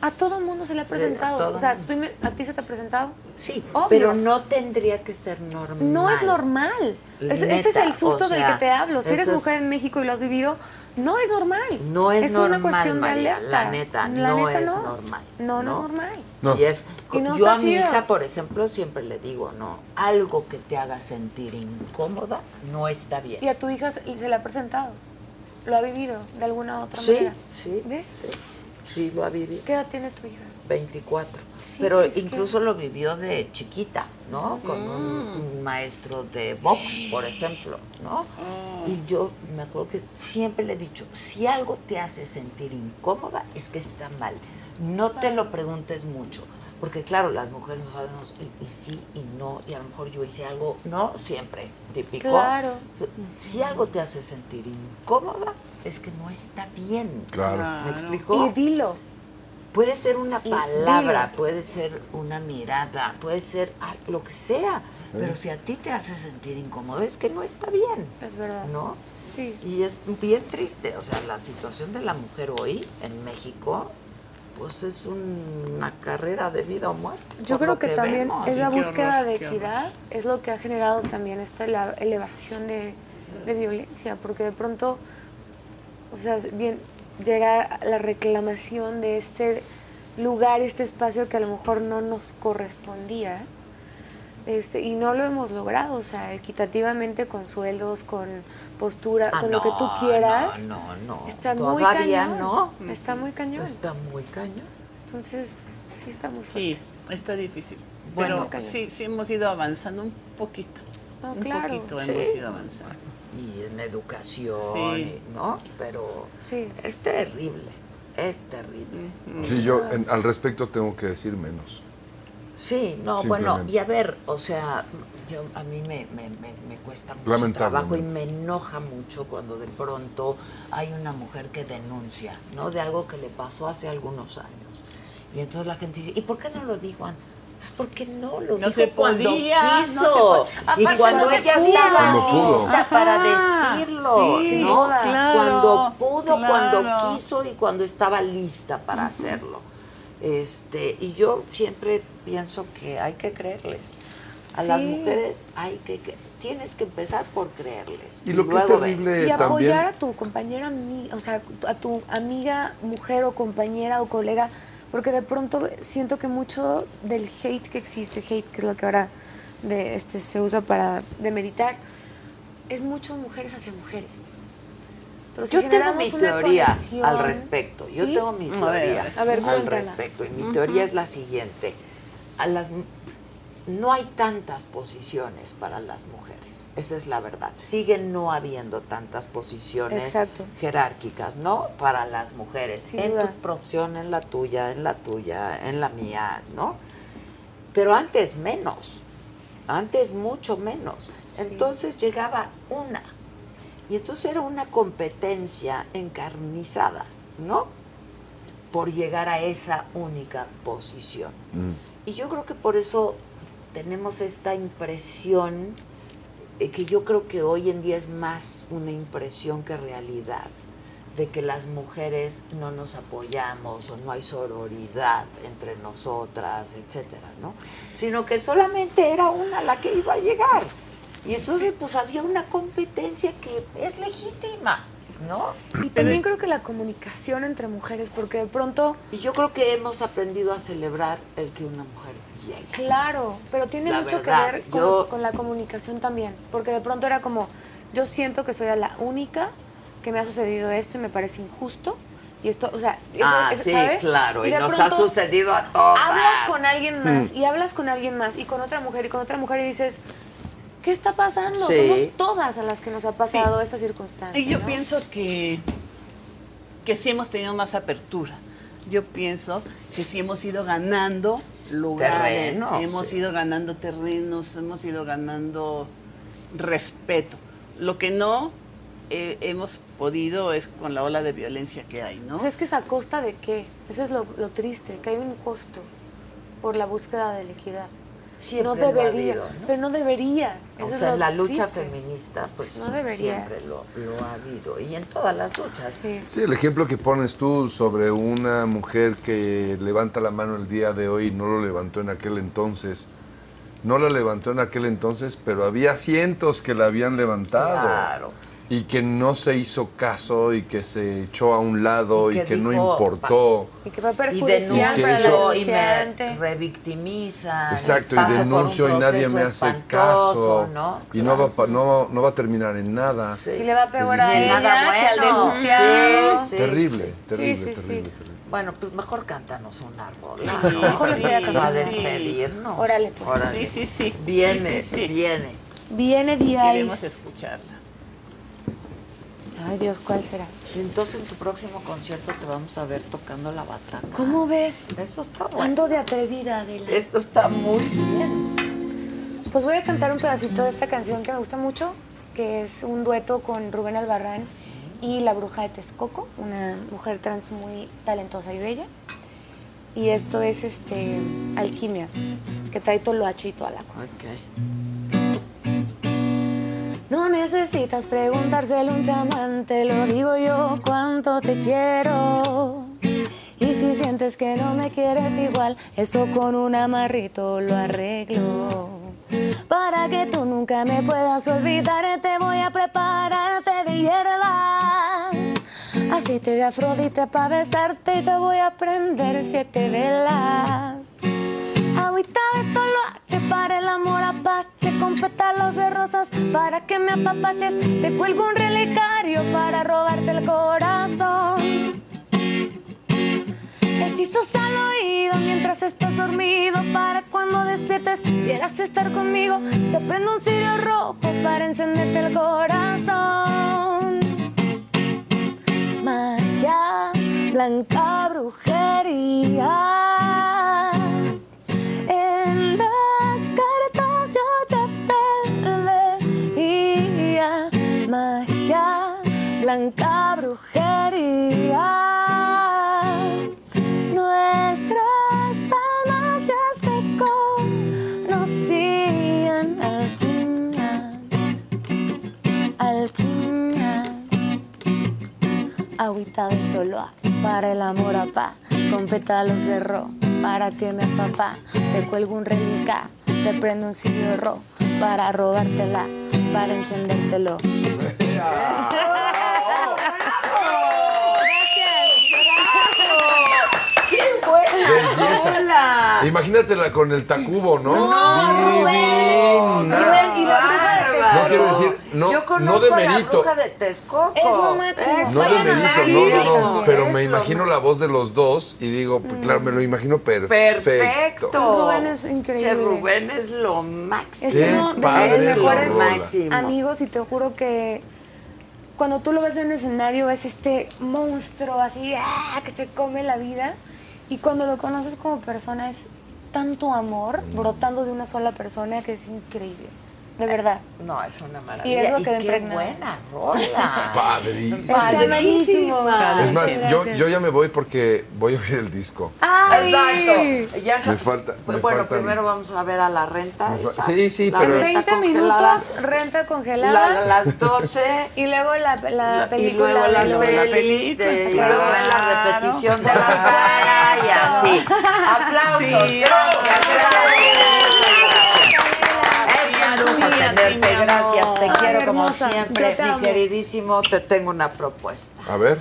Speaker 5: A todo mundo se le ha
Speaker 3: a
Speaker 5: presentado.
Speaker 3: todo
Speaker 5: O sea,
Speaker 3: mundo.
Speaker 5: tú me- ¿a ti se te ha presentado?
Speaker 3: Sí,
Speaker 5: Obvio.
Speaker 3: pero no tendría que ser normal.
Speaker 5: No es normal. Es- ese es
Speaker 3: Neta,
Speaker 5: el susto
Speaker 3: o
Speaker 5: del
Speaker 3: sea,
Speaker 5: que te hablo. Si eres
Speaker 3: eso es-
Speaker 5: mujer en México y lo has vivido, no es normal.
Speaker 3: No es normal,
Speaker 5: una cuestión
Speaker 3: María,
Speaker 5: de alerta.
Speaker 3: la neta, no es normal,
Speaker 5: No, no,
Speaker 3: ¿no?
Speaker 5: es normal.
Speaker 6: No.
Speaker 3: Y es,
Speaker 5: Y no
Speaker 3: yo
Speaker 5: está
Speaker 3: a mi
Speaker 5: chido.
Speaker 3: hija, por ejemplo, siempre le digo, no, algo que te haga sentir incómoda no está bien.
Speaker 5: Y a tu hija se se le ha presentado. Lo ha vivido de alguna u otra
Speaker 3: Sí,
Speaker 5: manera.
Speaker 3: sí,
Speaker 5: ¿Ves?
Speaker 3: sí, sí, lo ha vivido.
Speaker 5: ¿Qué edad tiene tu hija?
Speaker 3: 24.
Speaker 5: Sí,
Speaker 3: Pero
Speaker 5: es que-
Speaker 3: incluso lo vivió de chiquita, ¿no? Con un,
Speaker 5: Mm.
Speaker 3: un maestro de box, por ejemplo, ¿no?
Speaker 5: Eh.
Speaker 3: Y yo me acuerdo que siempre le he dicho, si algo te hace sentir incómoda, es que está mal. No te lo preguntes mucho, Porque claro, las mujeres no sabemos y, y sí y no, y a lo mejor yo hice algo, no siempre, típico.
Speaker 5: Claro.
Speaker 3: Si algo te hace sentir incómoda, es que no está bien.
Speaker 6: Claro.
Speaker 3: ¿Me explico?
Speaker 5: Y dilo.
Speaker 3: Puede ser una
Speaker 5: Y dilo.
Speaker 3: palabra, puede ser una mirada, puede ser ah, lo que sea. Pero si a ti te hace sentir incómoda, es que no está bien,
Speaker 5: Es verdad.
Speaker 3: ¿no?
Speaker 5: Sí.
Speaker 3: Y es bien triste, o sea, la situación de la mujer hoy en México, pues es una carrera de vida o muerte.
Speaker 5: Yo
Speaker 3: por lo
Speaker 5: creo que, también
Speaker 3: vemos.
Speaker 5: es la
Speaker 2: qué
Speaker 5: búsqueda
Speaker 2: horror,
Speaker 5: de
Speaker 2: qué
Speaker 5: equidad, es lo que ha generado también esta ele- elevación de, de violencia, porque de pronto, o sea, bien, llega la reclamación de este lugar, este espacio que a lo mejor no nos correspondía, este, y no lo hemos logrado, o sea, equitativamente con sueldos, con postura,
Speaker 3: Ah,
Speaker 5: con lo que tú
Speaker 3: no,
Speaker 5: quieras.
Speaker 3: No, no, no.
Speaker 5: Está muy
Speaker 3: Todavía
Speaker 5: cañón.
Speaker 3: no.
Speaker 5: Está muy cañón.
Speaker 3: Está muy cañón.
Speaker 5: Entonces, sí está muy fuerte.
Speaker 2: Sí, está difícil.
Speaker 5: Bueno,
Speaker 2: pero
Speaker 5: cañón.
Speaker 2: sí, sí hemos ido avanzando un poquito.
Speaker 5: No,
Speaker 2: un
Speaker 5: claro.
Speaker 2: poquito
Speaker 3: Sí.
Speaker 2: hemos ido avanzando.
Speaker 3: Y en educación,
Speaker 2: Sí.
Speaker 3: y- ¿no? Pero
Speaker 5: Sí.
Speaker 3: es terrible, es terrible.
Speaker 6: Sí, yo en- al respecto tengo que decir menos.
Speaker 3: Sí, no, bueno,
Speaker 6: Simplemente.
Speaker 3: y a ver, o sea, yo, a mí me, me- me- me cuesta mucho trabajo
Speaker 6: Lamentablemente.
Speaker 3: y me enoja mucho cuando de pronto hay una mujer que denuncia, ¿no? De algo que le pasó hace algunos años. Y entonces la gente dice, ¿y por qué no lo dijo antes? Pues porque no lo
Speaker 2: No
Speaker 3: dijo
Speaker 2: se
Speaker 3: cuando
Speaker 2: podía, no se
Speaker 3: quiso.
Speaker 2: po- aparte
Speaker 3: y cuando
Speaker 2: no se
Speaker 3: ella
Speaker 2: pudo.
Speaker 3: estaba
Speaker 6: Cuando pudo. Ah,
Speaker 3: lista para
Speaker 2: Ajá,
Speaker 3: decirlo,
Speaker 2: sí,
Speaker 3: ¿no?
Speaker 2: claro,
Speaker 3: cuando pudo,
Speaker 2: claro.
Speaker 3: cuando quiso y cuando estaba lista para hacerlo. Este, y yo siempre pienso que hay que creerles. A las
Speaker 5: Sí.
Speaker 3: mujeres hay que, cre- tienes que empezar por creerles.
Speaker 6: Y lo que es
Speaker 3: luego ves.
Speaker 6: terrible
Speaker 5: Y apoyar
Speaker 6: también.
Speaker 5: a tu compañera, ami- o sea, a tu amiga, mujer o compañera o colega, porque de pronto siento que mucho del hate que existe, hate que es lo que ahora de, este, se usa para demeritar, es mucho mujeres hacia mujeres. Pero si
Speaker 3: Yo tengo
Speaker 5: Pues generamos
Speaker 3: mi
Speaker 5: una
Speaker 3: teoría
Speaker 5: conexión-
Speaker 3: al respecto. Yo
Speaker 5: ¿Sí?
Speaker 3: tengo mi
Speaker 2: A ver,
Speaker 3: teoría
Speaker 5: a ver. A ver,
Speaker 3: al
Speaker 5: cuéntala.
Speaker 3: respecto. Y mi teoría es la siguiente. A las, no hay tantas posiciones para las mujeres. Esa es la verdad. Siguen no habiendo tantas posiciones
Speaker 5: Exacto.
Speaker 3: jerárquicas, ¿no? Para las mujeres.
Speaker 5: Sin
Speaker 3: en
Speaker 5: duda.
Speaker 3: tu profesión, en la tuya, en la tuya, en la mía, ¿no? Pero antes menos. Antes mucho menos. Entonces llegaba una. Y entonces era una competencia encarnizada, ¿no? Por llegar a esa única posición. Y yo creo que por eso tenemos esta impresión, eh, que yo creo que hoy en día es más una impresión que realidad, de que las mujeres no nos apoyamos o no hay sororidad entre nosotras, etcétera, ¿no? Sino que solamente era una la que iba a llegar. Y entonces, pues había una competencia que es legítima, ¿no?
Speaker 5: Y también creo que la comunicación entre mujeres, porque de pronto,
Speaker 3: Y yo creo que hemos aprendido a celebrar el que una mujer llegue.
Speaker 5: claro, pero tiene
Speaker 3: La
Speaker 5: mucho
Speaker 3: verdad,
Speaker 5: que ver con,
Speaker 3: yo-
Speaker 5: con la comunicación también, porque de pronto era como, yo siento que soy a la única que me ha sucedido esto y me parece injusto. Y esto, o sea, eso-
Speaker 3: ah,
Speaker 5: eso,
Speaker 3: sí,
Speaker 5: ¿sabes?
Speaker 3: claro, y,
Speaker 5: de
Speaker 3: nos ha
Speaker 5: pronto
Speaker 3: sucedido a todas.
Speaker 5: Hablas con alguien más y hablas con alguien más y con otra mujer y con otra mujer y dices, ¿qué está pasando?
Speaker 3: Sí.
Speaker 5: Somos todas a las que nos ha pasado esta circunstancia.
Speaker 2: Y yo
Speaker 5: ¿no?
Speaker 2: pienso que, que sí hemos tenido más apertura. Yo pienso que sí hemos ido ganando lugares,
Speaker 3: Terrenos,
Speaker 2: hemos
Speaker 3: sí.
Speaker 2: ido ganando terrenos, hemos ido ganando respeto. Lo que no eh, hemos podido es con la ola de violencia que hay, ¿no?
Speaker 5: Pues es que es a costa de qué. Eso es lo, lo triste, que hay un costo por la búsqueda de la equidad.
Speaker 3: Siempre
Speaker 5: no
Speaker 3: lo ha
Speaker 5: debería,
Speaker 3: habido, ¿no?
Speaker 5: pero no debería.
Speaker 3: O
Speaker 5: Eso es
Speaker 3: sea,
Speaker 5: lo
Speaker 3: en la lucha
Speaker 5: triste.
Speaker 3: feminista, pues
Speaker 5: No debería.
Speaker 3: siempre lo, lo ha habido. Y en todas las luchas.
Speaker 5: Sí.
Speaker 6: Sí, el ejemplo que pones tú sobre una mujer que levanta la mano el día de hoy y no lo levantó en aquel entonces. No la levantó en aquel entonces, pero había cientos que la habían levantado.
Speaker 3: Claro.
Speaker 6: Y que no se hizo caso y que se echó a un lado
Speaker 3: Y
Speaker 6: y,
Speaker 3: que
Speaker 6: que, no
Speaker 3: dijo,
Speaker 6: importó.
Speaker 5: Y que fue
Speaker 3: Y
Speaker 5: perjudicial para la
Speaker 3: denuncio y me
Speaker 5: denunciante.
Speaker 3: revictimiza.
Speaker 6: Exacto,
Speaker 3: paso
Speaker 6: y
Speaker 3: por un
Speaker 6: denuncio y nadie me
Speaker 3: proceso
Speaker 6: hace caso.
Speaker 3: espantoso, ¿no?
Speaker 6: Y no va, pa- no, no va a terminar en nada.
Speaker 3: Sí.
Speaker 5: Y le va peor
Speaker 6: Sí.
Speaker 5: a
Speaker 3: Ni
Speaker 5: ella
Speaker 3: nada
Speaker 5: que al
Speaker 3: bueno.
Speaker 5: denunciado.
Speaker 3: Sí, sí.
Speaker 6: terrible, terrible,
Speaker 5: sí, sí.
Speaker 6: terrible, terrible.
Speaker 3: Bueno, pues mejor cántanos un árbol.
Speaker 2: Sí,
Speaker 3: ¿no?
Speaker 2: mejor les voy a
Speaker 3: Para
Speaker 2: cantar.
Speaker 3: despedirnos.
Speaker 5: Órale, pues.
Speaker 2: Sí, sí, sí.
Speaker 3: Viene,
Speaker 2: Sí, sí, sí.
Speaker 3: viene.
Speaker 5: Viene
Speaker 2: Queremos
Speaker 5: Diais.
Speaker 2: escucharla.
Speaker 5: Ay, Dios, ¿cuál será?
Speaker 9: Entonces en tu próximo concierto te vamos a ver tocando la bataca.
Speaker 5: ¿Cómo ves?
Speaker 9: Esto está bueno.
Speaker 5: Ando de atrevida, Adela.
Speaker 9: Esto está muy bien.
Speaker 5: Pues voy a cantar un pedacito de esta canción que me gusta mucho, que es un dueto con Rubén Albarrán y la bruja de Texcoco, una mujer trans muy talentosa y bella. Y esto es este Alquimia, que trae toloache y toda la cosa. No necesitas preguntárselo a un chamán, te lo digo yo cuánto te quiero. Y si sientes que no me quieres igual, eso con un amarrito lo arreglo. Para que tú nunca me puedas olvidar, te voy a prepararte de hierbas. Aceite de Afrodita para besarte y te voy a prender siete velas. Agüita de toloache para el amor apache Con pétalos de rosas para que me apapaches Te cuelgo un relicario para robarte el corazón Hechizos al oído mientras estás dormido Para cuando despiertes quieras estar conmigo Te prendo un cirio rojo para encenderte el corazón Magia, blanca brujería en las cartas yo ya te veía magia, blanca brujería. Nuestras almas ya se conocían. Alquimia, alquimia. Agüita de Toloa para el amor a pa, con pétalos de ro para que me papá te cuelgo un relica, te prendo un cirio ro para robártela, para encendértelo.
Speaker 9: ¡Qué buena!
Speaker 6: Belleza. Imagínatela con el Tacubo, ¿no?
Speaker 5: ¡Ah, Rubén,
Speaker 6: Divina.
Speaker 5: Rubén y la bruja de Texcoco.
Speaker 6: No quiero decir, no,
Speaker 9: Yo
Speaker 6: no
Speaker 9: conozco
Speaker 6: de
Speaker 9: a la
Speaker 6: merito.
Speaker 9: bruja de Texcoco.
Speaker 5: Es lo máximo.
Speaker 9: Es
Speaker 6: No de
Speaker 5: Vayan a
Speaker 6: merito,
Speaker 5: verlo.
Speaker 6: no, no, no.
Speaker 9: Sí,
Speaker 6: Pero me
Speaker 9: es lo
Speaker 6: imagino la voz de los dos y digo, pues, claro, me lo imagino perfecto.
Speaker 9: Perfecto.
Speaker 5: Rubén es increíble.
Speaker 9: Che, Rubén es lo máximo.
Speaker 5: Es
Speaker 6: Qué
Speaker 5: uno de
Speaker 6: padre
Speaker 5: mis
Speaker 6: la
Speaker 5: mejores
Speaker 6: rola.
Speaker 9: Máximo.
Speaker 5: amigos y te juro que cuando tú lo ves en el escenario es este monstruo así ¡ah! que se come la vida y cuando lo conoces como persona es tanto amor brotando de una sola persona que es increíble, de verdad.
Speaker 9: No, es una maravilla.
Speaker 5: Y eso
Speaker 9: qué
Speaker 5: quedó impregnado.
Speaker 9: buena rola.
Speaker 6: Padrísimo.
Speaker 5: Está
Speaker 2: Padrísima.
Speaker 5: buenísimo.
Speaker 6: Es más,
Speaker 5: Gracias.
Speaker 6: yo, yo ya me voy porque voy a ver el disco.
Speaker 5: ¡Ay!
Speaker 9: Exacto. Ya sabes.
Speaker 6: falta- me
Speaker 9: bueno,
Speaker 6: faltan-
Speaker 9: primero vamos a ver a la renta.
Speaker 6: Me fa-
Speaker 9: esa.
Speaker 6: sí, sí,
Speaker 9: La
Speaker 6: pero-
Speaker 9: renta
Speaker 5: 30
Speaker 9: congelada.
Speaker 5: minutos, renta
Speaker 9: La-
Speaker 5: congelada
Speaker 9: las 12.
Speaker 5: y luego la, la
Speaker 9: La- y
Speaker 5: película
Speaker 9: luego la,
Speaker 5: de Lola.
Speaker 9: la
Speaker 2: peli-
Speaker 9: película y
Speaker 2: claro.
Speaker 9: luego la repetición de la saga y así. Aplausos.
Speaker 2: Sí,
Speaker 9: gracias,
Speaker 2: Gracias.
Speaker 9: gracias. Es un lujo
Speaker 2: Sí, a ti,
Speaker 9: tenerte,
Speaker 2: mi amor.
Speaker 9: gracias. Te
Speaker 5: Ay,
Speaker 9: quiero como
Speaker 5: hermosa,
Speaker 9: siempre,
Speaker 5: yo te
Speaker 9: mi
Speaker 5: amo.
Speaker 9: queridísimo. Te tengo una propuesta.
Speaker 6: A ver.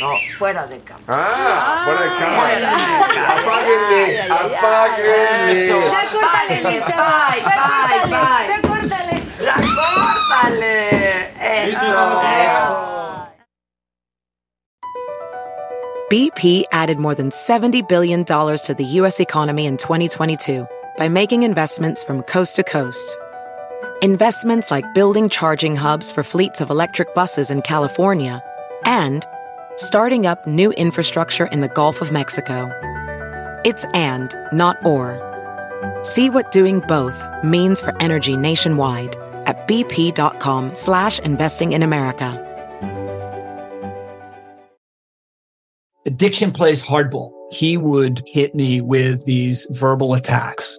Speaker 9: No, fuera de cámara.
Speaker 6: Ah, fuera de cámara.
Speaker 2: Ay,
Speaker 6: Apáguenle,
Speaker 2: ay, ay.
Speaker 6: apáguenle.
Speaker 5: Ya córtale,
Speaker 9: Bye,
Speaker 5: chava,
Speaker 9: bye,
Speaker 5: ya
Speaker 9: bye,
Speaker 5: córtale,
Speaker 9: bye.
Speaker 5: ya córtale.
Speaker 9: ¡Recórtale! Eso.
Speaker 10: BP added more than $70 billion to the U.S. economy in 2022 by making investments from coast to coast. Investments like building charging hubs for fleets of electric buses in California and starting up new infrastructure in the Gulf of Mexico. It's and, not or. See what doing both means for energy nationwide at bp.com slash investing in America.
Speaker 11: Addiction plays hardball. He would hit me with these verbal attacks.